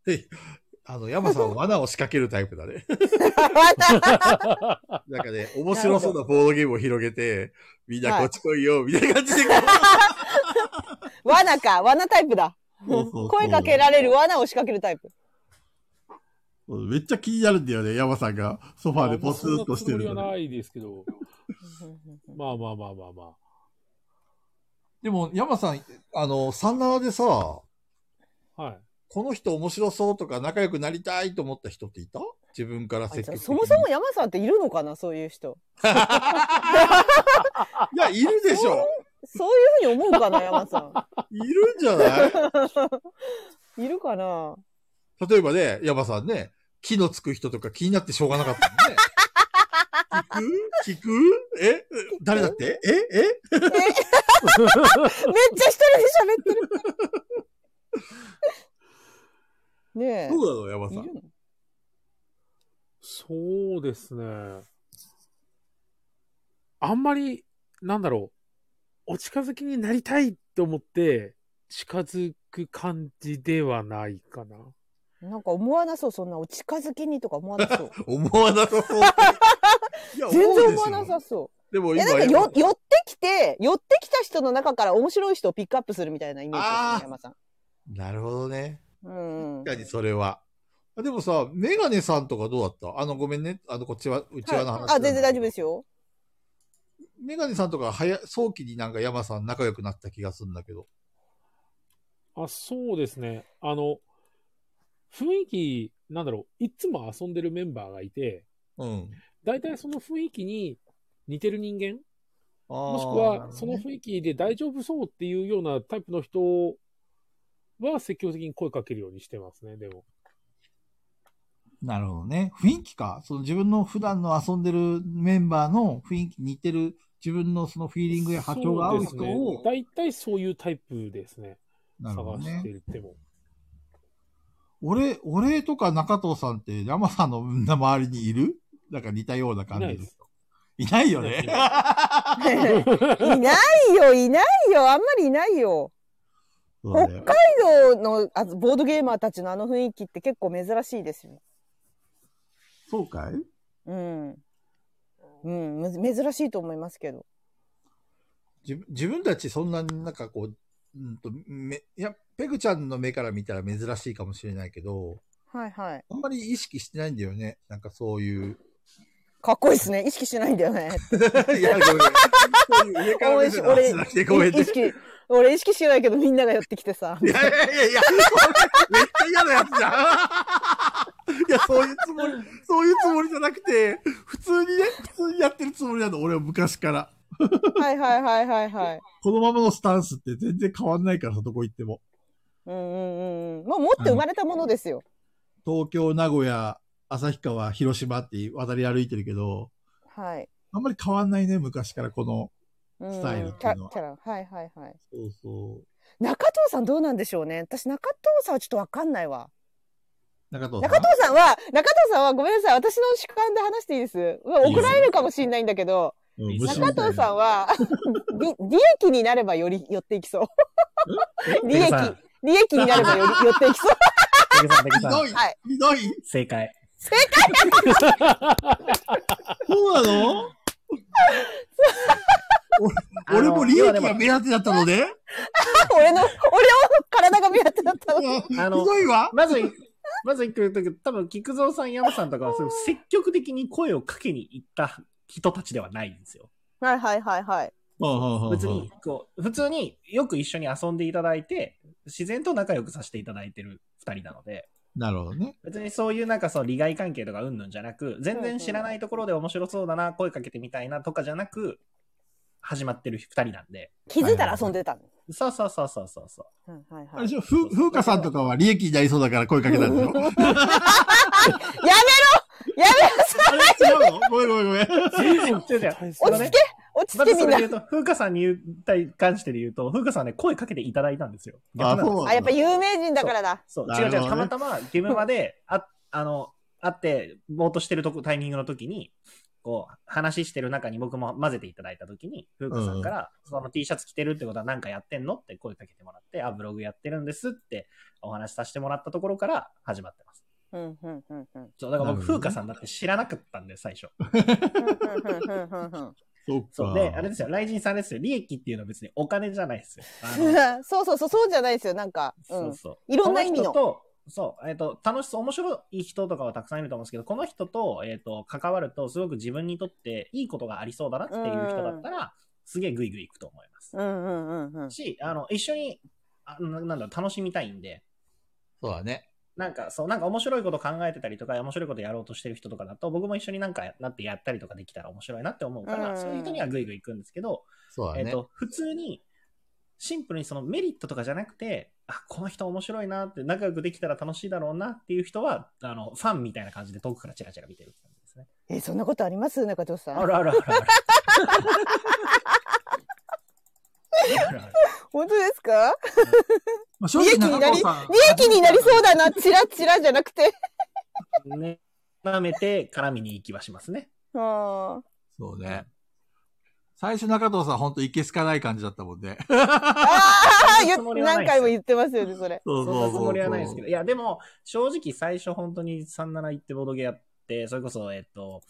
Speaker 6: あの、山さんは罠を仕掛けるタイプだ ね。なんかね、面白そうなボードゲームを広げて、みんなこっち来いよ、みたいな感じで。
Speaker 5: 罠か、罠タイプだ。
Speaker 6: そうそうそう
Speaker 5: 声かけられる罠を仕掛けるタイプ。
Speaker 6: めっちゃ気になるんだよね、山さんがソファーでポスッとしてる
Speaker 2: まあそんなつもりは
Speaker 6: のね。
Speaker 2: ないですけど。まあまあまあまあまあ。
Speaker 6: でも、山さん、あの、37でさ、
Speaker 2: はい。
Speaker 6: この人面白そうとか仲良くなりたいと思った人っていた自分から
Speaker 5: あ
Speaker 6: 積
Speaker 5: じゃあ
Speaker 6: 極的に。
Speaker 5: そもそも山さんっているのかなそういう人。
Speaker 6: いや、いるでしょ
Speaker 5: そういうふうに思うかな山さ
Speaker 6: いるんじゃない
Speaker 5: ん。 いるかな
Speaker 6: 例えばね、山さんね、木のつく人とか気になってしょうがなかったもんね。聞く聞くえ誰だってええ
Speaker 5: めっちゃ一人で喋ってる。 ねえ。
Speaker 6: そうなの、山さ
Speaker 5: い
Speaker 6: ん
Speaker 5: る。の
Speaker 2: そうですね。あんまり、なんだろう、お近づきになりたいって思って、近づく感じではないかな。
Speaker 5: なんか思わなそう、そんなお近づきにとか思わな そう。
Speaker 6: 思わなさそう。いや
Speaker 5: 全
Speaker 6: う
Speaker 5: 然
Speaker 6: で
Speaker 5: 思
Speaker 6: す
Speaker 5: わ
Speaker 6: よ
Speaker 5: なさそう。
Speaker 6: でも
Speaker 5: いや、なん
Speaker 6: 今
Speaker 5: か
Speaker 6: 今
Speaker 5: よ、寄ってきて、寄ってきた人の中から面白い人をピックアップするみたいなイメージです
Speaker 6: あ
Speaker 5: ね
Speaker 6: ー、
Speaker 5: 山さん。
Speaker 6: なるほどね。
Speaker 5: うんうん。
Speaker 6: 確かにそれは。あでもさ、メガネさんとかどうだったあの、ごめんね。あの、こっちは、うち
Speaker 5: は
Speaker 6: はいの話、
Speaker 5: あ、全然大丈夫です
Speaker 6: よ。
Speaker 5: よ。
Speaker 6: メガネさんとか早、早期になんか山さん仲良くなった気がするんだけど。
Speaker 2: あ、そうですね。あの、雰囲気、なんだろう、いつも遊んでるメンバーがいて、
Speaker 6: うん。
Speaker 2: 大体その雰囲気に似てる人間、
Speaker 6: も
Speaker 2: もしくはその雰囲気で大丈夫そうっていうようなタイプの人は積極的に声かけるようにしてますね、でも。
Speaker 6: なるほどね。雰囲気か。その自分の普段の遊んでるメンバーの雰囲気似てる、自分のそのフィーリングや波長が合う人
Speaker 2: そうですね
Speaker 6: を、
Speaker 2: 大体そういうタイプですね。
Speaker 6: なるほど
Speaker 2: 探して
Speaker 6: ね。
Speaker 2: るっても。
Speaker 6: 俺、俺とか中藤さんって山さんの周りにいるなんか似たような感じです。いないよね
Speaker 2: い。ない
Speaker 5: いないよ、いないよ、あんまりいないよ。
Speaker 6: そう
Speaker 5: 北
Speaker 6: だよ
Speaker 5: 海道のあボードゲーマーたちのあの雰囲気って結構珍しいですよ。
Speaker 6: そうかい
Speaker 5: うん。うん、む珍しいと思いますけど。
Speaker 6: 自分自分たちそんなになんかこう、うんと、め、いや、ペグちゃんの目から見たら珍しいかもしれないけど、
Speaker 5: はいはい。
Speaker 6: あんまり意識してないんだよね。なんかそう いう。
Speaker 5: かっこいいですね。意識しないんだよね。
Speaker 6: いや、ごめん。そういう上から目線の話じゃなくてごめん
Speaker 5: い
Speaker 6: ね
Speaker 5: 意。識、俺意識してないけどみんなが寄ってきてさ
Speaker 6: い。やいやいやいや、めっちゃ嫌なやつじゃん。いや、そういうつもり、そういうつもりじゃなくて、普通にね、普通にやってるつもりなの、俺は昔から。
Speaker 5: はいはいはいはいはい。
Speaker 6: このままのスタンスって全然変わんないからさ、どこ行っても。
Speaker 5: うんうんうん。もう持って生まれたものですよ。
Speaker 6: 東京、名古屋、旭川、広島って渡り歩いてるけど、
Speaker 5: はい。
Speaker 6: あんまり変わんないね、昔からこの。
Speaker 5: うん
Speaker 6: スタイルって
Speaker 5: キ
Speaker 6: いう
Speaker 5: ャ
Speaker 6: のは
Speaker 5: キャラ。はいはいはい。
Speaker 6: そうそう。
Speaker 5: 中藤さんどうなんでしょうね。私中藤さんはちょっとわかんないわ。
Speaker 6: 中藤さん。
Speaker 5: 中藤さんは、中藤さんはごめんなさい。私の主観で話していいです。うわ
Speaker 6: いい
Speaker 5: 怒
Speaker 6: よ
Speaker 5: られるかもしれないんだけど、
Speaker 6: うん武士みたいな
Speaker 5: 中藤さん は、り利益になればより寄っていきそう。利
Speaker 4: ペグ
Speaker 5: 益
Speaker 4: さ、ん、
Speaker 5: 利益になればより寄っていきそう。
Speaker 4: ペグさん、ペグ
Speaker 6: ひ
Speaker 4: さ
Speaker 6: ど
Speaker 4: ん、
Speaker 6: い、
Speaker 5: はい
Speaker 6: ひどい。
Speaker 4: 正解。
Speaker 6: そうなの俺俺も利益が目当てだったので、
Speaker 5: 俺の、俺の体が目当てだったの。
Speaker 6: うん
Speaker 4: あの
Speaker 6: ひどいわ。
Speaker 4: まず、まず一個言ったけど、多分、菊蔵さん、山さんとかは、そういう積極的に声をかけに行った人たちではないんですよ。
Speaker 5: はいはいはいはい。
Speaker 4: 別に、こう、普通によく一緒に遊んでいただいて、自然と仲良くさせていただいてる二人なので、
Speaker 6: なるほどね。
Speaker 4: 別にそういうなんかその利害関係とかうんぬんじゃなく、全然知らないところで面白そうだな、声かけてみたいなとかじゃなく、始まってる二人なんで。
Speaker 5: 気づいたら遊んでたの。
Speaker 4: そうそうそうそうそうそう。
Speaker 5: はいはい
Speaker 6: あ
Speaker 5: は
Speaker 6: れ
Speaker 5: い。
Speaker 6: でしょ、ふ、ふうかさんとかは利益になりそうだから声かけ たんでしょ
Speaker 5: やべ
Speaker 6: あれ違うのごめんごめんごめん。
Speaker 4: 違う違う
Speaker 5: 落
Speaker 4: あの
Speaker 5: ち
Speaker 4: ね
Speaker 5: 着け落ち
Speaker 4: また
Speaker 5: 着けみ
Speaker 4: それ
Speaker 5: んな
Speaker 4: で言。うと、風花さんに言った関してで言うと、風花さんね、声かけていただいたんですよ。逆
Speaker 6: あ、
Speaker 4: なんです
Speaker 6: そう
Speaker 5: あ、やっぱ
Speaker 6: り。
Speaker 5: 有名人だからだ。
Speaker 4: そう、
Speaker 6: な
Speaker 4: 違
Speaker 6: る
Speaker 4: う
Speaker 6: ほ
Speaker 4: 違
Speaker 6: どね
Speaker 4: う、たまたま、ゲームまで、あ、あの、会って、ぼーっとしてるとこ、タイミングの時に、こう、話してる中に僕も混ぜていただいた時に、風花さんから、その T シャツ着てるってことは何かやってんのって声かけてもらって、あ、ブログやってるんですってお話しさせてもらったところから始まってます。
Speaker 5: うんうんうんうん。
Speaker 4: そう、だから僕、
Speaker 6: なるほどね
Speaker 4: 風花さんだって知らなかったんで、最初。
Speaker 6: そっ
Speaker 4: そう。
Speaker 6: か。
Speaker 4: で、あれですよ、雷神さんですよ、利益っていうのは別にお金じゃないですよ。あ の
Speaker 5: そうそうそう、そうじゃないですよ。なんか、う
Speaker 4: そ
Speaker 5: ん
Speaker 4: う。そう。
Speaker 5: いろんな意味
Speaker 4: こ人
Speaker 5: の
Speaker 4: と、そう、えっ、と、楽しそう、面白い人とかはたくさんいると思うんですけど、この人と、えっ、と、関わると、すごく自分にとっていいことがありそうだなっていう人だったら、すげえグイグイ行くと思います。
Speaker 5: うんうんうんうん。
Speaker 4: し、あの、一緒に、あななんだろう、楽しみたいんで、
Speaker 6: そうだね。
Speaker 4: なんか、そう、なんか面白いこと考えてたりとか、面白いことやろうとしてる人とかだと、僕も一緒になんかなってやったりとかできたら面白いなって思うから、
Speaker 5: うん
Speaker 4: そういう人にはグイグイ行くんですけど、
Speaker 6: そうだ
Speaker 4: えっ、
Speaker 6: ね。
Speaker 4: と、普通に、シンプルにそのメリットとかじゃなくて、あ、この人面白いなって、仲良くできたら楽しいだろうなっていう人は、あの、ファンみたいな感じで遠くからチラチラ見てるって感じです ね。
Speaker 5: え、そんなことあります中藤さ
Speaker 4: あ
Speaker 5: ん。
Speaker 4: るあるあるある。あるある
Speaker 5: 本当ですか
Speaker 6: まあ、正直
Speaker 5: 利益になり
Speaker 6: 中藤さん
Speaker 5: 利益になりそうだな。チラチラじゃなくて。
Speaker 4: ね。舐めて絡みに行きはしますね。
Speaker 5: あー
Speaker 6: そうね。最初中藤さんほんといけすかない感じだったもん ね。
Speaker 4: そ
Speaker 5: ああ、
Speaker 4: んな
Speaker 5: 言
Speaker 4: つもりはない
Speaker 5: 何
Speaker 4: ですよ
Speaker 5: 回も言ってますよね、それ。
Speaker 6: そう
Speaker 4: そ
Speaker 6: そ
Speaker 4: ん
Speaker 6: う
Speaker 4: なつ
Speaker 6: そう
Speaker 4: もりはないですけど、いや、でも、正直最初本当に37行ってボードゲーやって、それこそ、えっと、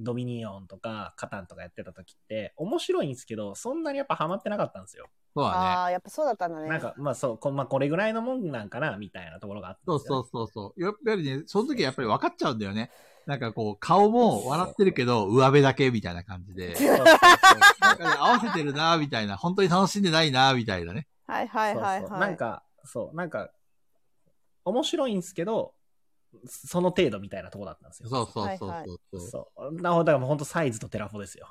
Speaker 4: ドミニオンとか、カタンとかやってた時って、面白いんですけど、そんなにやっぱハマってなかったんですよ。
Speaker 6: そうだね。
Speaker 5: ああ、やっぱそうだったんだね。
Speaker 4: なんか、まあそう、こ,、まあ、これぐらいのもんなんかな、みたいなところがあった
Speaker 6: そ
Speaker 4: ん
Speaker 6: う
Speaker 4: ですよね、
Speaker 6: そうそうそう。やっぱりね、その時やっぱり分かっちゃうんだよね。なんかこう、顔も笑ってるけど、上辺だけみたいな感 じで。
Speaker 4: そうそうそうそう
Speaker 6: なんかね、合わせてるなみたいな。本当に楽しんでないなみたいなね。
Speaker 5: はいはいはい
Speaker 4: そうそ
Speaker 5: は
Speaker 4: う
Speaker 5: い。
Speaker 4: なんか、そう、なんか、面白いんですけど、その程度みたいなとこだったんですよ。
Speaker 6: そうそう
Speaker 5: はい
Speaker 6: そう
Speaker 5: はい
Speaker 6: そう。そう
Speaker 4: そう。なるほど、だからもう本当サイズとテラフォですよ。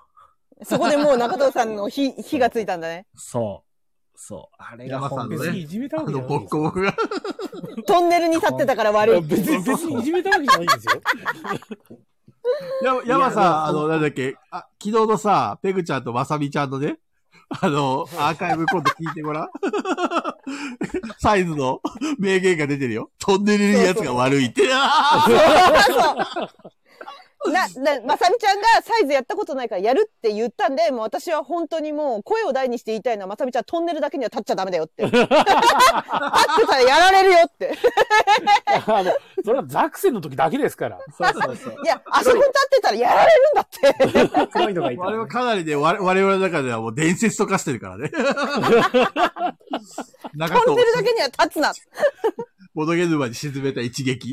Speaker 5: そこでもう中藤さん の火、火がついたんだね。
Speaker 4: そう。そう。あれが
Speaker 6: 山さんの
Speaker 2: 別
Speaker 6: ね
Speaker 2: にいじめたわ
Speaker 6: あ
Speaker 2: けじゃ
Speaker 6: の、
Speaker 2: ない
Speaker 6: ボ
Speaker 2: んで
Speaker 6: ッ
Speaker 2: す
Speaker 6: コボ
Speaker 2: よ。
Speaker 6: コが。
Speaker 5: トンネルに立ってたから悪い。
Speaker 2: 別に、別にいじめたわけじゃないんですよ。
Speaker 6: や、山
Speaker 4: いや
Speaker 6: さん、あの、なんだっけ、あ、昨日のさ、ペグちゃんとまさみちゃんのね、あの、アーカイブ今度聞いてごらん。 サイズの名言が出てるよ。トンネルにやつが悪いって。あー
Speaker 5: そうな、な、まさみちゃんがサイズやったことないからやるって言ったんで、もう私は本当にもう声を大にして言いたいのは、まさみちゃんトンネルだけには立っちゃダメだ よって。立ってたらやられるよって。
Speaker 2: あの、それはザクセンの時だけですから。
Speaker 4: そうそうそう。
Speaker 5: いや、あそこに立ってたらやられるんだって。
Speaker 4: 黒いのがいた
Speaker 6: あ
Speaker 4: ら
Speaker 6: れ
Speaker 4: ね、
Speaker 6: はかなりね、我我々の中ではもう伝説と化してるから ね。中
Speaker 5: トン
Speaker 6: と
Speaker 5: ネルだけには立つな。
Speaker 6: ボドゲ沼に沈めた一撃。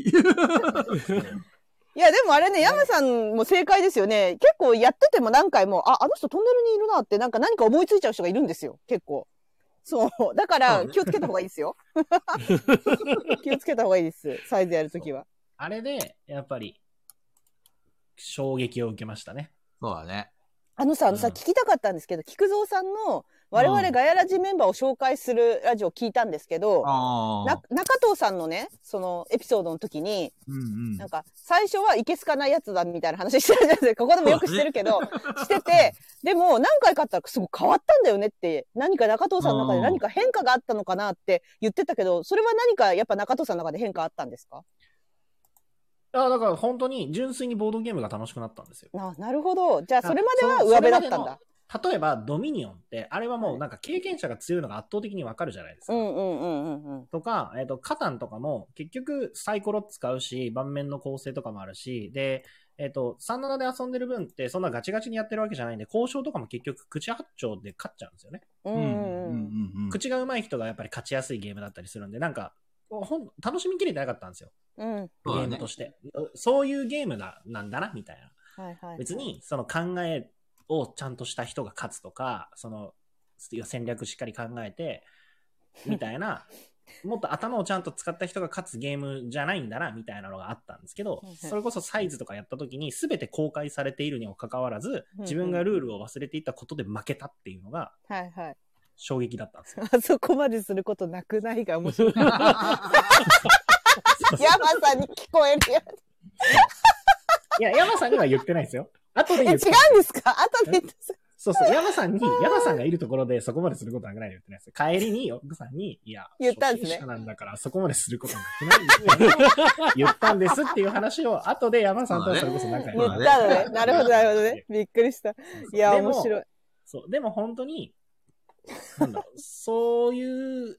Speaker 5: いや、でもあれね、山さんも正解ですよね。結構やってても何回も、あ、あの人トンネルにいるなって、なんか何か思いついちゃう人がいるんですよ。結構。そう。だから、気をつけた方がいいです よ。気をつけた方がいいです。サイズやるときは。
Speaker 4: あれで、やっぱり、衝撃を受けましたね。
Speaker 6: そうだね。
Speaker 5: あのさ、あのさ、
Speaker 4: うん
Speaker 5: 聞きたかったんですけど、菊蔵さんの我々ガヤラジメンバーを紹介するラジオを聞いたんですけど、
Speaker 6: あ
Speaker 5: な
Speaker 6: あ。
Speaker 5: 中藤さんのね、そのエピソードの時に、
Speaker 6: うんうん
Speaker 5: なん。か、最初はいけすかないやつだみたいな話してるじゃないですか。ここでもよくしてるけど、してて、でも何回かあったらすごい変わったんだよねって、何か中藤さんの中で何か変化があったのかなって言ってたけど、それは何かやっぱ中藤さんの中で変化あったんですか
Speaker 4: あだから本当に純粋にボードゲームが楽しくなったんですよ。
Speaker 5: ななるほど。じゃあ、それまで
Speaker 4: あ
Speaker 5: は
Speaker 4: そ
Speaker 5: 上辺だった
Speaker 4: それ
Speaker 5: ん
Speaker 4: まで
Speaker 5: だ
Speaker 4: の。例えばドミニオンって、あれはもうなんか経験者が強いのが圧倒的にわかるじゃないです
Speaker 5: う
Speaker 4: か。
Speaker 5: んうんうんうんうん。
Speaker 4: とか、えっ、と、カタンとかも、結局、サイコロ使うし、盤面の構成とかもあるし、で、えっ、と、37で遊んでる分って、そんなガチガチにやってるわけじゃないんで、交渉とかも結局、口八丁で勝っちゃうんですよね。
Speaker 5: うんうんうん。
Speaker 6: うん
Speaker 4: 口が上手い人がやっぱり勝ちやすいゲームだったりするんで、なんか、ほん楽しみきれてなかったんですよ。
Speaker 5: うん。
Speaker 4: ゲ
Speaker 6: そうだ
Speaker 4: ー
Speaker 6: ね
Speaker 4: ムとして。そういうゲームだなんだな、みたいな。
Speaker 5: はいはい。
Speaker 4: 別。にその考えをちゃんとした人が勝つとかその戦略しっかり考え てみたいなもっと頭をちゃんと使った人が勝つゲームじゃないんだなみたいなのがあったんですけど
Speaker 5: はいはい
Speaker 4: それこそサイズとかやった時に全て公開されているにもかかわらず
Speaker 5: うん
Speaker 4: 自分がルールを忘れていたことで負けたっていうのが
Speaker 5: はいはい。
Speaker 4: 衝撃だったんですよ。
Speaker 5: あそこまですることなくない が面白い。山さんに聞こえるやつ。
Speaker 4: いや山さんには言ってないですよ。後で
Speaker 5: え、
Speaker 4: 言
Speaker 5: 違うん
Speaker 4: っ
Speaker 5: です
Speaker 4: て
Speaker 5: か後で言って
Speaker 4: そうそう、山さんに、山さんがいるところでそこまですることはなくないよってないですよ。帰りに奥さんに、いや、
Speaker 5: 言ったんですね
Speaker 4: 初心者なんだからそこまですることはなくないよって 言ったんですっていう話を、後で山さんとはそれこそ 仲良
Speaker 5: 言
Speaker 4: く
Speaker 5: っ
Speaker 4: なっ
Speaker 6: まあ
Speaker 4: て
Speaker 6: ね
Speaker 5: たのね。なるほど、なるほどね。びっくりした。いや、
Speaker 4: でも
Speaker 5: 面白い。
Speaker 4: そう、でも本当に、なんだろう、そういう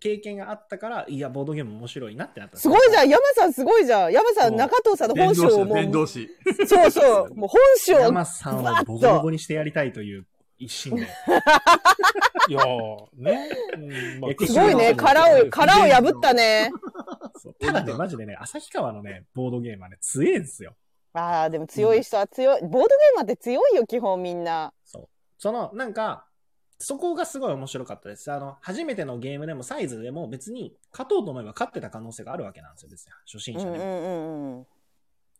Speaker 4: 経験があったから、いや、ボードゲーム面白いなってなったんですよ
Speaker 5: ごいじゃん山さんすごいじゃん山さん、
Speaker 4: そう
Speaker 5: 中藤さんの
Speaker 6: 伝
Speaker 5: 本性
Speaker 6: 道
Speaker 5: を
Speaker 6: 師だ、
Speaker 5: も
Speaker 6: 伝道
Speaker 5: う、
Speaker 6: 師。
Speaker 5: そうそう、もう本性を、
Speaker 4: 山さんをボコボコにしてやりたいという一心 で。
Speaker 2: いやー、ね。うんまあ
Speaker 5: すごいね、殻を、殻を破ったね。
Speaker 4: そうただね、マジでね、旭川のね、ボードゲームはね、強いんですよ。
Speaker 5: ああ、でも強い人は強い。ボードゲーマーって強いよ、基本みんな。
Speaker 4: そう。その、なんか、そこがすごい面白かったです。あの、初めてのゲームでもサイズでも別に勝とうと思えば勝ってた可能性があるわけなんですよ、別に。初心
Speaker 5: うん
Speaker 4: 者
Speaker 5: う
Speaker 4: で
Speaker 5: ん
Speaker 4: も。
Speaker 5: うんうん。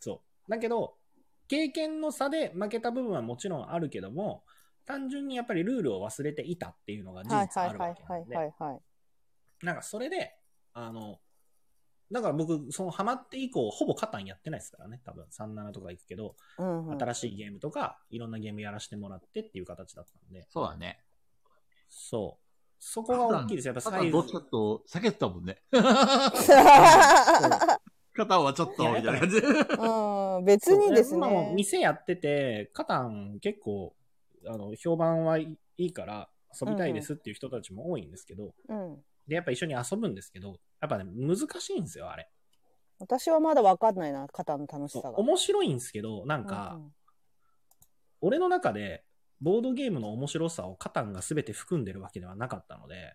Speaker 4: そう。だけど、経験の差で負けた部分はもちろんあるけども、単純にやっぱりルールを忘れていたっていうのが事
Speaker 5: はい
Speaker 4: 実
Speaker 5: は
Speaker 4: あ
Speaker 5: い
Speaker 4: る
Speaker 5: は
Speaker 4: わ
Speaker 5: い
Speaker 4: け
Speaker 5: は
Speaker 4: ないん
Speaker 5: は
Speaker 4: で、
Speaker 5: いはい。
Speaker 4: なんかそれで、あの、だから僕、そのハマって以降、ほぼカタンやってないですからね、多分37とか行くけど、
Speaker 5: うんうん、
Speaker 4: 新しいゲームとか、いろんなゲームやらせてもらってっていう形だったんで、
Speaker 6: そうだね。
Speaker 4: そう。そこが大きいです。やっぱ
Speaker 6: ただ
Speaker 4: サイズ
Speaker 6: どっち。かと避けてたもんね。 肩はちょっと、みたいな感じで。
Speaker 5: うん、別にです
Speaker 4: 今も
Speaker 5: ね。
Speaker 4: 店やってて、カタン結構、あの評判はいいいから遊びたいですっていう人たちも多いんですけど、
Speaker 5: うん。
Speaker 4: で、やっぱ一緒に遊ぶんですけど、やっぱね、難しいんですよ、あれ。
Speaker 5: 私はまだ分かんないな、肩の楽し
Speaker 4: そう
Speaker 5: さが。
Speaker 4: 面白いんですけど、なん
Speaker 5: う
Speaker 4: か
Speaker 5: ん、うん
Speaker 4: 俺の中で、ボードゲームの面白さをカタンが全て含んでるわけではなかったので、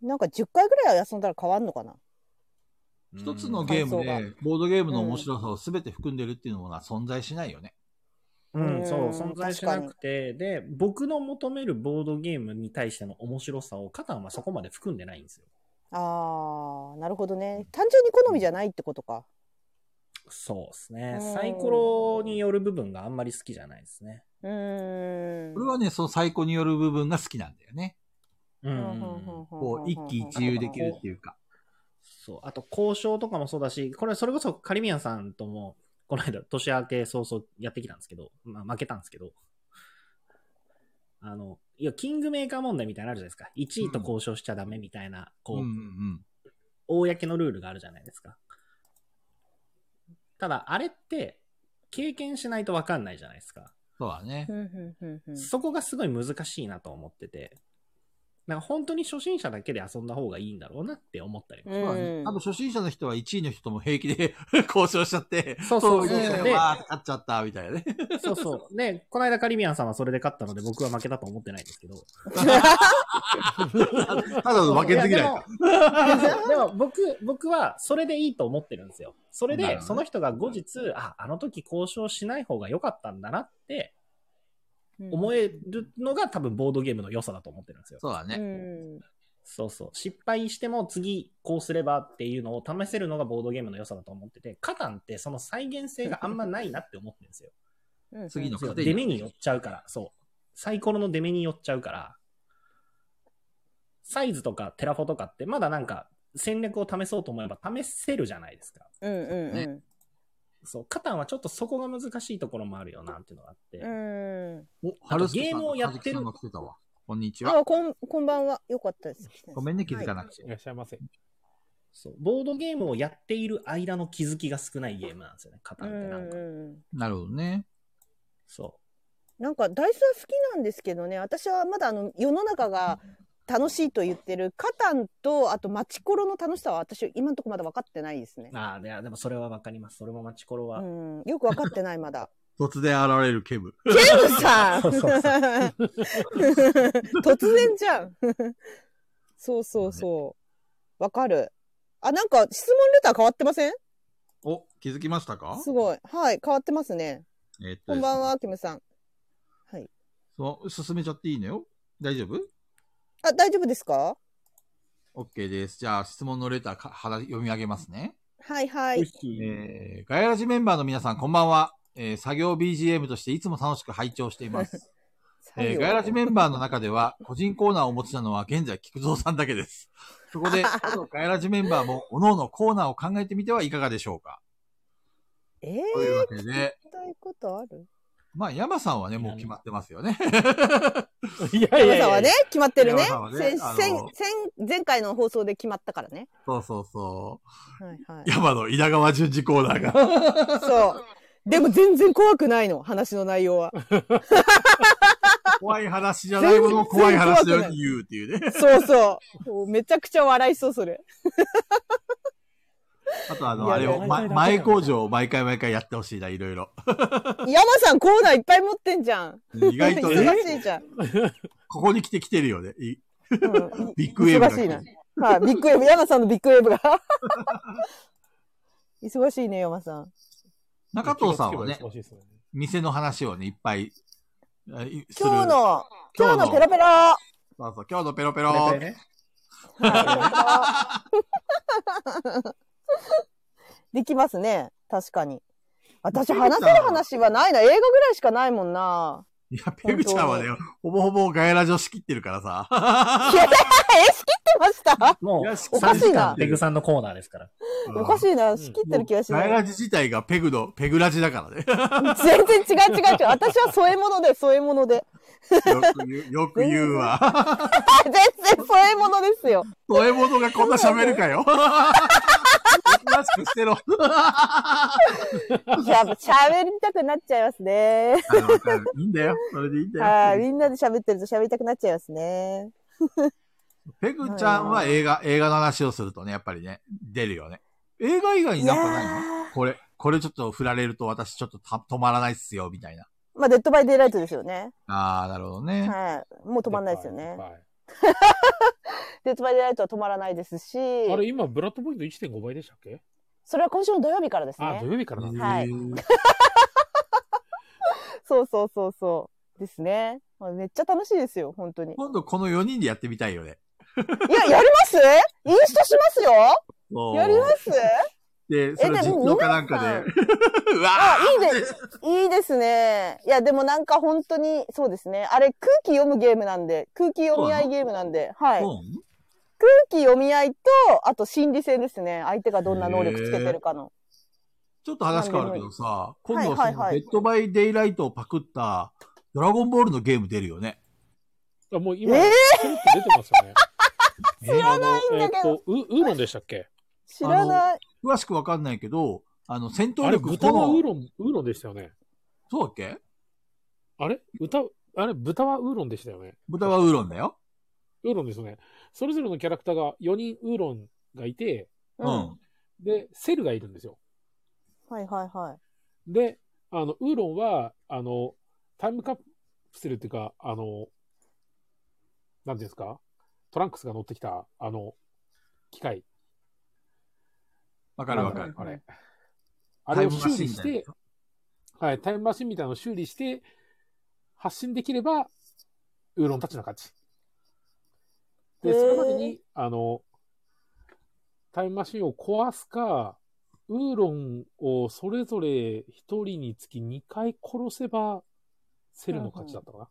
Speaker 5: なんか10回ぐらいは遊んだら変わんのかな。
Speaker 6: 一つのゲーム
Speaker 5: 感
Speaker 6: で、ボードゲームの面白さを全て含んでるっていうのは存在しないよね。
Speaker 4: うん、そうう、
Speaker 5: ん
Speaker 4: 存在しなくて、で、僕の求めるボードゲームに対しての面白さを、カタンはそこまで含んでないんですよ。
Speaker 5: あー、なるほどね。単純に好みじゃないってことか。
Speaker 4: そうですね
Speaker 5: うん。
Speaker 4: サイコロによる部分があんまり好きじゃないですね。
Speaker 5: うーん。
Speaker 6: これはね、その最高による部分が好きなんだよね。
Speaker 4: うん
Speaker 5: う
Speaker 4: うんんう
Speaker 5: う
Speaker 4: ん
Speaker 5: んうん
Speaker 6: こう、一喜一憂できるっていうか。
Speaker 4: そう。あと、交渉とかもそうだし、これ、それこそ、カリミアンさんとも、この間、 年明け早々やってきたんですけど、まあ、負けたんですけど、あの、いや、キングメーカー問題みたいなのあるじゃないですか。1位と交渉しちゃダメみたいな、こ
Speaker 6: うん
Speaker 4: う、
Speaker 6: うんうん。
Speaker 4: 公のルールがあるじゃないですか。ただ、あれって、経験しないと分かんないじゃないですか。
Speaker 6: そうだね
Speaker 5: う。んうんうんうん
Speaker 4: そこがすごい難しいなと思ってて、なんか本当に初心者だけで遊んだ方がいいんだろうなって思ったりも。
Speaker 5: う
Speaker 6: そ
Speaker 5: ん
Speaker 6: うだね。多分初心者の人は1位の人とも平気で 交渉しちゃって、
Speaker 4: そうそうそう。
Speaker 6: いやい
Speaker 4: で
Speaker 6: や、わー、勝っちゃった、みた いなね。
Speaker 4: そうそう。ね、この間カリビアンさんはそれで勝ったので僕は負けだと思ってないんですけど。
Speaker 6: ただの負けず嫌いか。
Speaker 4: いやでもでも僕、僕はそれでいいと思ってるんですよ。それ
Speaker 6: なる
Speaker 4: で
Speaker 6: ほどね
Speaker 4: その人が後日、あ、あの時交渉しない方が良かったんだなって思えるのが多分ボードゲームの良さだと思ってるんですよ。
Speaker 6: そうだ
Speaker 5: う
Speaker 6: ね。
Speaker 5: ん
Speaker 4: そうそう。失敗しても次こうすればっていうのを試せるのがボードゲームの良さだと思ってて、カタンってその再現性があんまないなって思ってるん ですよ。
Speaker 5: うん
Speaker 6: 次の
Speaker 4: そう
Speaker 6: 糧
Speaker 4: 出目に寄っちゃうから、そう。サイコロの出目に寄っちゃうから、サイズとかテラフォとかってまだなんか戦略を試そうと思えば試せるじゃないですか。
Speaker 5: うんうん
Speaker 6: ね
Speaker 4: そう、カタンはちょっとそこが難しいところもあるよなっていうのがあって。
Speaker 5: うんうん
Speaker 6: お、
Speaker 4: あと
Speaker 6: 春輔さんと
Speaker 4: ゲームをやってる
Speaker 6: 和樹さんが来たわこんにちは。
Speaker 5: あこんこんばんはよかったです
Speaker 6: ごめんね、気づかなくて。
Speaker 2: いらっしゃいませ。
Speaker 4: そう、ボードゲームをやっている間の気づきが少ないゲームなんですよね、カタン
Speaker 5: う
Speaker 4: っ
Speaker 5: ん
Speaker 4: てな
Speaker 5: うん
Speaker 4: か。
Speaker 5: んうん
Speaker 6: なるほどね。
Speaker 4: そ
Speaker 5: なんかダイスは好きなんですけどね私はまだあの世の中が楽しいと言ってるカタンとあとマチコロの楽しさは私今のところまだ分かってないですね
Speaker 4: う。、ああ、いや、でもそれはわかります。それもマチコロは。
Speaker 5: うん、よく分かってないまだ
Speaker 6: 突然現れるケブ。
Speaker 5: ケム さん
Speaker 4: そうそうそ
Speaker 5: 突然じゃんそうそうそう分かるあなんか質問レター変わってません
Speaker 6: お、気づきましたか
Speaker 5: すごいはい変わってますね
Speaker 6: えっと
Speaker 5: こんばん。はキムさん
Speaker 6: そう、進めちゃっていいのよ。大丈夫
Speaker 5: あ大丈夫ですか
Speaker 6: ?OK です。じゃあ、質問のレターか、はら読み上げますね。
Speaker 5: はいはい
Speaker 6: えーガヤラジメンバーの皆さん、こんばんは。えー作業 BGM としていつも楽しく拝聴してい ます。えーガヤラジメンバーの中では、個人コーナーをお持ちなのは現在、菊蔵さんだけ です。そこで、ガヤラジメンバーも、各々コーナーを考えてみてはいかがでしょうか
Speaker 5: えー、
Speaker 6: というわけで、
Speaker 5: 聞きたいことある
Speaker 6: まあ、山さんはね、もう決まってますよね。
Speaker 2: いやい
Speaker 5: 山
Speaker 2: やい
Speaker 5: さんは
Speaker 2: や
Speaker 5: ね、決まってるね。
Speaker 6: 山さんはね
Speaker 5: 先
Speaker 6: あの
Speaker 5: 先先前回の放送で決まったからね。
Speaker 6: そうそうそ
Speaker 5: はいは
Speaker 6: う。
Speaker 5: い。
Speaker 6: 山の稲川淳二コーナーが。
Speaker 5: そう。でも全然怖くないの、話の内容は。
Speaker 6: 怖い話じゃないものを怖い話だよって言うっていうね。
Speaker 5: そうそう。めちゃくちゃ笑いそう、それ。
Speaker 6: あとあ
Speaker 5: い
Speaker 6: の、
Speaker 5: や
Speaker 6: あれを、
Speaker 2: 毎
Speaker 6: ま
Speaker 2: 回
Speaker 6: 前工場を毎回毎回やってほしいな、いろ いろ。
Speaker 5: 山さんコーナーいっぱい持ってんじゃん。
Speaker 6: 意外とね、
Speaker 5: 忙しいじゃん。
Speaker 6: ここに来て来てるよね。い
Speaker 5: うん
Speaker 6: ビッグウェーブが
Speaker 5: 忙しいな。はい、ビッグウェーブ。山さんのビッグウェーブが。 忙しいね、山さん。
Speaker 6: 中藤さんはね
Speaker 2: 気、がつけば忙しいですもんね
Speaker 6: 店の話をね、いっぱい、あいする
Speaker 5: 今日の、今
Speaker 6: 今日
Speaker 5: 日
Speaker 6: の
Speaker 5: のペロペロ。は
Speaker 6: そうそう、今日のペロペロ。
Speaker 4: ペロペロね
Speaker 5: いペロペロできますね。確かに。私話せる話はないな。映画ぐらいしかないもん な。
Speaker 6: いや、ペグちゃんはね、ほぼほぼガヤラジオ仕切ってるからさ。
Speaker 5: いやえ、仕切ってました
Speaker 4: も、
Speaker 6: いうや
Speaker 5: おかし
Speaker 4: 3
Speaker 5: いな
Speaker 4: 時間ペグさんのコーナーですから。
Speaker 5: おかしいな。
Speaker 2: ん
Speaker 5: 仕切ってる気がし
Speaker 6: ガ
Speaker 5: な
Speaker 6: ヤ
Speaker 5: い。
Speaker 6: ラジ自体がペグの、ペグラジだからね。
Speaker 5: 全然違う違う違う。私は添え物で、添え物で。
Speaker 6: よく言う、よく言うわ。
Speaker 5: 全然添え物ですよ。
Speaker 6: 添え物がこんな喋るかよ。マスク捨てろ。
Speaker 5: やっぱ喋りたくなっちゃいますね。
Speaker 6: あのわかるいいんだよ。それでいいんだ
Speaker 5: は
Speaker 6: よ
Speaker 5: い。。みんなで喋ってると喋りたくなっちゃいますね。
Speaker 6: ペグちゃんは映画、映画の話をするとね、やっぱりね、出るよね。映画以外になんかないのこれ、これちょっと振られると私ちょっとた止まらないっすよ、みたいな。
Speaker 5: まあ、デッドバイデイライトですよね。
Speaker 6: あー、なるほどね。
Speaker 5: はい。もう止まんないですよ
Speaker 2: やっ
Speaker 5: ね
Speaker 2: ぱ。りやっ
Speaker 5: デッドバイデイライトは止まらないですし、
Speaker 2: ぱりあれ、今、ブラッドポイント1.5倍でしたっけ
Speaker 5: それは今週の土曜日からです
Speaker 2: あ、土
Speaker 5: ね。
Speaker 2: 曜日からなんだ。
Speaker 5: はい
Speaker 6: へー
Speaker 5: そうそうそうそう。ですね。まあめっちゃ楽しいですよ、本 当に。
Speaker 6: 今度この4人でやってみたいよね。
Speaker 5: いや、やりますインストしますよ
Speaker 6: そう
Speaker 5: やります
Speaker 6: で、それ
Speaker 5: えで
Speaker 6: 実
Speaker 5: も
Speaker 6: 況かなんかで。 うわ
Speaker 5: あ、いいです。いいですね。いや、でもなんか本当に、そうですね。あれ、空気読むゲームなんで、空気読み合いゲームなんで、はい。
Speaker 6: ー
Speaker 5: 空
Speaker 6: うん
Speaker 5: 気読み合いと、あと心理戦ですね。相手がどんな能力つけてるかの。
Speaker 6: ちょっと話変わるけどさ、今
Speaker 5: で
Speaker 6: 度
Speaker 5: も
Speaker 6: はそ
Speaker 5: はいはい
Speaker 6: の
Speaker 5: は
Speaker 6: デ
Speaker 5: い
Speaker 6: ッドバイデイライトをパクったドラゴンボールのゲーム出るよね。
Speaker 2: あもう今、
Speaker 5: えー
Speaker 2: ちょろっと出てますよね。知 らない
Speaker 5: んだけど
Speaker 2: えっと、ウウーロンでしたっけ
Speaker 5: 知らない。
Speaker 6: 詳しくわかんないけど、あの、戦闘
Speaker 2: あれ、
Speaker 6: 力
Speaker 2: 豚はウー
Speaker 6: ン。
Speaker 2: ロン、ウーロンでしたよね。
Speaker 6: そうだっけ
Speaker 2: あれ豚、あれ、豚はウーロンでしたよね。
Speaker 6: 豚はウーロンだよ。
Speaker 2: ウーロンですよね。それぞれのキャラクターが4人ウーロンがいて、
Speaker 6: うん。
Speaker 5: は
Speaker 2: で、セルがいるんですよ。
Speaker 5: いはいは
Speaker 2: で、あの、ウーロンは、あの、タイムカプセルっていうか、あの、なんていうんですかトランクスが乗ってきた、あの、機械。
Speaker 6: わかるわかる。
Speaker 2: あれ。あ
Speaker 6: タ
Speaker 2: れ
Speaker 6: イ
Speaker 2: を
Speaker 6: ムマ
Speaker 2: 修
Speaker 6: シン
Speaker 2: 理
Speaker 6: み
Speaker 2: した
Speaker 6: いな
Speaker 2: て、はい、タイムマシンみたいなのを修理して、発信できれば、ウーロンたちの勝ち。
Speaker 5: へ
Speaker 2: で、
Speaker 5: ー
Speaker 2: それまでに、あの、タイムマシンを壊すか、ウーロンをそれぞれ一人につき2回殺せば、セルの勝ちだったかな。
Speaker 5: い。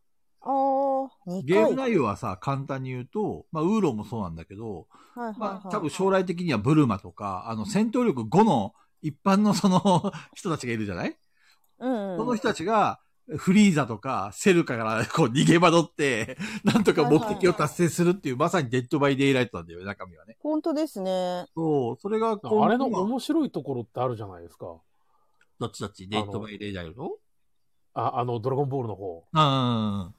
Speaker 5: あー、2
Speaker 6: ゲーム
Speaker 5: 回。
Speaker 6: 内容はさ、簡単に言うと、まあ、ウーロンもそうなんだけど、
Speaker 5: はい
Speaker 6: ま
Speaker 5: は
Speaker 6: あ、
Speaker 5: いは
Speaker 6: 多
Speaker 5: い
Speaker 6: 分。将来的にはブルマとか、あの、戦闘力5の一般のその人たちがいるじゃない
Speaker 5: うんう
Speaker 6: そ
Speaker 5: ん
Speaker 6: の。人たちが、フリーザとか、セルカからこう逃げ惑って、 なんとか目的を達成するっていう、まさにデッドバイデイライトなんだよね、中身はね。
Speaker 5: 本当ですね。
Speaker 6: そう、それが今度は、
Speaker 2: あれの面白いところってあるじゃないですか。
Speaker 6: どっちどっち、デッドバイデイライト
Speaker 2: あ、あの、ドラゴンボールの方。
Speaker 6: うんうんうん。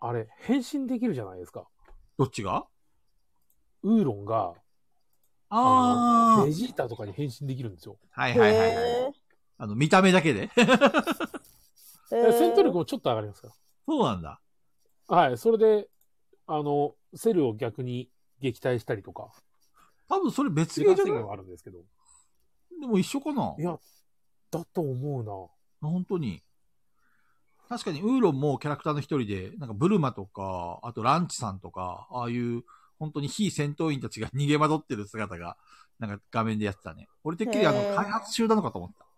Speaker 2: あれ、変身できるじゃないですか。
Speaker 6: どっちが
Speaker 2: ウーロンが、あ
Speaker 6: あ
Speaker 2: の
Speaker 6: あ
Speaker 2: ベ。ジータとかに変身できるんですよ。
Speaker 6: はい
Speaker 5: へ
Speaker 6: はいはいはい。
Speaker 5: え。
Speaker 6: あの、見た目だけで
Speaker 5: へー
Speaker 2: 戦闘力もちょっと上がりますか
Speaker 6: そうなんだ。
Speaker 2: ら。はい、それで、あの、セルを逆に撃退したりとか、
Speaker 6: 多分それ別
Speaker 2: 自
Speaker 6: ゲー
Speaker 2: 家
Speaker 6: じゃ
Speaker 2: 制
Speaker 6: ない
Speaker 2: 限はあるんですけど。
Speaker 6: でも一緒かない
Speaker 2: や、だと思うな。
Speaker 6: 本当に。確かにウーロンもキャラクターの一人で、なんかブルマとか、あとランチさんとか、ああいう本当に非戦闘員たちが逃げ惑ってる姿が、なんか画面でやってたね。俺てっきりあの
Speaker 5: へー
Speaker 6: 開発中なのかと思った。
Speaker 2: あ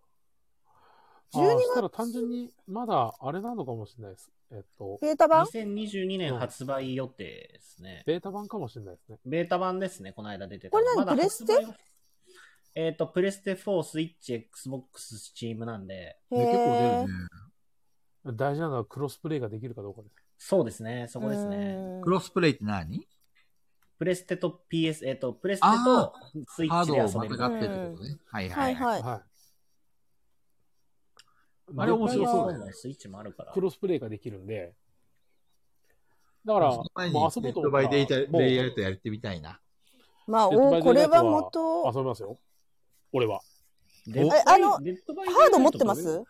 Speaker 5: 12
Speaker 2: ーそしたら単純に、まだあれなのかもしれないです。えっと、
Speaker 5: データ版
Speaker 4: 2022年発売予定ですね。
Speaker 2: ベータ版かもしれないですね。
Speaker 4: ベータ版ですね、この間出てた。
Speaker 5: これ何
Speaker 4: まだ
Speaker 5: プレステ
Speaker 4: 発売はえっ、と、プレステ4、スイッチ、Xbox、Steam なんで、
Speaker 5: へ
Speaker 6: ね結構出
Speaker 5: え
Speaker 6: る。ね。
Speaker 2: 大事なのはクロスプレイができるかどうかです。
Speaker 4: そうですね、そこですね。
Speaker 5: うん
Speaker 6: クロスプレイって何
Speaker 4: プレステと PS、えっ、と、プレステとスイッ
Speaker 6: ハー
Speaker 4: チ
Speaker 6: ド
Speaker 4: で
Speaker 6: を
Speaker 4: 遊
Speaker 6: ま
Speaker 4: べる
Speaker 6: た。がってってことね。はいはい。は
Speaker 5: は
Speaker 6: い、
Speaker 5: いはい。
Speaker 2: はい。
Speaker 6: あれ面白そうだよね
Speaker 4: ね。スイッチもあるから
Speaker 2: ク。ロスプレイができるんで。だから、
Speaker 6: その前に
Speaker 2: もう遊ぼ
Speaker 6: デ
Speaker 2: うと
Speaker 6: ッ
Speaker 2: 思
Speaker 6: ド
Speaker 2: っ
Speaker 6: バ
Speaker 2: たら
Speaker 6: イデイラ
Speaker 2: もう
Speaker 6: レイライトやってみたいな。
Speaker 5: まあ、
Speaker 2: デッドバ
Speaker 5: お
Speaker 2: イ
Speaker 5: こ
Speaker 2: デ
Speaker 5: れ
Speaker 2: イライトは
Speaker 5: は元、
Speaker 2: 遊びますよ。俺は。
Speaker 4: デッド
Speaker 5: えあの
Speaker 4: デッドバイデイライ
Speaker 5: ハ
Speaker 4: ト
Speaker 5: ード持ってます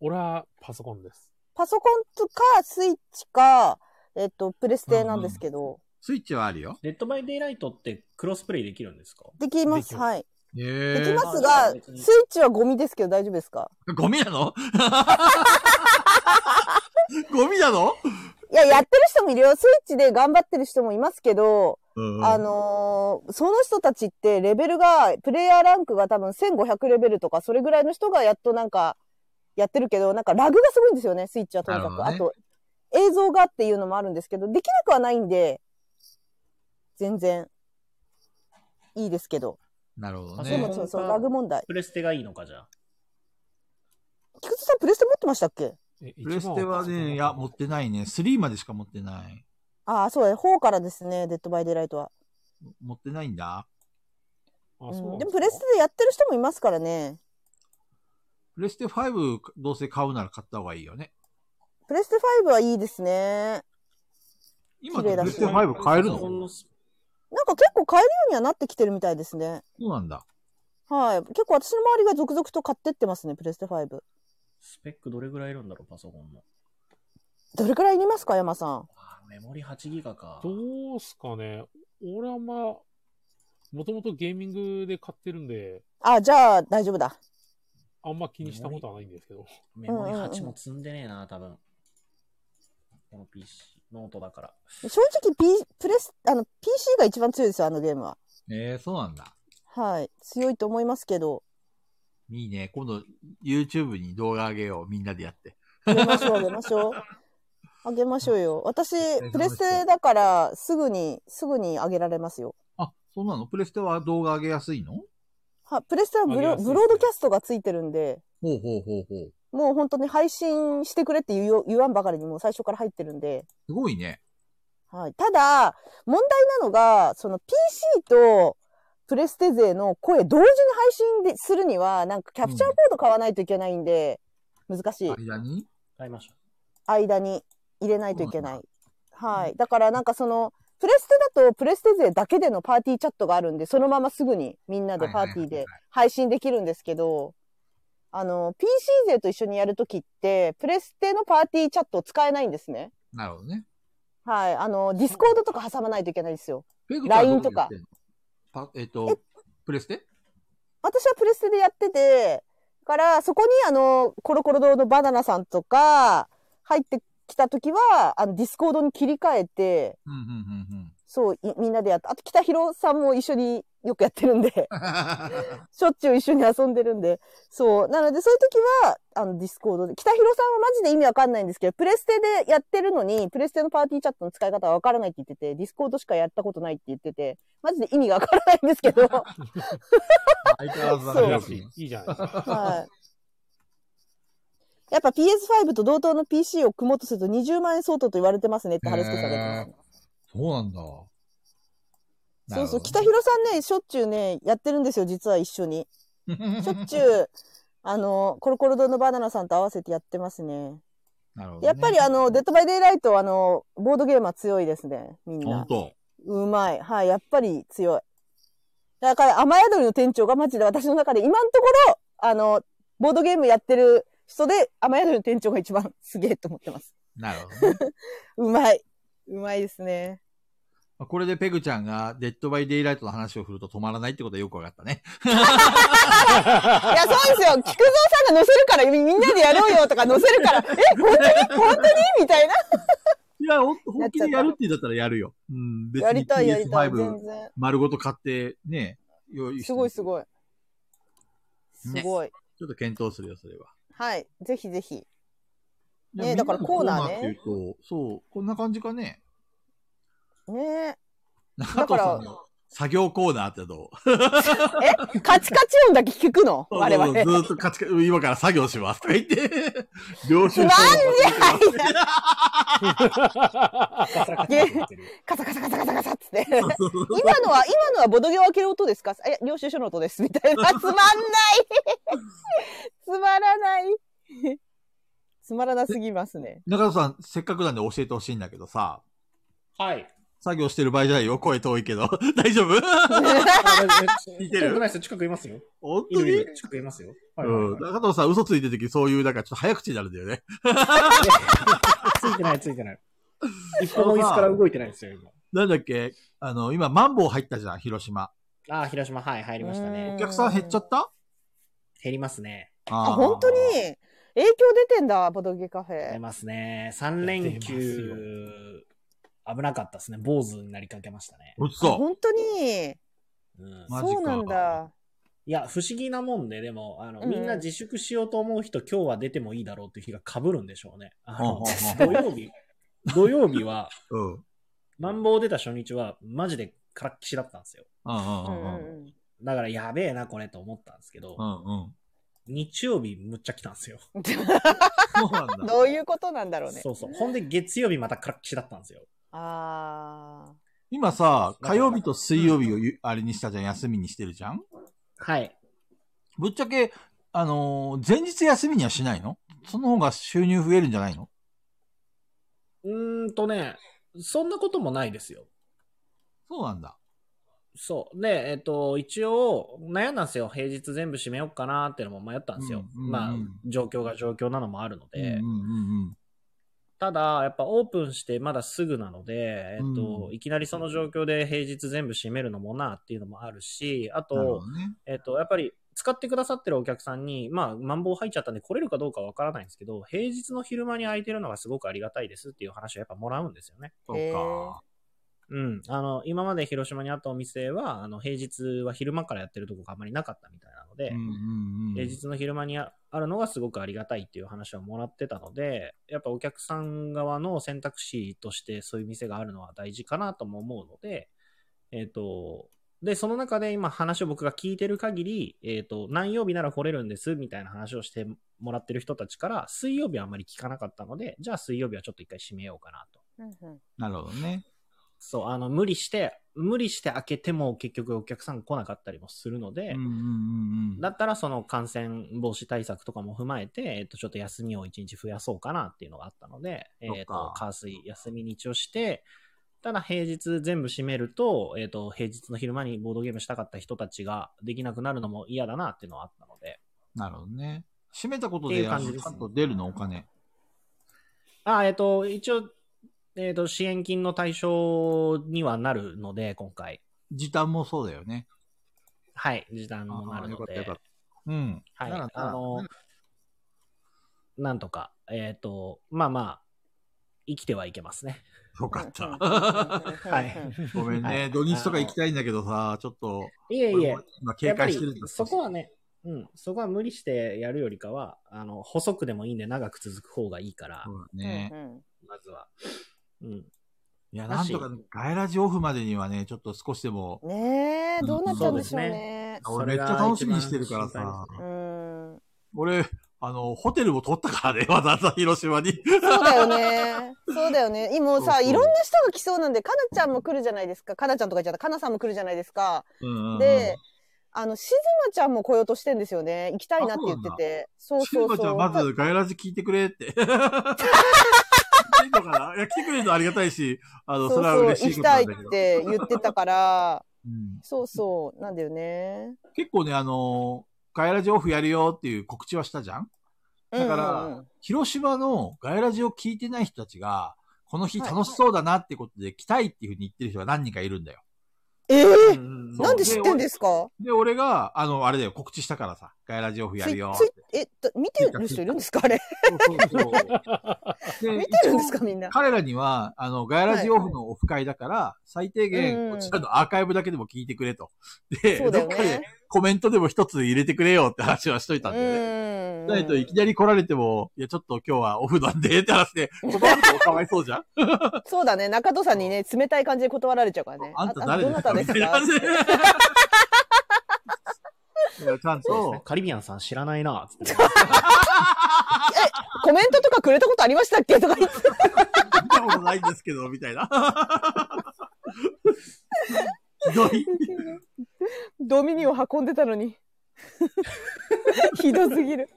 Speaker 2: 俺はパソコンです。
Speaker 5: パソコンとか、スイッチか、えっと、プレステなんですけど、
Speaker 6: スイッチはあるよ。
Speaker 4: デッドバイデイライトってクロスプレイできるんですか
Speaker 5: できま
Speaker 2: で
Speaker 5: す。
Speaker 2: きます
Speaker 5: はい。
Speaker 6: へ
Speaker 5: でき
Speaker 6: え。
Speaker 5: ます
Speaker 4: あ
Speaker 5: が、ス
Speaker 4: 別
Speaker 5: イ
Speaker 4: に
Speaker 5: ッチはゴミですけど大丈夫ですか
Speaker 6: ゴミ なのゴミなの、
Speaker 5: いや、やってる人もいるよ。スイッチで頑張ってる人もいますけど、
Speaker 6: うん
Speaker 5: あのーその人たちってレベルが、プレイヤーランクが多分1500レベルとか、それぐらいの人がやっとなんか、やってるけど、なんかラグがすごいんですよね、スイッチはとにかく。
Speaker 6: な
Speaker 5: あ
Speaker 6: るほ
Speaker 5: と、映像がっていうのもあるんですけど、できなくはないんで、全然、いいですけど。
Speaker 6: なるほど
Speaker 4: あ
Speaker 5: で
Speaker 6: ね
Speaker 5: も。そうそう、ラグ問題。
Speaker 4: プレステがいいのかじゃあ。
Speaker 5: 菊池さん、プレステ持ってましたっけ
Speaker 2: え
Speaker 6: プレステはね、いや、持ってないね。3までしか持ってない。
Speaker 5: ああ、そうだね。4からですね、デッドバイデイライトは。
Speaker 6: 持ってないんだ。
Speaker 2: あ、そう
Speaker 5: う、
Speaker 2: なんん
Speaker 5: で
Speaker 2: で
Speaker 5: も
Speaker 2: す
Speaker 5: プレステでやってる人もいますからね。
Speaker 6: プレステ5どうせ買うなら買った方がいいよね。
Speaker 5: プレステ5はいいですね。
Speaker 6: 今っ
Speaker 5: 綺麗
Speaker 6: て
Speaker 5: だ
Speaker 6: プ
Speaker 5: し
Speaker 6: レステ5買えるの
Speaker 4: パソコン
Speaker 6: そ
Speaker 4: ス
Speaker 5: なんか結構買えるようにはなってきてるみたいですね。
Speaker 6: うなんだ。
Speaker 5: はい。結構私の周りが続々と買ってってますね、プレステ5。
Speaker 4: スペックどれぐらいいるんだろう、パソコンの。
Speaker 5: どれくらいいりますか、山さん。
Speaker 4: あーメモリ8ギガか。
Speaker 2: どうすかね。俺はまあ、もともとゲーミングで買ってるんで、
Speaker 5: あ、じゃあ大丈夫だ。
Speaker 2: あんま気にしたことはないんですけど。
Speaker 4: メモリ
Speaker 5: うんうんうん
Speaker 4: 8も積んでねえな、多分。この PC、ノートだから。
Speaker 5: 正直、P、プレス、あの、PC が一番強いですよ、あのゲームは。
Speaker 6: えー、そうなんだ。
Speaker 5: はい。強いと思いますけど。
Speaker 6: いいね。今度 YouTube に動画あげよう。みんなでやって。
Speaker 5: あげましょう、あげましょう。あげましょうよ。私、プレステだから、すぐに、すぐにあげられますよ。
Speaker 6: あ、そうなのプレステは動画あげやすいの
Speaker 5: は、プレステはブ
Speaker 2: あ
Speaker 5: ロ
Speaker 2: げやすいですね
Speaker 5: ブロードキャストがついてるんで、
Speaker 6: ほうほうほうほう。
Speaker 5: もう本当に配信してくれって言うよ言わんばかりにもう最初から入ってるんで。
Speaker 6: すごいね。
Speaker 5: はい。ただ、問題なのが、その PC とプレステ勢の声同時に配信でするには、なんかキャプチャーコード買わないといけないんで、難しい。
Speaker 6: 間に
Speaker 4: 買いましょ
Speaker 5: 間に入れないといけな
Speaker 6: そ
Speaker 5: い。はい。だからなんかその、プレステだとプレステ勢だけでのパーティーチャットがあるんで、そのまますぐにみんなでパーティーで配信できるんですけど、あの、PC 勢と一緒にやるときって、プレステのパーティーチャットを使えないんですね。
Speaker 6: なるほどね。
Speaker 5: はい。あの、ディスコードとか挟まないといけないんですよ。
Speaker 6: ペグ
Speaker 5: LINE とか
Speaker 6: どうやってやってんの。パえっ、と、プレステ
Speaker 5: 私はプレステでやってて、だから、そこにあの、コロコロ堂のバナナさんとか、入ってきたときは、あの、ディスコードに切り替えて、
Speaker 6: うんうんうん うん。
Speaker 5: そう、いみんなでやった。あと、北広さんも一緒によくやってるんで、しょっちゅう一緒に遊んでるんで、そう。なので、そういう時は、あの、ディスコードで。北広さんはマジで意味わかんないんですけど、プレステでやってるのに、プレステのパーティーチャットの使い方はわからないって言ってて、ディスコードしかやったことないって言ってて、マジで意味がわからないんですけど、
Speaker 6: 相変わらずだ
Speaker 5: そう
Speaker 6: ね
Speaker 2: 珍しい。いいじゃない ですか。
Speaker 5: はい。やっぱ PS5 と同等の PC を組もうとすると20万円相当と言われてますねって、ハレスケさんが言ってますね。
Speaker 6: そうなんだ。
Speaker 5: そうそう、
Speaker 6: な
Speaker 5: 北広さんね、しょっちゅうね、やってるんですよ、実は一緒に。
Speaker 6: るほどね
Speaker 5: しょっちゅう、あの、コロコロ堂のバナナさんと合わせてやってますね。
Speaker 6: なるほどね
Speaker 5: やっぱりあの、デッドバイデイライトはあの、ボードゲームは強いですね、みん
Speaker 6: 本
Speaker 5: な。
Speaker 6: 当。
Speaker 5: うまい。はい、やっぱり強い。だから、雨宿りの店長がマジで私の中で今のところ、あの、ボードゲームやってる人で、雨宿りの店長が一番すげえと思ってます。
Speaker 6: なるほどね。
Speaker 5: うまい。うまいですね。
Speaker 6: まあこれでペグちゃんがデッドバイデイライトの話を振ると止まらないってことはよくわかったね。
Speaker 5: いや、そうですよ。菊蔵さんが載せるから、みみんなでやろうよとか載せるから、え、本当に本当にみたいな。
Speaker 6: いや、ほん本気でやるって言うんだったらやるよ。うん、別
Speaker 5: やりたい、やりたい。全
Speaker 6: PS5
Speaker 5: 然。
Speaker 6: 丸ごと買ってね、用意して
Speaker 5: すごい、すごい。す
Speaker 6: ね
Speaker 5: ごい。
Speaker 6: ちょっと検討するよ、それは。
Speaker 5: はい。ぜひぜひ。ね
Speaker 6: いや
Speaker 5: だからコーナーね
Speaker 6: みんなのコーナーっていうと、そう、こんな感じかね。
Speaker 5: ねえ。か
Speaker 6: 中藤
Speaker 5: ら
Speaker 6: さんの作業コーナーってどう
Speaker 5: えカチカチ音だけ聞くの 我々。
Speaker 6: そうそうそうずーっとカチカチ、今から作業しますとか言って、 領収書を
Speaker 5: なんでや
Speaker 4: う。カサカサって言ってる
Speaker 5: カサカサカサカサカサっつ って。今のは、今のはボドゲを開ける音ですかあいや、領収書の音です。みたい な。つまんないつまらないつまらなすぎます ね。
Speaker 6: 中藤さん、せっかくなんで教えてほしいんだけどさ、
Speaker 4: はい。
Speaker 6: 作業してる場合じゃないよ、声遠いけど。 大丈夫 いてる
Speaker 4: 近くないですよ。近くいますよ。
Speaker 6: 本
Speaker 4: い
Speaker 6: 当
Speaker 4: るい
Speaker 6: に
Speaker 4: る。近くいますよ。はいはい
Speaker 6: うん。
Speaker 4: はい
Speaker 6: 中藤さん、嘘ついてるとき、そういう、なんかちょっと早口になるんだよね。
Speaker 4: ついてない、ついてない。一歩も椅子から動いてないですよ、今。
Speaker 6: なんだっけあの、今、マンボウ入ったじゃん、広島。
Speaker 4: ああ、広島、はい、入りました
Speaker 5: う
Speaker 4: ね
Speaker 5: ん
Speaker 6: お。客さん減っちゃった
Speaker 4: 減りますね。
Speaker 5: あ、
Speaker 6: あー
Speaker 5: 本当に影響出てんだ、ボドゲカフ
Speaker 4: 減り
Speaker 5: ェ。
Speaker 4: ますね。3連休、危なかったですね。坊主になりかけましたね。
Speaker 6: うっ
Speaker 5: あ
Speaker 6: そ。
Speaker 5: 本当に
Speaker 4: うん
Speaker 6: マジか
Speaker 5: そうなんだ。
Speaker 4: いや、不思議なもんで、でも、あの、
Speaker 5: うん
Speaker 4: みんな自粛しようと思う人、今日は出てもいいだろうっていう日が被るんでしょうね。あ
Speaker 6: ほうほ
Speaker 4: の
Speaker 6: う
Speaker 4: 土曜
Speaker 6: ほう
Speaker 4: 日、土曜日は、
Speaker 6: うん。うん
Speaker 4: マンボウ出た初日は、マジでカラッキシだったんですよ。
Speaker 6: うん
Speaker 5: う
Speaker 6: うん
Speaker 5: うん
Speaker 6: うん。
Speaker 5: ん
Speaker 4: だから、やべえな、これと思ったんですけど、
Speaker 6: うんうん。
Speaker 4: 日曜日、むっちゃ来たんですよ。
Speaker 6: そ うなん
Speaker 5: うん
Speaker 6: だ。
Speaker 5: どういうことなんだろうね。
Speaker 4: そうそう。ほんで、月曜日またカラッキシだったんですよ。
Speaker 5: あ
Speaker 6: 今さ、火曜日と水曜日をゆあれにしたじゃん、休みにしてるじゃん
Speaker 4: はい。
Speaker 6: ぶっちゃけ、あのー前日休みにはしないのその方が収入増えるんじゃないの
Speaker 4: うーんとね、そんなこともないですよ。
Speaker 6: そうなんだ。
Speaker 4: そう。で、えっと、一応、悩んだんですよ。平日全部閉めようかなっていうのも迷ったんですよ。
Speaker 6: うんうんうん
Speaker 4: まあ、状況が状況なのもあるので。
Speaker 6: うんうんうんうん。
Speaker 4: ただ、やっぱオープンしてまだすぐなので、えっと、
Speaker 6: うん
Speaker 4: いきなりその状況で平日全部閉めるのもなっていうのもあるし、あ
Speaker 6: なるほ
Speaker 4: と、
Speaker 6: どね。
Speaker 4: えっと、やっぱり使ってくださってるお客さんに、まあ、マンボウ入っちゃったんで来れるかどうかわからないんですけど、平日の昼間に空いてるのがすごくありがたいですっていう話をやっぱもらうんですよね。
Speaker 6: そうか。
Speaker 4: うん。あの、今まで広島にあったお店は、あの、平日は昼間からやってるとこがあまりなかったみたいなので、
Speaker 6: うんうんうん。
Speaker 4: 平日の昼間にああるのがすごくありがたいっていう話をもらってたので、やっぱお客さん側の選択肢としてそういう店があるのは大事かなとも思うので、えっ、と、で、その中で今話を僕が聞いてる限り、えっ、と、何曜日なら来れるんですみたいな話をしてもらってる人たちから、水曜日はあまり聞かなかったので、じゃあ水曜日はちょっと一回閉めようかなと。
Speaker 6: なるほどね。
Speaker 4: そう、あの、無理して、無理して開けても結局お客さん来なかったりもするので、
Speaker 6: うんうんうんうん。
Speaker 4: だったらその感染防止対策とかも踏まえて、えっと、ちょっと休みを1日増やそうかなっていうのがあったので、
Speaker 6: そっか
Speaker 4: えっと、火水休みに一応して、ただ平日全部閉めると、えっと、平日の昼間にボードゲームしたかった人たちができなくなるのも嫌だなっていうのはあったので、
Speaker 6: なるほどね。閉めたこと
Speaker 4: っていう
Speaker 6: で、あ
Speaker 4: 感
Speaker 6: の
Speaker 4: じです
Speaker 6: ちゃんと出るのお金。
Speaker 4: あ、えっと、一応、えっと、支援金の対象にはなるので、今回。
Speaker 6: 時短もそうだよね。
Speaker 4: はい、時短もなる
Speaker 6: よ
Speaker 4: の
Speaker 6: かったよ
Speaker 4: で
Speaker 6: かっ。た。うん。
Speaker 4: はい
Speaker 6: なら。
Speaker 4: あの、なんとか、えっ、と、まあまあ、生きてはいけますね。
Speaker 6: よかった。
Speaker 5: はい。
Speaker 6: ごめん
Speaker 4: は
Speaker 6: ね。
Speaker 4: い
Speaker 6: 土日とか行きたいんだけどさ、ちょっと、
Speaker 4: いえいえ、
Speaker 6: 今警
Speaker 4: やっぱ
Speaker 6: 戒
Speaker 4: り
Speaker 6: してるんだ
Speaker 4: そこはね、うん、そこは無理してやるよりかは、あの、細くでもいいんで長く続く方がいいから、
Speaker 6: そうだね。
Speaker 4: まずは。うん。
Speaker 6: いや、な
Speaker 4: だ
Speaker 6: ん
Speaker 4: し
Speaker 6: とかね、ガイラジオフまでにはね、ちょっと少しでも、
Speaker 5: ねえ、どうなっちゃうんでしょうね。
Speaker 4: そ
Speaker 6: 俺め
Speaker 4: れ
Speaker 6: っち
Speaker 4: が
Speaker 6: ゃ楽しみにしてるから
Speaker 4: 一番
Speaker 6: さ
Speaker 4: 心配で、
Speaker 5: うん。
Speaker 6: 俺、あの、ホテルも取ったからね、わざわざ広島に。
Speaker 5: そうだよね。そうだよね。今
Speaker 6: そう
Speaker 5: さ、
Speaker 6: そう
Speaker 5: いろんな人が来そうなんで、かなちゃんも来るじゃないですか。かなちゃんとか言っちゃった。かなさんも来るじゃないですか。
Speaker 6: うんうんうん
Speaker 5: で、、あの、しずまちゃんも来ようとしてんですよね。行きたいなって言ってて。そう
Speaker 6: シル
Speaker 5: そう
Speaker 6: バち
Speaker 5: そ
Speaker 6: ゃ
Speaker 5: う。
Speaker 6: ん、まずガイラジ聞いてく れって。聞いてんのかないや、来てくれるのありがたいし、あの、
Speaker 5: そう
Speaker 6: それは
Speaker 5: そう、
Speaker 6: 嬉
Speaker 5: 行
Speaker 6: し
Speaker 5: き
Speaker 6: いこと
Speaker 5: た
Speaker 6: ないんだけ
Speaker 5: っ
Speaker 6: ど。
Speaker 5: て言ってたから、
Speaker 6: うん
Speaker 5: そうそう、なんだよね。
Speaker 6: 結構ね、あの、ガイラジオフやるよっていう告知はしたじゃんだから
Speaker 5: うんうんうん
Speaker 6: 広島のガイラジを聞いてない人たちが、この日
Speaker 5: はい
Speaker 6: 楽しそうだなってことで来たいっていうふうに言ってる人が何人かいるんだよ。
Speaker 5: え
Speaker 4: すね
Speaker 5: え
Speaker 4: うん
Speaker 6: そう
Speaker 5: なんで知ってんですか
Speaker 6: で、俺が、あの、あれだよ、告知したからさ、ガイラジオフや
Speaker 5: ツイ
Speaker 6: るよ
Speaker 5: ツイえだ見てる人いるんですかあれ。
Speaker 6: そうそうそう
Speaker 5: 見てるんですかみんな。
Speaker 6: 彼らには、あの、ガイラジオフのオフ会だから、最低限、
Speaker 5: うん
Speaker 6: こちらのアーカイブだけでも聞いてくれと。で、
Speaker 5: そうだ
Speaker 6: どっ
Speaker 5: よ
Speaker 6: かで
Speaker 5: ね。
Speaker 6: コメントでも一つ入れてくれよって話はしというたんだよね。
Speaker 5: ん。
Speaker 6: ないといきなり来られても、いや、ちょっと今日はオフなんで、って 話で、断るとかわいそうじゃん
Speaker 5: そうだね。中戸さんにね、冷たい感じで断られちゃうからね。
Speaker 6: あんた誰
Speaker 5: ど
Speaker 6: で
Speaker 5: な
Speaker 6: す
Speaker 5: た
Speaker 6: か
Speaker 5: で
Speaker 6: み
Speaker 5: す
Speaker 6: た
Speaker 5: か
Speaker 6: いな 感じでいやちゃん
Speaker 4: そうですね
Speaker 6: と、
Speaker 4: カリビアンさん知らないな、つって。
Speaker 5: コメントとかくれたことありましたっけと か言って。
Speaker 6: 見たことないんですけど、みたいな。 ひどい。
Speaker 5: ドミニを運んでたのに。 ひどすぎる。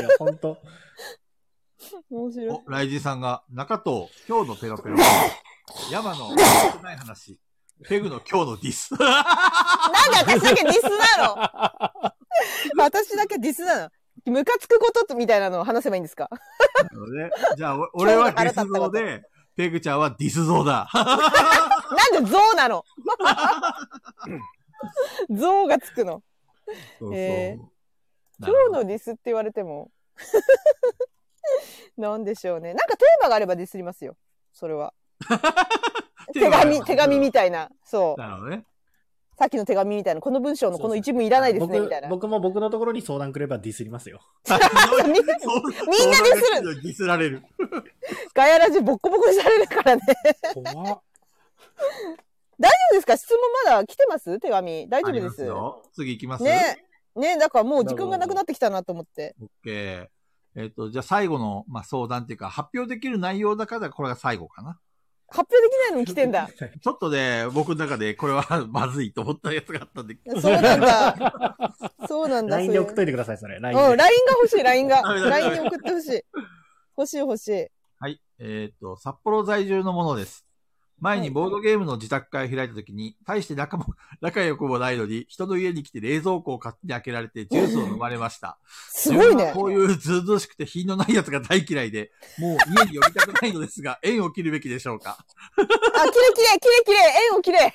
Speaker 4: いや、本当
Speaker 5: 面白い。
Speaker 6: お、ライジさんが、中藤、今日のペロペロ。山の、ない話。ペグの今日のディス。
Speaker 5: なんで私だけディスな の私だけディスなのムカつくことみたいなのを話せばいいんですか
Speaker 6: なのでじゃあ、お俺はディス
Speaker 5: 今日の腹
Speaker 6: 像
Speaker 5: 立
Speaker 6: で、ペグちゃんはディス像 だ。
Speaker 5: なんでゾウな のゾウがつくの。
Speaker 6: そうそう
Speaker 5: え
Speaker 6: な
Speaker 5: ゾ
Speaker 6: るほ
Speaker 5: ウ
Speaker 6: ど
Speaker 5: のディスって言われても。 なんでしょうね。なんかテーマがあればディスりますよ。それは。手紙、手紙みたいな。そう。
Speaker 6: なるほどね。
Speaker 5: さっきの手紙みたいな。この文章のこの一文いらないですね、みたいな。
Speaker 4: 僕僕も僕のところに相談くればディスりますよ。
Speaker 5: みんなデ
Speaker 6: み
Speaker 5: ィスる。
Speaker 6: るディスられる。
Speaker 5: ガヤラジボッコボコにされるからね。
Speaker 2: 怖っ。
Speaker 5: どうですか質問まだ来てます手紙。大丈
Speaker 6: あ
Speaker 5: 夫
Speaker 6: り
Speaker 5: で
Speaker 6: ます
Speaker 5: す。
Speaker 6: よ。次行きます
Speaker 5: ねねだからもう時間がなくなってきたなと思って。
Speaker 6: オッケー。えっ、と、じゃあ最後の、まあ、相談っていうか、発表できる内容だから、これが最後かな。
Speaker 5: 発表できないのに来てんだ。
Speaker 6: ちょっとね、僕の中でこれは まずいと思ったやつがあったんで、
Speaker 5: そうなんだ。そうなんだ。
Speaker 4: LINE で送っと
Speaker 5: い
Speaker 4: いてください、それ。
Speaker 5: て
Speaker 4: LINE
Speaker 5: うん、LINE
Speaker 4: で。
Speaker 5: が欲しい、LINE が。
Speaker 6: ダメダメダメ
Speaker 5: LINE で送ってほしい。欲しい欲しい。
Speaker 6: はい。えーっと、札幌在住のものです。前にボードゲームの自宅会を開いたときに、大して仲も、 仲良くもないのに、人の家に来て冷蔵庫を勝手に開けられてジュースを飲まれました。
Speaker 5: すごい
Speaker 6: 自分
Speaker 5: ね
Speaker 6: は。こういうずうずうしくて品のないやつが大嫌いで、もう家に呼びたくないのですが、 縁を切るべきでしょうか。
Speaker 5: あ、きれきれ、きれきれ、円を切れ。円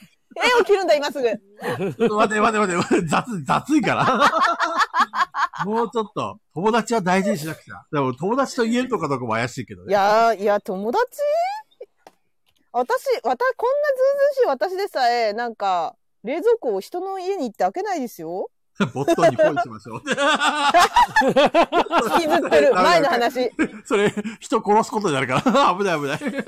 Speaker 5: を切るんだ、今す ぐ。
Speaker 6: ちょっと待て待て待て待て、雑、雑いから。 もうちょっと、友達は大事にしなくちゃ。でも友達と言えるとかどうかも怪しいけど
Speaker 5: い
Speaker 6: ね。
Speaker 5: やー、いや、友達私、わた、こんなずうずうしい私でさえ、なんか、冷蔵庫を人の家に行って開けないです よ。
Speaker 6: ボットンに恋しましょう。
Speaker 5: 引きずってる。前の話。
Speaker 6: それ、人殺すことになるから。危 ない危ない。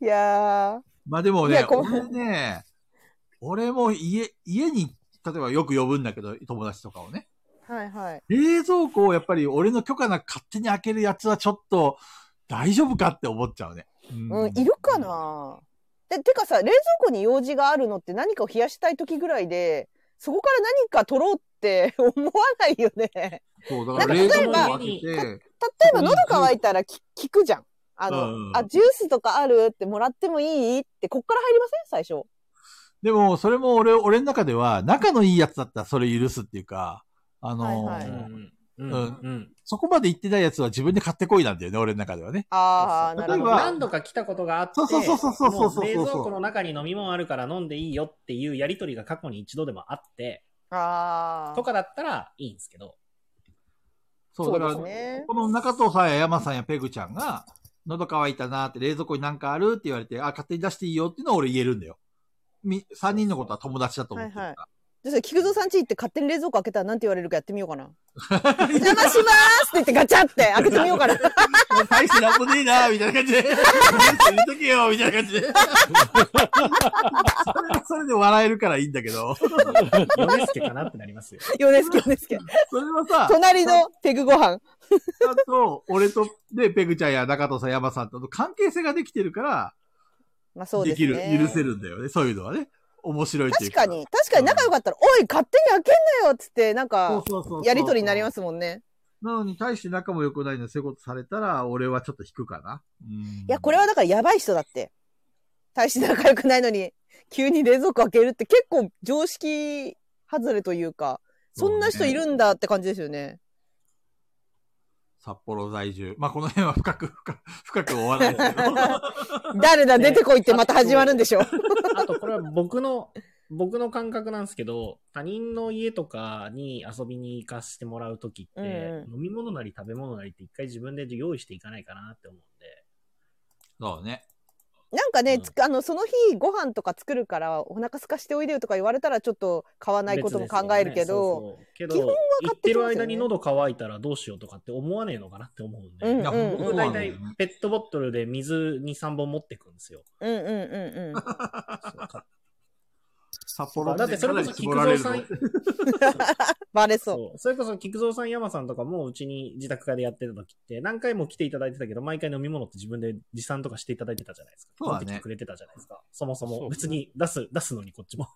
Speaker 5: いや
Speaker 6: まあでも
Speaker 5: い
Speaker 6: ね
Speaker 5: や、こう
Speaker 6: 俺ね、俺も家、家に、例えばよく呼ぶんだけど、友達とかをね。
Speaker 5: ー、はいはい。
Speaker 6: 冷蔵庫をやっぱり俺の許可なく勝手に開けるやつはちょっと大丈夫かって思っちゃうね。
Speaker 5: うん、いるかなで、てかさ、冷蔵庫に用事があるのって何かを冷やしたい時ぐらいで、そこから何か取ろうって 思わないよね。例え
Speaker 6: そう、だ
Speaker 5: な
Speaker 6: から
Speaker 5: ん
Speaker 6: 冷
Speaker 5: か
Speaker 6: 蔵
Speaker 5: 例え
Speaker 6: 庫
Speaker 5: ば
Speaker 6: を開けて、
Speaker 5: ば喉乾いたらき聞くじゃん。あ
Speaker 6: うんうんう
Speaker 5: の、
Speaker 6: ん
Speaker 5: あ、ジュースとかあるってもらってもいいって、こっから入りません最初。
Speaker 6: でも、それも俺、俺の中では、仲のいいやつだったらそれ許すっていうか、あの、
Speaker 5: はいは
Speaker 4: うん。うん。うん。
Speaker 6: そこまで行ってないやつは自分で買ってこいなんだよね、俺の中ではね。
Speaker 5: ああ、
Speaker 6: そ
Speaker 5: な
Speaker 6: う例
Speaker 5: る
Speaker 6: え
Speaker 5: ほ
Speaker 6: ば
Speaker 5: ど。
Speaker 4: 何度か来たことがあって、
Speaker 6: そうそうそうそうそうそうそう
Speaker 4: もう冷蔵庫の中に飲み物あるから飲んでいいよっていうやりとりが過去に一度でもあって、
Speaker 5: あ
Speaker 4: とかだったらいいんですけ ど。
Speaker 6: そう、だか
Speaker 5: そう
Speaker 6: ら、
Speaker 5: ですね
Speaker 6: この中藤さんや山さんやペグちゃんが、喉乾いたなって冷蔵庫になんかあるって言われて、あ、勝手に出していいよっていうのは俺言えるんだよ。み、三人のことは友達だと思ってるから。
Speaker 5: はいあ。で、菊蔵さん家行って勝手に冷蔵庫開けたらなんて言われるかやってみよう かな。お邪魔しまーすって言ってガチャって開けてみようか な。
Speaker 6: 大してなんもねえな、みたいな感じで。ジュース入れとけよ、みたいな感じで。それはそれで笑えるからいいんだけど。
Speaker 4: ヨネスケかなってなりますよ。
Speaker 5: ヨネスケ、ヨネスケ。
Speaker 6: それは さ、
Speaker 5: 隣のペグご飯。
Speaker 6: あと、俺と、ね、ペグちゃんや中藤さん、山さんとの関係性ができてるから、
Speaker 5: まあそう
Speaker 6: で
Speaker 5: です
Speaker 6: き
Speaker 5: ね。
Speaker 6: る、許せるんだよね。そういうのはね。面白いってい
Speaker 5: 確
Speaker 6: う
Speaker 5: か。に、確かに仲良かったら、おい、勝手に開けんなよっつって、なん
Speaker 6: そう
Speaker 5: か、
Speaker 6: そうそうそう
Speaker 5: やりとりになりますもんね。
Speaker 6: なのに、対して仲も良くないのにそういうことされたら、俺はちょっと引くかな。
Speaker 5: いや、これ
Speaker 6: は。
Speaker 5: はだからやばい人だって。大して仲良くないのに、急に冷蔵庫開けるって結構常識外れというか、そんな人いるんだって感じですよね。
Speaker 6: 札幌在住。まあ、この辺は深く、深く、深く終わらないけ ど。
Speaker 5: 誰だ、出てこいってまた始まるんでしょ。
Speaker 4: あと、これは僕の、僕の感覚なんですけど、他人の家とかに遊びに行かせてもらうときって、
Speaker 5: うん
Speaker 4: 飲み物なり食べ物なりって一回自分で用意していかないかなって思うんで。
Speaker 6: そうね。
Speaker 5: なんかね、
Speaker 4: うん
Speaker 5: つあの、その日ご飯とか作るからお腹空かしておいでよとか言われたらちょっと買わないことも考えるけど、
Speaker 4: 別ですよね、そうそうけど
Speaker 5: 基本は
Speaker 4: 行
Speaker 5: 買
Speaker 4: っ
Speaker 5: っててき
Speaker 4: る
Speaker 5: ますよね
Speaker 4: 間に喉乾いたらどうしようとかって思わねえのかなって思うんで。
Speaker 5: うん
Speaker 6: いや、
Speaker 5: うん
Speaker 6: 本
Speaker 4: 僕大
Speaker 6: 当なんだ
Speaker 4: 体
Speaker 6: よね。
Speaker 4: ペットボトルで水2、3本持ってくんですよ。
Speaker 5: うんうんうんうん。
Speaker 6: 札幌
Speaker 4: だってそれこそ菊蔵さん、
Speaker 5: バレそう。
Speaker 4: そうそれこそ菊蔵さん、山さんとかもうちに自宅会でやってた時って何回も来ていただいてたけど、毎回飲み物って自分で持参とかしていただいてたじゃないですか。
Speaker 6: そうだ
Speaker 4: 持
Speaker 6: ね
Speaker 4: ってきてくれてたじゃないですか。そもそ
Speaker 2: そ
Speaker 4: も
Speaker 2: う
Speaker 4: 別に出す、出すのにこっちも。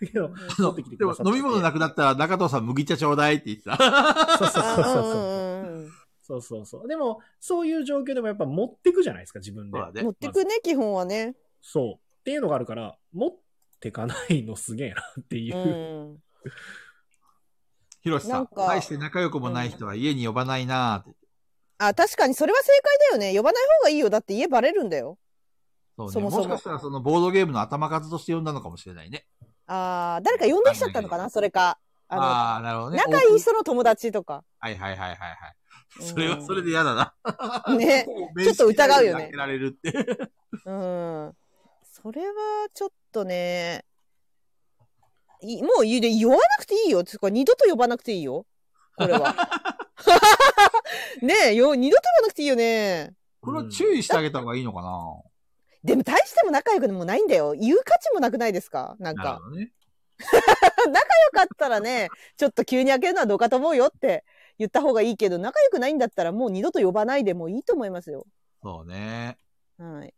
Speaker 4: け ど、
Speaker 6: あ
Speaker 4: 持
Speaker 6: の
Speaker 4: ってきて
Speaker 6: で
Speaker 4: くだ
Speaker 6: も
Speaker 4: さってて
Speaker 6: 飲み物なくなったら中藤さん麦茶ちょうだいって言ってた。
Speaker 4: そうそう
Speaker 5: あ
Speaker 4: そうそ
Speaker 5: うん
Speaker 4: うそう。
Speaker 5: うんうん
Speaker 4: そうそうそう。でも、そういう状況でもやっぱ持ってくじゃないですか、自分で。
Speaker 6: そうだね
Speaker 5: 持ってくね、基本はね。
Speaker 4: そう。っていうのがあるから、持ってかないのすげえなっていうう。
Speaker 5: ん。
Speaker 6: ひろしさ
Speaker 5: なん
Speaker 6: ん。
Speaker 5: か
Speaker 6: 大して仲良くもない人は家に呼ばないなーって。
Speaker 5: あ、確かにそれは正解だよね。呼ばない方がいいよ。だって家バレるんだよ。
Speaker 6: そうね。
Speaker 5: そもそも
Speaker 6: もしかしたらそのボードゲームの頭数として呼んだのかもしれないね。
Speaker 5: あー誰か呼んできちゃったのかなそれか。あ
Speaker 6: ああー、なるほど
Speaker 5: の、
Speaker 6: ね。
Speaker 5: 仲いい人の友達とか。
Speaker 6: はいはいはいはいはい。
Speaker 5: うん
Speaker 6: それはそれで嫌だな。
Speaker 5: ね。
Speaker 6: ち
Speaker 5: ょっと疑うよね
Speaker 6: 開けられるっ
Speaker 5: う
Speaker 6: て。
Speaker 5: ん。それはちょっとね、いもう言う言わなくていいよ。つうか二度と呼ばなくていいよ。これ は。ねえ、よ、二度と呼ばなくていいよね。
Speaker 6: これは注意してあげた方がいいのかな
Speaker 5: でも大しても仲良くもないんだよ。言う価値もなくないですかなん
Speaker 6: なる
Speaker 5: か。
Speaker 6: ほどね。
Speaker 5: 良かったらね、ちょっと急に開けるのはどうかと思うよって言った方がいいけど、仲良くないんだったらもう二度と呼ばないでもいいと思いますよ。
Speaker 6: そうね。
Speaker 5: はい。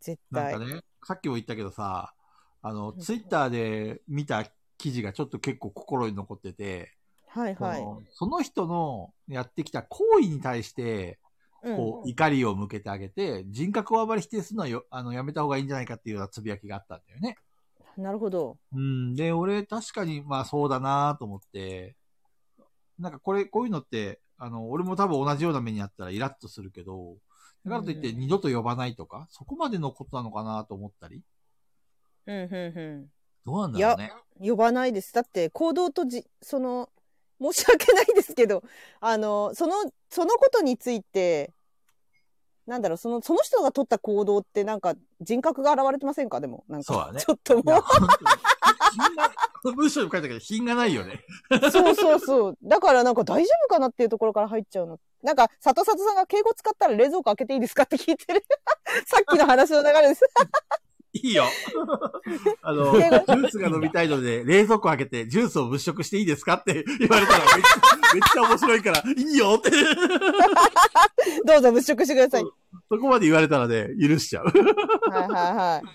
Speaker 5: 絶
Speaker 6: なん
Speaker 5: 対
Speaker 6: か。ね、さっきも言ったけどさ、あの、ツイッターで見た記事がちょっと結構心に残ってて、
Speaker 5: はいはい
Speaker 6: そ。のその人のやってきた行為に対して、こう、怒りを向けてあげて、人格をあまり否定するのはよあのやめた方がいいんじゃないかっていうようなつぶやきがあったんだよね。
Speaker 5: うんなるほど。
Speaker 6: うん、で、俺確かにまあそうだなと思って、なんかこれ、こういうのって、あの、俺も多分同じような目にあったらイラッとするけど、だからといって
Speaker 5: うん
Speaker 6: 二度と呼ばないとか、そこまでのことなのかなと思ったり、
Speaker 5: うんうん
Speaker 6: どうなんだろうね。
Speaker 5: うん。呼ばないです。だって行動とじ、その、申し訳ないですけど、あの、その、そのことについて、なんだろう、その、その人が取った行動ってなんか人格が現れてませんかでも。なんか。
Speaker 6: そうだ ね
Speaker 5: ちょっと
Speaker 6: いや
Speaker 5: も
Speaker 6: 本当に品がこの文章にも書いたけど、品がないよね。
Speaker 5: う、 そうそうそう。だからなんか大丈夫かなっていうところから入っちゃうの。なんか、里里さんが敬語使ったら冷蔵庫開けていいですかって聞いてる。 さっきの話の流れです。
Speaker 6: いいよ。あの、ジ
Speaker 5: 敬語
Speaker 6: ュースが飲みたいので、冷蔵庫開けて、ジュースを物色していいですかって言われたらめっちゃ、めっちゃ面白いから、いいよって。
Speaker 5: どうぞ物色してください。
Speaker 6: そこまで言われたらね、許しちゃう。
Speaker 5: はいはいはい。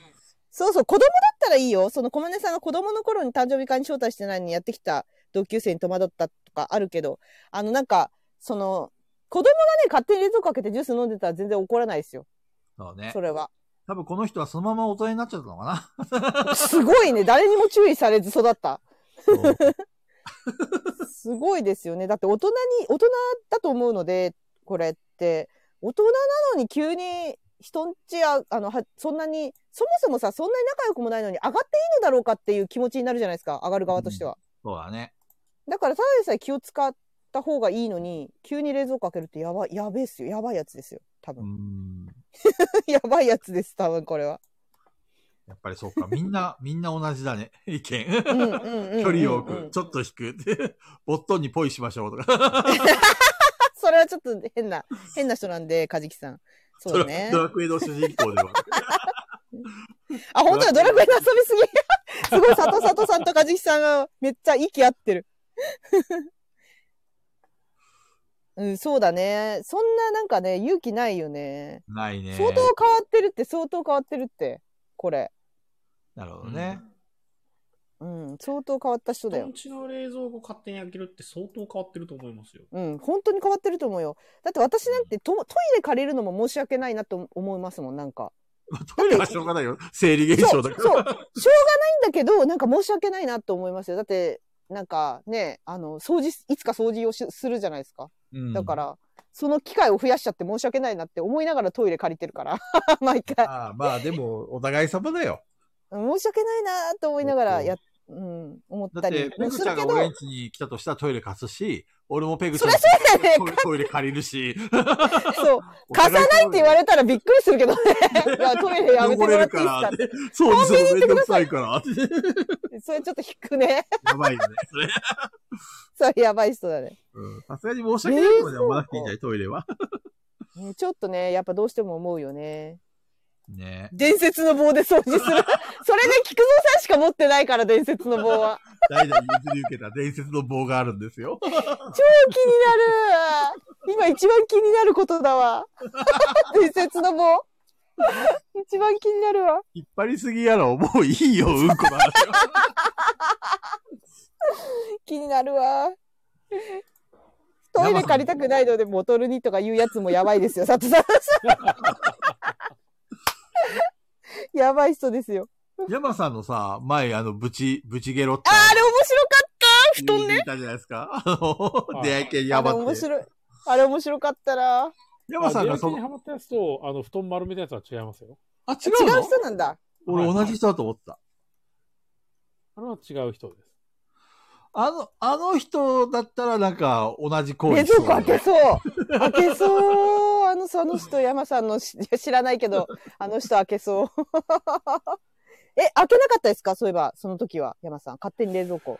Speaker 5: そうそう、子供だったらいいよ。その小金さんが子供の頃に誕生日会に招待してないのにやってきた同級生に戸惑ったとかあるけど、あのなんか、その、子供がね、勝手に冷蔵庫開けてジュース飲んでたら全然怒らないですよ。
Speaker 6: そうね
Speaker 5: そ。れは。
Speaker 6: 多分この人はそのまま大人になっちゃったのかな。
Speaker 5: すごいね。誰にも注意されず育った。
Speaker 6: そう
Speaker 5: すごいですよね。だって大人に、大人だと思うので、これって。大人なのに急に人んちや、あの、はそんなに、そもそもさ、そんなに仲良くもないのに上がっていいのだろうかっていう気持ちになるじゃないですか。上がる側としては。
Speaker 6: そうだね。
Speaker 5: だからただでさえ気を使った方がいいのに、急に冷蔵庫開けるってやばい、やべえっすよ。やばいやつですよ。多
Speaker 6: うー
Speaker 5: 分。
Speaker 6: ん。
Speaker 5: やばいやつです。多分これは。
Speaker 6: やっぱりそう か。みんな、みんな同じだね。 意見。
Speaker 5: うんうんうん、
Speaker 6: 距離を
Speaker 5: うんう
Speaker 6: 置
Speaker 5: ん
Speaker 6: く。ちょっと引く。 ボットンにポイしましょうとか。
Speaker 5: それはちょっと変な、変な人なんで、カジキさん。そうね
Speaker 6: ド。ラクエの主人公では。
Speaker 5: あ、本当だ、ドラクエの遊びすぎ。すごい、佐藤佐藤さんとカジキさんがめっちゃ息合ってる。 うん、そうだね。そんななんかね、勇気ないよね。
Speaker 6: ないね。
Speaker 5: 相当変わってるって、相当変わってるって、これ。
Speaker 6: なるほどね。
Speaker 5: うん、相当変わった人だ
Speaker 4: 人
Speaker 5: よ
Speaker 4: ん。ちの冷蔵庫勝手に開けるって相当変わってると思いますよ。
Speaker 5: うん、本当に変わってると思うよ。だって私なんてトトイレ借りるのも申し訳ないなと思いますもん、なんか。
Speaker 6: トイレはしょうがないよ。生理現
Speaker 5: そ
Speaker 6: 象
Speaker 5: う、そ
Speaker 6: だ
Speaker 5: う、し
Speaker 6: か
Speaker 5: ょ うが
Speaker 6: ら。
Speaker 5: ないんだけど、なんか申し訳ないなと思いますよ。だって、なんかね、あの、掃除、いつか掃除をしするじゃないですか。
Speaker 6: うん
Speaker 5: だか。ら、その機会を増やしちゃって申し訳ないなって思いながらトイレ借りてるから、 毎回。
Speaker 6: ああまあでも、お互い様だよ。
Speaker 5: 申し訳ないなと思いながらや、うん、思っ
Speaker 6: だ
Speaker 5: た
Speaker 6: って、
Speaker 5: り
Speaker 6: ペ
Speaker 5: も
Speaker 6: グ
Speaker 5: す
Speaker 6: ち
Speaker 5: る
Speaker 6: ゃん
Speaker 5: け
Speaker 6: が
Speaker 5: ど、
Speaker 6: 俺 ん家に来たとしたらトイレ貸すし、俺もペグちゃん
Speaker 5: そりゃそうだよね
Speaker 6: トイレトイレ借りるし。
Speaker 5: そう、 貸さないって言われたらびっくりする けどね。いや、トイレやめてもらっていいですか
Speaker 6: 汚れるからそうするのめんどくさいから。
Speaker 5: それちょっと引くね。
Speaker 6: やばいよね。それ
Speaker 5: それやばい人だね。
Speaker 6: うんさすがに申し訳ないとまでは思わなくていいんじゃないトイレは。
Speaker 5: ねちょっとね、やっぱどうしても思うよね。
Speaker 6: ね
Speaker 5: 伝説の棒で掃除 する。それね、菊蔵さんしか持ってないから、伝説の棒 は。
Speaker 6: 代々譲り受けた伝説の棒があるんですよ。
Speaker 5: 気になる。今一番気になることだ わ。伝説の棒。一番気になるわ。
Speaker 6: 引っ張りすぎやろ、もういいよ、うんこの話は。
Speaker 5: 気になるわ。トイレ借りたくないのでボトルにとか言うやつもやばい ですよ、佐藤さん。やばい人ですよ。
Speaker 6: 山さんのさ、前、あの、ぶち、ぶちゲロって。
Speaker 5: あーあれ面白かった布団ね
Speaker 6: ね。いたじゃないですか。あの、
Speaker 2: はい
Speaker 6: 出会い系に
Speaker 5: あ
Speaker 6: ハ
Speaker 5: れ
Speaker 6: マっ
Speaker 5: 面
Speaker 6: て。
Speaker 5: 白い。あれ面白かったな。
Speaker 6: 山さん
Speaker 2: 出会い
Speaker 6: が
Speaker 2: 系
Speaker 6: そ
Speaker 2: に
Speaker 6: の、
Speaker 2: ハマったやつと、あの、布団丸めたやつは違いますよ。
Speaker 6: あ、違う
Speaker 5: 違う
Speaker 6: の
Speaker 5: 人なんだ。
Speaker 6: 俺同じ人だと思ってた。
Speaker 2: あれは違う人です。
Speaker 6: あの、あの人だったらなんか同じ行為
Speaker 5: 冷
Speaker 6: し
Speaker 5: 蔵
Speaker 6: そう
Speaker 5: 庫開
Speaker 6: だね
Speaker 5: けそう。開けそう。あの、その人、山さんのし知らないけど、あの人開けそう。 え、開けなかったですかそういえば、その時は、山さん。勝手に冷蔵庫。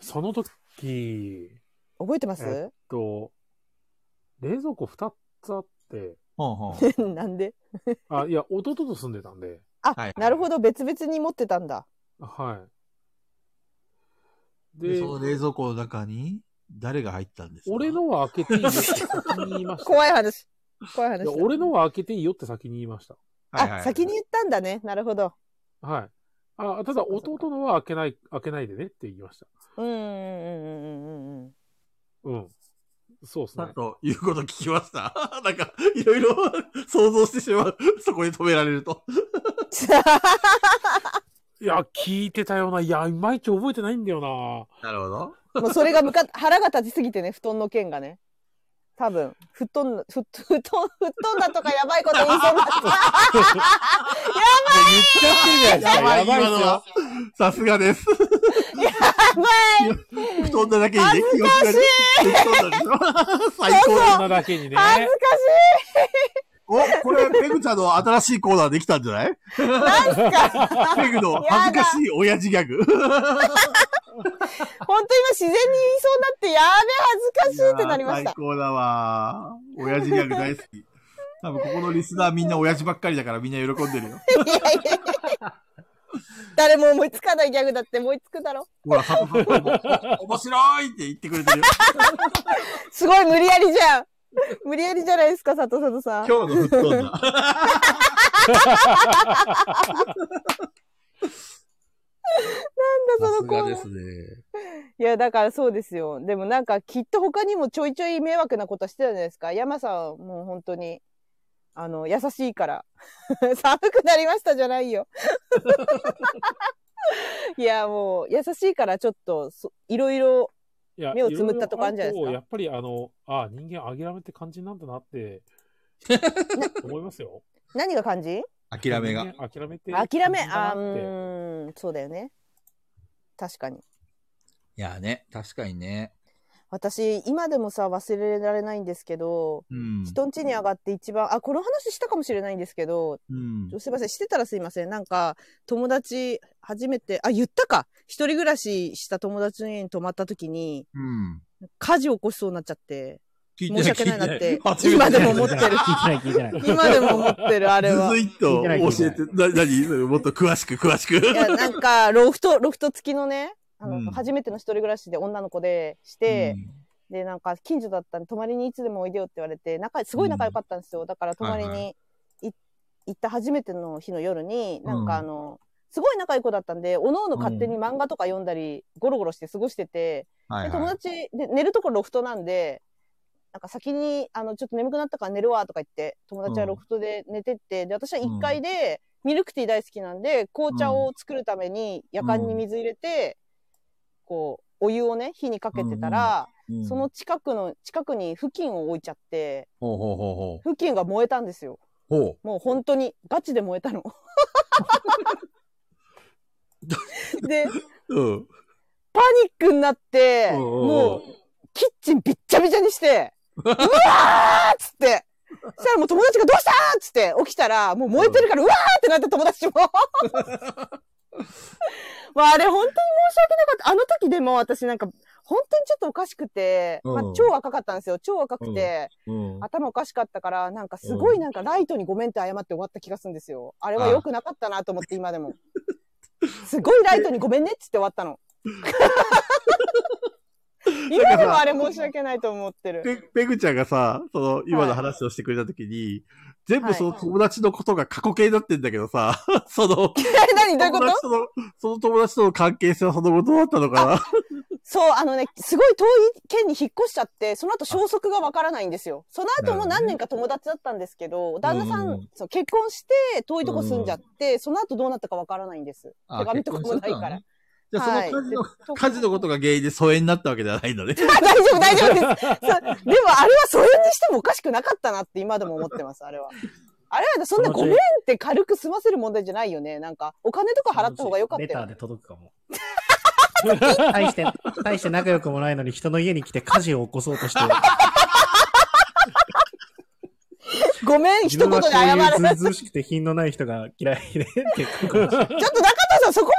Speaker 2: その時、
Speaker 5: 覚えてます、
Speaker 2: えっと、冷蔵庫2つあって、
Speaker 6: うんう ん
Speaker 5: なんで
Speaker 2: あ、いや、弟と住んでたんで、
Speaker 5: あ、
Speaker 6: はい
Speaker 5: なるほど。別々に持ってたんだ。
Speaker 2: はい。
Speaker 6: で
Speaker 2: で、
Speaker 6: その冷蔵庫の中に誰が入ったんですか
Speaker 2: 俺のは開けていいよって先に言いました。
Speaker 5: 怖い話。怖い話
Speaker 2: いや
Speaker 5: だ。
Speaker 2: 俺のは開けていいよって先に言いました。
Speaker 6: はいはいは
Speaker 5: あ、
Speaker 6: い
Speaker 5: 先に言ったんだね。なるほど。
Speaker 2: はい。あただ、
Speaker 5: そっかそっか
Speaker 2: 弟のは開けない、開けないでねって言いました。
Speaker 5: うんうんうんうん うんうん。
Speaker 2: うん。そうです
Speaker 6: さ
Speaker 2: ね
Speaker 6: っ。ということ聞きました。 なんか、いろいろ想像してしまう。そこに止められると。
Speaker 2: いや、聞いてたような、いや、いまいち覚えてないんだよ
Speaker 6: なるほど。
Speaker 5: もうそれがむか腹が立ちすぎてね、布団の件がね。多分、布団の、ふ布団、布団だとかやばいこと言いそうになった。
Speaker 2: な。言っちゃってるじゃないですか。やばいっすよ。
Speaker 6: さすがです。
Speaker 5: や
Speaker 6: 布団だだけにね、気持ちがね。布団だでしょ最高だ。
Speaker 2: 女だけにね。
Speaker 5: ばい恥ずかし
Speaker 6: お、これ、ペグちゃんの新しいコーナーできたんじゃないペグの恥ずかしい親父ギャグ。
Speaker 5: い本当今自然に言いそうになって、やべ、恥ずかしいってなりまし
Speaker 6: いや ー最
Speaker 5: た。
Speaker 6: 高だわー。親父ギャグ大好き。多分ここのリスナーみんな親父ばっかりだからみんな喜んでるよ。
Speaker 5: いやいやいや誰も思いつかないギャグだって思いつくだろ。
Speaker 6: ほら、ハトハトもお面白いって言ってくれてるよ。
Speaker 5: すごい無理やりじゃん。無理やりじゃないですか、佐藤佐藤さん。
Speaker 6: 今日の吹っ飛んだ。
Speaker 5: その
Speaker 3: さす
Speaker 5: コー
Speaker 3: が
Speaker 5: ナー
Speaker 3: ですね。
Speaker 5: いや、だからそうですよ。でもなんかきっと他にもちょいちょい迷惑なことしてたじゃないですか。山さんはもう本当に、あの、優しいから。 寒くなりましたじゃないよ。 いや、もう優しいからちょっとそ、いろいろ、
Speaker 2: いや
Speaker 5: 目をつむったとこあるんじゃないですか
Speaker 2: ろろあるとやっぱり、あの、あ人間諦めって感じなんだな って、思いますよ。
Speaker 5: 何が感じ
Speaker 6: 諦めが。
Speaker 2: 人間諦めて。
Speaker 5: 諦め、あーう
Speaker 2: うん。
Speaker 5: ーん、そうだよね。確かに。
Speaker 3: いやね、確かにね。
Speaker 5: 私、今でもさ、忘れられないんですけど、
Speaker 6: うん。
Speaker 5: 人ん家に上がって一番、あ、この話したかもしれないんですけど、
Speaker 6: うん。
Speaker 5: すいません、してたらすいません。なんか、友達、初めて、あ、言ったか一人暮らしした友達の家に泊まった時に、
Speaker 6: うん。
Speaker 5: 火事起こしそうになっちゃって、
Speaker 6: 聞
Speaker 5: 申し訳ないなって、
Speaker 6: 聞い
Speaker 5: 今
Speaker 6: て
Speaker 5: で
Speaker 6: ない
Speaker 5: も思ってる。
Speaker 8: 聞いてない、聞いてない。
Speaker 5: 今でも思って る、あれは。
Speaker 6: ず
Speaker 5: い
Speaker 6: いっと教えて、な、なに もっと詳しく詳しく。
Speaker 5: や、なんか、ロフト、ロフト付きのね、あの、
Speaker 6: うん
Speaker 5: 初めての一人暮らしで女の子でして、で、なんか、近所だったんで、泊まりにいつでもおいでよって言われて、仲、すごい仲良かったんですよ。だから、泊まり
Speaker 6: はい
Speaker 5: にい行った初めての日の夜に、なん
Speaker 6: うん
Speaker 5: かあの、すごい仲良い子だったんで、おのおの勝手に漫画とか読んだり、ゴロゴロして過ごしてて、
Speaker 6: は
Speaker 5: で
Speaker 6: い
Speaker 5: 友
Speaker 6: はい。
Speaker 5: 達で、寝るとこロフトなんで、なんか先に、あの、ちょっと眠くなったから寝るわとか言って、友達はロフトで寝てって、で、私は1階で、ミルクティー大好きなんで、紅茶を作るために、夜間に水入れて、こう、お湯をね、火にかけてたら、
Speaker 6: うん
Speaker 5: その近くの、近くに付近を置いちゃって、
Speaker 3: ほうほうほうほ
Speaker 5: 付近が燃えたんですよ。
Speaker 3: う。ほう。
Speaker 5: もう本当に、ガチで燃えた の。で、
Speaker 6: うん。
Speaker 5: パニックになって、
Speaker 6: うんうんうん
Speaker 5: もう、キッチンびっちゃびちゃに して、うわーっつって、そしたらもう友達がどうしたーっつって起きたら、もう燃えてるから、うわーってなった友達 も。まああれ本当に申し訳なかった。あの時でも私なんか、本当にちょっとおかしくて、まあ
Speaker 6: うん
Speaker 5: 超赤かったんですよ。超赤くて、
Speaker 6: うん。
Speaker 5: 頭おかしかったから、なんかすごいなんかライトにごめんって謝って終わった気がするんですよ。あれは良くなかったなと思って今でも。すごいライトにごめんねっつって終わったの。今でもあれ申し訳ないと思ってる。
Speaker 6: ペペグちゃんがさ、その、今の話をしてくれたときに、全部その友達のことが過去形になってんだけどさ、 その、
Speaker 5: え、 何 どういうこと
Speaker 6: 友達との、その友達との関係性はその後どうだったのかな
Speaker 5: そう、あのね、すごい遠い県に引っ越しちゃって、その後消息がわからないんですよ。その後も何年か友達だったんですけど、旦那さん、
Speaker 6: うんうん
Speaker 5: そう結婚して遠いとこ住んじゃって、その後どうなったかわからないんです。
Speaker 6: あ
Speaker 5: 手紙とかもないから。
Speaker 6: じゃあその
Speaker 5: はい
Speaker 6: 家事の、家事のことが原因で疎遠になったわけではない のね。
Speaker 5: あ 大丈夫、大丈夫です。そうでも、あれはそれにしてもおかしくなかったなって今でも思ってます、あれは。あれはそんなごめんって軽く済ませる問題じゃないよね。なんか、お金とか払った方が良かっ
Speaker 8: レ
Speaker 5: た
Speaker 8: タ
Speaker 5: よ
Speaker 8: ー。で届くかも。大して、大して仲良くもないのに人の家に来て火事を起こそう として、
Speaker 5: ごめん、一
Speaker 8: 自分
Speaker 5: 言で
Speaker 8: はこ
Speaker 5: 謝る。
Speaker 8: ういうずうずうしくて品のない人が嫌いで、結婚かもしれない
Speaker 5: ちょっと中田さん、そこ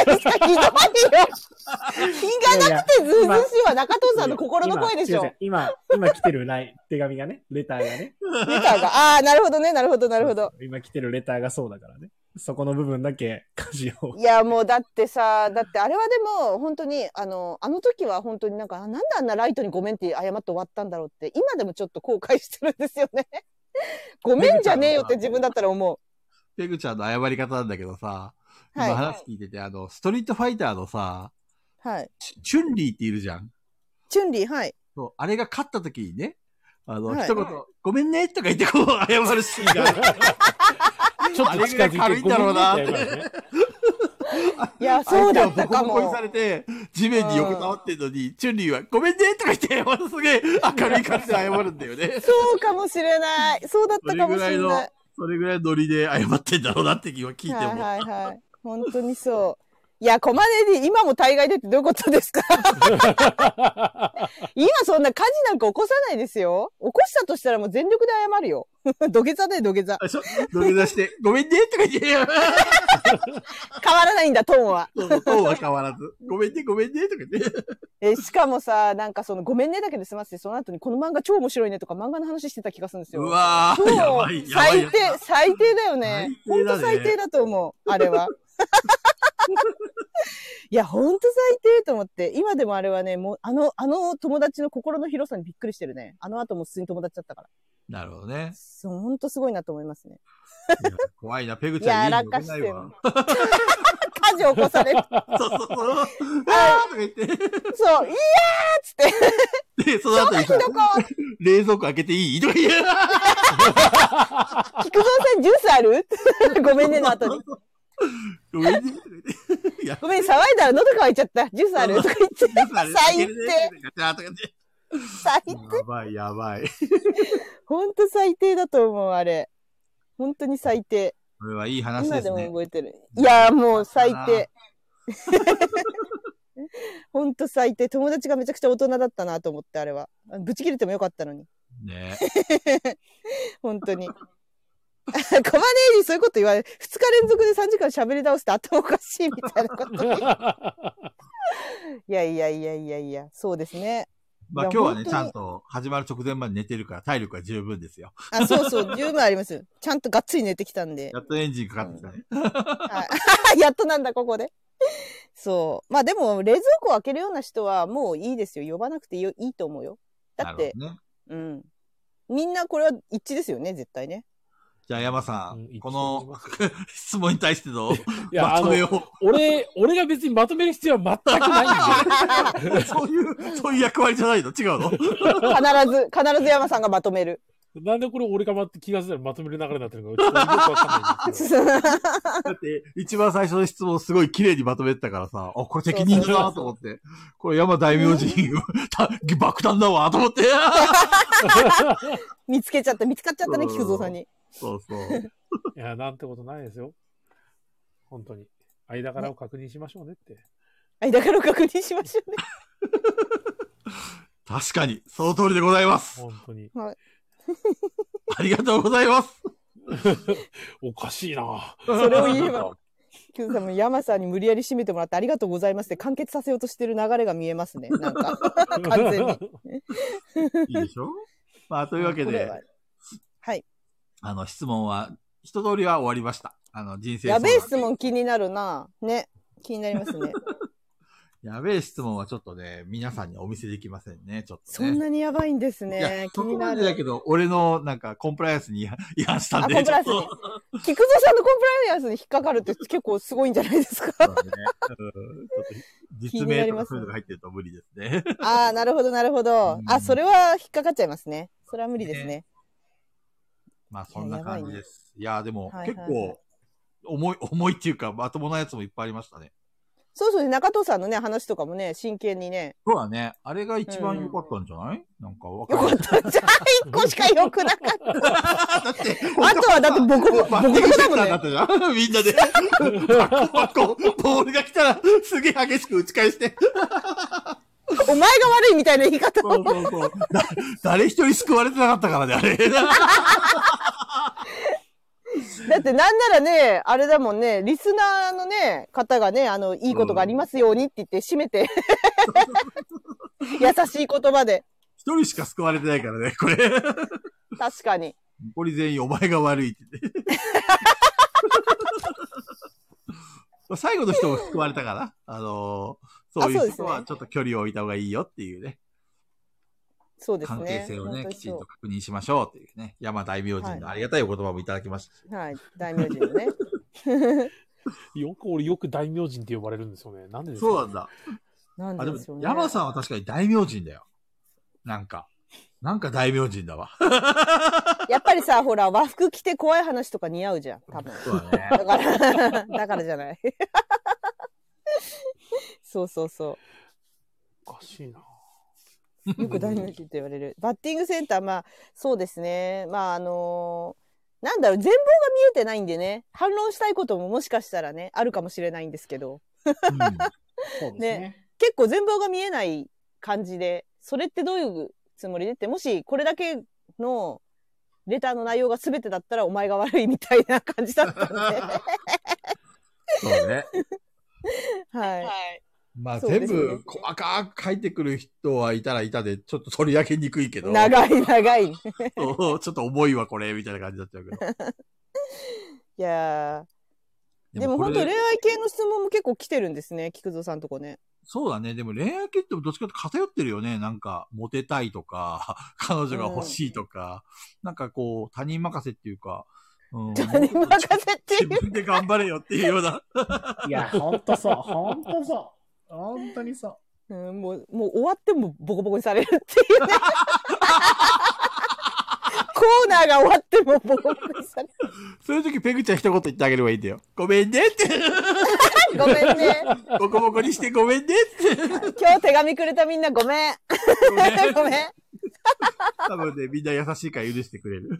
Speaker 5: まで言ってないじゃないですか。ひどいよ。品がなくてずうずうしいは中藤さんの心の声でしょ。
Speaker 8: 今、今今来てるライン手紙がね、レターがね。
Speaker 5: レターが。ああー、なるほどね、なるほど、なるほど。
Speaker 8: 今来てるレターがそうだからね。そこの部分だけ家事を。
Speaker 5: いや、もうだってさ、だってあれはでも、本当に、あの、あの時は本当になんか、あなんであんなライトにごめんって謝って終わったんだろうって、今でもちょっと後悔してるんですよね。ごめんじゃねえよって自分だったら思う。
Speaker 6: ペグちゃんの謝り方なんだけどさ、
Speaker 5: はい
Speaker 6: 今話聞いてて、あの、ストリートファイターのさ、
Speaker 5: はい。
Speaker 6: チュチュンリーっているじゃん。
Speaker 5: チュンリー、はい。
Speaker 6: そうあれが勝った時にね、あの、
Speaker 5: はい
Speaker 6: 一言、ごめんねとか言って こう謝るシーンがある。
Speaker 2: ちょっと近づいて
Speaker 6: あれぐらい軽いんだろうな
Speaker 2: ごめんねってやるからね
Speaker 5: いや、そうだったか
Speaker 6: 相手はボコボコに
Speaker 5: も
Speaker 6: さ。れて、地面に横たわってるのに、チュンリーは、ごめんねとか言って、またすげえ明るい感じで謝るんだよね。
Speaker 5: そうかもしれない。そうだったかもしれ
Speaker 6: それぐ
Speaker 5: な
Speaker 6: ら
Speaker 5: い
Speaker 6: い。それぐらいノリで謝ってんだろうなって今聞いて
Speaker 5: はい
Speaker 6: も。
Speaker 5: はいはい。本当にそう。いや、コマネで今も大概でってどういうことですか 今そんな火事なんか起こさないですよ。起こしたとしたらもう全力で謝るよ。 土下座だよ、土下座。
Speaker 6: あそう土下座して、ごめんねとか言って、
Speaker 5: 変わらないんだ、トーンは。
Speaker 6: そうそう、トーンは変わらず。ごめんね、ごめんねとか言って。
Speaker 5: え、しかもさ、なんかその、ごめんねだけで済ませて、その後にこの漫画超面白いねとか漫画の話してた気がするんです
Speaker 6: う
Speaker 5: よ。
Speaker 6: わ
Speaker 5: もう
Speaker 6: ー、やばい、やばい
Speaker 5: 最
Speaker 6: やつ
Speaker 5: 低
Speaker 6: だ。、
Speaker 5: 最低だよね。
Speaker 6: 最低
Speaker 5: 本
Speaker 6: だ
Speaker 5: 当
Speaker 6: ね
Speaker 5: 最低だと思う、あれは。いや、本当最低と思って、今でもあれはね、もう、あの、あの友達の心の広さにびっくりしてるね。あの後も普通に友達だったから。
Speaker 6: なるほどね。
Speaker 5: そう、本当すごいなと思いますね。
Speaker 6: いや怖いな、ペグちゃん家に置けない
Speaker 5: やら
Speaker 6: わ。
Speaker 5: 家事起こされる。
Speaker 6: そうそうそう。あーとか言って。
Speaker 5: そう、いやーっつって、
Speaker 6: で、その後にさ
Speaker 5: ひどこ
Speaker 6: 冷蔵庫開けていいとか言う。
Speaker 5: 菊蔵さんジュースある ごめんねの後に。
Speaker 6: ごめんねとか言って。 いや
Speaker 5: ごめん、騒いだら喉乾いちゃった。ジュースあるとか言って、最低。最低。
Speaker 6: やばい、やばい。
Speaker 5: 本当最低だと思う、あれ。本当に最低。
Speaker 6: これはいい話
Speaker 5: 今
Speaker 6: で
Speaker 5: ですも
Speaker 6: ね。
Speaker 5: 覚えてる。いやーもう最 低。ほんと最低。友達がめちゃくちゃ大人だったなと思って、あれは。ぶち切れてもよかったのに。
Speaker 6: ね。
Speaker 5: 本当に。コ マネージそういうこと言われる。2日連続で3時間喋り倒すって頭おかしいみたいなこと。いやいやいやいやいや、そうですね。
Speaker 6: まあ
Speaker 5: いや
Speaker 6: 今日
Speaker 5: 本
Speaker 6: は
Speaker 5: 当
Speaker 6: ね、
Speaker 5: に
Speaker 6: ちゃんと始まる直前まで寝てるから体力は十分ですよ。
Speaker 5: あ、そうそう、十分あります。ちゃんとがっつり寝てきたんで。
Speaker 6: やっとエンジンかかってきたね。
Speaker 5: はい。 やっとなんだ、ここで。そう。まあでも、冷蔵庫を開けるような人はもういいですよ。呼ばなくていいいいと思うよ。だって、
Speaker 6: なるほどね。
Speaker 5: うん。みんなこれは一致ですよね、絶対ね。
Speaker 6: じゃあ山さ
Speaker 2: うん
Speaker 6: ん、
Speaker 2: 一
Speaker 6: こ
Speaker 2: 応
Speaker 6: の 質問に対しての
Speaker 2: いや、
Speaker 6: ま
Speaker 2: あ
Speaker 6: と
Speaker 2: の
Speaker 6: め、を。
Speaker 2: 俺、俺が別にまとめる必要は全くないんで。
Speaker 6: そういう、そういう役割じゃないの違うの
Speaker 5: 必ず、必ず山さんがまとめる。
Speaker 2: なんでこれ俺がま気がするまとめる流れになってるのか、ちょっとよくわかんないんです けど。
Speaker 6: だって、一番最初の質問すごい綺麗にまとめてたからさ、あ、これ責任だなと思って。これ山大名人、 た爆弾だわ と思って。
Speaker 5: 見つけちゃった、見つかっちゃったね、
Speaker 6: うん
Speaker 5: 菊蔵さんに。
Speaker 6: そうそう。
Speaker 2: いや、なんてことないですよ。本当に。間柄を確認しましょうねって。
Speaker 5: はい、だから確認しましょうね。
Speaker 6: 確かに、その通りでございます。
Speaker 2: 本当に。
Speaker 6: ありがとうございます。
Speaker 2: おかしいな
Speaker 5: それを言えば。菊蔵さんも山さんに無理やり締めてもらってありがとうございますって完結させようとしてる流れが見えますね。なん か、完全に。
Speaker 6: いいでしょまあ、というわけ
Speaker 5: これ
Speaker 6: で
Speaker 5: は、
Speaker 6: あの、質問は、一通りは終わりました。あの、人生
Speaker 5: や
Speaker 6: 相
Speaker 5: べ
Speaker 6: 談
Speaker 5: え質問気になるな。ね。気になり ますね。
Speaker 6: やべえ質問はちょっとね、皆さんにお見せできませんね、ちょっとね。
Speaker 5: そんなにやばいんです
Speaker 6: いや
Speaker 5: ね。気
Speaker 6: そ
Speaker 5: に
Speaker 6: こ
Speaker 5: な
Speaker 6: までだ
Speaker 5: る。
Speaker 6: けど、俺のなんかコンプライアンスに違反違反したん
Speaker 5: あ、
Speaker 6: で、
Speaker 5: コン プライアンス
Speaker 6: ちょっ
Speaker 5: に
Speaker 6: と。
Speaker 5: 菊蔵さんのコンプライアンスに引っかかるって結構すごいんじゃないですか。
Speaker 6: そうねうんちょっと実名とかそういうのが入ってると無理ですね。
Speaker 5: ああ、なるほど、なるほど
Speaker 6: う。ん
Speaker 5: あ、それは引っかかっちゃいますね。それは無理ですね。
Speaker 6: まあそんな感じです。いやでも、
Speaker 5: はいはい
Speaker 6: 結構、重い、 重いっていうか、まともなやつもいっぱいありましたね。
Speaker 5: そうそう、中藤さんのね、話とかもね、真剣にね、
Speaker 6: そうだね。あれが一番良かったんじゃない、なんかわ
Speaker 5: よ
Speaker 6: ん
Speaker 5: か
Speaker 6: ない
Speaker 5: った。じゃあ、一個しか良くなかった。
Speaker 6: だって、
Speaker 5: あとはだってボコボコ、ボ
Speaker 6: バ
Speaker 5: コ
Speaker 6: ッ
Speaker 5: ボ
Speaker 6: ティング
Speaker 5: コ
Speaker 6: セ
Speaker 5: だ
Speaker 6: ン
Speaker 5: も
Speaker 6: タ
Speaker 5: ん
Speaker 6: ーに
Speaker 5: ね
Speaker 6: なっ。たじゃん みんなで。バコバコボールが来たら、すげえ激しく打ち返して。
Speaker 5: お前が悪いみたいな言い方。
Speaker 6: そうそうそう。 だ誰一人救われてなかったからね、あれ。
Speaker 5: だってなんならね、あれだもんね、リスナーのね、方がね、あの、いいことがありますようにって言って締めて、優しい言葉で。
Speaker 6: 一人しか救われてないからね、これ。
Speaker 5: 確かに。
Speaker 6: 残り全員お前が悪いって言って。最後の人も含まれたかな。あのーそういう人はちょっと距離を置いた方がいいよっていうね、
Speaker 5: そうですね。
Speaker 6: 関係性を
Speaker 5: 本
Speaker 6: ね、
Speaker 5: 当に
Speaker 6: きちん
Speaker 5: そ
Speaker 6: と確認しましょうっていうね、山大明神のありがたいお言葉もいただきました。
Speaker 5: うはい、大名人の ね。
Speaker 2: よく俺よく大名人って呼ばれるんですよね。なんでですか
Speaker 6: そうなんだ。
Speaker 5: なん
Speaker 6: あ、で
Speaker 5: でしょう
Speaker 6: も、
Speaker 5: ね。
Speaker 6: 山さんは確かに大名人だよ。なんか、なんか大名人 だわ。
Speaker 5: やっぱりさ、ほら、和服着て怖い話とか似合うじゃん、多分。
Speaker 6: そうだね。
Speaker 5: だから、だからじゃない。そうそうそ
Speaker 2: おかしいな。
Speaker 5: う。よく大名人って言われる。バッティングセンター、まあ、そうですね。まあ、あのーなんだろう、全貌が見えてないんでね、反論したいことももしかしたらね、あるかもしれないんですけど、
Speaker 4: そうですね。
Speaker 5: 結構全貌が見えない感じで、それってどういうつもりでって、もしこれだけのレターの内容が全てだったらお前が悪いみたいな感じだったんで、は
Speaker 6: そうね。
Speaker 5: い。
Speaker 6: まあ、
Speaker 5: そうです
Speaker 6: 全
Speaker 5: ね
Speaker 6: 部細かく書いてくる人はいたらいたで、ちょっと取り上げにくいけど、
Speaker 5: 長い長い。
Speaker 6: そう ちょっと重いわ、これ、みたいな感じになっちゃう けど。
Speaker 5: いやーでも
Speaker 6: こ
Speaker 5: 本
Speaker 6: れ
Speaker 5: 当恋愛系の質問も結構来てるんですね、菊蔵さんとこね。
Speaker 6: そうだね。でも恋愛系ってどっちかというと偏ってるよね。なんか、モテたいとか、 彼女が欲しいとか、なんかこう、他人任せっていうか、 うん、
Speaker 5: 他人任せってい
Speaker 6: 自
Speaker 5: う。
Speaker 6: 分で頑張れよっていうような。
Speaker 4: いや、ほんとそう、ほんとそう。ほんとにそう。
Speaker 5: うん、もう、もう終わってもボコボコにされるっていうね。コーナーが終わってもボコボコにされる。
Speaker 6: そういう時、ペグちゃん一言言ってあげればいいんだよ。ごめんねって。
Speaker 5: ごめんね。
Speaker 6: ボコボコにしてごめんね って。
Speaker 5: 今日手紙くれたみんなごめん。 ごめん。
Speaker 6: 多分ね、みんな優しいから許してくれる。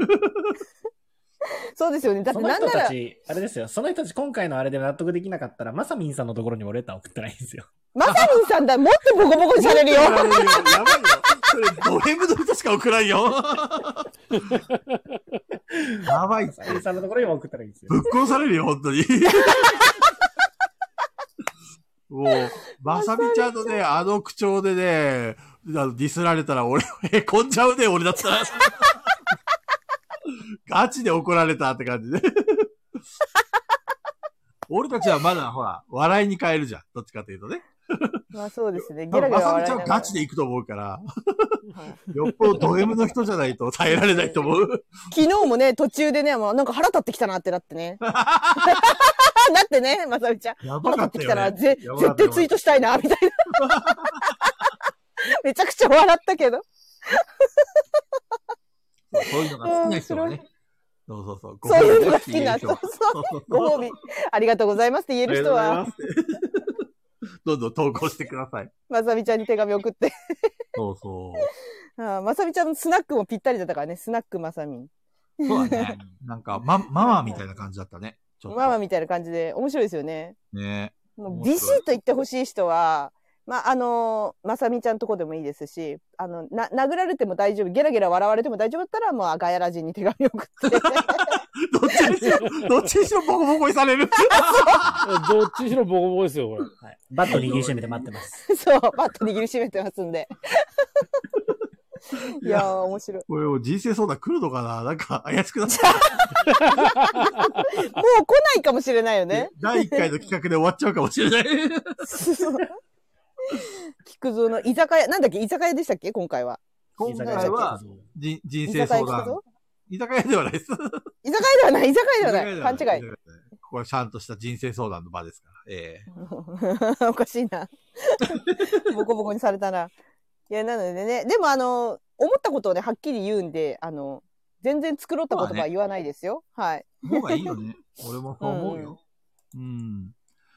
Speaker 5: そうですよね。だっ
Speaker 4: そ
Speaker 5: て
Speaker 4: の
Speaker 5: なん
Speaker 4: 人
Speaker 5: な
Speaker 4: た
Speaker 5: ら、
Speaker 4: ち、あれですよ、その人たち今回のあれで納得できなかったら、まさみんさんのところにもレター送ってないんですよ。
Speaker 5: まさみんさんだ、もっとボコボコにされるよ。
Speaker 6: やばいよ。それ、ド M の人しか送らん よ。やばい
Speaker 4: ま。さみんさんのところにも送ったらいいんですよ。
Speaker 6: ぶっ殺されるよ、本 当に。もう、まさみちゃんのね、あの口調でね、あのディスられたら俺、へこんじゃうね、俺だったら。ガチで怒られたって感じで。俺たちはまだ、ほら、笑いに変えるじゃん。どっちかというとね。
Speaker 5: まあそうですね。ゲラゲ
Speaker 6: ま
Speaker 5: ラ
Speaker 6: さ
Speaker 5: 笑
Speaker 6: み
Speaker 5: い
Speaker 6: ちゃ
Speaker 5: なんが
Speaker 6: は
Speaker 5: ら。
Speaker 6: ガチで行くと思うから、
Speaker 5: はい
Speaker 6: よっぽどド M の人じゃないと耐えられないと思う。
Speaker 5: 昨日もね、途中でね、もうなんか腹立ってきたなってなって ね。なってね、まさみちゃん。
Speaker 6: やば
Speaker 5: 腹立
Speaker 6: かっ
Speaker 5: ってき
Speaker 6: た
Speaker 5: た
Speaker 6: よ、
Speaker 5: ら、
Speaker 6: ね。
Speaker 5: ぜ、
Speaker 6: やばか
Speaker 5: 絶
Speaker 6: った
Speaker 5: 対
Speaker 6: よ
Speaker 5: ツイートしたいな、みたいな。 めちゃくちゃ笑ったけど。
Speaker 6: そういうのが好きな人はね。そうそうそう。
Speaker 5: そういうのが好きな人。
Speaker 6: ご
Speaker 5: そ
Speaker 6: 褒
Speaker 5: う
Speaker 6: 美です
Speaker 5: そう。ご褒美。ありがとうございますって言える人
Speaker 6: あ
Speaker 5: は、
Speaker 6: りがとうございます。どんどん投稿してください。
Speaker 5: まさみちゃんに手紙送って。
Speaker 6: そうそう。
Speaker 5: ああまさみちゃんのスナックもぴったりだったからね、スナックまさみ。
Speaker 6: そうだ ね。なんか、ま、ママみたいな感じだったね。ちょっと。
Speaker 5: ママみたいな感じで、面白いですよね。
Speaker 6: ね
Speaker 5: も
Speaker 6: 面
Speaker 5: う
Speaker 6: 白い
Speaker 5: ビシッと言ってほしい人は、まあ、あの、まさみちゃんとこでもいいですし、あの、な、殴られても大丈夫、ゲラゲラ笑われても大丈夫だったら、もう、あがやらじに手紙送って。
Speaker 6: どっちにしろ、どっちにしろボコボコにさ れる。
Speaker 2: どっちにしろボコボコですよ、これ。
Speaker 4: はい、バット握りしめて待ってます。
Speaker 5: そう、バット握りしめてますんで。いやー、面白い。
Speaker 6: これもう人生相談来るのかななんか怪しくなっちゃう。
Speaker 5: もう来ないかもしれないよね。
Speaker 6: 第1回の企画で終わっちゃうかもしれない。
Speaker 5: 菊蔵の居酒屋、なんだっけ、居酒屋でしたっけ、今回は。
Speaker 6: 今回は、人
Speaker 5: 居
Speaker 6: 人
Speaker 5: 酒
Speaker 6: 生
Speaker 5: 屋
Speaker 6: 相
Speaker 5: 菊
Speaker 6: 談
Speaker 5: 蔵。
Speaker 6: 居酒屋ではないです。
Speaker 5: 居酒屋ではない、居酒屋ではない。
Speaker 6: 居酒屋
Speaker 5: 勘違
Speaker 6: で
Speaker 5: い。
Speaker 6: はない。ここはちゃんとした人生相談の場ですから。ええ
Speaker 5: おかしい な。ボコボコにされたら。いや、なのでね、でもあの、思ったことをね、はっきり言うんで、あの、全然作ろうった言葉は言わないですよ。はい。
Speaker 6: の方がいいよ ね。俺もそう思うよ。うん。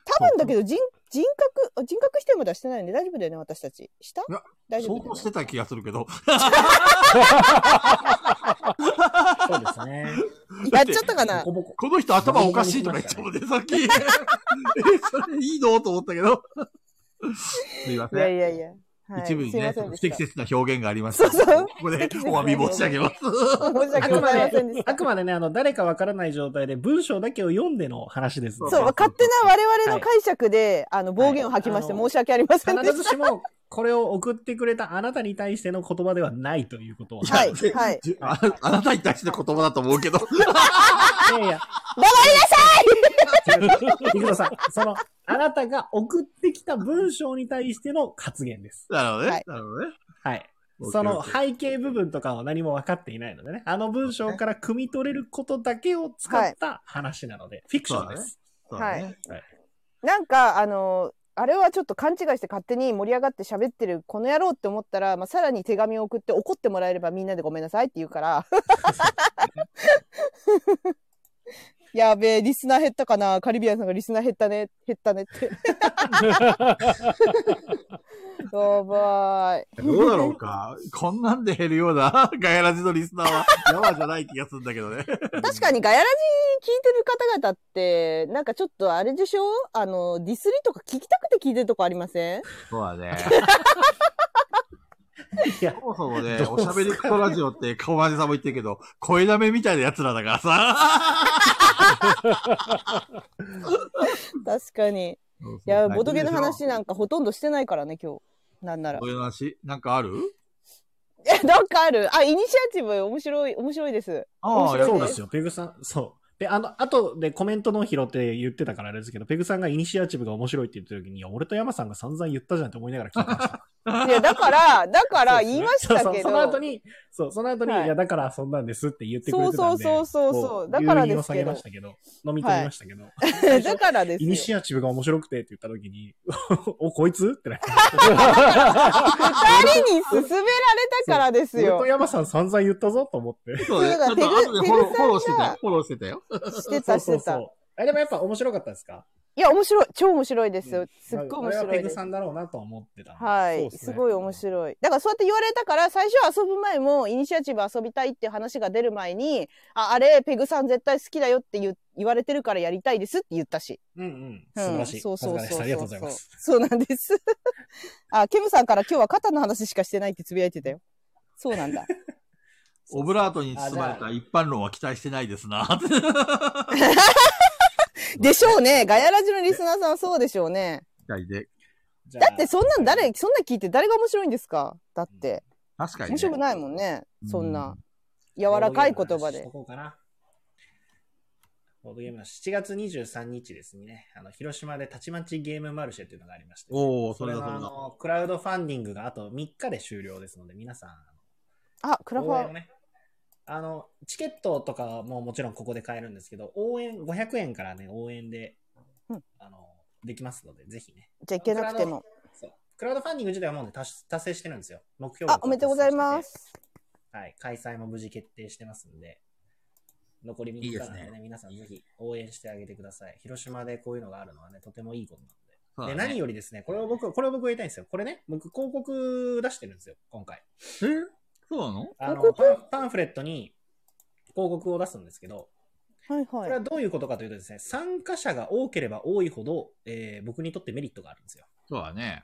Speaker 5: 多分だけど人、人格、あ人格否定まではしてないんで大丈夫だよね、私たち。した
Speaker 6: や
Speaker 5: 大丈
Speaker 6: 想
Speaker 5: 夫だよ
Speaker 6: 像
Speaker 5: ね
Speaker 6: してた気がするけど。
Speaker 4: そうですね。
Speaker 5: やっちゃったかな
Speaker 4: ボコボコ。
Speaker 6: この人頭おかしいとか言ってたもんね、さっ き。え、それいいのと思ったけど。すいませ
Speaker 5: い
Speaker 6: ん。
Speaker 5: やいやいや。はい
Speaker 6: 一部に
Speaker 5: すい
Speaker 6: ね
Speaker 5: ません、で
Speaker 6: 不
Speaker 5: した
Speaker 6: 適切な表現がありました。
Speaker 5: そうそう
Speaker 6: ここでお詫び申し上げます。
Speaker 5: 申し訳ございませんでし
Speaker 4: あ
Speaker 5: た。
Speaker 4: くまでね、あの、誰かわからない状態で文章だけを読んでの話ですので。
Speaker 5: そう、勝手な我々の解釈で、あの、暴言を吐きまして
Speaker 4: はいあの
Speaker 5: 申し訳ありませんで
Speaker 4: 必
Speaker 5: し
Speaker 4: ずしも、これを送ってくれたあなたに対しての言葉ではないということは。
Speaker 5: た。はい、はい。
Speaker 6: ああなたに対しての言葉だと思うけど。
Speaker 4: いやいや、ゆくとさん、その、あなたが送ってきた文章に対しての発言です。
Speaker 6: なるほどね。
Speaker 5: はい
Speaker 6: なるほどね。
Speaker 4: はい。
Speaker 6: OK
Speaker 4: その
Speaker 6: OK
Speaker 4: 背景部分とかを何も分かっていないのでね、あの文章から汲み取れることだけを使った話なので、フィクションです。
Speaker 6: そうだね
Speaker 5: なんかあのあれはちょっと勘違いして勝手に盛り上がって喋ってるこの野郎って思ったら、まあ、さらに手紙を送って怒ってもらえればみんなでごめんなさいって言うからやべえリスナー減ったかなカリビアンさんがリスナー減ったね減ったねってやばい
Speaker 6: どうだろうか。こんなんで減るようなガヤラジのリスナーは山じゃない気がするんだけどね。
Speaker 5: 確かにガヤラジ聞いてる方々ってなんかちょっとあれでしょあのディスりとか聞きたくて聞いてるとこありません
Speaker 6: そうだね。
Speaker 4: いや
Speaker 6: そもそもね、
Speaker 4: どう
Speaker 6: お
Speaker 4: す
Speaker 6: しゃべりっ子ラジオって、小林さんも言ってるけど、声だめみたいな奴らだからさ。
Speaker 5: 確かにいや、ボトゲの話なんかほとんどしてないからね、今日。なんなら
Speaker 6: ボ。トゲの話なんかある
Speaker 5: え、なんかあるあ、イニシアチブ、面白い、面白いです。
Speaker 6: ああ、やっ
Speaker 4: そ
Speaker 6: ぱ
Speaker 4: うですよ、ペグさん。そう。で、あの、後でコメントの拾って言ってたからあれですけど、ペグさんがイニシアチブが面白いって言った時に、いや、俺と山さんが散々言ったじゃんって思いながら聞いてました。
Speaker 5: いや、だから、だから言いました
Speaker 4: そ
Speaker 5: けど。
Speaker 4: うそう、その後に、そう、その後に、、
Speaker 5: はいい
Speaker 4: や、だからそんなんですって言ってくれてたんで。
Speaker 5: そうそうそうそうそう
Speaker 4: こ
Speaker 5: だから
Speaker 4: 留飲
Speaker 5: で
Speaker 4: を
Speaker 5: す
Speaker 4: 下
Speaker 5: けど
Speaker 4: げましたけど、飲み込みましたけど。
Speaker 5: だからで
Speaker 4: イニ
Speaker 5: す
Speaker 4: シ
Speaker 5: よ。
Speaker 4: アチブが面白くてって言った時に、 お、こいつってなって。
Speaker 5: 二人に勧められたからです
Speaker 4: 俺と
Speaker 5: よ。
Speaker 4: 山さん散々言ったぞと思って。
Speaker 6: そうね。
Speaker 5: だ
Speaker 6: ち
Speaker 5: か
Speaker 6: ょ
Speaker 5: ら
Speaker 6: っと後でフォロー
Speaker 5: ペグ
Speaker 6: フォロー
Speaker 5: ペグ
Speaker 6: して
Speaker 5: さ
Speaker 6: た
Speaker 5: ん
Speaker 6: よ。フォローしてたよ。
Speaker 5: してた、してた。い
Speaker 4: あでもやっぱ面白かったですか
Speaker 5: や、面白い。超面白いですよ。すっ
Speaker 4: うん
Speaker 5: ご
Speaker 4: あ
Speaker 5: い面
Speaker 4: れは
Speaker 5: 白
Speaker 4: ペ
Speaker 5: い
Speaker 4: グ
Speaker 5: で
Speaker 4: さ
Speaker 5: す。
Speaker 4: んだろうなと思ってたんで。
Speaker 5: はい。すごい面
Speaker 4: い。
Speaker 5: 白い。だからそうやって言われたから、最初遊ぶ前も、イニシアチブ遊びたいっていう話が出る前に、あ、あれ、ペグさん絶対好きだよって言う言われてるからやりたいですって言ったし。
Speaker 4: うんうん。
Speaker 5: う
Speaker 4: 素
Speaker 5: ん
Speaker 4: 晴らしい。
Speaker 5: そうそう
Speaker 4: さ
Speaker 5: そ
Speaker 4: すがです
Speaker 5: うそう。
Speaker 4: ありがとうございます。
Speaker 5: そうなんです。 あ、ケムさんから今日は肩の話しかしてないってつぶやいてたよ。そうな んだ。
Speaker 6: オブラートに包まれた一般論は期待してないですな。
Speaker 5: でしょうね。ガヤラジのリスナーさんはそうでしょうね。
Speaker 6: 期待で。
Speaker 4: じゃあ
Speaker 5: だってそんなん誰、そんなん聞いて誰が面白いんですかだって。
Speaker 6: 確かに、ね。
Speaker 5: 面白くないもんね。そんな。柔らかい言葉
Speaker 4: ボードゲームの話し。
Speaker 5: で
Speaker 4: とこうかなボードゲームの7月23日ですね、あの、広島でたちまちゲームマルシェというのがありまして、
Speaker 6: おー、そ
Speaker 4: こ
Speaker 6: れ
Speaker 4: れ
Speaker 6: だそ
Speaker 4: はあ
Speaker 6: れだ。
Speaker 4: の、クラウドファンディングがあと3日で終了ですので、皆さん、
Speaker 5: あ、クラフ
Speaker 4: 応援を
Speaker 5: ァン。
Speaker 4: ね、あの、チケットとかももちろんここで買えるんですけど、応援、500円からね、応援で、
Speaker 5: うん
Speaker 4: あの、できますので、ぜひね。
Speaker 5: じゃあいけなくても。
Speaker 4: そう。クラウドファンディング自体はもうね、達達成してるんですよ。目標
Speaker 5: あ、
Speaker 4: 額は
Speaker 5: おめでとうございます。
Speaker 4: はい、開催も無事決定してますんで、残り3
Speaker 6: いい
Speaker 4: 日
Speaker 6: で
Speaker 4: な
Speaker 6: す
Speaker 4: ん
Speaker 6: ね
Speaker 4: でね、皆さんぜひ応援してあげてください。広島でこういうのがあるのはね、とてもいいことなんで。
Speaker 6: そう
Speaker 4: で
Speaker 6: だね
Speaker 4: 何よりですね、これを僕、これを僕が言いたいんですよ。これね、僕、広告出してるんですよ、今回。
Speaker 6: えそうなの
Speaker 4: あの
Speaker 5: 広
Speaker 4: パンパンフレットに広告を出すんですけど、
Speaker 5: はい
Speaker 4: こ
Speaker 5: はい
Speaker 4: れ。はどういうことかというとですね、参加者が多ければ多いほど、えー僕にとってメリットがあるんですよ。
Speaker 6: そうだね。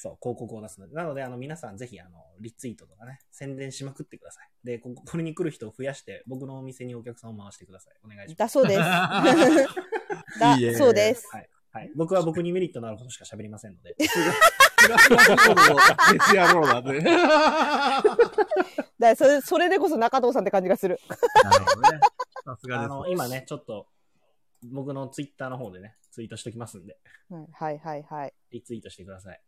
Speaker 4: そう、広告を出すので。なので、あの、皆さんぜひ、あの、リツイートとかね、宣伝しまくってください。で、ここれに来る人を増やして、僕のお店にお客さんを回してください。お願いしま
Speaker 5: だ そうです。 だ
Speaker 6: いいね
Speaker 5: そうです。
Speaker 4: す。はい。僕は僕にメリットのあることしか喋りません ので。
Speaker 6: 別野郎だね。なる
Speaker 5: だそれ、それでこそ中藤さんって感じがする。
Speaker 6: ほどね。さすが
Speaker 4: あ
Speaker 6: です。
Speaker 4: の、今ね、ちょっと、僕のツイッターの方でね、ツイートしときますんで、
Speaker 5: うんはいはいはい。
Speaker 4: リツイートしてください。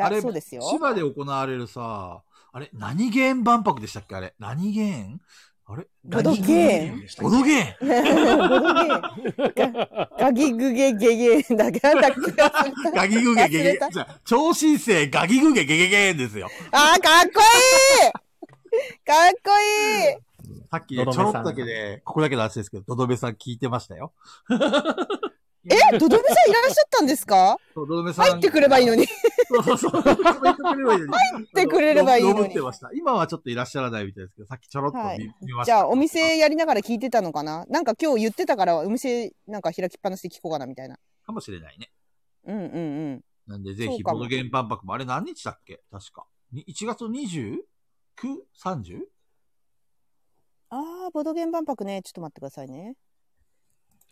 Speaker 6: あれ
Speaker 5: だそうですよ。
Speaker 6: 千葉で行われるさ、あれ、何ゲーン万博でしたっけあれ。何ゲーンあれ
Speaker 5: ボドゲーン
Speaker 4: でした
Speaker 6: ボドゲーン
Speaker 5: ボドゲガギグゲゲゲだけなんだっけ
Speaker 6: ガギグゲゲ
Speaker 5: 忘
Speaker 6: ゲ
Speaker 5: れた。
Speaker 6: じゃあ超新星ガギグゲゲゲゲーンですよ。
Speaker 5: あー、かっこいいかっこいい
Speaker 6: さっきね、
Speaker 4: どどめさ
Speaker 6: ち
Speaker 4: ん
Speaker 6: ょろっとだけで、ここだけの話ですけど、ドドメさん聞いてましたよ。
Speaker 5: え、ドドメさんいらっしゃったんですか
Speaker 6: そうドドメさん。
Speaker 5: 入ってくればいいのに。
Speaker 6: そうそうそう。コメントくればいいのに。入って
Speaker 5: くれればいいのに
Speaker 6: ってました。今はちょっといらっしゃらないみたいですけど、さっきちょろっと見,、
Speaker 5: はい
Speaker 6: 見まし
Speaker 5: じ
Speaker 6: た。
Speaker 5: ゃあ、お店やりながら聞いてたのかななんか今日言ってたから、お店なんか開きっぱなしで聞こうかなみたいな。
Speaker 6: かもしれないね。
Speaker 5: うんうんうん。
Speaker 6: なんで、ぜ
Speaker 5: そ
Speaker 6: ひ、
Speaker 5: うか
Speaker 6: ボ
Speaker 5: も
Speaker 6: ドゲン万博も、あれ何日だっけ確か。に1月 29?30?
Speaker 5: あー、ボドゲン万博ね。ちょっと待ってくださいね。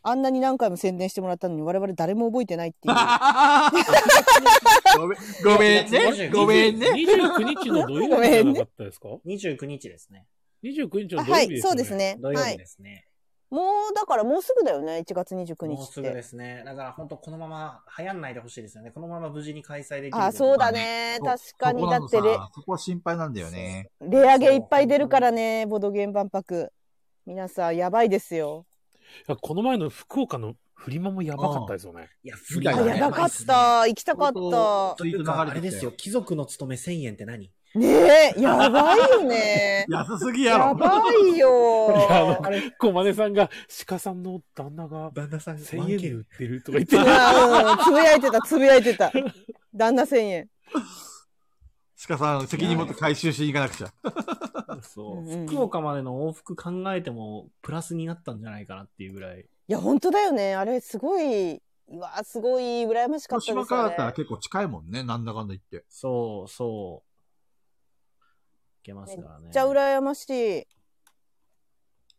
Speaker 5: あんなに何回も宣伝してもらったのに我々誰も覚えてないっていう。
Speaker 6: ごめんごめんね。ご めんね。
Speaker 2: 29日の土曜日じゃなかったですか
Speaker 4: 29日ですね。
Speaker 2: ?29 日の土曜日です、ね。
Speaker 5: はい、そうです。ね。
Speaker 4: 土曜
Speaker 5: は
Speaker 4: 日
Speaker 5: い。
Speaker 4: ですね。
Speaker 5: もう、だからもうすぐだよね、1月29
Speaker 4: もう
Speaker 5: 日
Speaker 4: す
Speaker 5: っ
Speaker 4: ぐ
Speaker 5: て
Speaker 4: で。すね。だから本当このまま流行んないでほしいですよね。このまま無事に開催できる。
Speaker 5: あ、そうだ。ね。確かに。だってレ、
Speaker 6: そこは心配なんだよね。
Speaker 5: レアゲいっぱい出るからね、ボドゲン万博。皆さん、やばいですよ。
Speaker 2: やこの前の福岡のフリマもやばかったですよね。
Speaker 4: いや、フリ
Speaker 6: みた
Speaker 4: ー
Speaker 6: い
Speaker 5: あ、
Speaker 6: なね
Speaker 5: やばか
Speaker 4: やば
Speaker 5: っ。
Speaker 4: いすね
Speaker 5: た。行きたかった。
Speaker 4: という
Speaker 6: ツイート
Speaker 4: か、
Speaker 6: 流
Speaker 4: あ
Speaker 6: れ
Speaker 4: れで
Speaker 6: てきた
Speaker 4: す
Speaker 6: よ。
Speaker 4: よ。貴族の務め1000円って何
Speaker 5: ねえ、やばいよね
Speaker 6: 安すぎや
Speaker 5: や
Speaker 6: ろ。
Speaker 5: ばい
Speaker 2: い
Speaker 5: よ。
Speaker 2: や、あの、小真さんが、鹿さんの旦那が
Speaker 4: 旦那さん
Speaker 2: 1000円で売っ
Speaker 4: 1K
Speaker 2: てるとか言っ
Speaker 5: い
Speaker 2: て、
Speaker 5: やうんつぶやいてた、つぶやいてた。旦那1000円。
Speaker 6: 鹿さん、責任持って回収しに行かなくちゃ。
Speaker 4: そう
Speaker 5: うんうん
Speaker 4: 福岡までの往復考えても、プラスになったんじゃないかなっていうぐらい。
Speaker 5: いや、本当だよね。あれ、すごい、うわ、すごい、羨ましかっ
Speaker 6: 広
Speaker 5: たです
Speaker 6: 島から
Speaker 5: よ
Speaker 6: だったら
Speaker 5: ね。
Speaker 6: 結構近いもんね、なんだかんだ言って。
Speaker 4: そう、そう。いけますからね。
Speaker 5: めっちゃ羨ましい。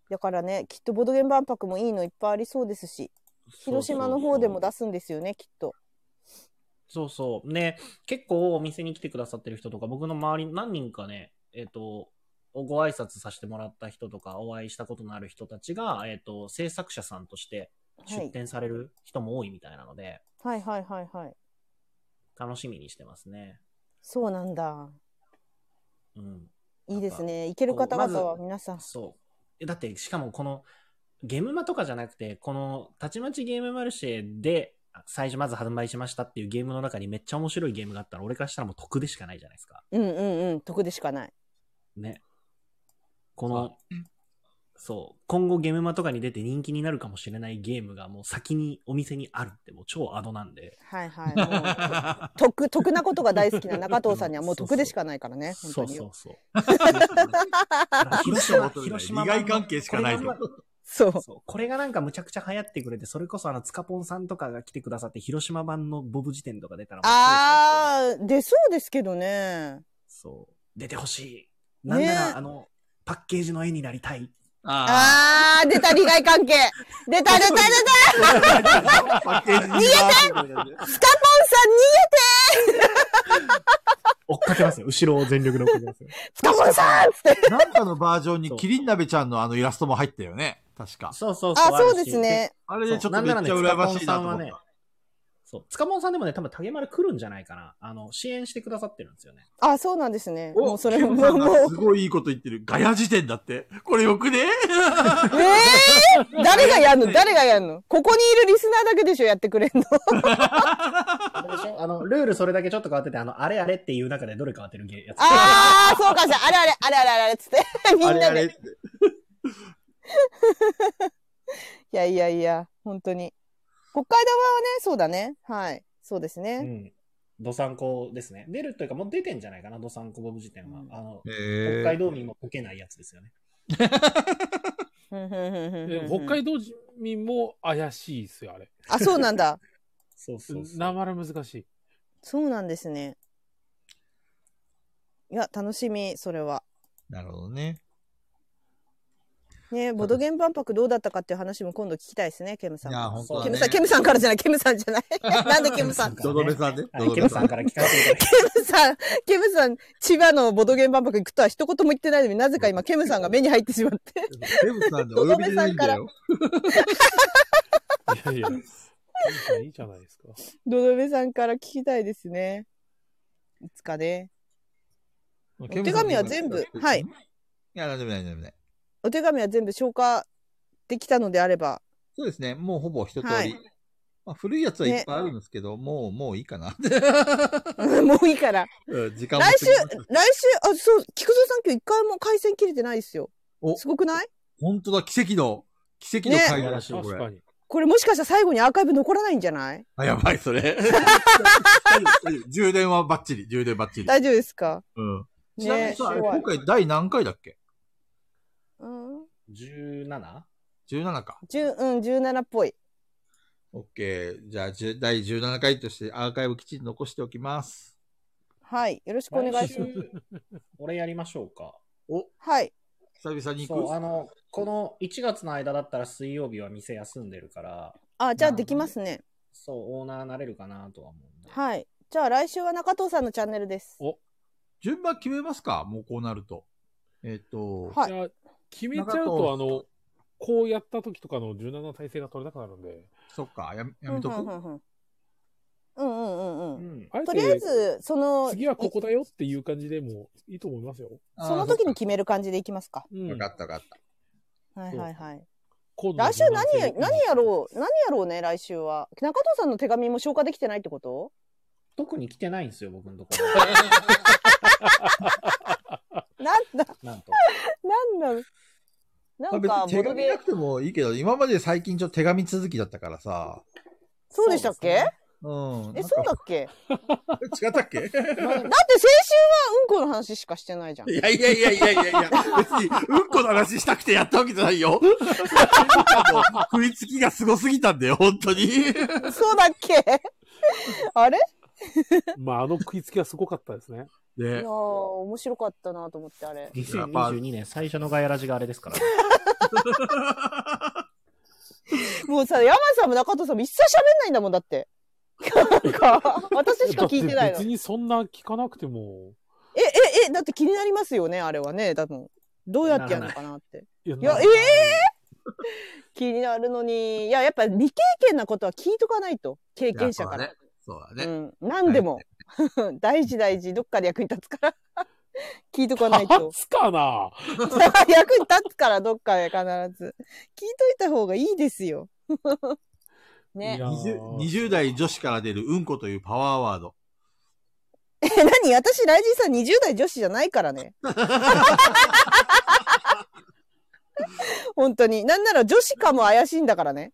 Speaker 5: だからね、きっとボドゲン万博もいいのいっぱいありそうですし、広島の方でも出すんですよね、きっと。
Speaker 4: そうそう。ね、結構お店に来てくださってる人とか、僕の周りに何人かね、えっ、と、ご挨拶させてもらった人とか、お会いしたことのある人たちが、えっ、と、制作者さんとして
Speaker 5: は
Speaker 4: 出
Speaker 5: い。
Speaker 4: 展される人も多いみたいなので、
Speaker 5: はいはいはいはい。
Speaker 4: 楽しみにしてますね。
Speaker 5: そうなんだ。
Speaker 4: うん。
Speaker 5: いいですね。行ける方々は皆さん。
Speaker 4: そう。えだって、しかもこの、ゲームマとかじゃなくて、この、たちまちゲームマルシェで、最初まず販売しましたっていうゲームの中にめっちゃ面白いゲームがあったら、俺からしたらもう得でしかないじゃないですか。
Speaker 5: うんうんうん。得でしかない。
Speaker 4: ね。この、そう、今後ゲームマとかに出て人気になるかもしれないゲームがもう先にお店にあるってもう超アドなんで。
Speaker 5: はいはい。も う得、得なことが大好きな中藤さんにはもう得でしかないからね。本当
Speaker 4: そう
Speaker 5: に。
Speaker 4: そう そう。広島、広島版
Speaker 6: 利害関係しかないと。
Speaker 5: そう。
Speaker 4: そう。これがなんかむちゃくちゃ流行ってくれて、それこそあの、つかぽんさんとかが来てくださって、広島版のボブ辞典とか出たらもう
Speaker 5: あー、出そうですけどね。
Speaker 4: そう。出てほしい。なんなら、
Speaker 5: ね
Speaker 4: あの、パッケージの絵になりた い。
Speaker 6: あ
Speaker 5: あー、出た利害関 係。出た出た出た
Speaker 6: あ。パッケージに逃げて
Speaker 4: 追っかけますよ。後ろを全力で追っかけますよ。
Speaker 5: スカモンさんつって。
Speaker 6: なんかのバージョンにキリン鍋ちゃんのあのイラストも入ったよね。確か。
Speaker 4: そうそう
Speaker 5: あ、そうです。ね。
Speaker 6: あれでちょっとめっちゃ羨ましいなと
Speaker 4: そう
Speaker 6: 思
Speaker 4: なんならね塚本さんはね
Speaker 6: った。
Speaker 4: そう。つかもんさんでもね、多分竹丸来るんじゃないかな。あの、支援してくださってるんですよね。
Speaker 5: あ、そうなんですね。も
Speaker 6: お、
Speaker 5: うそれも、
Speaker 6: ケムさんなん
Speaker 5: も
Speaker 6: か
Speaker 5: う
Speaker 6: す。ごいいいこと言ってる。ガヤ辞典だって。これよくね
Speaker 5: えー、誰がやんの誰がやんのここにいるリスナーだけでしょやってくれんの。
Speaker 4: あれでしょあの、ルールそれだけちょっと変わってて、あの、あれあれっていう中でどれ変わってるゲーやつ。
Speaker 5: あー、そうかしら。あれあれ、あれあれあれあれつって。みん
Speaker 6: あれ
Speaker 5: な
Speaker 6: あれっ
Speaker 5: で。
Speaker 6: て。
Speaker 5: いやいやいや、本当に。北海道はね、そうだね。はい。そうです
Speaker 4: う
Speaker 5: ね。
Speaker 4: ん。ドサンコですね。出るというか、もう出てんじゃないかな、ドサンコボブ辞典は。あの、北海道民も解けないやつですよね。
Speaker 5: ふんふんふんふんふん
Speaker 2: え 北海道民も怪しいですよ、あれ。
Speaker 5: あ、そうなんだ。
Speaker 4: そうそうそう。
Speaker 2: なまら難しい。
Speaker 5: そうなんですね。いや、楽しみ、それは。
Speaker 6: なるほどね。
Speaker 5: ね、ボドゲン万博どうだったかっていう話も今度聞きたいですね、ケムさん
Speaker 6: い
Speaker 5: から。
Speaker 6: や、ほんとだ
Speaker 5: ケ
Speaker 6: ね
Speaker 5: ムさん、。ケムさんからじゃない、ケムさんじゃない。なんでケムさん。ケ
Speaker 6: ドドメさんね。
Speaker 4: あの、ケムさんから聞かせていただ き
Speaker 5: ムさん、ケムさん、千葉のボドゲン万博行くとは一言も言ってないのになぜか今、ケムさんが目に入ってしまって。
Speaker 6: ケムさんでお呼びでないんだよ。
Speaker 2: いやいや。いいじゃないですか。
Speaker 5: ドドメさんから聞きたいですね。いつかね。
Speaker 6: お
Speaker 5: お手紙は全部、はい。
Speaker 6: いや、大丈夫、大丈夫、大丈夫。
Speaker 5: お手紙は全部消化できたのであれば。
Speaker 6: そうですね。もうほぼ一通り。
Speaker 5: はい
Speaker 6: まあ、古いやつはいっぱいあるんですけど、もう、もういいかな。
Speaker 5: もういいから。
Speaker 6: うん時間も
Speaker 5: 来週、
Speaker 6: 過
Speaker 5: 来
Speaker 6: ぎました
Speaker 5: 週、あ、そう、菊蔵さん今日一回も回線切れてないですよ。
Speaker 6: お
Speaker 5: すごくない
Speaker 6: 本当だ、奇跡の、奇跡の会話だし、こ
Speaker 2: 確か
Speaker 6: れ。
Speaker 2: に。
Speaker 5: これもしかしたら最後にアーカイブ残らないんじゃない
Speaker 6: あ、やばい、それ。充電はバッチリ、充電バッチリ。
Speaker 5: 大丈夫ですか
Speaker 6: うん。ちなみ
Speaker 5: ね
Speaker 6: にさ、あれ
Speaker 5: 怖い
Speaker 6: 今回第何回だっけ
Speaker 5: うん、
Speaker 4: 17?
Speaker 6: ?17 か。
Speaker 5: 10うん、17っぽい。
Speaker 6: オッケー。じゃあ、じゅ第17回としてアーカイブきちんと残しておきます。
Speaker 5: はい。よろしくお願いしま
Speaker 4: 来
Speaker 5: す。
Speaker 4: 週俺やりましょうか。
Speaker 5: はい。
Speaker 6: 久々に
Speaker 4: そう、
Speaker 6: 行
Speaker 4: あの、この1月の間だったら水曜日は店休んでるから、
Speaker 5: あ、じゃあできますね。
Speaker 4: そう、オーナーなれるかなとは思うんで。
Speaker 5: はい。じゃあ来週は中藤さんのチャンネルです。
Speaker 6: く順番決めますかもうこうなると。えっ、と、
Speaker 5: はい
Speaker 2: いや、決めちゃうと、あの、こうやった時とかの柔軟な体勢が取れなくなるんで。
Speaker 6: そっか、やめやめと
Speaker 5: う
Speaker 6: く、
Speaker 5: んうんうんうんうんうん。
Speaker 4: ん。
Speaker 2: あえて
Speaker 5: とりあえず、その、
Speaker 2: 次はここだよっていう感じでもいいと思いますよ。
Speaker 6: あー
Speaker 5: その時に決める感じでいきますか。
Speaker 2: うん
Speaker 6: そっかわかったわかった。
Speaker 5: はいはいはい。
Speaker 2: 今度の
Speaker 5: 来週何
Speaker 2: 柔軟性、
Speaker 5: 何やろう、 何やろうね、来週は。中藤さんの手紙も消化できてないってこと
Speaker 9: 特に来てないんですよ、僕のところ。
Speaker 5: なんだ、
Speaker 9: なんと。
Speaker 5: なんだろう。な
Speaker 6: まあ、
Speaker 5: んか、
Speaker 6: 別に手
Speaker 5: ボド
Speaker 6: 紙
Speaker 5: ゲ
Speaker 6: なくてもいいけど、今まで最近ちょっと手紙続きだったからさ。
Speaker 5: そうでしたっけ
Speaker 6: うん。
Speaker 5: え、そうだ
Speaker 6: なん
Speaker 5: っけ
Speaker 6: か 違ったっけ
Speaker 5: だって先週はうんこの話しかしてないじゃ ん。
Speaker 6: いやいやいやいやいやいや、別に、うんこの話したくてやったわけじゃないよ。 食いつきがすごすぎたんだよ、本当に。
Speaker 5: そうだっけあれ
Speaker 2: まあ、あの食いつきはすごかったですね。
Speaker 5: いやー、。
Speaker 6: ね
Speaker 5: 面白かったなと思って、あれ。
Speaker 9: 2022年最初のガヤラジがあれですから、ね。
Speaker 5: もうさ、山さんも中藤さんも一切喋んないんだもんだって。なんか、私しか聞いてない
Speaker 2: だっ
Speaker 5: の。
Speaker 2: 別
Speaker 5: え、
Speaker 2: にそんな聞かなくても。
Speaker 5: え、え、だって気になりますよね、あれはね、多分。どうやってやるのかなって。
Speaker 2: いや
Speaker 5: いや、
Speaker 2: な
Speaker 5: ええ気になるのに。いや、やっぱ未経験なことは聞いとかないと。経験者から。
Speaker 6: そうだ
Speaker 5: う
Speaker 6: ね。
Speaker 5: ん。何でも。 大事大事、どっかで役に立つから。 聞いとかないと
Speaker 2: 立。つかな
Speaker 5: 役に立つから、どっかで必ず。聞いといた方がいいですよ。
Speaker 2: い
Speaker 5: ね。
Speaker 2: や
Speaker 6: 20 20代女子から出るうんこというパワーワード。
Speaker 5: え、何私、ライジンさん20代女子じゃないから ね。本当に。なんなら女子かも怪しいんだからね。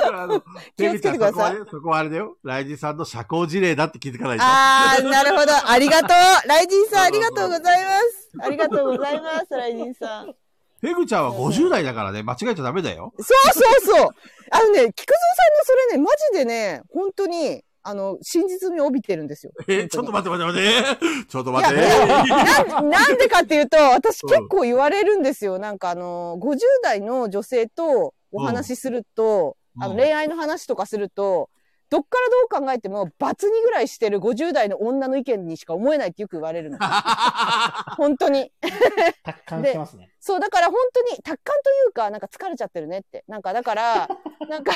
Speaker 6: だからあの
Speaker 5: 気をつけてください
Speaker 6: テレビちゃんそこはねそこはあれだよ。ライジさんの社交辞令だって気づかないと。
Speaker 5: あー、 なるほど。ありがとう。ライジンさん、ありがとうございます。ありがとうございます、ライジンさん。
Speaker 6: ペグちゃんは50代だからね、間違えちゃダメだよ。
Speaker 5: そうそうそう。あのね、菊蔵さんのそれね、マジでね、本当に、あの、真実味を帯びてるんですよ。
Speaker 6: え、ちょっと待って待って待って。 ちょっと待って。
Speaker 5: いなんなんでかっていうと、私
Speaker 6: うん
Speaker 5: 結構言われるんですよ。なんかあの、50代の女性とお話しすると、
Speaker 6: うん
Speaker 5: あの
Speaker 6: うん
Speaker 5: 恋愛の話とかすると、どっからどう考えても、バツ2ぐらいしてる50代の女の意見にしか思えないってよく言われる の。本当に。
Speaker 9: 達観して ますね。
Speaker 5: そう、だから本当に達観というか、なんか疲れちゃってるねって。なんかだから、なんか、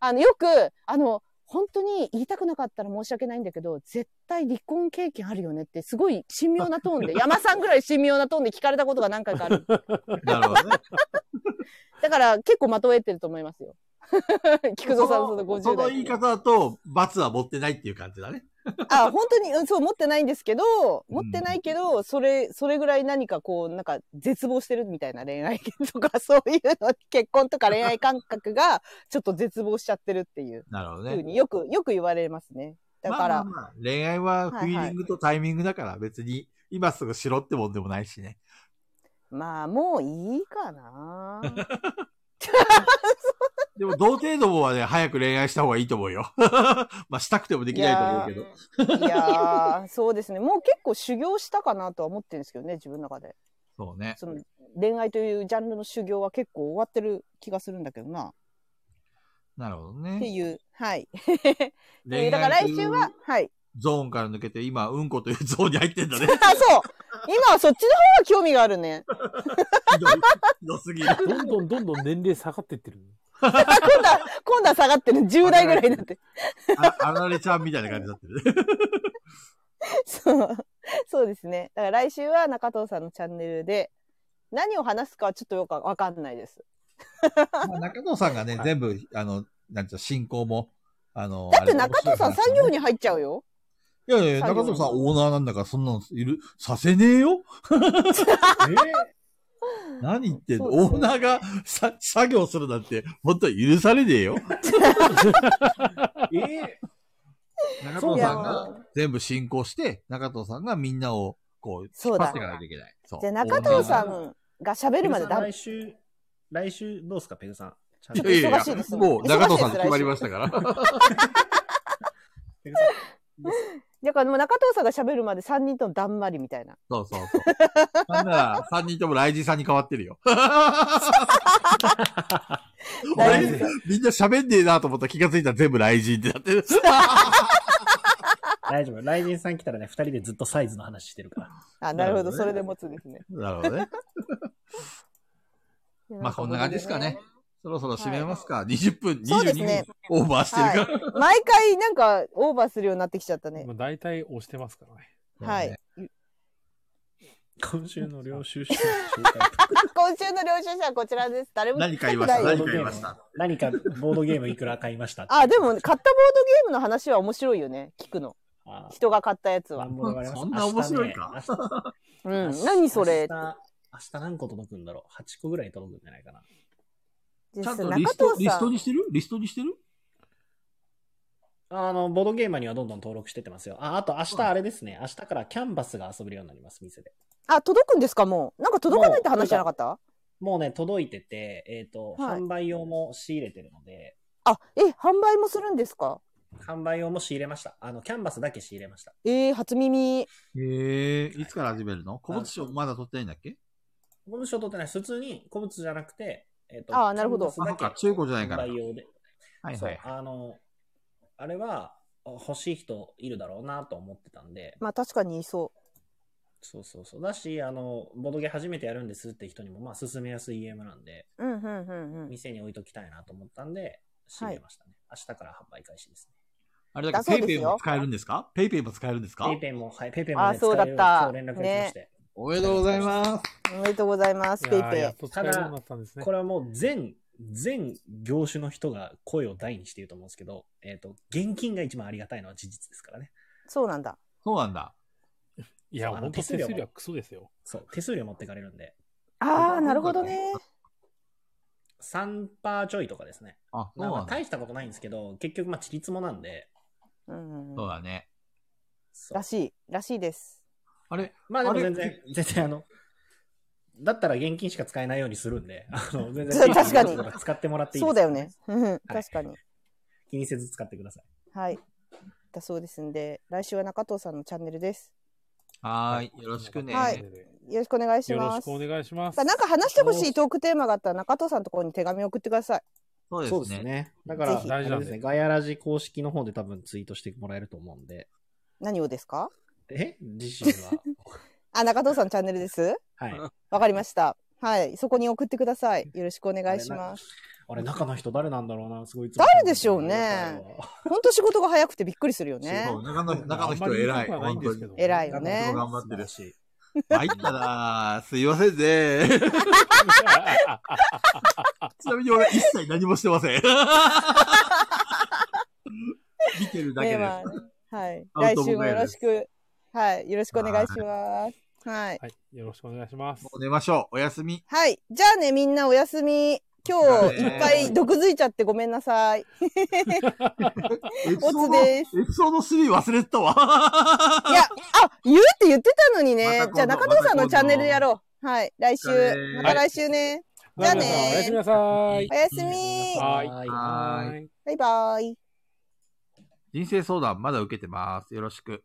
Speaker 5: あの、よく、あの、本当に言いたくなかったら申し訳ないんだけど、絶対離婚経験あるよねって、すごい神妙なトーンで、山さんぐらい神妙なトーンで聞かれたことが何回かある。
Speaker 6: なるほどね。
Speaker 5: だから結構まとえてると思いますよ。菊蔵さん、その
Speaker 6: そ
Speaker 5: 50
Speaker 6: の
Speaker 5: 代
Speaker 6: 言い方だと、罰は持ってないっていう感じだね。
Speaker 5: あ、本当に、うん、そう、持ってないんですけど、持ってないけど、それ、それぐらい何かこう、なんか絶望してるみたいな恋愛とか、そういうの、結婚とか恋愛感覚 が、ちょっと絶望しちゃってるっていう
Speaker 6: なるほど
Speaker 5: ふう
Speaker 6: ね。
Speaker 5: によく、よく言われますね。だから、
Speaker 6: まあまあまあ恋愛はフィーリングとタイミングだから、別に今すぐしろってもんでもないしね。
Speaker 5: まあ、もういいか な。
Speaker 6: でも、同程度もはね、 早く恋愛した方がいいと思うよ。 まあ、したくてもできないと思うけど。
Speaker 5: いやー、そうですね。もう結構修行したかなとは思ってるんですけどね、自分の中で。
Speaker 6: そうね。
Speaker 5: その、恋愛というジャンルの修行は結構終わってる気がするんだけどな。
Speaker 6: なるほど
Speaker 5: って
Speaker 6: ね。
Speaker 5: いう、はい。
Speaker 6: 恋 愛
Speaker 5: だから来週は、はい。
Speaker 6: ゾーンから抜けて、今、うんこという ゾーンに入ってんだね。
Speaker 5: あ、そう。今はそっちの方が興味があるね。
Speaker 6: ひどいひどすぎる。
Speaker 2: どんどんどんどん年齢下がってってる。
Speaker 5: 今度は、今度は下がってる。10代ぐらいになって。
Speaker 6: あ、あられちゃんみたいな感じになってるね。
Speaker 5: そう。そうですね。だから来週は中藤さんのチャンネルで、何を話すかはちょっとよくわかんないです。
Speaker 6: まあ中藤さんがね、全部、あの、なんていうの進行も、あの、
Speaker 5: だって
Speaker 6: あれ
Speaker 5: 中藤さん作業に入っちゃうよ。
Speaker 6: いやいや、中藤さんオーナーなんだから、そんなのいる、させねえよ何言ってんの、
Speaker 5: そうです
Speaker 6: オーナーがさ作業するなんて、本当は許されねえよ。中藤さんが全部進行して、中藤さんがみんなを、こう、引
Speaker 5: そう
Speaker 6: っ
Speaker 5: だ
Speaker 6: 張っていかないといけない。そう
Speaker 5: じゃあ中藤さんが喋るまでだ、
Speaker 9: 来週、来週どうすか、ペグさん。ちゃん
Speaker 6: い
Speaker 9: と
Speaker 6: やいやいや
Speaker 5: 忙しいですよ
Speaker 6: もう中藤さん
Speaker 5: 忙しいです
Speaker 6: 決まりましたから。
Speaker 9: ペグさん
Speaker 5: だからもう中藤さんが喋るまで3人ともだんまりみたいな。
Speaker 6: そうそうそう。 なんなら、3人ともライジンさんに変わって るよ。
Speaker 5: ライ
Speaker 6: 俺
Speaker 5: ジンさん、
Speaker 6: みんな喋んねえなと思ったら気がついたら全部ライジンって なってる。
Speaker 9: 大丈夫。ライジンさん来たらね、二人でずっとサイズの話してるから。
Speaker 5: あ、なるほど。
Speaker 6: なるほどね
Speaker 5: それで持つですね。
Speaker 6: なるほどね。まあこんな感じですかね。そろそろ締めますか。20分、
Speaker 5: そうです
Speaker 6: 22分
Speaker 5: ね
Speaker 6: オーバーしてるから。
Speaker 5: 毎回なんかオーバーするようになってきちゃったね
Speaker 2: ま。あ、大体押してますからね。
Speaker 5: はい。
Speaker 4: 今週の領収書。
Speaker 5: 今週の領収書はこちらです。誰も
Speaker 6: 何買いました
Speaker 5: 聞きたくない
Speaker 6: 何買いました
Speaker 4: 何かボードゲームいくら買いました
Speaker 5: あ、でも買ったボードゲームの話は面白いよね。聞くの。
Speaker 4: あ
Speaker 5: 人が買ったやつ
Speaker 4: な
Speaker 5: は
Speaker 4: ん。ぼでもあります
Speaker 6: そんな面白いか
Speaker 4: 明日ね
Speaker 5: う
Speaker 4: 明
Speaker 5: ん。
Speaker 4: 日
Speaker 5: 何それ
Speaker 4: 明日明日何個届くんだろう ?8 個ぐらい届くんじゃないかな。
Speaker 5: 実
Speaker 6: ちゃん
Speaker 5: 際
Speaker 6: と
Speaker 5: 中
Speaker 6: リスト、
Speaker 5: 藤
Speaker 6: リ
Speaker 5: さ
Speaker 6: スト
Speaker 5: ん。
Speaker 6: にしてるリストにしてる
Speaker 4: あの、ボードゲーマーにはどんどん登録してってますよ。あ、あと明日あれですね。明日からキャンバスが遊べるようになります、店で。
Speaker 5: あ、届くんですかもう。なんか届かないって話じゃなかった
Speaker 4: もうね、届いてて、えっ、と、
Speaker 5: はい
Speaker 4: 販売用も仕入れてるので、
Speaker 5: あ、え、販売もするんですか
Speaker 4: 販売用も仕入れました。あの、キャンバスだけ仕入れました。
Speaker 5: えー、初耳。
Speaker 6: へえ、いつから始めるの小物賞まだ取ってないんだっけ
Speaker 4: 古物賞取ってないです。普通に古物じゃなくて、えっ、と、
Speaker 5: あーなるほど
Speaker 4: キャンバスだけ
Speaker 6: あそっか中古じゃないから
Speaker 4: 販売用で。
Speaker 6: はい
Speaker 4: そ
Speaker 6: は
Speaker 4: う
Speaker 6: い、。
Speaker 4: あの、あれは、欲しい人いるだろうなと思ってたんで、
Speaker 5: まあ確かにいそ
Speaker 4: そうそうそう。だし、あの、ボドゲ初めてやるんですって人にも、まあ、進めやすいゲームなんで、
Speaker 5: う。うん、うん、うん、うん。
Speaker 4: 店に置いときたいなと思ったんで、仕入れましたね。明日から販売開始ですね。
Speaker 6: あれだ
Speaker 5: だ
Speaker 6: け
Speaker 5: そ
Speaker 6: ペ
Speaker 5: うです
Speaker 6: イペ
Speaker 5: よ
Speaker 6: イも使えるんですかペイペイも使えるんですか
Speaker 4: ペイペイも、はい、ペイペイも、
Speaker 5: あ
Speaker 4: ね、
Speaker 5: そうだった
Speaker 4: 使えるように今日連絡いただきまして。
Speaker 6: おめでとうございます。
Speaker 5: おめでとうございます、ペイ
Speaker 2: いやーやっ
Speaker 5: ペ
Speaker 2: と使えるようになったんですね
Speaker 4: こ。れはもう全、全業種の人が声を大にしていると思うんですけど、えっ、と、現金が一番ありがたいのは事実ですからね。
Speaker 5: イ。そうなんだ。
Speaker 6: そうなんだ。
Speaker 2: いや、
Speaker 4: あの
Speaker 2: 本当
Speaker 4: 手数
Speaker 2: 手
Speaker 4: 料
Speaker 2: 数料はクソですよ。
Speaker 4: そう、手数料持ってかれるんで、
Speaker 5: ああ、なるほどね。
Speaker 4: 3%ちょいとかですね。
Speaker 6: あ、そう
Speaker 4: まあま
Speaker 6: な
Speaker 4: あ
Speaker 6: んだ。
Speaker 4: 大したことないんですけど、結局、まあ、ちりつもなんで、
Speaker 5: うんう。
Speaker 6: そうんだね。
Speaker 4: そう
Speaker 5: らしい、らしいです。
Speaker 6: あれ
Speaker 4: まあでも
Speaker 6: あれ
Speaker 4: 全然、 全然あの、だったら現金しか使えないようにするんで、あの、全然
Speaker 5: 確かに
Speaker 4: 使ってもらっていいです
Speaker 5: そうだよね。。うん
Speaker 4: はい
Speaker 5: 確かに。
Speaker 4: 気にせず使ってください。
Speaker 5: はい。だそうですんで、来週は中藤さんのチャンネルです。
Speaker 6: はーい。よろしくね。
Speaker 5: はいよろしくお願いし
Speaker 2: よろ
Speaker 5: ま
Speaker 2: し
Speaker 5: す。
Speaker 2: くお願いします
Speaker 5: さあ。なんか話してほしいトークテーマがあったら中藤さんのところに手紙を送ってください。
Speaker 6: そうですね。
Speaker 4: ね。だから、
Speaker 5: ぜひ
Speaker 4: あれですね、ガヤラジ公式の方で多分ツイートしてもらえると思うんで、
Speaker 5: 何をですか
Speaker 4: え自身 は。
Speaker 5: あ、中藤さんのチャンネルです。
Speaker 4: はい。
Speaker 5: わかりました。はい。そこに送ってください。よろしくお願いし
Speaker 4: あれな
Speaker 5: ます。
Speaker 4: あれ、中の人誰なんだろうな、すごい。
Speaker 5: 誰でしょうね。本当仕事が早くてびっくりするよね。
Speaker 6: そう、中の中の
Speaker 2: あんま
Speaker 6: 人
Speaker 2: り
Speaker 6: 偉い。
Speaker 2: 良くはないん
Speaker 6: 本
Speaker 2: で
Speaker 6: 当
Speaker 2: すけ
Speaker 6: に。
Speaker 2: ど
Speaker 5: 偉 いよね。
Speaker 6: 頑張ってる
Speaker 4: し。
Speaker 6: 参ったなー すいませんね。 ちなみに俺一切何もしてません。 見てるだけ
Speaker 5: ね
Speaker 6: で
Speaker 5: まあねはい。
Speaker 6: アウ
Speaker 5: 来
Speaker 6: ト
Speaker 5: 週
Speaker 6: ボ
Speaker 5: も
Speaker 6: メ
Speaker 5: よ
Speaker 6: ールで
Speaker 5: ろ
Speaker 6: す
Speaker 5: しく、はい。よろしくお願いします。はい。
Speaker 2: はい、よろしくお願いします
Speaker 6: も。う寝ましょう。おやすみ。
Speaker 5: はい。じゃあね、みんなおやすみ。今日いっぱい毒づいちゃってごめんなさい。
Speaker 6: エピソー
Speaker 5: おつ
Speaker 6: ド、エ
Speaker 5: です。
Speaker 6: ピソード3忘れてたわ。
Speaker 5: いや、あ、言うって言ってたのにね
Speaker 6: また今。度
Speaker 5: じゃあ中藤さん
Speaker 6: また今
Speaker 5: の
Speaker 6: 度
Speaker 5: チャンネルやろう。はい。来週
Speaker 6: じゃあね。
Speaker 5: また来週ね。じゃあね
Speaker 2: おやすみなさい
Speaker 5: お。やすみ。
Speaker 2: はい
Speaker 6: はーい。
Speaker 5: バイバイ。
Speaker 6: 人生相談まだ受けてます。よろしく。